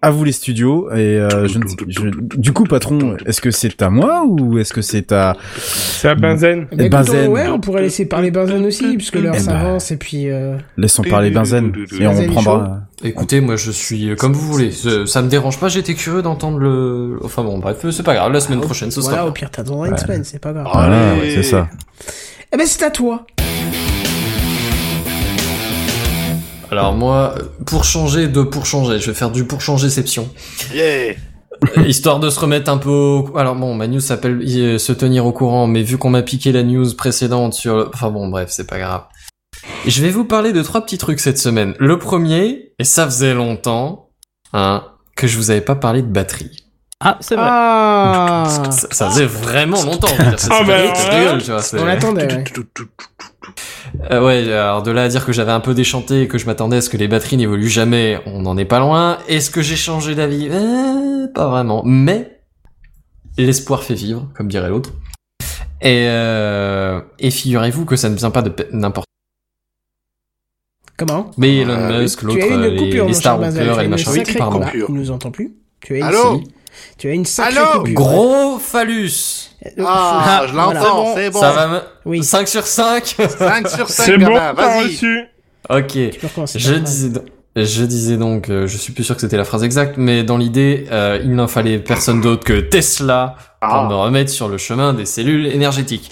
[SPEAKER 8] À vous les studios. Et euh, je ne sais- je- du coup, patron, est-ce que c'est à moi ou est-ce que c'est à
[SPEAKER 4] C'est à Benzen.
[SPEAKER 2] Eh ben, écoute,
[SPEAKER 8] Benzen.
[SPEAKER 2] on- ouais, on pourrait laisser parler Benzen aussi, puisque l'heure
[SPEAKER 8] Eh ben.
[SPEAKER 2] s'avance, et puis... euh,
[SPEAKER 8] Laissons parler Benzen et on
[SPEAKER 2] Benzen est chaud.
[SPEAKER 8] prendra.
[SPEAKER 3] Écoutez, moi, je suis euh, comme vous voulez. Ça, ça me dérange pas, j'étais curieux d'entendre le, enfin bon, bref, euh, c'est pas grave, la semaine prochaine, ce
[SPEAKER 2] Ah, Voilà,
[SPEAKER 3] sera.
[SPEAKER 2] au pire, t'attendras une semaine, c'est pas grave.
[SPEAKER 8] Voilà, ouais, c'est ça.
[SPEAKER 2] Eh ben, c'est à toi
[SPEAKER 3] Alors moi, euh, pour changer de pour changer, je vais faire du pour changerception.
[SPEAKER 9] Yeah.
[SPEAKER 3] Euh, Histoire de se remettre un peu au... Alors bon, ma news s'appelle euh, se tenir au courant, mais vu qu'on m'a piqué la news précédente sur... le- Enfin bon, bref, c'est pas grave. Je vais vous parler de trois petits trucs cette semaine. Le premier, et ça faisait longtemps, hein, que je vous avais pas parlé de batterie.
[SPEAKER 1] Ah, c'est vrai.
[SPEAKER 2] Ah
[SPEAKER 3] Ça, ça faisait vraiment longtemps. je veux dire, c'est-
[SPEAKER 4] Ah
[SPEAKER 3] c'est
[SPEAKER 4] bah
[SPEAKER 3] pas
[SPEAKER 4] alors
[SPEAKER 3] juste
[SPEAKER 4] là,
[SPEAKER 3] rigole, tu vois, c'est-
[SPEAKER 2] On l'attendait, ouais.
[SPEAKER 3] Euh, ouais, alors de là à dire que j'avais un peu déchanté et que je m'attendais à ce que les batteries n'évoluent jamais, on n'en est pas loin. Est-ce que j'ai changé d'avis Euh, Pas vraiment. Mais l'espoir fait vivre, comme dirait l'autre. Et, euh, et figurez-vous que ça ne vient pas de pe- n'importe
[SPEAKER 2] Comment
[SPEAKER 3] Mais Elon
[SPEAKER 9] Ah,
[SPEAKER 3] Musk,
[SPEAKER 2] Tu
[SPEAKER 3] l'autre,
[SPEAKER 2] as eu
[SPEAKER 3] euh,
[SPEAKER 2] une
[SPEAKER 3] les,
[SPEAKER 2] coupure,
[SPEAKER 3] les
[SPEAKER 2] mon cher
[SPEAKER 3] Star
[SPEAKER 2] Benzen,
[SPEAKER 3] Wars
[SPEAKER 2] tu as
[SPEAKER 3] et le
[SPEAKER 2] une
[SPEAKER 3] machin,
[SPEAKER 2] sacrée
[SPEAKER 3] pardon.
[SPEAKER 2] coupure. Il nous entend plus. Tu as une,
[SPEAKER 9] Allô
[SPEAKER 2] tu as une sacrée
[SPEAKER 9] Allô
[SPEAKER 2] coupure.
[SPEAKER 3] Gros phallus
[SPEAKER 2] Euh,
[SPEAKER 9] Ah, je
[SPEAKER 2] voilà.
[SPEAKER 9] l'entends, c'est bon.
[SPEAKER 3] Ça va me...
[SPEAKER 2] Oui.
[SPEAKER 3] 5 sur 5
[SPEAKER 9] 5 sur 5,
[SPEAKER 4] C'est bon,
[SPEAKER 9] gamin,
[SPEAKER 4] t'as
[SPEAKER 9] vas-y.
[SPEAKER 4] reçu.
[SPEAKER 3] Ok. Je disais, do- je disais donc, euh, je suis plus sûr que c'était la phrase exacte, mais dans l'idée, euh, il n'en fallait personne d'autre que Tesla pour me remettre sur le chemin des cellules énergétiques.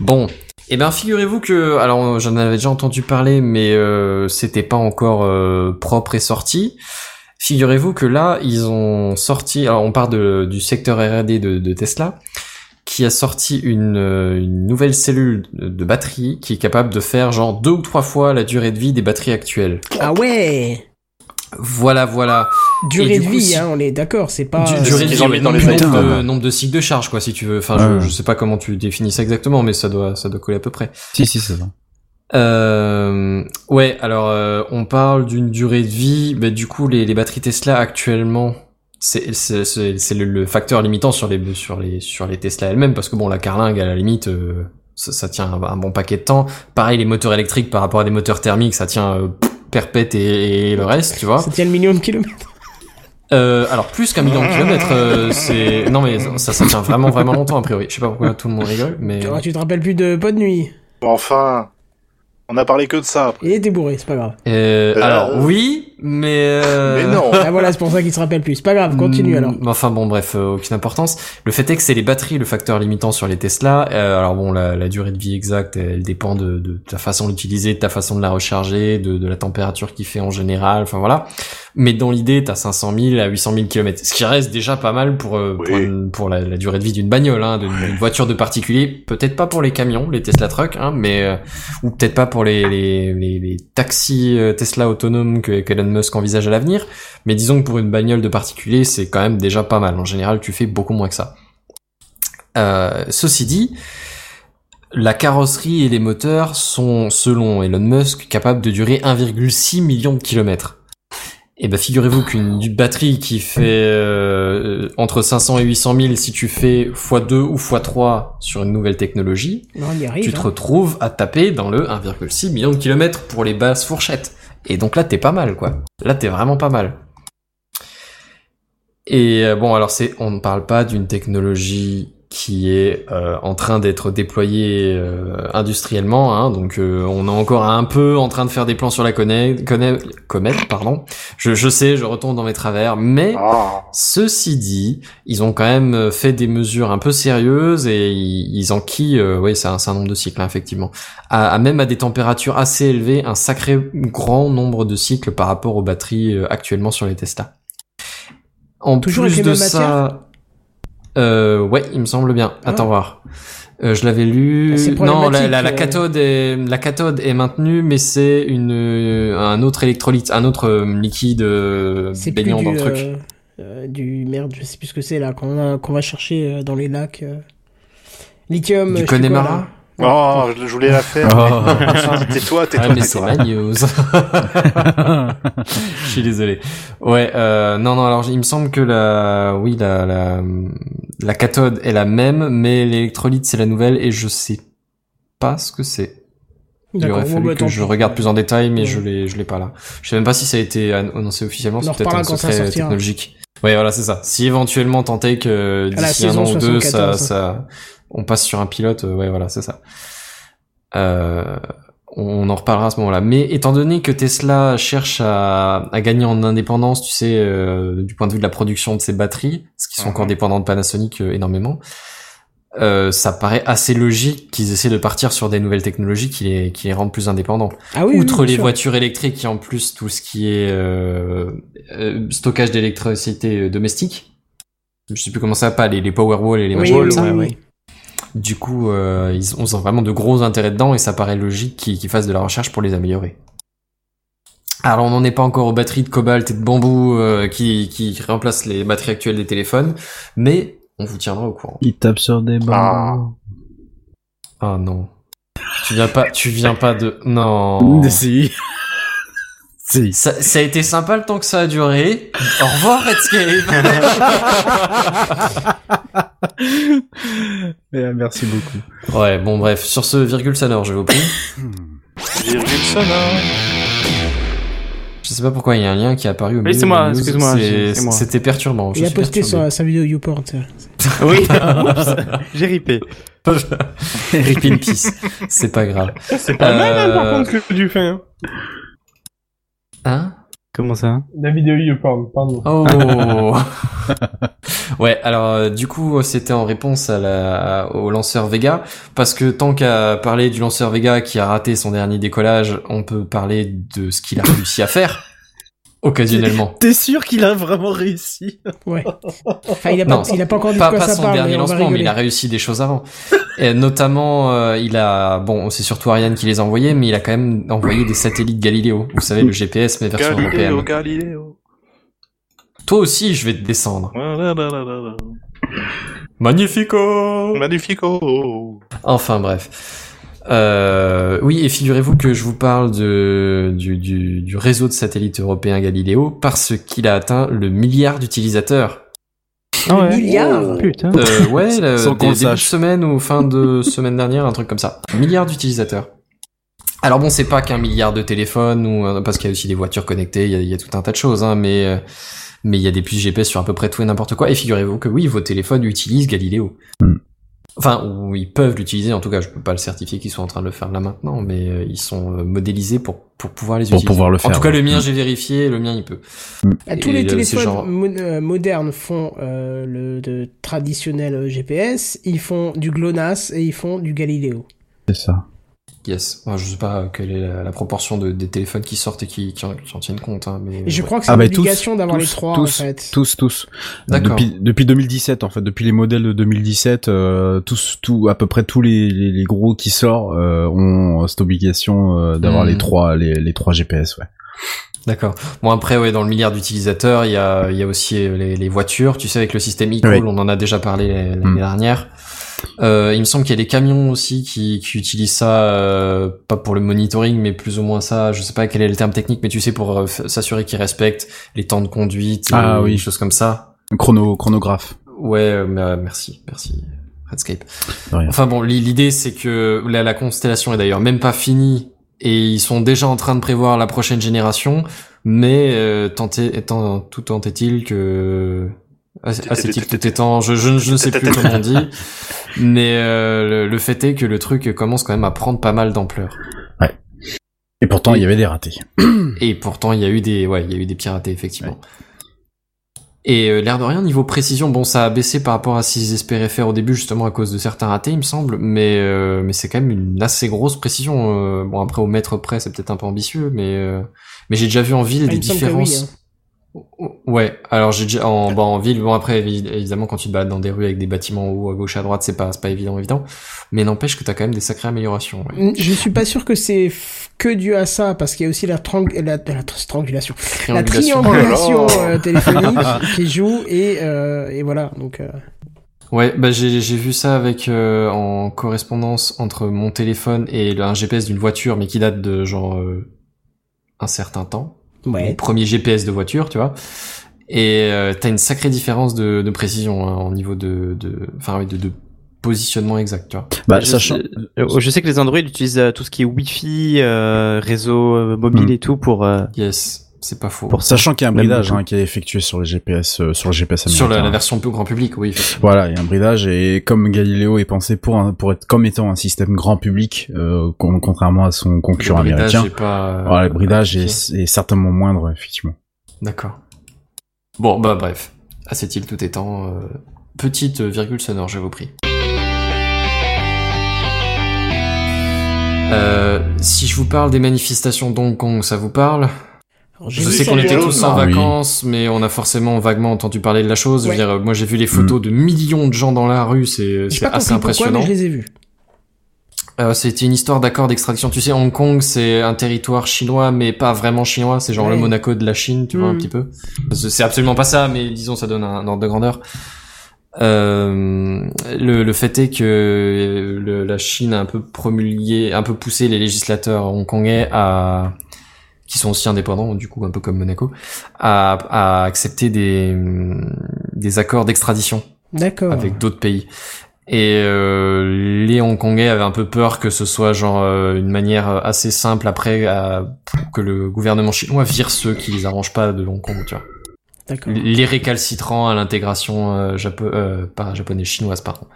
[SPEAKER 3] Bon. Eh ben, figurez-vous que, alors j'en avais déjà entendu parler, mais euh, c'était pas encore euh, propre et sorti. Figurez-vous que là, ils ont sorti, alors on part de- du secteur R&D de, de Tesla, qui a sorti une, euh, une nouvelle cellule de de batterie qui est capable de faire genre deux ou trois fois la durée de vie des batteries actuelles.
[SPEAKER 2] Ah ouais
[SPEAKER 3] Voilà, voilà. Et
[SPEAKER 2] Durée
[SPEAKER 3] du
[SPEAKER 2] de
[SPEAKER 3] coup,
[SPEAKER 2] vie,
[SPEAKER 3] si-
[SPEAKER 2] hein, on est d'accord, c'est pas...
[SPEAKER 3] du- durée de vie, ouais, nombre, nombre de, nombre de cycles de charge, quoi, si tu veux. Enfin, je-
[SPEAKER 8] Ouais.
[SPEAKER 3] je, sais pas comment tu définis ça exactement, mais ça doit, ça doit coller à peu près.
[SPEAKER 8] Si, si, c'est ça.
[SPEAKER 3] Euh, ouais, alors euh, on parle d'une durée de vie. Bah, du coup, les, les batteries Tesla actuellement, c'est c'est- c'est- c'est le, le facteur limitant sur les sur les sur les Tesla elles-mêmes, parce que bon, la carlingue à la limite, euh, ça, ça tient un, un bon paquet de temps. Pareil, les moteurs électriques par rapport à des moteurs thermiques, ça tient euh, pff, perpète et, et le reste, tu vois.
[SPEAKER 2] Ça tient le million de kilomètres.
[SPEAKER 3] Euh, alors plus qu'un million de kilomètres, euh, c'est non mais ça ça tient vraiment vraiment longtemps a priori. Je sais pas pourquoi tout le monde rigole, mais
[SPEAKER 2] Tu vois, Tu te rappelles plus de pas de nuit.
[SPEAKER 9] Bon, enfin, on a parlé que de ça.
[SPEAKER 2] Il était bourré, c'est pas grave.
[SPEAKER 3] Euh, alors oui, mais euh,
[SPEAKER 2] Ah voilà, c'est pour ça qu'il se rappelle plus. C'est pas grave, continue
[SPEAKER 3] Hmm,
[SPEAKER 2] alors.
[SPEAKER 3] mais Enfin bon, bref, euh, aucune importance. Le fait est que c'est les batteries le facteur limitant sur les Tesla. Euh, alors bon, la, la durée de vie exacte, elle dépend de, de ta façon de l'utiliser, de ta façon de la recharger, de, de la température qu'il fait en général. Enfin voilà. Mais dans l'idée, t'as 500 000 à 800 000 km, ce qui reste déjà pas mal pour euh, pour, une- pour la, la durée de vie d'une bagnole, hein, d'une d'une voiture de particulier. Peut-être pas pour les camions, les Tesla Truck, hein, mais euh, ou peut-être pas pour les, les, les, les taxis euh, Tesla autonomes que qu'Elon Musk envisage à l'avenir. Mais disons que pour une bagnole de particulier, c'est quand même déjà pas mal. En général, tu fais beaucoup moins que ça. Euh, ceci dit, la carrosserie et les moteurs sont, selon Elon Musk, capables de durer 1,6 million de kilomètres. Et ben figurez-vous qu'une du- batterie qui fait euh, entre 500 et 800 000, si tu fais x2 ou x3 sur une nouvelle technologie,
[SPEAKER 2] Non, on y arrive.
[SPEAKER 3] tu te
[SPEAKER 2] hein.
[SPEAKER 3] retrouves à taper dans le 1,6 million de kilomètres pour les basses fourchettes. Et donc là, t'es pas mal, quoi. Là, t'es vraiment pas mal. Et euh, bon, alors c'est, on ne parle pas d'une technologie qui est euh, en train d'être déployée euh, industriellement, hein, donc euh, on est encore un peu en train de faire des plans sur la conne- conne- comète, pardon. Je, je sais, je retombe dans mes travers, mais
[SPEAKER 9] Ah.
[SPEAKER 3] ceci dit, ils ont quand même euh, fait des mesures un peu sérieuses et ils, ils enquillent, euh, oui, c'est un, c'est un nombre de cycles, hein, effectivement, à, à même à des températures assez élevées, un sacré grand nombre de cycles par rapport aux batteries euh, actuellement sur les Tesla. En
[SPEAKER 2] Toujours
[SPEAKER 3] plus
[SPEAKER 2] avec les
[SPEAKER 3] de
[SPEAKER 2] mêmes matières Ah.
[SPEAKER 3] ça, euh, ouais, il me semble bien. Attends voir. Euh, je l'avais lu.
[SPEAKER 2] Bah, C'est
[SPEAKER 3] Non, la,
[SPEAKER 2] problématique,
[SPEAKER 3] la- la
[SPEAKER 2] euh.
[SPEAKER 3] cathode est la cathode est maintenue, mais c'est une euh, un autre électrolyte, un autre euh, liquide euh,
[SPEAKER 2] C'est plus
[SPEAKER 3] baignant
[SPEAKER 2] du,
[SPEAKER 3] dans le truc.
[SPEAKER 2] euh, euh, du merde, je sais plus ce que c'est là, qu'on a- qu'on va chercher euh, dans les lacs. euh, Lithium.
[SPEAKER 3] Du
[SPEAKER 2] je sais quoi,
[SPEAKER 3] Connemara
[SPEAKER 2] là.
[SPEAKER 9] Oh, je voulais la faire. Tais-toi, tais-toi,
[SPEAKER 3] Ah, mais c'est
[SPEAKER 9] tais-toi.
[SPEAKER 3] ma news. Je suis désolé. Ouais, euh, non, non, alors il me semble que la, oui, la, la, la cathode est la même, mais l'électrolyte c'est la nouvelle et je sais pas ce que c'est. Il
[SPEAKER 2] D'accord,
[SPEAKER 3] aurait
[SPEAKER 2] bon,
[SPEAKER 3] fallu
[SPEAKER 2] bah,
[SPEAKER 3] que
[SPEAKER 2] tant
[SPEAKER 3] je
[SPEAKER 2] pis.
[SPEAKER 3] regarde plus en détail, mais je l'ai, je l'ai pas là. Je sais même pas si ça a été annoncé officiellement,
[SPEAKER 2] On en
[SPEAKER 3] c'est peut-être
[SPEAKER 2] reparlera
[SPEAKER 3] un
[SPEAKER 2] quand ça
[SPEAKER 3] secret
[SPEAKER 2] sortira.
[SPEAKER 3] technologique. Ouais, voilà, c'est ça. Si éventuellement tenter que
[SPEAKER 2] À la
[SPEAKER 3] d'ici un
[SPEAKER 2] saison
[SPEAKER 3] an ou deux, ça,
[SPEAKER 2] 74, hein.
[SPEAKER 3] ça, on passe sur un pilote, euh, ouais, voilà, c'est ça. Euh, on en reparlera à ce moment-là. Mais étant donné que Tesla cherche à, à gagner en indépendance, tu sais, euh, du point de vue de la production de ses batteries, ce qui sont
[SPEAKER 2] Mhm.
[SPEAKER 3] encore dépendants de Panasonic euh, énormément, euh, ça paraît assez logique qu'ils essaient de partir sur des nouvelles technologies qui les, qui les rendent plus indépendants.
[SPEAKER 2] Ah oui, oui,
[SPEAKER 3] Outre
[SPEAKER 2] bien
[SPEAKER 3] les
[SPEAKER 2] sûr.
[SPEAKER 3] voitures électriques et en plus tout ce qui est euh, euh, stockage d'électricité euh, domestique, je sais plus comment ça pas les, les Powerwall et les
[SPEAKER 2] Oui,
[SPEAKER 3] machines
[SPEAKER 2] oui,
[SPEAKER 3] comme ça.
[SPEAKER 2] oui, oui.
[SPEAKER 3] Du coup, euh, ils ont ils ont vraiment de gros intérêts dedans et ça paraît logique qu'ils qu'ils fassent de la recherche pour les améliorer. Alors on n'en est pas encore aux batteries de cobalt et de bambou euh, qui, qui remplacent les batteries actuelles des téléphones, mais on vous tiendra au courant.
[SPEAKER 8] Il tape sur des
[SPEAKER 9] Bah.
[SPEAKER 8] barres.
[SPEAKER 3] Ah non. Tu viens pas, tu viens pas de. Non.
[SPEAKER 8] Si. si.
[SPEAKER 3] Ça, ça a été sympa le temps que ça a duré. Au revoir Redscape.
[SPEAKER 8] Eh, Merci beaucoup.
[SPEAKER 3] ouais, bon bref, sur ce virgule sonore, je vous prie.
[SPEAKER 9] Virgule sonore.
[SPEAKER 3] Je sais pas pourquoi il y a un lien qui est apparu au
[SPEAKER 11] Oui,
[SPEAKER 3] milieu
[SPEAKER 11] c'est
[SPEAKER 3] de la
[SPEAKER 11] moi,
[SPEAKER 3] news.
[SPEAKER 11] excuse-moi,
[SPEAKER 3] C'est-
[SPEAKER 11] c'est- c'est moi.
[SPEAKER 3] C'était perturbant. je
[SPEAKER 2] Il a
[SPEAKER 3] suis
[SPEAKER 2] posté
[SPEAKER 3] perturbé.
[SPEAKER 2] sur sa vidéo YouPorn. ça.
[SPEAKER 11] Oui.
[SPEAKER 1] J'ai ripé.
[SPEAKER 3] Rip in peace. C'est pas grave.
[SPEAKER 4] C'est pas mal, hein, par
[SPEAKER 3] Euh,
[SPEAKER 4] contre, que tu fais. Hein.
[SPEAKER 3] Hein
[SPEAKER 1] Comment ça
[SPEAKER 4] La vidéo YouPorn, pardon.
[SPEAKER 3] Oh Ouais, alors euh, du coup, c'était en réponse à la, au lanceur Vega, parce que tant qu'à parler du lanceur Vega qui a raté son dernier décollage, on peut parler de ce qu'il a réussi à faire, occasionnellement.
[SPEAKER 8] T'es sûr qu'il a vraiment réussi
[SPEAKER 2] Ouais. Enfin, il a
[SPEAKER 3] Non,
[SPEAKER 2] pas, il a pas encore dit de
[SPEAKER 3] pas,
[SPEAKER 2] quoi
[SPEAKER 3] pas
[SPEAKER 2] ça
[SPEAKER 3] son
[SPEAKER 2] parle,
[SPEAKER 3] dernier
[SPEAKER 2] mais on va
[SPEAKER 3] lancement, mais il a
[SPEAKER 2] rigoler.
[SPEAKER 3] réussi des choses avant. Et notamment, euh, il a, bon, c'est surtout Ariane qui les a envoyés, mais il a quand même envoyé des satellites Galileo. Vous savez, le GPS, mais version
[SPEAKER 9] Galiléo,
[SPEAKER 3] européenne.
[SPEAKER 9] Galiléo.
[SPEAKER 3] Toi aussi, je vais te descendre.
[SPEAKER 9] Ah, là, là, là, là, là.
[SPEAKER 3] Magnifico!
[SPEAKER 9] Magnifico.
[SPEAKER 3] Enfin bref. Euh, oui, et figurez-vous que je vous parle de, du, du, du réseau de satellites européens Galileo parce qu'il a atteint le milliard d'utilisateurs.
[SPEAKER 1] Ah ouais.
[SPEAKER 2] Milliard.
[SPEAKER 1] Putain.
[SPEAKER 3] Euh, ouais, le,
[SPEAKER 8] Sans
[SPEAKER 3] dé-
[SPEAKER 8] qu'on le
[SPEAKER 3] début de
[SPEAKER 8] sache.
[SPEAKER 3] semaine ou fin de semaine dernière, un truc comme ça. Un milliard d'utilisateurs. Alors bon, c'est pas qu'un milliard de téléphones ou un- parce qu'il y a aussi des voitures connectées, il y a, il y a tout un tas de choses, hein, mais euh, mais il y a des puces GPS sur à peu près tout et n'importe quoi. Et figurez-vous que oui, vos téléphones utilisent Galileo.
[SPEAKER 8] Mm.
[SPEAKER 3] Enfin, ou ils peuvent l'utiliser. En tout cas, je peux pas le certifier qu'ils sont en train de le faire là maintenant, mais euh, ils sont euh, modélisés pour pour pouvoir les
[SPEAKER 8] Pour
[SPEAKER 3] utiliser.
[SPEAKER 8] pouvoir le
[SPEAKER 3] En
[SPEAKER 8] faire,
[SPEAKER 3] tout cas,
[SPEAKER 8] ouais.
[SPEAKER 3] le mien,
[SPEAKER 8] Mm.
[SPEAKER 3] j'ai vérifié, le mien, il peut.
[SPEAKER 2] Ah, tous
[SPEAKER 3] Et,
[SPEAKER 2] les
[SPEAKER 3] euh,
[SPEAKER 2] téléphones
[SPEAKER 3] c'est genre-
[SPEAKER 2] mo- euh, modernes font euh, le de traditionnel euh, GPS, ils font du GLONASS et ils font du Galileo.
[SPEAKER 8] C'est ça.
[SPEAKER 3] Yes. Moi, je sais pas quelle est la, la proportion de, des téléphones qui sortent et qui, qui, en, qui en tiennent compte, hein, mais.
[SPEAKER 2] Et je
[SPEAKER 3] ouais.
[SPEAKER 2] crois que c'est
[SPEAKER 8] Ah,
[SPEAKER 2] une
[SPEAKER 8] bah, tous,
[SPEAKER 2] obligation d'avoir les
[SPEAKER 8] tous,
[SPEAKER 2] trois en
[SPEAKER 8] tous,
[SPEAKER 2] fait.
[SPEAKER 8] Tous, tous.
[SPEAKER 3] D'accord.
[SPEAKER 8] Depuis, depuis 2017, en fait, depuis les modèles de 2017, euh, tous, tout, à peu près tous les, les, les gros qui sortent euh, ont euh, cette obligation euh, d'avoir
[SPEAKER 3] Hmm.
[SPEAKER 8] les trois, les, les trois GPS, ouais.
[SPEAKER 3] D'accord. Bon après ouais dans le milliard d'utilisateurs il y a il y a aussi euh, les, les voitures. Tu sais avec le système e-call
[SPEAKER 8] Oui.
[SPEAKER 3] on en a déjà parlé l'année
[SPEAKER 8] Mm.
[SPEAKER 3] dernière. Euh, il me semble qu'il y a les camions aussi qui, qui utilisent ça euh, pas pour le monitoring mais plus ou moins ça. Je sais pas quel est le terme technique mais tu sais pour euh, f- s'assurer qu'ils respectent les temps de conduite,
[SPEAKER 8] Ah
[SPEAKER 3] euh,
[SPEAKER 8] oui.
[SPEAKER 3] des choses comme ça.
[SPEAKER 8] Chrono, chronographe.
[SPEAKER 3] Ouais, euh, mais, euh, merci, merci. Redscape.
[SPEAKER 8] De rien.
[SPEAKER 3] Enfin bon, l'i- l'idée c'est que la, la constellation est d'ailleurs même pas finie et ils sont déjà en train de prévoir la prochaine génération, mais euh, tenté, étant, tout tant est-il que... Ah, c'est- ah, c'est il tout étant, je, je, je ne sais plus comment on dit, mais euh, le, le fait est que le truc commence quand même à prendre pas mal d'ampleur.
[SPEAKER 8] Et pourtant, il y avait des ratés.
[SPEAKER 3] Et pourtant, il y a eu des, ouais, il y a eu des petits ratés, effectivement. Et euh, l'air de rien, niveau précision, bon, ça a baissé par rapport à ce qu'ils espéraient faire au début, justement à cause de certains ratés, il me semble, mais, euh, mais c'est quand même une assez grosse précision. euh, bon, après, au mètre près, c'est peut-être un peu ambitieux, mais, euh, mais j'ai déjà vu en ville
[SPEAKER 2] Ah,
[SPEAKER 3] des
[SPEAKER 2] il me semble que oui,
[SPEAKER 3] différences. Oh, Ouais, alors j'ai déjà en, bah, en ville, bon après évi- évidemment quand tu te balades dans des rues avec des bâtiments hauts à gauche à droite, c'est pas c'est pas évident évident, mais n'empêche que t'as quand même des sacrées améliorations. ouais.
[SPEAKER 2] Je suis pas sûr que c'est f- que dû à ça, parce qu'il y a aussi la, trang- la, la tr- strangulation, la
[SPEAKER 3] Triangulation.
[SPEAKER 2] triangulation
[SPEAKER 9] Oh là là.
[SPEAKER 2] euh, téléphonique qui joue et, euh, et voilà. Donc, euh,
[SPEAKER 3] Ouais, bah j'ai j'ai vu ça avec euh, en correspondance entre mon téléphone et le- un GPS d'une voiture, mais qui date de genre euh, un certain temps. Mon
[SPEAKER 2] ouais.
[SPEAKER 3] premier GPS de voiture, tu vois. Et euh, t'as une sacrée différence de, de précision hein, au niveau de de enfin oui, de, de positionnement exact, tu vois.
[SPEAKER 8] Bah,
[SPEAKER 1] Je
[SPEAKER 8] sachant.
[SPEAKER 1] sais- euh, Je sais que les Android utilisent euh, tout ce qui est Wi-Fi, euh, réseau euh, mobile
[SPEAKER 8] Mm.
[SPEAKER 1] et tout pour. euh,
[SPEAKER 3] Yes, c'est pas faux.
[SPEAKER 1] Pour-
[SPEAKER 8] Sachant qu'il y a un
[SPEAKER 1] Même
[SPEAKER 8] bridage
[SPEAKER 1] beaucoup.
[SPEAKER 8] hein, qui est effectué sur les GPS, euh, sur le GPS américain.
[SPEAKER 3] Sur la, la version plus grand public, oui. effectivement.
[SPEAKER 8] Voilà, il y a un bridage et comme Galileo est pensé pour un- pour être comme étant un système grand public, euh, con- contrairement à son concurrent
[SPEAKER 3] Le bridage
[SPEAKER 8] américain,
[SPEAKER 3] est pas.
[SPEAKER 8] voilà, le bridage
[SPEAKER 3] appliqué.
[SPEAKER 8] est, est certainement moindre effectivement.
[SPEAKER 3] D'accord. Bon, bah bref. À cette île, tout étant. euh, petite virgule sonore, je vous prie. Euh, si je vous parle des manifestations d'Hong Kong, ça vous parle
[SPEAKER 2] Alors, j'ai
[SPEAKER 3] Je
[SPEAKER 2] vu
[SPEAKER 3] sais
[SPEAKER 2] ça
[SPEAKER 3] qu'on
[SPEAKER 2] il y a
[SPEAKER 3] était
[SPEAKER 2] longtemps.
[SPEAKER 3] tous en
[SPEAKER 8] Ah oui.
[SPEAKER 3] vacances, mais on a forcément vaguement entendu parler de la chose.
[SPEAKER 2] Ouais.
[SPEAKER 3] Je veux dire, euh, moi j'ai vu les photos
[SPEAKER 8] Mm.
[SPEAKER 3] de millions de gens dans la rue, c'est
[SPEAKER 2] J'ai pas
[SPEAKER 3] hein. c'est
[SPEAKER 2] compris
[SPEAKER 3] assez
[SPEAKER 2] pourquoi,
[SPEAKER 3] impressionnant.
[SPEAKER 2] mais je les ai vus.
[SPEAKER 3] Euh, C'était une histoire d'accord d'extraction. Tu sais, Hong Kong, c'est un territoire chinois, mais pas vraiment chinois. C'est genre
[SPEAKER 2] Ouais.
[SPEAKER 3] le Monaco de la Chine, tu vois, un
[SPEAKER 2] Mm.
[SPEAKER 3] petit peu. C'est c'est absolument pas ça, mais disons, ça donne un, un ordre de grandeur. Euh, le, le fait est que euh, le- la Chine a un peu promulgué, un peu poussé les législateurs hongkongais à qui sont aussi indépendants, du coup, un peu comme Monaco, à, à accepter des, des accords d'extradition
[SPEAKER 2] D'accord.
[SPEAKER 3] avec d'autres pays. Et euh, les Hongkongais avaient un peu peur que ce soit genre euh, une manière assez simple après à- pour que le gouvernement chinois vire ceux qui les arrangent pas de Hong Kong, tu vois.
[SPEAKER 2] D'accord.
[SPEAKER 3] Les récalcitrants à l'intégration euh, japo- euh, pas japonaise chinoise pardon.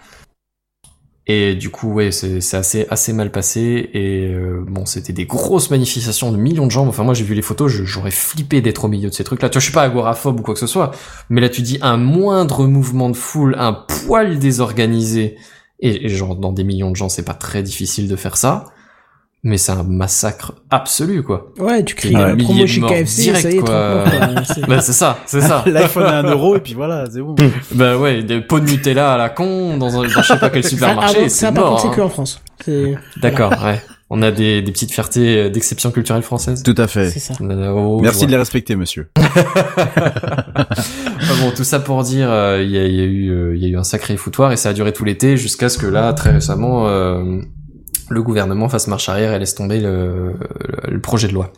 [SPEAKER 3] Et du coup, ouais, c'est c'est assez, assez mal passé. Et euh, bon, c'était des grosses manifestations de millions de gens. Enfin, moi, j'ai vu les photos, je- j'aurais flippé d'être au milieu de ces trucs-là. Tu vois, je suis pas agoraphobe ou quoi que ce soit, mais là, tu dis un moindre mouvement de foule, un poil désorganisé, et, et genre dans des millions de gens, c'est pas très difficile de faire ça. Mais c'est un massacre absolu, quoi.
[SPEAKER 11] Ouais, tu cries
[SPEAKER 3] Des
[SPEAKER 11] la
[SPEAKER 3] milliers
[SPEAKER 11] promo
[SPEAKER 3] de
[SPEAKER 11] chez
[SPEAKER 3] morts
[SPEAKER 11] KFC,
[SPEAKER 3] direct,
[SPEAKER 11] ça y est,
[SPEAKER 3] quoi.
[SPEAKER 11] trente morts, quoi. C'est-
[SPEAKER 3] Bah, c'est ça, c'est ça.
[SPEAKER 8] L'iPhone à un euro et puis voilà, c'est bon.
[SPEAKER 3] Bah ouais, des pots de Nutella à la con dans, un, dans je sais pas quel
[SPEAKER 11] Ah, ah
[SPEAKER 3] supermarché,
[SPEAKER 11] bon,
[SPEAKER 3] c'est
[SPEAKER 11] ça, par
[SPEAKER 3] mort.
[SPEAKER 11] contre, c'est
[SPEAKER 3] hein.
[SPEAKER 11] que en France. C'est-
[SPEAKER 3] D'accord, ouais. On a des, des petites fiertés euh, d'exception culturelle française.
[SPEAKER 8] Tout à fait.
[SPEAKER 11] C'est ça.
[SPEAKER 3] Euh, oh, je
[SPEAKER 8] Merci
[SPEAKER 3] vois.
[SPEAKER 8] de les respecter, monsieur.
[SPEAKER 3] Enfin bon, tout ça pour dire, euh, il y, a, il y a eu, euh, il y a eu un sacré foutoir et ça a duré tout l'été jusqu'à ce que là, très récemment, euh, le gouvernement fasse marche arrière et laisse tomber le, le- le projet de loi.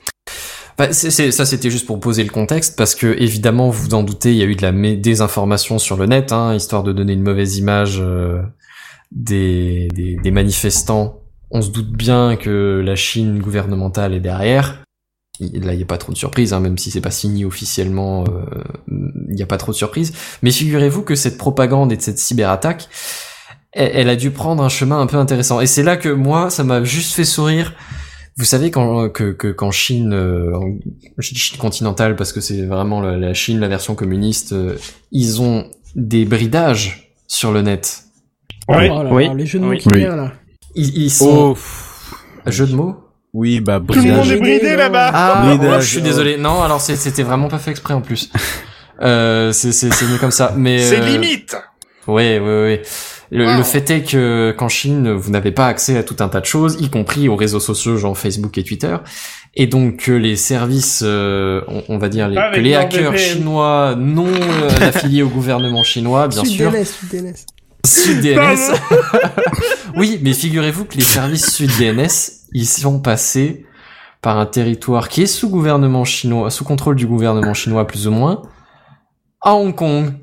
[SPEAKER 3] Bah, c'est- c'est- ça, c'était juste pour poser le contexte parce que évidemment, vous vous en doutez, il y a eu de la mé- désinformation sur le net, hein, histoire de donner une mauvaise image euh, des, des- des manifestants. On se doute bien que la Chine gouvernementale est derrière. Il- Là, il n'y a pas trop de surprises, hein, même si c'est pas signé officiellement, euh, il n'y a pas trop de surprises. Mais figurez-vous que cette propagande et de cette cyberattaque, elle, elle a dû prendre un chemin un peu intéressant. Et c'est là que moi, ça m'a juste fait sourire. Vous savez quand que, que qu'en Chine, euh, en- je dis Chine continentale parce que c'est vraiment la, la Chine, la version communiste, euh, ils ont des bridages sur le net.
[SPEAKER 11] Oui. Oh là là, Oui. les jeux de mots qui viennent, là.
[SPEAKER 3] Ils, ils
[SPEAKER 8] Oh.
[SPEAKER 3] sont. Jeu de mots
[SPEAKER 8] Oui, bah,
[SPEAKER 3] Tout le monde est
[SPEAKER 4] bridé, là-bas.
[SPEAKER 3] Ah,
[SPEAKER 8] Bridage,
[SPEAKER 3] oh, je suis
[SPEAKER 8] euh,
[SPEAKER 3] désolé. Non, alors c'est- c'était vraiment pas fait exprès en plus. Euh, c'est c'est c'est mieux comme ça. Mais
[SPEAKER 9] C'est
[SPEAKER 3] euh,
[SPEAKER 9] limite.
[SPEAKER 3] Ouais, ouais, ouais. Le, le fait est que qu'en Chine, vous n'avez pas accès à tout un tas de choses, y compris aux réseaux sociaux genre Facebook et Twitter, et donc que les services, euh, on, on va dire les,
[SPEAKER 11] Avec
[SPEAKER 3] que les
[SPEAKER 11] leur
[SPEAKER 3] hackers
[SPEAKER 11] VPN.
[SPEAKER 3] chinois non euh, affiliés au gouvernement chinois, bien
[SPEAKER 11] Sud
[SPEAKER 3] sûr,
[SPEAKER 11] DNS, Sud DNS.
[SPEAKER 3] SudDNS. oui, mais figurez-vous que les services SudDNS, ils sont passés par un territoire qui est sous gouvernement chinois, sous contrôle du gouvernement chinois plus ou moins, à Hong Kong.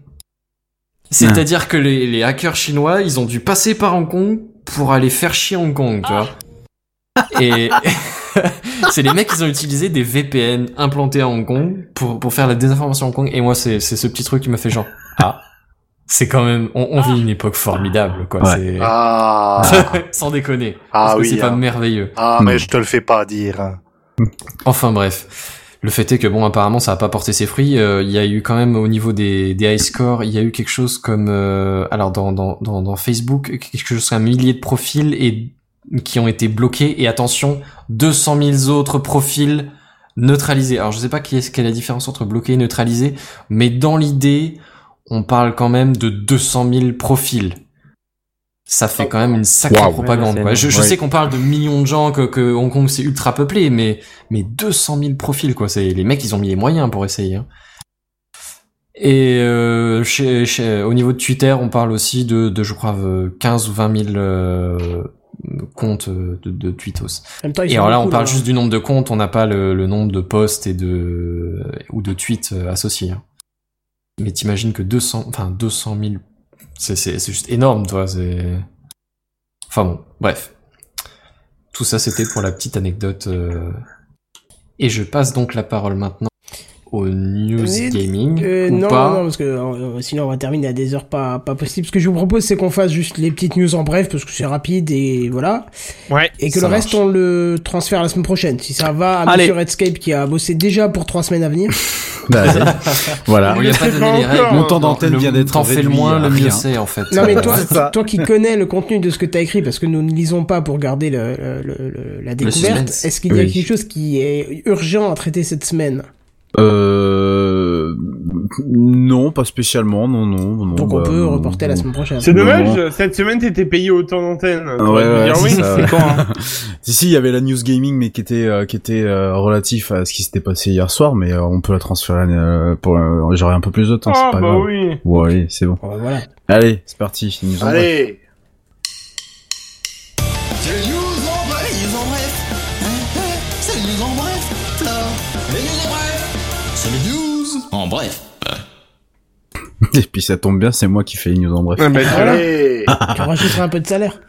[SPEAKER 3] C'est-à-dire que les, les hackers chinois, ils ont dû passer par Hong Kong pour aller faire chier Hong Kong,
[SPEAKER 9] Ah.
[SPEAKER 3] tu vois. Et c'est les mecs, ils ont utilisé des VPN implantés à Hong Kong pour, pour faire la désinformation à Hong Kong. Et moi, c'est c'est ce petit truc qui m'a fait genre, ah, c'est quand même, on, on vit une époque formidable, quoi.
[SPEAKER 9] Ouais.
[SPEAKER 3] c'est-
[SPEAKER 9] Ah.
[SPEAKER 3] Sans déconner.
[SPEAKER 9] Ah
[SPEAKER 3] parce que
[SPEAKER 9] oui,
[SPEAKER 3] c'est pas
[SPEAKER 9] hein.
[SPEAKER 3] merveilleux.
[SPEAKER 9] Ah, mais je te le fais pas dire.
[SPEAKER 3] Enfin bref. Le fait est que bon, apparemment, ça a pas porté ses fruits. Euh, Il y a eu quand même au niveau des, des high scores, il y a eu quelque chose comme euh, alors dans, dans, dans, dans Facebook quelque chose comme un millier de profils et qui ont été bloqués et attention 200 000 autres profils neutralisés. Alors je sais pas qui est, quelle est la différence entre bloqué et neutralisé, mais dans l'idée, on parle quand même de 200 000 profils. Ça fait quand même une sacrée
[SPEAKER 1] Waouh.
[SPEAKER 3] propagande.
[SPEAKER 1] Ouais,
[SPEAKER 3] quoi.
[SPEAKER 1] c'est
[SPEAKER 3] Je, je
[SPEAKER 1] énorme.
[SPEAKER 3] sais qu'on parle de millions de gens, que, que Hong Kong c'est ultra peuplé, mais mais 200 000 profils quoi. C'est les mecs ils ont mis les moyens pour essayer. hein. Et euh, chez, chez- au niveau de Twitter, on parle aussi de, de je crois euh, 15 ou 20 000 euh, comptes euh, de, de tweetos.
[SPEAKER 11] En même temps, ils
[SPEAKER 3] et
[SPEAKER 11] sont
[SPEAKER 3] alors là,
[SPEAKER 11] beaucoup,
[SPEAKER 3] on parle
[SPEAKER 11] là.
[SPEAKER 3] juste du nombre de comptes, on n'a pas le, le nombre de posts et de ou de tweets euh, associés. hein. Mais t'imagines que 200, enfin 200 000, c'est c'est c'est juste énorme, toi. C'est enfin bon, bref. Tout ça, c'était pour la petite anecdote. euh. Et je passe donc la parole maintenant aux news
[SPEAKER 11] Euh,
[SPEAKER 3] gaming
[SPEAKER 11] euh,
[SPEAKER 3] ou
[SPEAKER 11] non,
[SPEAKER 3] pas.
[SPEAKER 11] non, parce que euh, sinon on va terminer à des heures pas, pas possibles. Ce que je vous propose, c'est qu'on fasse juste les petites news en bref, parce que c'est rapide et voilà.
[SPEAKER 4] Ouais.
[SPEAKER 11] Et que
[SPEAKER 4] Ça
[SPEAKER 11] le reste, on le transfère la semaine prochaine. Si ça va à
[SPEAKER 4] Allez.
[SPEAKER 11] Monsieur Redscape qui a bossé déjà pour trois semaines à venir.
[SPEAKER 8] Bah, allez. voilà.
[SPEAKER 3] On lui a pas donné les règles.
[SPEAKER 8] Mon temps d'antenne
[SPEAKER 3] Le-
[SPEAKER 8] vient d'être
[SPEAKER 3] T'en fais le
[SPEAKER 8] réduit
[SPEAKER 3] moins, le
[SPEAKER 8] à
[SPEAKER 3] mieux
[SPEAKER 8] rien.
[SPEAKER 3] c'est en fait.
[SPEAKER 11] Non mais toi,
[SPEAKER 3] Euh,
[SPEAKER 11] toi qui connais le contenu de ce que t'as écrit, parce que nous ne lisons pas pour garder le, le- le- le- la découverte,
[SPEAKER 8] suspense.
[SPEAKER 11] est-ce qu'il y a
[SPEAKER 8] Oui.
[SPEAKER 11] quelque chose qui est urgent à traiter cette semaine
[SPEAKER 8] Euh, non, pas spécialement, non, non, non.
[SPEAKER 11] Donc on
[SPEAKER 8] bah,
[SPEAKER 11] peut
[SPEAKER 8] non,
[SPEAKER 11] reporter
[SPEAKER 8] non.
[SPEAKER 11] la semaine prochaine.
[SPEAKER 4] C'est dommage, cette semaine t'étais payé autant d'antenne.
[SPEAKER 8] Ah ouais, ouais, c'est
[SPEAKER 4] oui,
[SPEAKER 8] ça,
[SPEAKER 4] c'est
[SPEAKER 8] ouais.
[SPEAKER 4] quand hein
[SPEAKER 8] Si si, il y avait la news gaming, mais qui était euh, qui était euh, relatif à ce qui s'était passé hier soir, mais euh, on peut la transférer euh, pour euh, j'aurai un peu plus de temps,
[SPEAKER 4] Ah,
[SPEAKER 8] c'est pas
[SPEAKER 4] bah
[SPEAKER 8] grave.
[SPEAKER 4] oui.
[SPEAKER 8] Ouais, allez, c'est bon.
[SPEAKER 11] bah, voilà.
[SPEAKER 8] Allez, c'est parti. news en bref.
[SPEAKER 9] Allez.
[SPEAKER 14] C'est les news en bref, les news en bref. Hein, hein, C'est les news en bref, Flore. Les news en bref. C'est les news en bref.
[SPEAKER 8] Et puis ça tombe bien, c'est moi qui fais les news en bref.
[SPEAKER 4] Ah, bah, voilà.
[SPEAKER 9] Allez.
[SPEAKER 2] tu rajouteras un peu de salaire.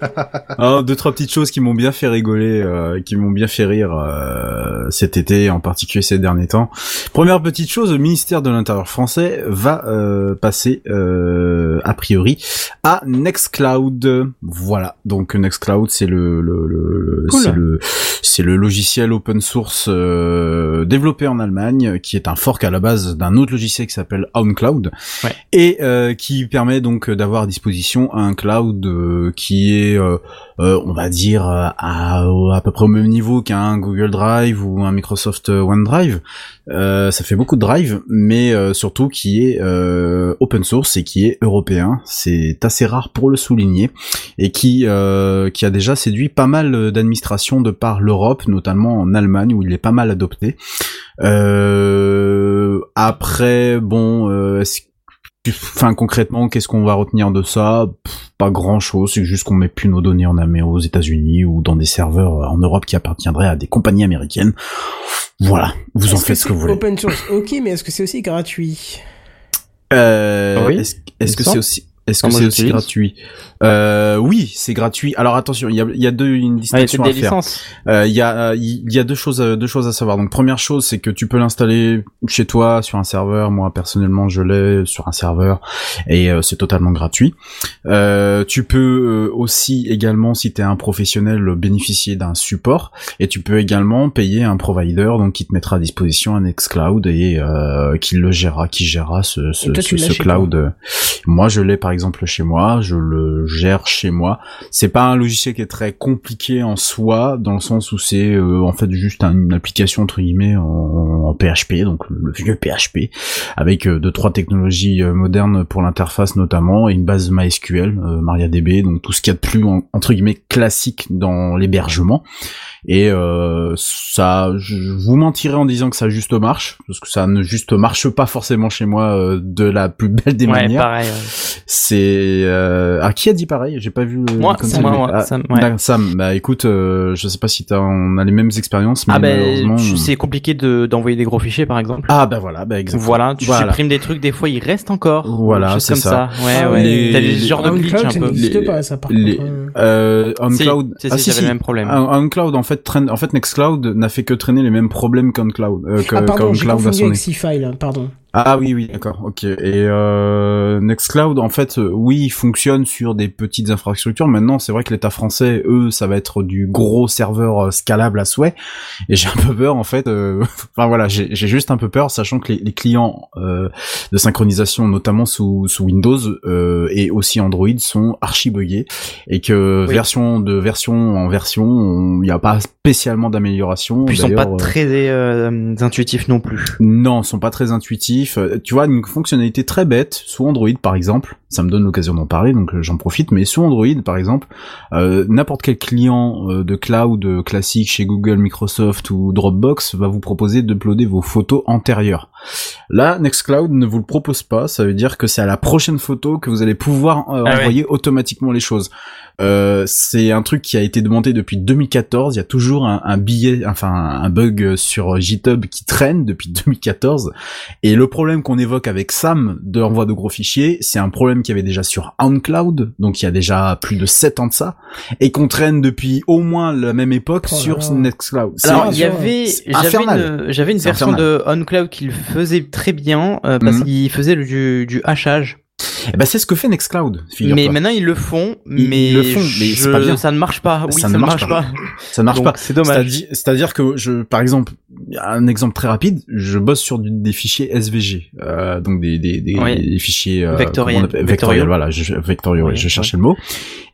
[SPEAKER 11] Ah, deux trois petites choses qui m'ont bien fait rigoler, euh, qui m'ont bien fait rire euh, cet été, en particulier ces derniers temps. Première petite chose, le ministère de l'Intérieur français va euh, passer euh, a priori à Nextcloud. Voilà, donc Nextcloud, c'est le, le, le- le-
[SPEAKER 8] Cool.
[SPEAKER 11] c'est le c'est le logiciel open source euh, développé en Allemagne, qui est un fork à la base d'un autre logiciel qui s'appelle OwnCloud et euh, qui permet donc d'avoir à disposition un cloud euh, qui est, euh, euh, on va dire, euh, à, à peu près au même niveau qu'un Google Drive ou un Microsoft OneDrive. Euh, ça fait beaucoup de drive, mais euh, surtout qui est euh, open source et qui est européen. C'est assez rare pour le souligner et qui euh, qui a déjà séduit pas mal d'administrations de par l'Europe, notamment en Allemagne où il est pas mal adopté. Euh, après, bon, euh, est-ce Enfin, concrètement, qu'est-ce qu'on va retenir de ça Pff, Pas grand-chose. C'est juste qu'on met plus nos données en Amérique, aux États-Unis ou dans des serveurs euh, en Europe qui appartiendraient à des compagnies américaines. Voilà. Vous en
[SPEAKER 2] Est-ce
[SPEAKER 11] faites ce que
[SPEAKER 2] c'est
[SPEAKER 11] vous voulez.
[SPEAKER 2] Open source, ok, mais est-ce que c'est aussi gratuit
[SPEAKER 11] Euh,
[SPEAKER 2] Oui,
[SPEAKER 11] est-ce est-ce que c'est
[SPEAKER 2] il me semble.
[SPEAKER 11] aussi est-ce que
[SPEAKER 2] Comment
[SPEAKER 11] c'est
[SPEAKER 2] je
[SPEAKER 11] aussi
[SPEAKER 2] l'utilise
[SPEAKER 11] gratuit Euh, Oui, c'est gratuit. Alors attention, il y a, il y a deux
[SPEAKER 2] Ah,
[SPEAKER 11] une distinction
[SPEAKER 1] des
[SPEAKER 11] à faire.
[SPEAKER 1] licences.
[SPEAKER 11] Euh, Il y a euh, il y a deux choses euh, deux choses à savoir. Donc première chose, c'est que tu peux l'installer chez toi sur un serveur. Moi personnellement, je l'ai sur un serveur et euh, c'est totalement gratuit. Euh, tu peux euh, aussi également, si tu es un professionnel, euh, bénéficier d'un support et tu peux également payer un provider donc qui te mettra à disposition un xCloud et euh, qui le gérera, qui gérera ce ce,
[SPEAKER 2] Et toi,
[SPEAKER 11] ce-
[SPEAKER 2] tu l'as
[SPEAKER 11] ce
[SPEAKER 2] chez
[SPEAKER 11] cloud. euh, Moi, je l'ai par exemple chez moi, je le gère chez moi. C'est pas un logiciel qui est très compliqué en soi, dans le sens où c'est euh, en fait juste un- une application entre guillemets en, en PHP, donc le vieux PHP, avec euh, deux trois technologies euh, modernes pour l'interface notamment et une base MySQL, euh, MariaDB, donc tout ce qu'il y a de plus en- entre guillemets classique dans l'hébergement. Et euh, ça, je vous mentirais en disant que ça juste marche, parce que ça ne juste marche pas forcément chez moi euh, de la plus belle des
[SPEAKER 1] Ouais,
[SPEAKER 11] manières. Euh,
[SPEAKER 1] pareil, ouais.
[SPEAKER 11] C'est euh... ah qui a dit pareil J'ai pas vu. le-
[SPEAKER 1] Moi,
[SPEAKER 11] comme
[SPEAKER 1] c'est
[SPEAKER 11] ça,
[SPEAKER 1] moi,
[SPEAKER 11] mais-
[SPEAKER 1] moi,
[SPEAKER 11] ah,
[SPEAKER 1] Sam, ouais.
[SPEAKER 11] d'accord, Sam, bah écoute, euh, je sais pas si t'as, on a les mêmes expériences, mais
[SPEAKER 1] Ah ben
[SPEAKER 11] malheureusement. euh,
[SPEAKER 1] tu- c'est compliqué de d'envoyer des gros fichiers par exemple.
[SPEAKER 11] Ah ben voilà, ben exactement.
[SPEAKER 1] Voilà, tu
[SPEAKER 11] Voilà.
[SPEAKER 1] supprimes des trucs, des fois il reste encore.
[SPEAKER 11] Voilà,
[SPEAKER 1] Des choses
[SPEAKER 11] c'est
[SPEAKER 1] comme
[SPEAKER 11] ça.
[SPEAKER 1] ça. Ouais,
[SPEAKER 11] Ah,
[SPEAKER 1] ouais.
[SPEAKER 11] les-
[SPEAKER 1] T'as des
[SPEAKER 11] les-
[SPEAKER 1] genres de glitch
[SPEAKER 2] Cloud,
[SPEAKER 1] un
[SPEAKER 2] ça
[SPEAKER 1] peu.
[SPEAKER 2] n'existe pas, ça, par
[SPEAKER 11] les-
[SPEAKER 2] contre. euh.
[SPEAKER 11] euh, OnCloud.
[SPEAKER 1] Si, si, si, j'avais le même problème.
[SPEAKER 11] Ah, OnCloud en fait traîne, en fait Nextcloud n'a fait que traîner les mêmes problèmes qu'OnCloud. Euh, que-
[SPEAKER 2] Ah, pardon, j'ai
[SPEAKER 11] qu'OnCloud à
[SPEAKER 2] confondu
[SPEAKER 11] son
[SPEAKER 2] avec C-File, pardon.
[SPEAKER 11] Ah oui, oui, d'accord, ok. Et euh, Nextcloud, en fait, euh, oui, il fonctionne sur des petites infrastructures. Maintenant, c'est vrai que l'État français, eux, ça va être du gros serveur euh, scalable à souhait. Et j'ai un peu peur, en fait. euh, enfin voilà, j'ai j'ai juste un peu peur, sachant que les, les clients euh, de synchronisation, notamment sous, sous Windows euh, et aussi Android, sont archi buggés et que
[SPEAKER 1] Oui.
[SPEAKER 11] version de version en version, on- il n'y a pas spécialement d'amélioration.
[SPEAKER 1] Puis ils sont pas
[SPEAKER 11] D'ailleurs, euh,
[SPEAKER 1] très euh, intuitifs non plus.
[SPEAKER 11] non, ils sont pas très intuitifs. Euh, Tu vois, une fonctionnalité très bête, sous Android par exemple, ça me donne l'occasion d'en parler, donc euh, j'en profite, mais sous Android par exemple, euh, n'importe quel client euh, de cloud euh, classique chez Google, Microsoft ou Dropbox va vous proposer d'uploader vos photos antérieures. Là, Nextcloud ne vous le propose pas, ça veut dire que c'est à la prochaine photo que vous allez pouvoir euh,
[SPEAKER 1] Ah ouais.
[SPEAKER 11] envoyer automatiquement les choses. Euh, c'est un truc qui a été demandé depuis 2014. Il y a toujours un, un billet, enfin un bug sur GitHub qui traîne depuis 2014. Et le problème qu'on évoque avec Sam de l'envoi de gros fichiers, c'est un problème qu'il y avait déjà sur OnCloud, donc il y a déjà plus de 7 ans de ça, et qu'on traîne depuis au moins la même époque sur Nextcloud. C'est-
[SPEAKER 1] Oh Alors, il y avait,
[SPEAKER 11] c'est
[SPEAKER 1] j'avais
[SPEAKER 11] infernal.
[SPEAKER 1] une, j'avais une
[SPEAKER 11] C'est
[SPEAKER 1] version
[SPEAKER 11] infernal.
[SPEAKER 1] de OnCloud qu'il faisait très bien, euh, parce
[SPEAKER 11] Mhm.
[SPEAKER 1] qu'il faisait le- du, du hachage.
[SPEAKER 11] Eh ben, c'est ce que fait Nextcloud. figure-toi.
[SPEAKER 1] Mais maintenant, ils le font,
[SPEAKER 11] Ils-
[SPEAKER 1] mais,
[SPEAKER 11] ils le font, mais
[SPEAKER 1] je-
[SPEAKER 11] c'est pas bien.
[SPEAKER 1] ça ne marche pas. Oui, ça, ne marche pas.
[SPEAKER 11] Ça ne marche
[SPEAKER 1] Donc,
[SPEAKER 11] pas.
[SPEAKER 1] C'est dommage.
[SPEAKER 11] C'est-à-dire- C'est-à-dire que je, par exemple, un exemple très rapide, je bosse sur du- des fichiers SVG, euh, donc des, des, des,
[SPEAKER 1] Ouais.
[SPEAKER 11] des fichiers euh,
[SPEAKER 1] Vectoriel.
[SPEAKER 11] comment on appelle-
[SPEAKER 1] Vectoriel.
[SPEAKER 11] vectoriel, voilà, je, vectoriel, ouais, je cherchais le mot.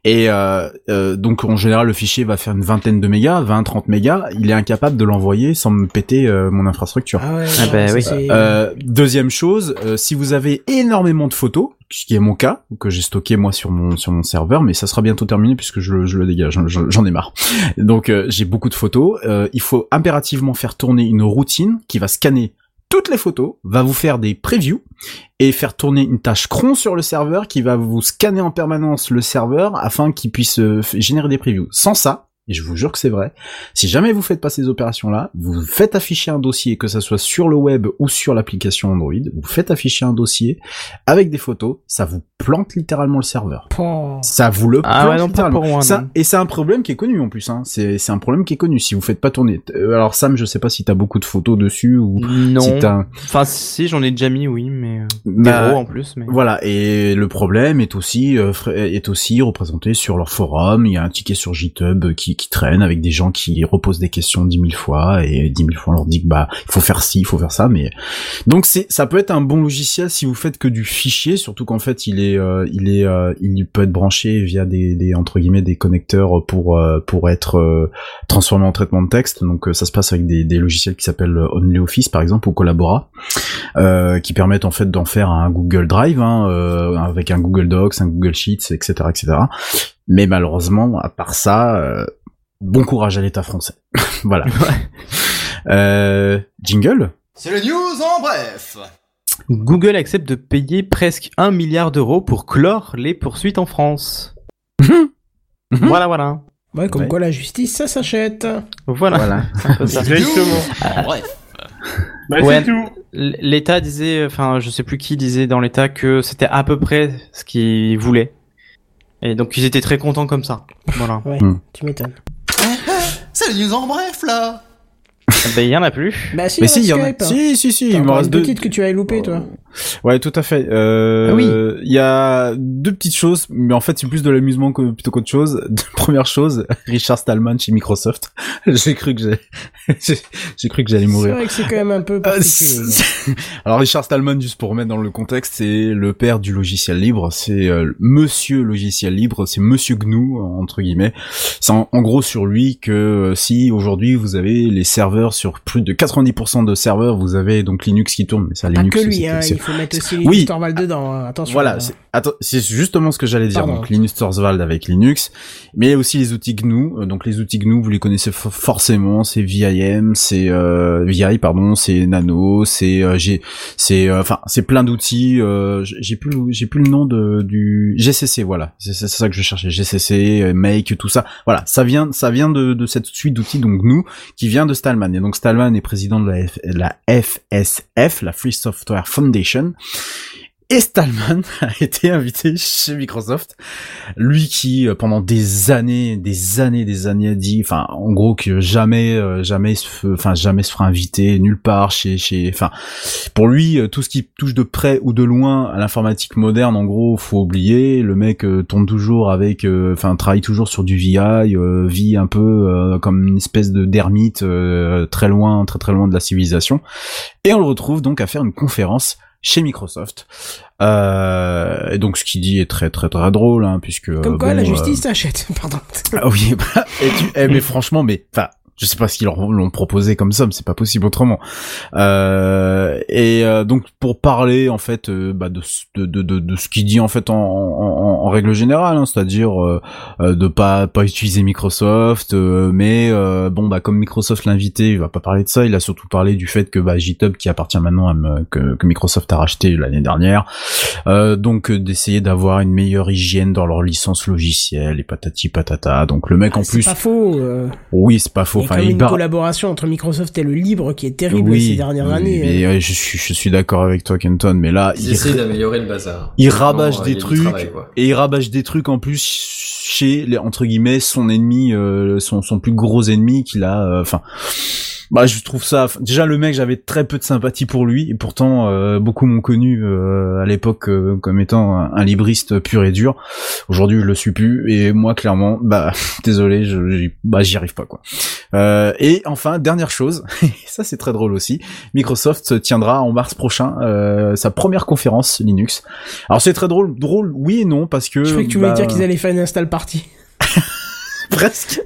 [SPEAKER 11] Et euh, euh, donc en général, le fichier va faire une vingtaine de mégas, 20, 30 mégas. Il est incapable de l'envoyer sans me péter euh, mon infrastructure.
[SPEAKER 1] Ah bah ça, oui. c'est-
[SPEAKER 11] Euh, deuxième chose, euh, si vous avez énormément de photos, ce qui est mon cas, que j'ai stocké moi sur mon sur mon serveur, mais ça sera bientôt terminé puisque je, le- je le dégage, hein, je- j'en ai marre. Donc euh, j'ai beaucoup de photos. euh, il faut impérativement faire tourner une routine qui va scanner toutes les photos, va vous faire des previews et faire tourner une tâche cron sur le serveur qui va vous scanner en permanence le serveur afin qu'il puisse euh, f- générer des previews. Sans ça, et je vous jure que c'est vrai, si jamais vous faites pas ces opérations-là, vous faites afficher un dossier, que ça soit sur le web ou sur l'application Android, vous faites afficher un dossier avec des photos, ça vous plante littéralement le serveur. Ça vous le plante
[SPEAKER 1] Ah ouais, non, pas
[SPEAKER 11] littéralement.
[SPEAKER 1] pour moi,
[SPEAKER 11] Ça-
[SPEAKER 1] non.
[SPEAKER 11] et c'est un problème qui est connu en plus, hein. c'est c'est un problème qui est connu si vous faites pas tourner. Euh, Alors Sam, je sais pas si t'as beaucoup de photos dessus ou si
[SPEAKER 1] Non.
[SPEAKER 11] t'as...
[SPEAKER 1] Enfin, si, j'en ai déjà mis, oui, mais. euh,
[SPEAKER 11] Bah,
[SPEAKER 1] zéro en plus, mais.
[SPEAKER 11] Voilà, et le problème est aussi euh, fra- est aussi représenté sur leur forum. Il y a un ticket sur GitHub qui, qui traîne avec des gens qui reposent des questions dix mille fois et dix mille fois on leur dit que bah il faut faire ci, il faut faire ça. Mais donc c'est ça peut être un bon logiciel si vous faites que du fichier, surtout qu'en fait il est euh, il est euh, il peut être branché via des, des entre guillemets des connecteurs pour euh, pour être euh, transformé en traitement de texte. Donc euh, ça se passe avec des, des logiciels qui s'appellent euh, OnlyOffice par exemple ou Collabora euh, qui permettent en fait d'en faire un Google Drive hein, euh, avec un Google Docs, un Google Sheets, etc., etc. Mais malheureusement, à part ça, euh, bon courage à l'État français. voilà. Euh, jingle.
[SPEAKER 8] C'est le news en bref.
[SPEAKER 1] Google accepte de payer presque 1 milliard d'euros pour clore les poursuites en France. voilà, voilà.
[SPEAKER 2] Ouais, comme
[SPEAKER 1] Ouais.
[SPEAKER 2] quoi la justice, ça s'achète.
[SPEAKER 1] Voilà.
[SPEAKER 2] Voilà.
[SPEAKER 1] C'est un peu ça.
[SPEAKER 2] Exactement.
[SPEAKER 8] Bref.
[SPEAKER 2] Bah, c'est
[SPEAKER 1] Ouais,
[SPEAKER 2] tout.
[SPEAKER 1] l- L'État disait, enfin, je sais plus qui disait dans l'État que c'était à peu près ce qu'ils voulaient. Et donc ils étaient très contents comme ça. Voilà.
[SPEAKER 2] Ouais,
[SPEAKER 1] Hmm.
[SPEAKER 2] tu m'étonnes.
[SPEAKER 8] C'est le news en bref là.
[SPEAKER 1] Ben il y en a plus.
[SPEAKER 2] Bah si,
[SPEAKER 11] Mais
[SPEAKER 2] il
[SPEAKER 11] si, il y en a-
[SPEAKER 2] Skype.
[SPEAKER 11] si, si, si,
[SPEAKER 2] T'as
[SPEAKER 11] il me
[SPEAKER 2] encore
[SPEAKER 11] reste
[SPEAKER 2] une
[SPEAKER 11] deux- Oh,
[SPEAKER 2] petite que tu as loupé, toi.
[SPEAKER 11] Euh, Ouais, tout à fait. Euh,
[SPEAKER 2] Ah oui.
[SPEAKER 11] Il y a deux petites choses, mais en fait, c'est plus de l'amusement que plutôt qu'autre chose. Première chose, Richard Stallman chez Microsoft. J'ai cru que j'allais- j'ai, j'ai cru que j'allais
[SPEAKER 2] C'est
[SPEAKER 11] mourir. Ah, Euh,
[SPEAKER 2] vrai que c'est quand même un peu particulier.
[SPEAKER 11] Alors Richard Stallman, juste pour remettre dans le contexte, c'est le père du logiciel libre, c'est euh, Monsieur logiciel libre, c'est Monsieur GNU entre guillemets. C'est en, en gros sur lui que euh, si aujourd'hui vous avez les serveurs sur plus de 90% de serveurs, vous avez donc Linux qui tourne, mais ça
[SPEAKER 2] Pas
[SPEAKER 11] Linux.
[SPEAKER 2] que lui,
[SPEAKER 11] c'était-
[SPEAKER 2] hein,
[SPEAKER 11] c'est-
[SPEAKER 2] il faut mettre aussi
[SPEAKER 11] Oui,
[SPEAKER 2] Linus Torvald dedans, hein, attention.
[SPEAKER 11] voilà,
[SPEAKER 2] hein.
[SPEAKER 11] c'est attends, c'est justement ce que j'allais dire.
[SPEAKER 2] Pardon.
[SPEAKER 11] Donc Linus Torvald avec Linux, mais il y a aussi les outils GNU. Euh, Donc les outils GNU, vous les connaissez fo- forcément. C'est VIM, c'est euh, VI, pardon, c'est Nano, c'est euh, G- c'est euh, enfin c'est plein d'outils. euh, j- j'ai plus le- j'ai plus le nom de du GCC. Voilà, c'est c'est ça que je cherchais. GCC, euh, Make, tout ça. Voilà, ça vient ça vient de, de cette suite d'outils donc GNU qui vient de Stallman. Et donc Stallman est président de la, F- la FSF, la Free Software Foundation. Et Stallman a été invité chez Microsoft. Lui qui, euh, pendant des années, des années, des années, a dit, enfin, en gros, que jamais, euh, jamais, se fe- enfin, jamais se fera inviter nulle part chez, chez, enfin, pour lui, euh, tout ce qui touche de près ou de loin à l'informatique moderne, en gros, faut oublier. Le mec euh, tourne toujours avec, euh, enfin, travaille toujours sur du VI, euh, vit un peu euh, comme une espèce de d'ermite euh, très loin, très très loin de la civilisation. Et on le retrouve donc à faire une conférence chez Microsoft. Euh, et donc ce qu'il dit est très très très drôle, hein, puisque
[SPEAKER 2] Comme quoi,
[SPEAKER 11] bon,
[SPEAKER 2] la
[SPEAKER 11] euh,
[SPEAKER 2] justice s'achète, pardon.
[SPEAKER 11] ah oui, bah, et tu, eh, mais franchement, mais enfin, je sais pas ce qu'ils leur l'ont proposé comme somme, c'est pas possible autrement. Euh, et euh, donc pour parler en fait euh, bah, de, ce- de, de, de- de ce qu'il dit en fait en, en- en- en règle générale, hein, c'est-à-dire euh, euh, de pas pas utiliser Microsoft, euh, mais euh, bon bah comme Microsoft l'a invité, il va pas parler de ça, il a surtout parlé du fait que bah, GitHub qui appartient maintenant à me- que, que Microsoft a racheté l'année dernière, euh, donc euh, d'essayer d'avoir une meilleure hygiène dans leur licence logicielle et patati patata. Donc le mec en
[SPEAKER 2] Ah, C'est
[SPEAKER 11] plus,
[SPEAKER 2] pas faux. euh,
[SPEAKER 11] oui c'est pas faux,
[SPEAKER 2] Il y a quand
[SPEAKER 11] enfin
[SPEAKER 2] même
[SPEAKER 11] il
[SPEAKER 2] une
[SPEAKER 11] barre-
[SPEAKER 2] collaboration entre Microsoft et le libre qui est terrible
[SPEAKER 11] oui,
[SPEAKER 2] ces dernières
[SPEAKER 11] oui,
[SPEAKER 2] années. euh.
[SPEAKER 11] Mais, ouais, je suis je suis d'accord avec toi Kenton, mais là
[SPEAKER 3] Ils
[SPEAKER 11] il-
[SPEAKER 3] essaient d'améliorer le bazar.
[SPEAKER 11] il rabâche
[SPEAKER 3] Vraiment, euh,
[SPEAKER 11] des
[SPEAKER 3] il y a du
[SPEAKER 11] trucs
[SPEAKER 3] travail, quoi.
[SPEAKER 11] et il rabâche des trucs en plus chez les entre guillemets son ennemi euh, son son plus gros ennemi qu'il a euh, enfin bah je trouve ça déjà le mec j'avais très peu de sympathie pour lui et pourtant euh, beaucoup m'ont connu euh, à l'époque euh, comme étant un, un libriste pur et dur aujourd'hui je le suis plus et moi clairement bah désolé je j'y- bah j'y arrive pas quoi euh, et enfin dernière chose ça c'est très drôle aussi Microsoft tiendra en mars prochain euh, sa première conférence Linux alors c'est très drôle drôle oui et non parce que
[SPEAKER 2] Je croyais que tu voulais
[SPEAKER 11] bah,
[SPEAKER 2] dire qu'ils allaient faire une install party.
[SPEAKER 11] presque.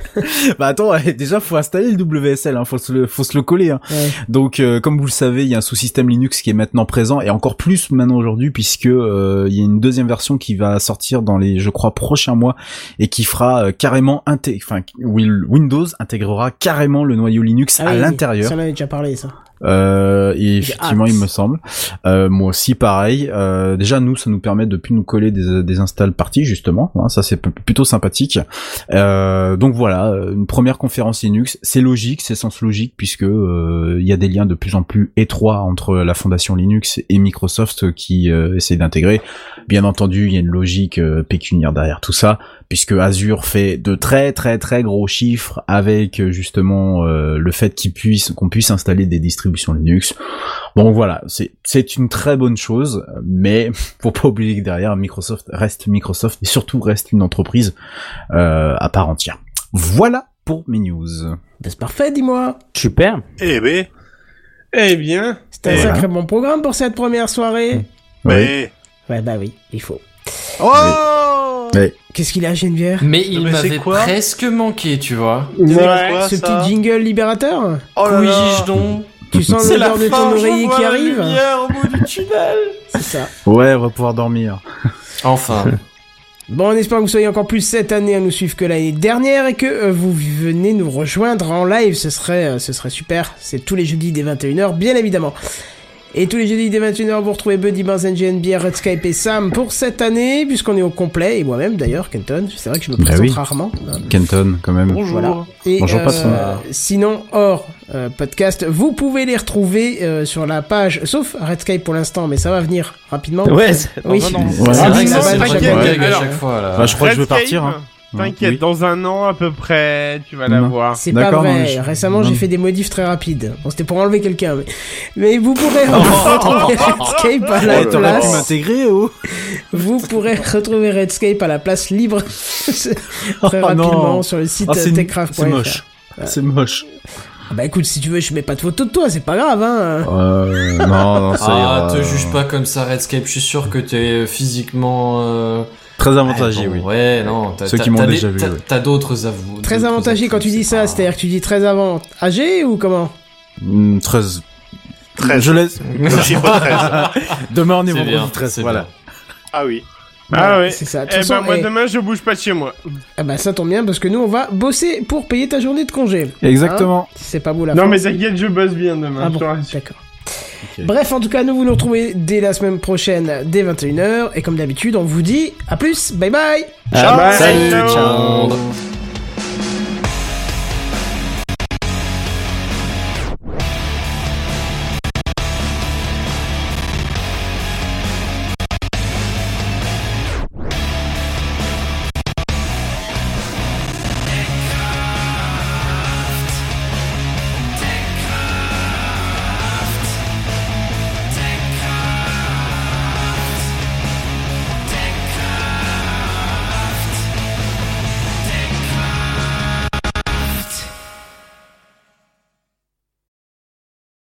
[SPEAKER 11] bah attends, ouais, déjà faut installer le WSL, hein, faut se le, faut se le coller. hein. Donc euh, comme vous le savez, il y a un sous-système Linux qui est maintenant présent et encore plus maintenant aujourd'hui puisque euh, il y a une deuxième version qui va sortir dans les, je crois, prochains mois et qui fera euh, carrément inté- enfin, Will- Windows intégrera carrément le noyau Linux
[SPEAKER 2] Ah
[SPEAKER 11] à
[SPEAKER 2] oui,
[SPEAKER 11] l'intérieur.
[SPEAKER 2] Ça, on en avait déjà parlé, ça.
[SPEAKER 11] Euh, et
[SPEAKER 2] J'ai
[SPEAKER 11] effectivement,
[SPEAKER 2] hâte.
[SPEAKER 11] il me semble. Euh, moi aussi, pareil. Euh, déjà, nous, ça nous permet de plus nous coller des, euh, des installs parties, justement. hein. ça, c'est p- plutôt sympathique. Euh, donc voilà, une première conférence Linux. C'est logique, c'est sens logique, puisque euh, il y a des liens de plus en plus étroits entre la fondation Linux et Microsoft qui euh, essaie d'intégrer. Bien entendu, il y a une logique euh, pécuniaire derrière tout ça, puisque Azure fait de très très très gros chiffres avec euh, justement euh, le fait qu'ils puissent qu'on puisse installer des distributions Linux. Bon voilà, c'est c'est une très bonne chose, Euh, mais faut pas oublier que derrière Microsoft reste Microsoft et surtout reste une entreprise euh, à part entière. Voilà pour mes news.
[SPEAKER 2] c'est parfait, dis-moi.
[SPEAKER 1] Super.
[SPEAKER 9] Eh ben.
[SPEAKER 4] Eh bien.
[SPEAKER 2] C'était un
[SPEAKER 11] Et
[SPEAKER 2] sacré bon programme pour cette première soirée.
[SPEAKER 9] Oui.
[SPEAKER 2] Ouais, bah oui, il faut.
[SPEAKER 9] Oh
[SPEAKER 2] Qu'est-ce qu'il a, Geneviève
[SPEAKER 3] Mais il
[SPEAKER 2] Mais c'est
[SPEAKER 3] m'avait
[SPEAKER 2] quoi
[SPEAKER 3] presque manqué, tu vois.
[SPEAKER 2] ce petit jingle libérateur
[SPEAKER 3] Oh là là. Couillige donc.
[SPEAKER 2] Tu sens
[SPEAKER 3] C'est
[SPEAKER 2] l'odeur
[SPEAKER 3] la
[SPEAKER 2] de
[SPEAKER 3] fin,
[SPEAKER 2] ton
[SPEAKER 3] je
[SPEAKER 2] oreiller
[SPEAKER 3] vois
[SPEAKER 2] qui
[SPEAKER 3] la
[SPEAKER 2] arrive
[SPEAKER 3] lumière au bout du tunnel.
[SPEAKER 2] C'est ça.
[SPEAKER 11] Ouais, on va pouvoir dormir.
[SPEAKER 3] Enfin.
[SPEAKER 2] Bon, on espère que vous soyez encore plus cette année à nous suivre que l'année dernière et que euh, vous venez nous rejoindre en live. Ce serait, euh, ce serait super. C'est tous les jeudis dès 21h, bien évidemment. Et tous les jeudis dès 21h, vous retrouvez Buddy, Benz, NGNBR, Red Skype et Sam pour cette année, puisqu'on est au complet. Et moi-même, d'ailleurs, Kenton. C'est vrai que je me
[SPEAKER 11] Bah
[SPEAKER 2] présente
[SPEAKER 11] oui.
[SPEAKER 2] rarement.
[SPEAKER 11] Kenton, quand même.
[SPEAKER 2] Voilà. Et,
[SPEAKER 11] Bonjour,
[SPEAKER 2] euh,
[SPEAKER 11] patron.
[SPEAKER 2] Sinon, hors euh, podcast, vous pouvez les retrouver euh, sur la page, sauf Red Skype pour l'instant, mais ça va venir rapidement.
[SPEAKER 1] Ouais, c'est-
[SPEAKER 2] oui.
[SPEAKER 4] non,
[SPEAKER 1] non,
[SPEAKER 11] Ouais.
[SPEAKER 2] Ah,
[SPEAKER 11] C'est vrai
[SPEAKER 2] oui,
[SPEAKER 11] que ça,
[SPEAKER 2] la
[SPEAKER 11] c'est
[SPEAKER 2] page
[SPEAKER 11] vrai
[SPEAKER 2] Jack
[SPEAKER 11] que-
[SPEAKER 2] Jack.
[SPEAKER 11] Ouais, à chaque fois, là. Bah, je crois que je vais
[SPEAKER 4] Redscape,
[SPEAKER 11] partir, hein.
[SPEAKER 4] T'inquiète,
[SPEAKER 11] Oui.
[SPEAKER 4] dans un an à peu près, tu vas la
[SPEAKER 11] Non.
[SPEAKER 4] voir.
[SPEAKER 2] C'est pas vrai.
[SPEAKER 11] non, je-
[SPEAKER 2] Récemment, j'ai
[SPEAKER 11] non.
[SPEAKER 2] fait des modifs très rapides. Bon, c'était pour enlever quelqu'un, mais, mais vous pourrez retrouver Redscape à la
[SPEAKER 11] Oh. Ouais, T'aurais pu
[SPEAKER 2] place.
[SPEAKER 11] m'intégrer, oh
[SPEAKER 2] Vous pourrez retrouver Redscape à la place libre très
[SPEAKER 11] Oh, non.
[SPEAKER 2] rapidement sur le site
[SPEAKER 11] Ah, c'est-
[SPEAKER 2] techcraft.fr.
[SPEAKER 11] C'est moche. C'est moche.
[SPEAKER 2] Ah Bah écoute, si tu veux, je mets pas de photo de toi, c'est pas grave, hein.
[SPEAKER 11] Euh, non, non, ça
[SPEAKER 3] Ah,
[SPEAKER 11] ira. euh,
[SPEAKER 3] te juge pas comme ça, Redscape. Je suis sûr que t'es physiquement. euh,
[SPEAKER 11] Très avantagé,
[SPEAKER 3] bon,
[SPEAKER 11] oui.
[SPEAKER 3] Ouais, non. t'as-
[SPEAKER 11] Ceux
[SPEAKER 3] t'as-
[SPEAKER 11] qui m'ont
[SPEAKER 3] t'as
[SPEAKER 11] déjà
[SPEAKER 3] des-
[SPEAKER 11] vu,
[SPEAKER 3] t'as-
[SPEAKER 11] ouais.
[SPEAKER 3] T'as d'autres avoues.
[SPEAKER 2] Très avantagé quand tu dis ça, c'est-à-dire que tu dis très avantagé ou comment
[SPEAKER 11] Hmm, 13.
[SPEAKER 9] 13.
[SPEAKER 11] Je laisse.
[SPEAKER 9] Le chiffre 13.
[SPEAKER 11] Demain, on est
[SPEAKER 9] C'est
[SPEAKER 11] vendredi
[SPEAKER 9] bien,
[SPEAKER 11] 13.
[SPEAKER 9] c'est
[SPEAKER 11] Voilà.
[SPEAKER 9] bien. Ah oui.
[SPEAKER 4] Ah ouais.
[SPEAKER 2] Bah, C'est ça. De
[SPEAKER 4] Eh
[SPEAKER 2] toute façon,
[SPEAKER 4] ben, moi
[SPEAKER 2] eh,
[SPEAKER 4] demain, je bouge pas de chez moi.
[SPEAKER 2] ah bah ça tombe bien parce que nous on va bosser pour payer ta journée de congé.
[SPEAKER 11] Exactement.
[SPEAKER 2] Hein c'est pas beau la
[SPEAKER 4] non,
[SPEAKER 2] France.
[SPEAKER 4] mais t'inquiète, je bosse bien demain.
[SPEAKER 2] Ah
[SPEAKER 4] je te
[SPEAKER 2] bon,
[SPEAKER 4] rassure.
[SPEAKER 2] d'accord. Bref, en tout cas, nous vous nous retrouvez dès la semaine prochaine, dès 21h. Et comme d'habitude, on vous dit à plus, bye bye
[SPEAKER 4] Ciao.
[SPEAKER 1] Salut,
[SPEAKER 4] Ciao.
[SPEAKER 1] ciao.